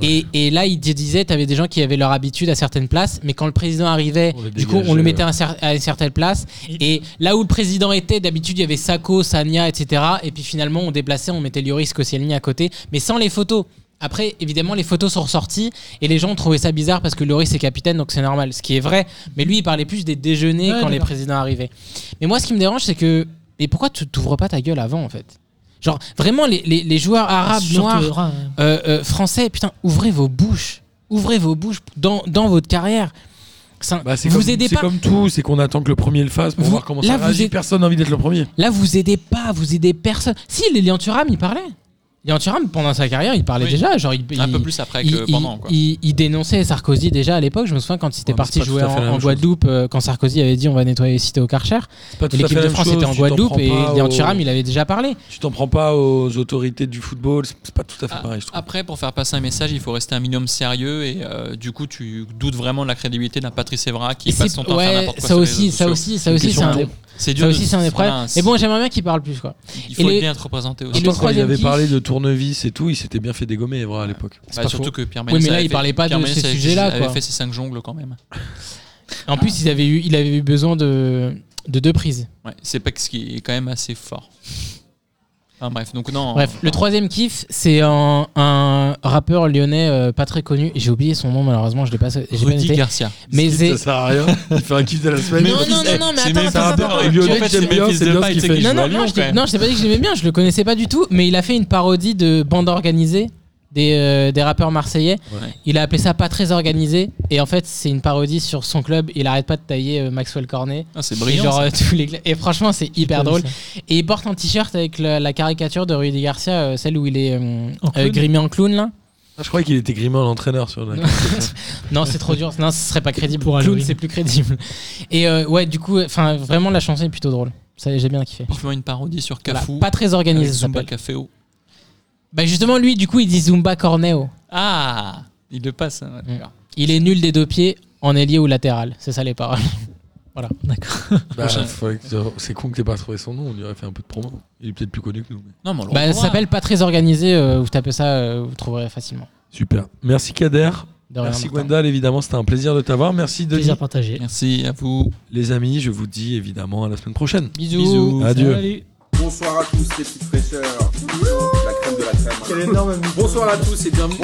[SPEAKER 5] Et, et là, il te disait, t'avais des gens qui avaient leur habitude à certaines places, mais quand le président arrivait,
[SPEAKER 4] On les
[SPEAKER 5] du coup, on
[SPEAKER 4] dégageait,
[SPEAKER 5] le mettait à, un cer- à une certaine place. Et là où le président était, d'habitude, il y avait Sako, Sania, etc. Et puis finalement, on déplaçait, on mettait Lloris, Koscielny à côté, mais sans les photos. Après, évidemment, les photos sont ressorties et les gens ont trouvé ça bizarre parce que Lloris est capitaine, donc c'est normal, ce qui est vrai. Mais lui, il parlait plus des déjeuners
[SPEAKER 2] Ouais,
[SPEAKER 5] quand les
[SPEAKER 2] d'accord.
[SPEAKER 5] présidents arrivaient. Mais moi, ce qui me dérange, c'est que. Mais pourquoi tu t'ouvres pas ta gueule avant, en fait Genre, vraiment, les, les- les joueurs arabes,
[SPEAKER 2] surtout hein.
[SPEAKER 5] noirs,
[SPEAKER 2] Evra, ouais.
[SPEAKER 5] euh, euh, français, putain, ouvrez vos bouches. Ouvrez vos bouches dans, dans votre carrière. Ça-
[SPEAKER 4] Bah, c'est
[SPEAKER 5] vous
[SPEAKER 4] comme,
[SPEAKER 5] aidez
[SPEAKER 4] c'est
[SPEAKER 5] pas.
[SPEAKER 4] comme tout, c'est qu'on attend que le premier le fasse pour
[SPEAKER 5] Vous-
[SPEAKER 4] voir comment
[SPEAKER 5] là,
[SPEAKER 4] ça
[SPEAKER 5] vous
[SPEAKER 4] réagit.
[SPEAKER 5] êtes-
[SPEAKER 4] Personne n'a envie d'être le premier.
[SPEAKER 5] Là, vous aidez pas, vous aidez personne. Si, Lélian Thuram, il parlait. Lélian Thuram, pendant sa carrière, il parlait
[SPEAKER 6] Oui.
[SPEAKER 5] déjà. Genre, il,
[SPEAKER 6] Un
[SPEAKER 5] il-
[SPEAKER 6] peu plus après
[SPEAKER 5] il-
[SPEAKER 6] que pendant. Quoi.
[SPEAKER 5] il- il- il dénonçait Sarkozy déjà à l'époque. Je me souviens quand il était
[SPEAKER 4] Ouais, mais c'est
[SPEAKER 5] parti
[SPEAKER 4] pas tout
[SPEAKER 5] jouer
[SPEAKER 4] à fait la
[SPEAKER 5] en,
[SPEAKER 4] même
[SPEAKER 5] en
[SPEAKER 4] chose.
[SPEAKER 5] Guadeloupe, euh, quand Sarkozy avait dit on va nettoyer les cités au Karcher.
[SPEAKER 4] C'est pas tout
[SPEAKER 5] Et
[SPEAKER 4] à fait
[SPEAKER 5] l'équipe
[SPEAKER 4] la
[SPEAKER 5] de
[SPEAKER 4] même
[SPEAKER 5] France
[SPEAKER 4] chose,
[SPEAKER 5] était en
[SPEAKER 4] tu t'en
[SPEAKER 5] Guadeloupe
[SPEAKER 4] prends
[SPEAKER 5] et
[SPEAKER 4] pas
[SPEAKER 5] Lélian
[SPEAKER 4] au-
[SPEAKER 5] Thuram, il avait déjà parlé.
[SPEAKER 4] Tu t'en prends pas aux autorités du football, c'est c'est pas tout à fait
[SPEAKER 6] Ah,
[SPEAKER 4] pareil, je trouve.
[SPEAKER 6] Après, pour faire passer un message, il faut rester un minimum sérieux et euh, du coup, tu doutes vraiment de la crédibilité d'un Patrice Evra qui
[SPEAKER 5] Et
[SPEAKER 6] passe
[SPEAKER 5] c'est-
[SPEAKER 6] son temps à faire
[SPEAKER 5] ouais,
[SPEAKER 6] n'importe quoi
[SPEAKER 5] ça
[SPEAKER 6] sur les
[SPEAKER 5] aussi,
[SPEAKER 6] réseaux
[SPEAKER 5] ça
[SPEAKER 6] sociaux.
[SPEAKER 5] aussi, ça aussi, c'est
[SPEAKER 4] question
[SPEAKER 5] un,
[SPEAKER 4] de temps.
[SPEAKER 6] C'est dur
[SPEAKER 5] ça
[SPEAKER 6] de-
[SPEAKER 5] aussi, c'est un des
[SPEAKER 6] voilà,
[SPEAKER 5] problèmes.
[SPEAKER 6] c'est-
[SPEAKER 5] Mais bon, j'aimerais bien qu'il parle plus quoi.
[SPEAKER 6] il
[SPEAKER 5] et
[SPEAKER 6] faut
[SPEAKER 5] le-
[SPEAKER 6] être bien être représenté
[SPEAKER 5] et
[SPEAKER 6] aussi. Bah,
[SPEAKER 5] le
[SPEAKER 4] Quand il
[SPEAKER 5] troisième
[SPEAKER 4] avait
[SPEAKER 5] kiff-
[SPEAKER 4] parlé de tournevis et tout, il s'était bien fait dégommer Evra à l'époque.
[SPEAKER 5] C'est
[SPEAKER 6] Bah,
[SPEAKER 5] pas
[SPEAKER 6] surtout
[SPEAKER 5] faux.
[SPEAKER 6] que Pierre
[SPEAKER 5] Oui,
[SPEAKER 6] Ménès
[SPEAKER 5] mais là,
[SPEAKER 6] avait
[SPEAKER 5] il
[SPEAKER 6] fait-
[SPEAKER 5] parlait pas
[SPEAKER 6] Pierre
[SPEAKER 5] de
[SPEAKER 6] Ménès
[SPEAKER 5] ces
[SPEAKER 6] avait-
[SPEAKER 5] sujets-là,
[SPEAKER 6] avait
[SPEAKER 5] quoi.
[SPEAKER 6] fait ses cinq jongles quand même.
[SPEAKER 5] En plus, il avait eu, il avait eu besoin de, de deux prises.
[SPEAKER 6] Ouais, c'est pas ce qui est quand même assez fort. Enfin, bref, donc non.
[SPEAKER 5] Bref, le troisième kiff, c'est un, un rappeur lyonnais euh, pas très connu. J'ai oublié son nom, malheureusement, je l'ai pas, j'ai pas
[SPEAKER 6] Rudy
[SPEAKER 5] noté.
[SPEAKER 6] Garcia.
[SPEAKER 5] Mais
[SPEAKER 4] Skip,
[SPEAKER 5] c'est-
[SPEAKER 4] ça sert à rien. Il fait un kiff de la semaine.
[SPEAKER 5] Non, non, non, non, mais attends,
[SPEAKER 4] C'est
[SPEAKER 5] attends,
[SPEAKER 4] un
[SPEAKER 5] attends,
[SPEAKER 4] rappeur
[SPEAKER 5] attends.
[SPEAKER 4] lyonnais
[SPEAKER 6] En fait,
[SPEAKER 4] que
[SPEAKER 6] c'est
[SPEAKER 4] j'aime bien,
[SPEAKER 6] Memphis
[SPEAKER 4] c'est bien
[SPEAKER 6] Depay,
[SPEAKER 4] ce qu'il
[SPEAKER 6] tu sais
[SPEAKER 4] fait.
[SPEAKER 6] qu'il
[SPEAKER 5] Non,
[SPEAKER 6] joue
[SPEAKER 5] non,
[SPEAKER 6] à
[SPEAKER 5] non,
[SPEAKER 6] Lyon,
[SPEAKER 5] je
[SPEAKER 6] quand
[SPEAKER 5] t'ai-
[SPEAKER 6] même.
[SPEAKER 5] non, je t'ai pas dit que je l'aimais bien, je le connaissais pas du tout, mais il a fait une parodie de bande organisée des, euh, des rappeurs marseillais.
[SPEAKER 6] Ouais.
[SPEAKER 5] Il a appelé ça pas très organisé, et en fait, c'est une parodie sur son club. Il arrête pas de tailler euh, Maxwell Cornet.
[SPEAKER 6] Ah, c'est
[SPEAKER 5] Et,
[SPEAKER 6] brillant.
[SPEAKER 5] genre,
[SPEAKER 6] ça.
[SPEAKER 5] euh, tous les cla- et franchement, c'est hyper
[SPEAKER 2] J'ai pas
[SPEAKER 5] drôle.
[SPEAKER 2] vu ça.
[SPEAKER 5] Et il porte un t-shirt avec la, la caricature de Rudy Garcia, euh, celle où il est euh,
[SPEAKER 2] En
[SPEAKER 5] euh,
[SPEAKER 2] clown
[SPEAKER 5] grimé en clown là.
[SPEAKER 4] Ah, Je croyais qu'il était grimé en entraîneur sur la.
[SPEAKER 5] Non, c'est trop dur. Non, ce serait pas crédible.
[SPEAKER 2] Pour
[SPEAKER 5] Clown,
[SPEAKER 2] Halloween.
[SPEAKER 5] c'est plus crédible. Et euh, ouais, du coup, enfin, vraiment, la chanson est plutôt drôle. Ça, j'ai bien kiffé.
[SPEAKER 6] Franchement, une parodie sur
[SPEAKER 5] Voilà.
[SPEAKER 6] Cafou. Ah
[SPEAKER 5] Pas très
[SPEAKER 6] avec
[SPEAKER 5] organisé, ça
[SPEAKER 6] Zumba
[SPEAKER 5] s'appelle.
[SPEAKER 6] Caféo.
[SPEAKER 5] Bah justement, lui, du coup, il dit Zumba Corneo.
[SPEAKER 6] Ah Il le passe. hein, d'accord.
[SPEAKER 5] Il est nul des deux pieds, en ailier ou latéral. C'est ça les paroles.
[SPEAKER 2] D'accord.
[SPEAKER 4] Bah,
[SPEAKER 6] Prochain.
[SPEAKER 4] faudrait que- C'est con que t'aies pas trouvé son nom, on lui aurait fait un peu de promo. Il est peut-être plus connu que nous. mais-
[SPEAKER 6] Non, mais on le
[SPEAKER 5] Bah, ça
[SPEAKER 6] retrouvera.
[SPEAKER 5] s'appelle Pas très organisé. euh, vous tapez ça, euh, vous trouverez facilement.
[SPEAKER 4] Super. Merci Kader.
[SPEAKER 5] De rien,
[SPEAKER 4] Merci
[SPEAKER 5] Martin.
[SPEAKER 4] Gwendal, évidemment, c'était un plaisir de t'avoir. Merci Denis.
[SPEAKER 2] Plaisir partagé.
[SPEAKER 6] Merci à vous.
[SPEAKER 4] Les amis, je vous dis évidemment à la semaine prochaine.
[SPEAKER 5] Bisous.
[SPEAKER 6] Bisous.
[SPEAKER 4] Adieu.
[SPEAKER 2] Salut.
[SPEAKER 1] Bonsoir à tous les petites fraîcheurs. La crème hein. de la crème. Bonsoir à tous et bienvenue.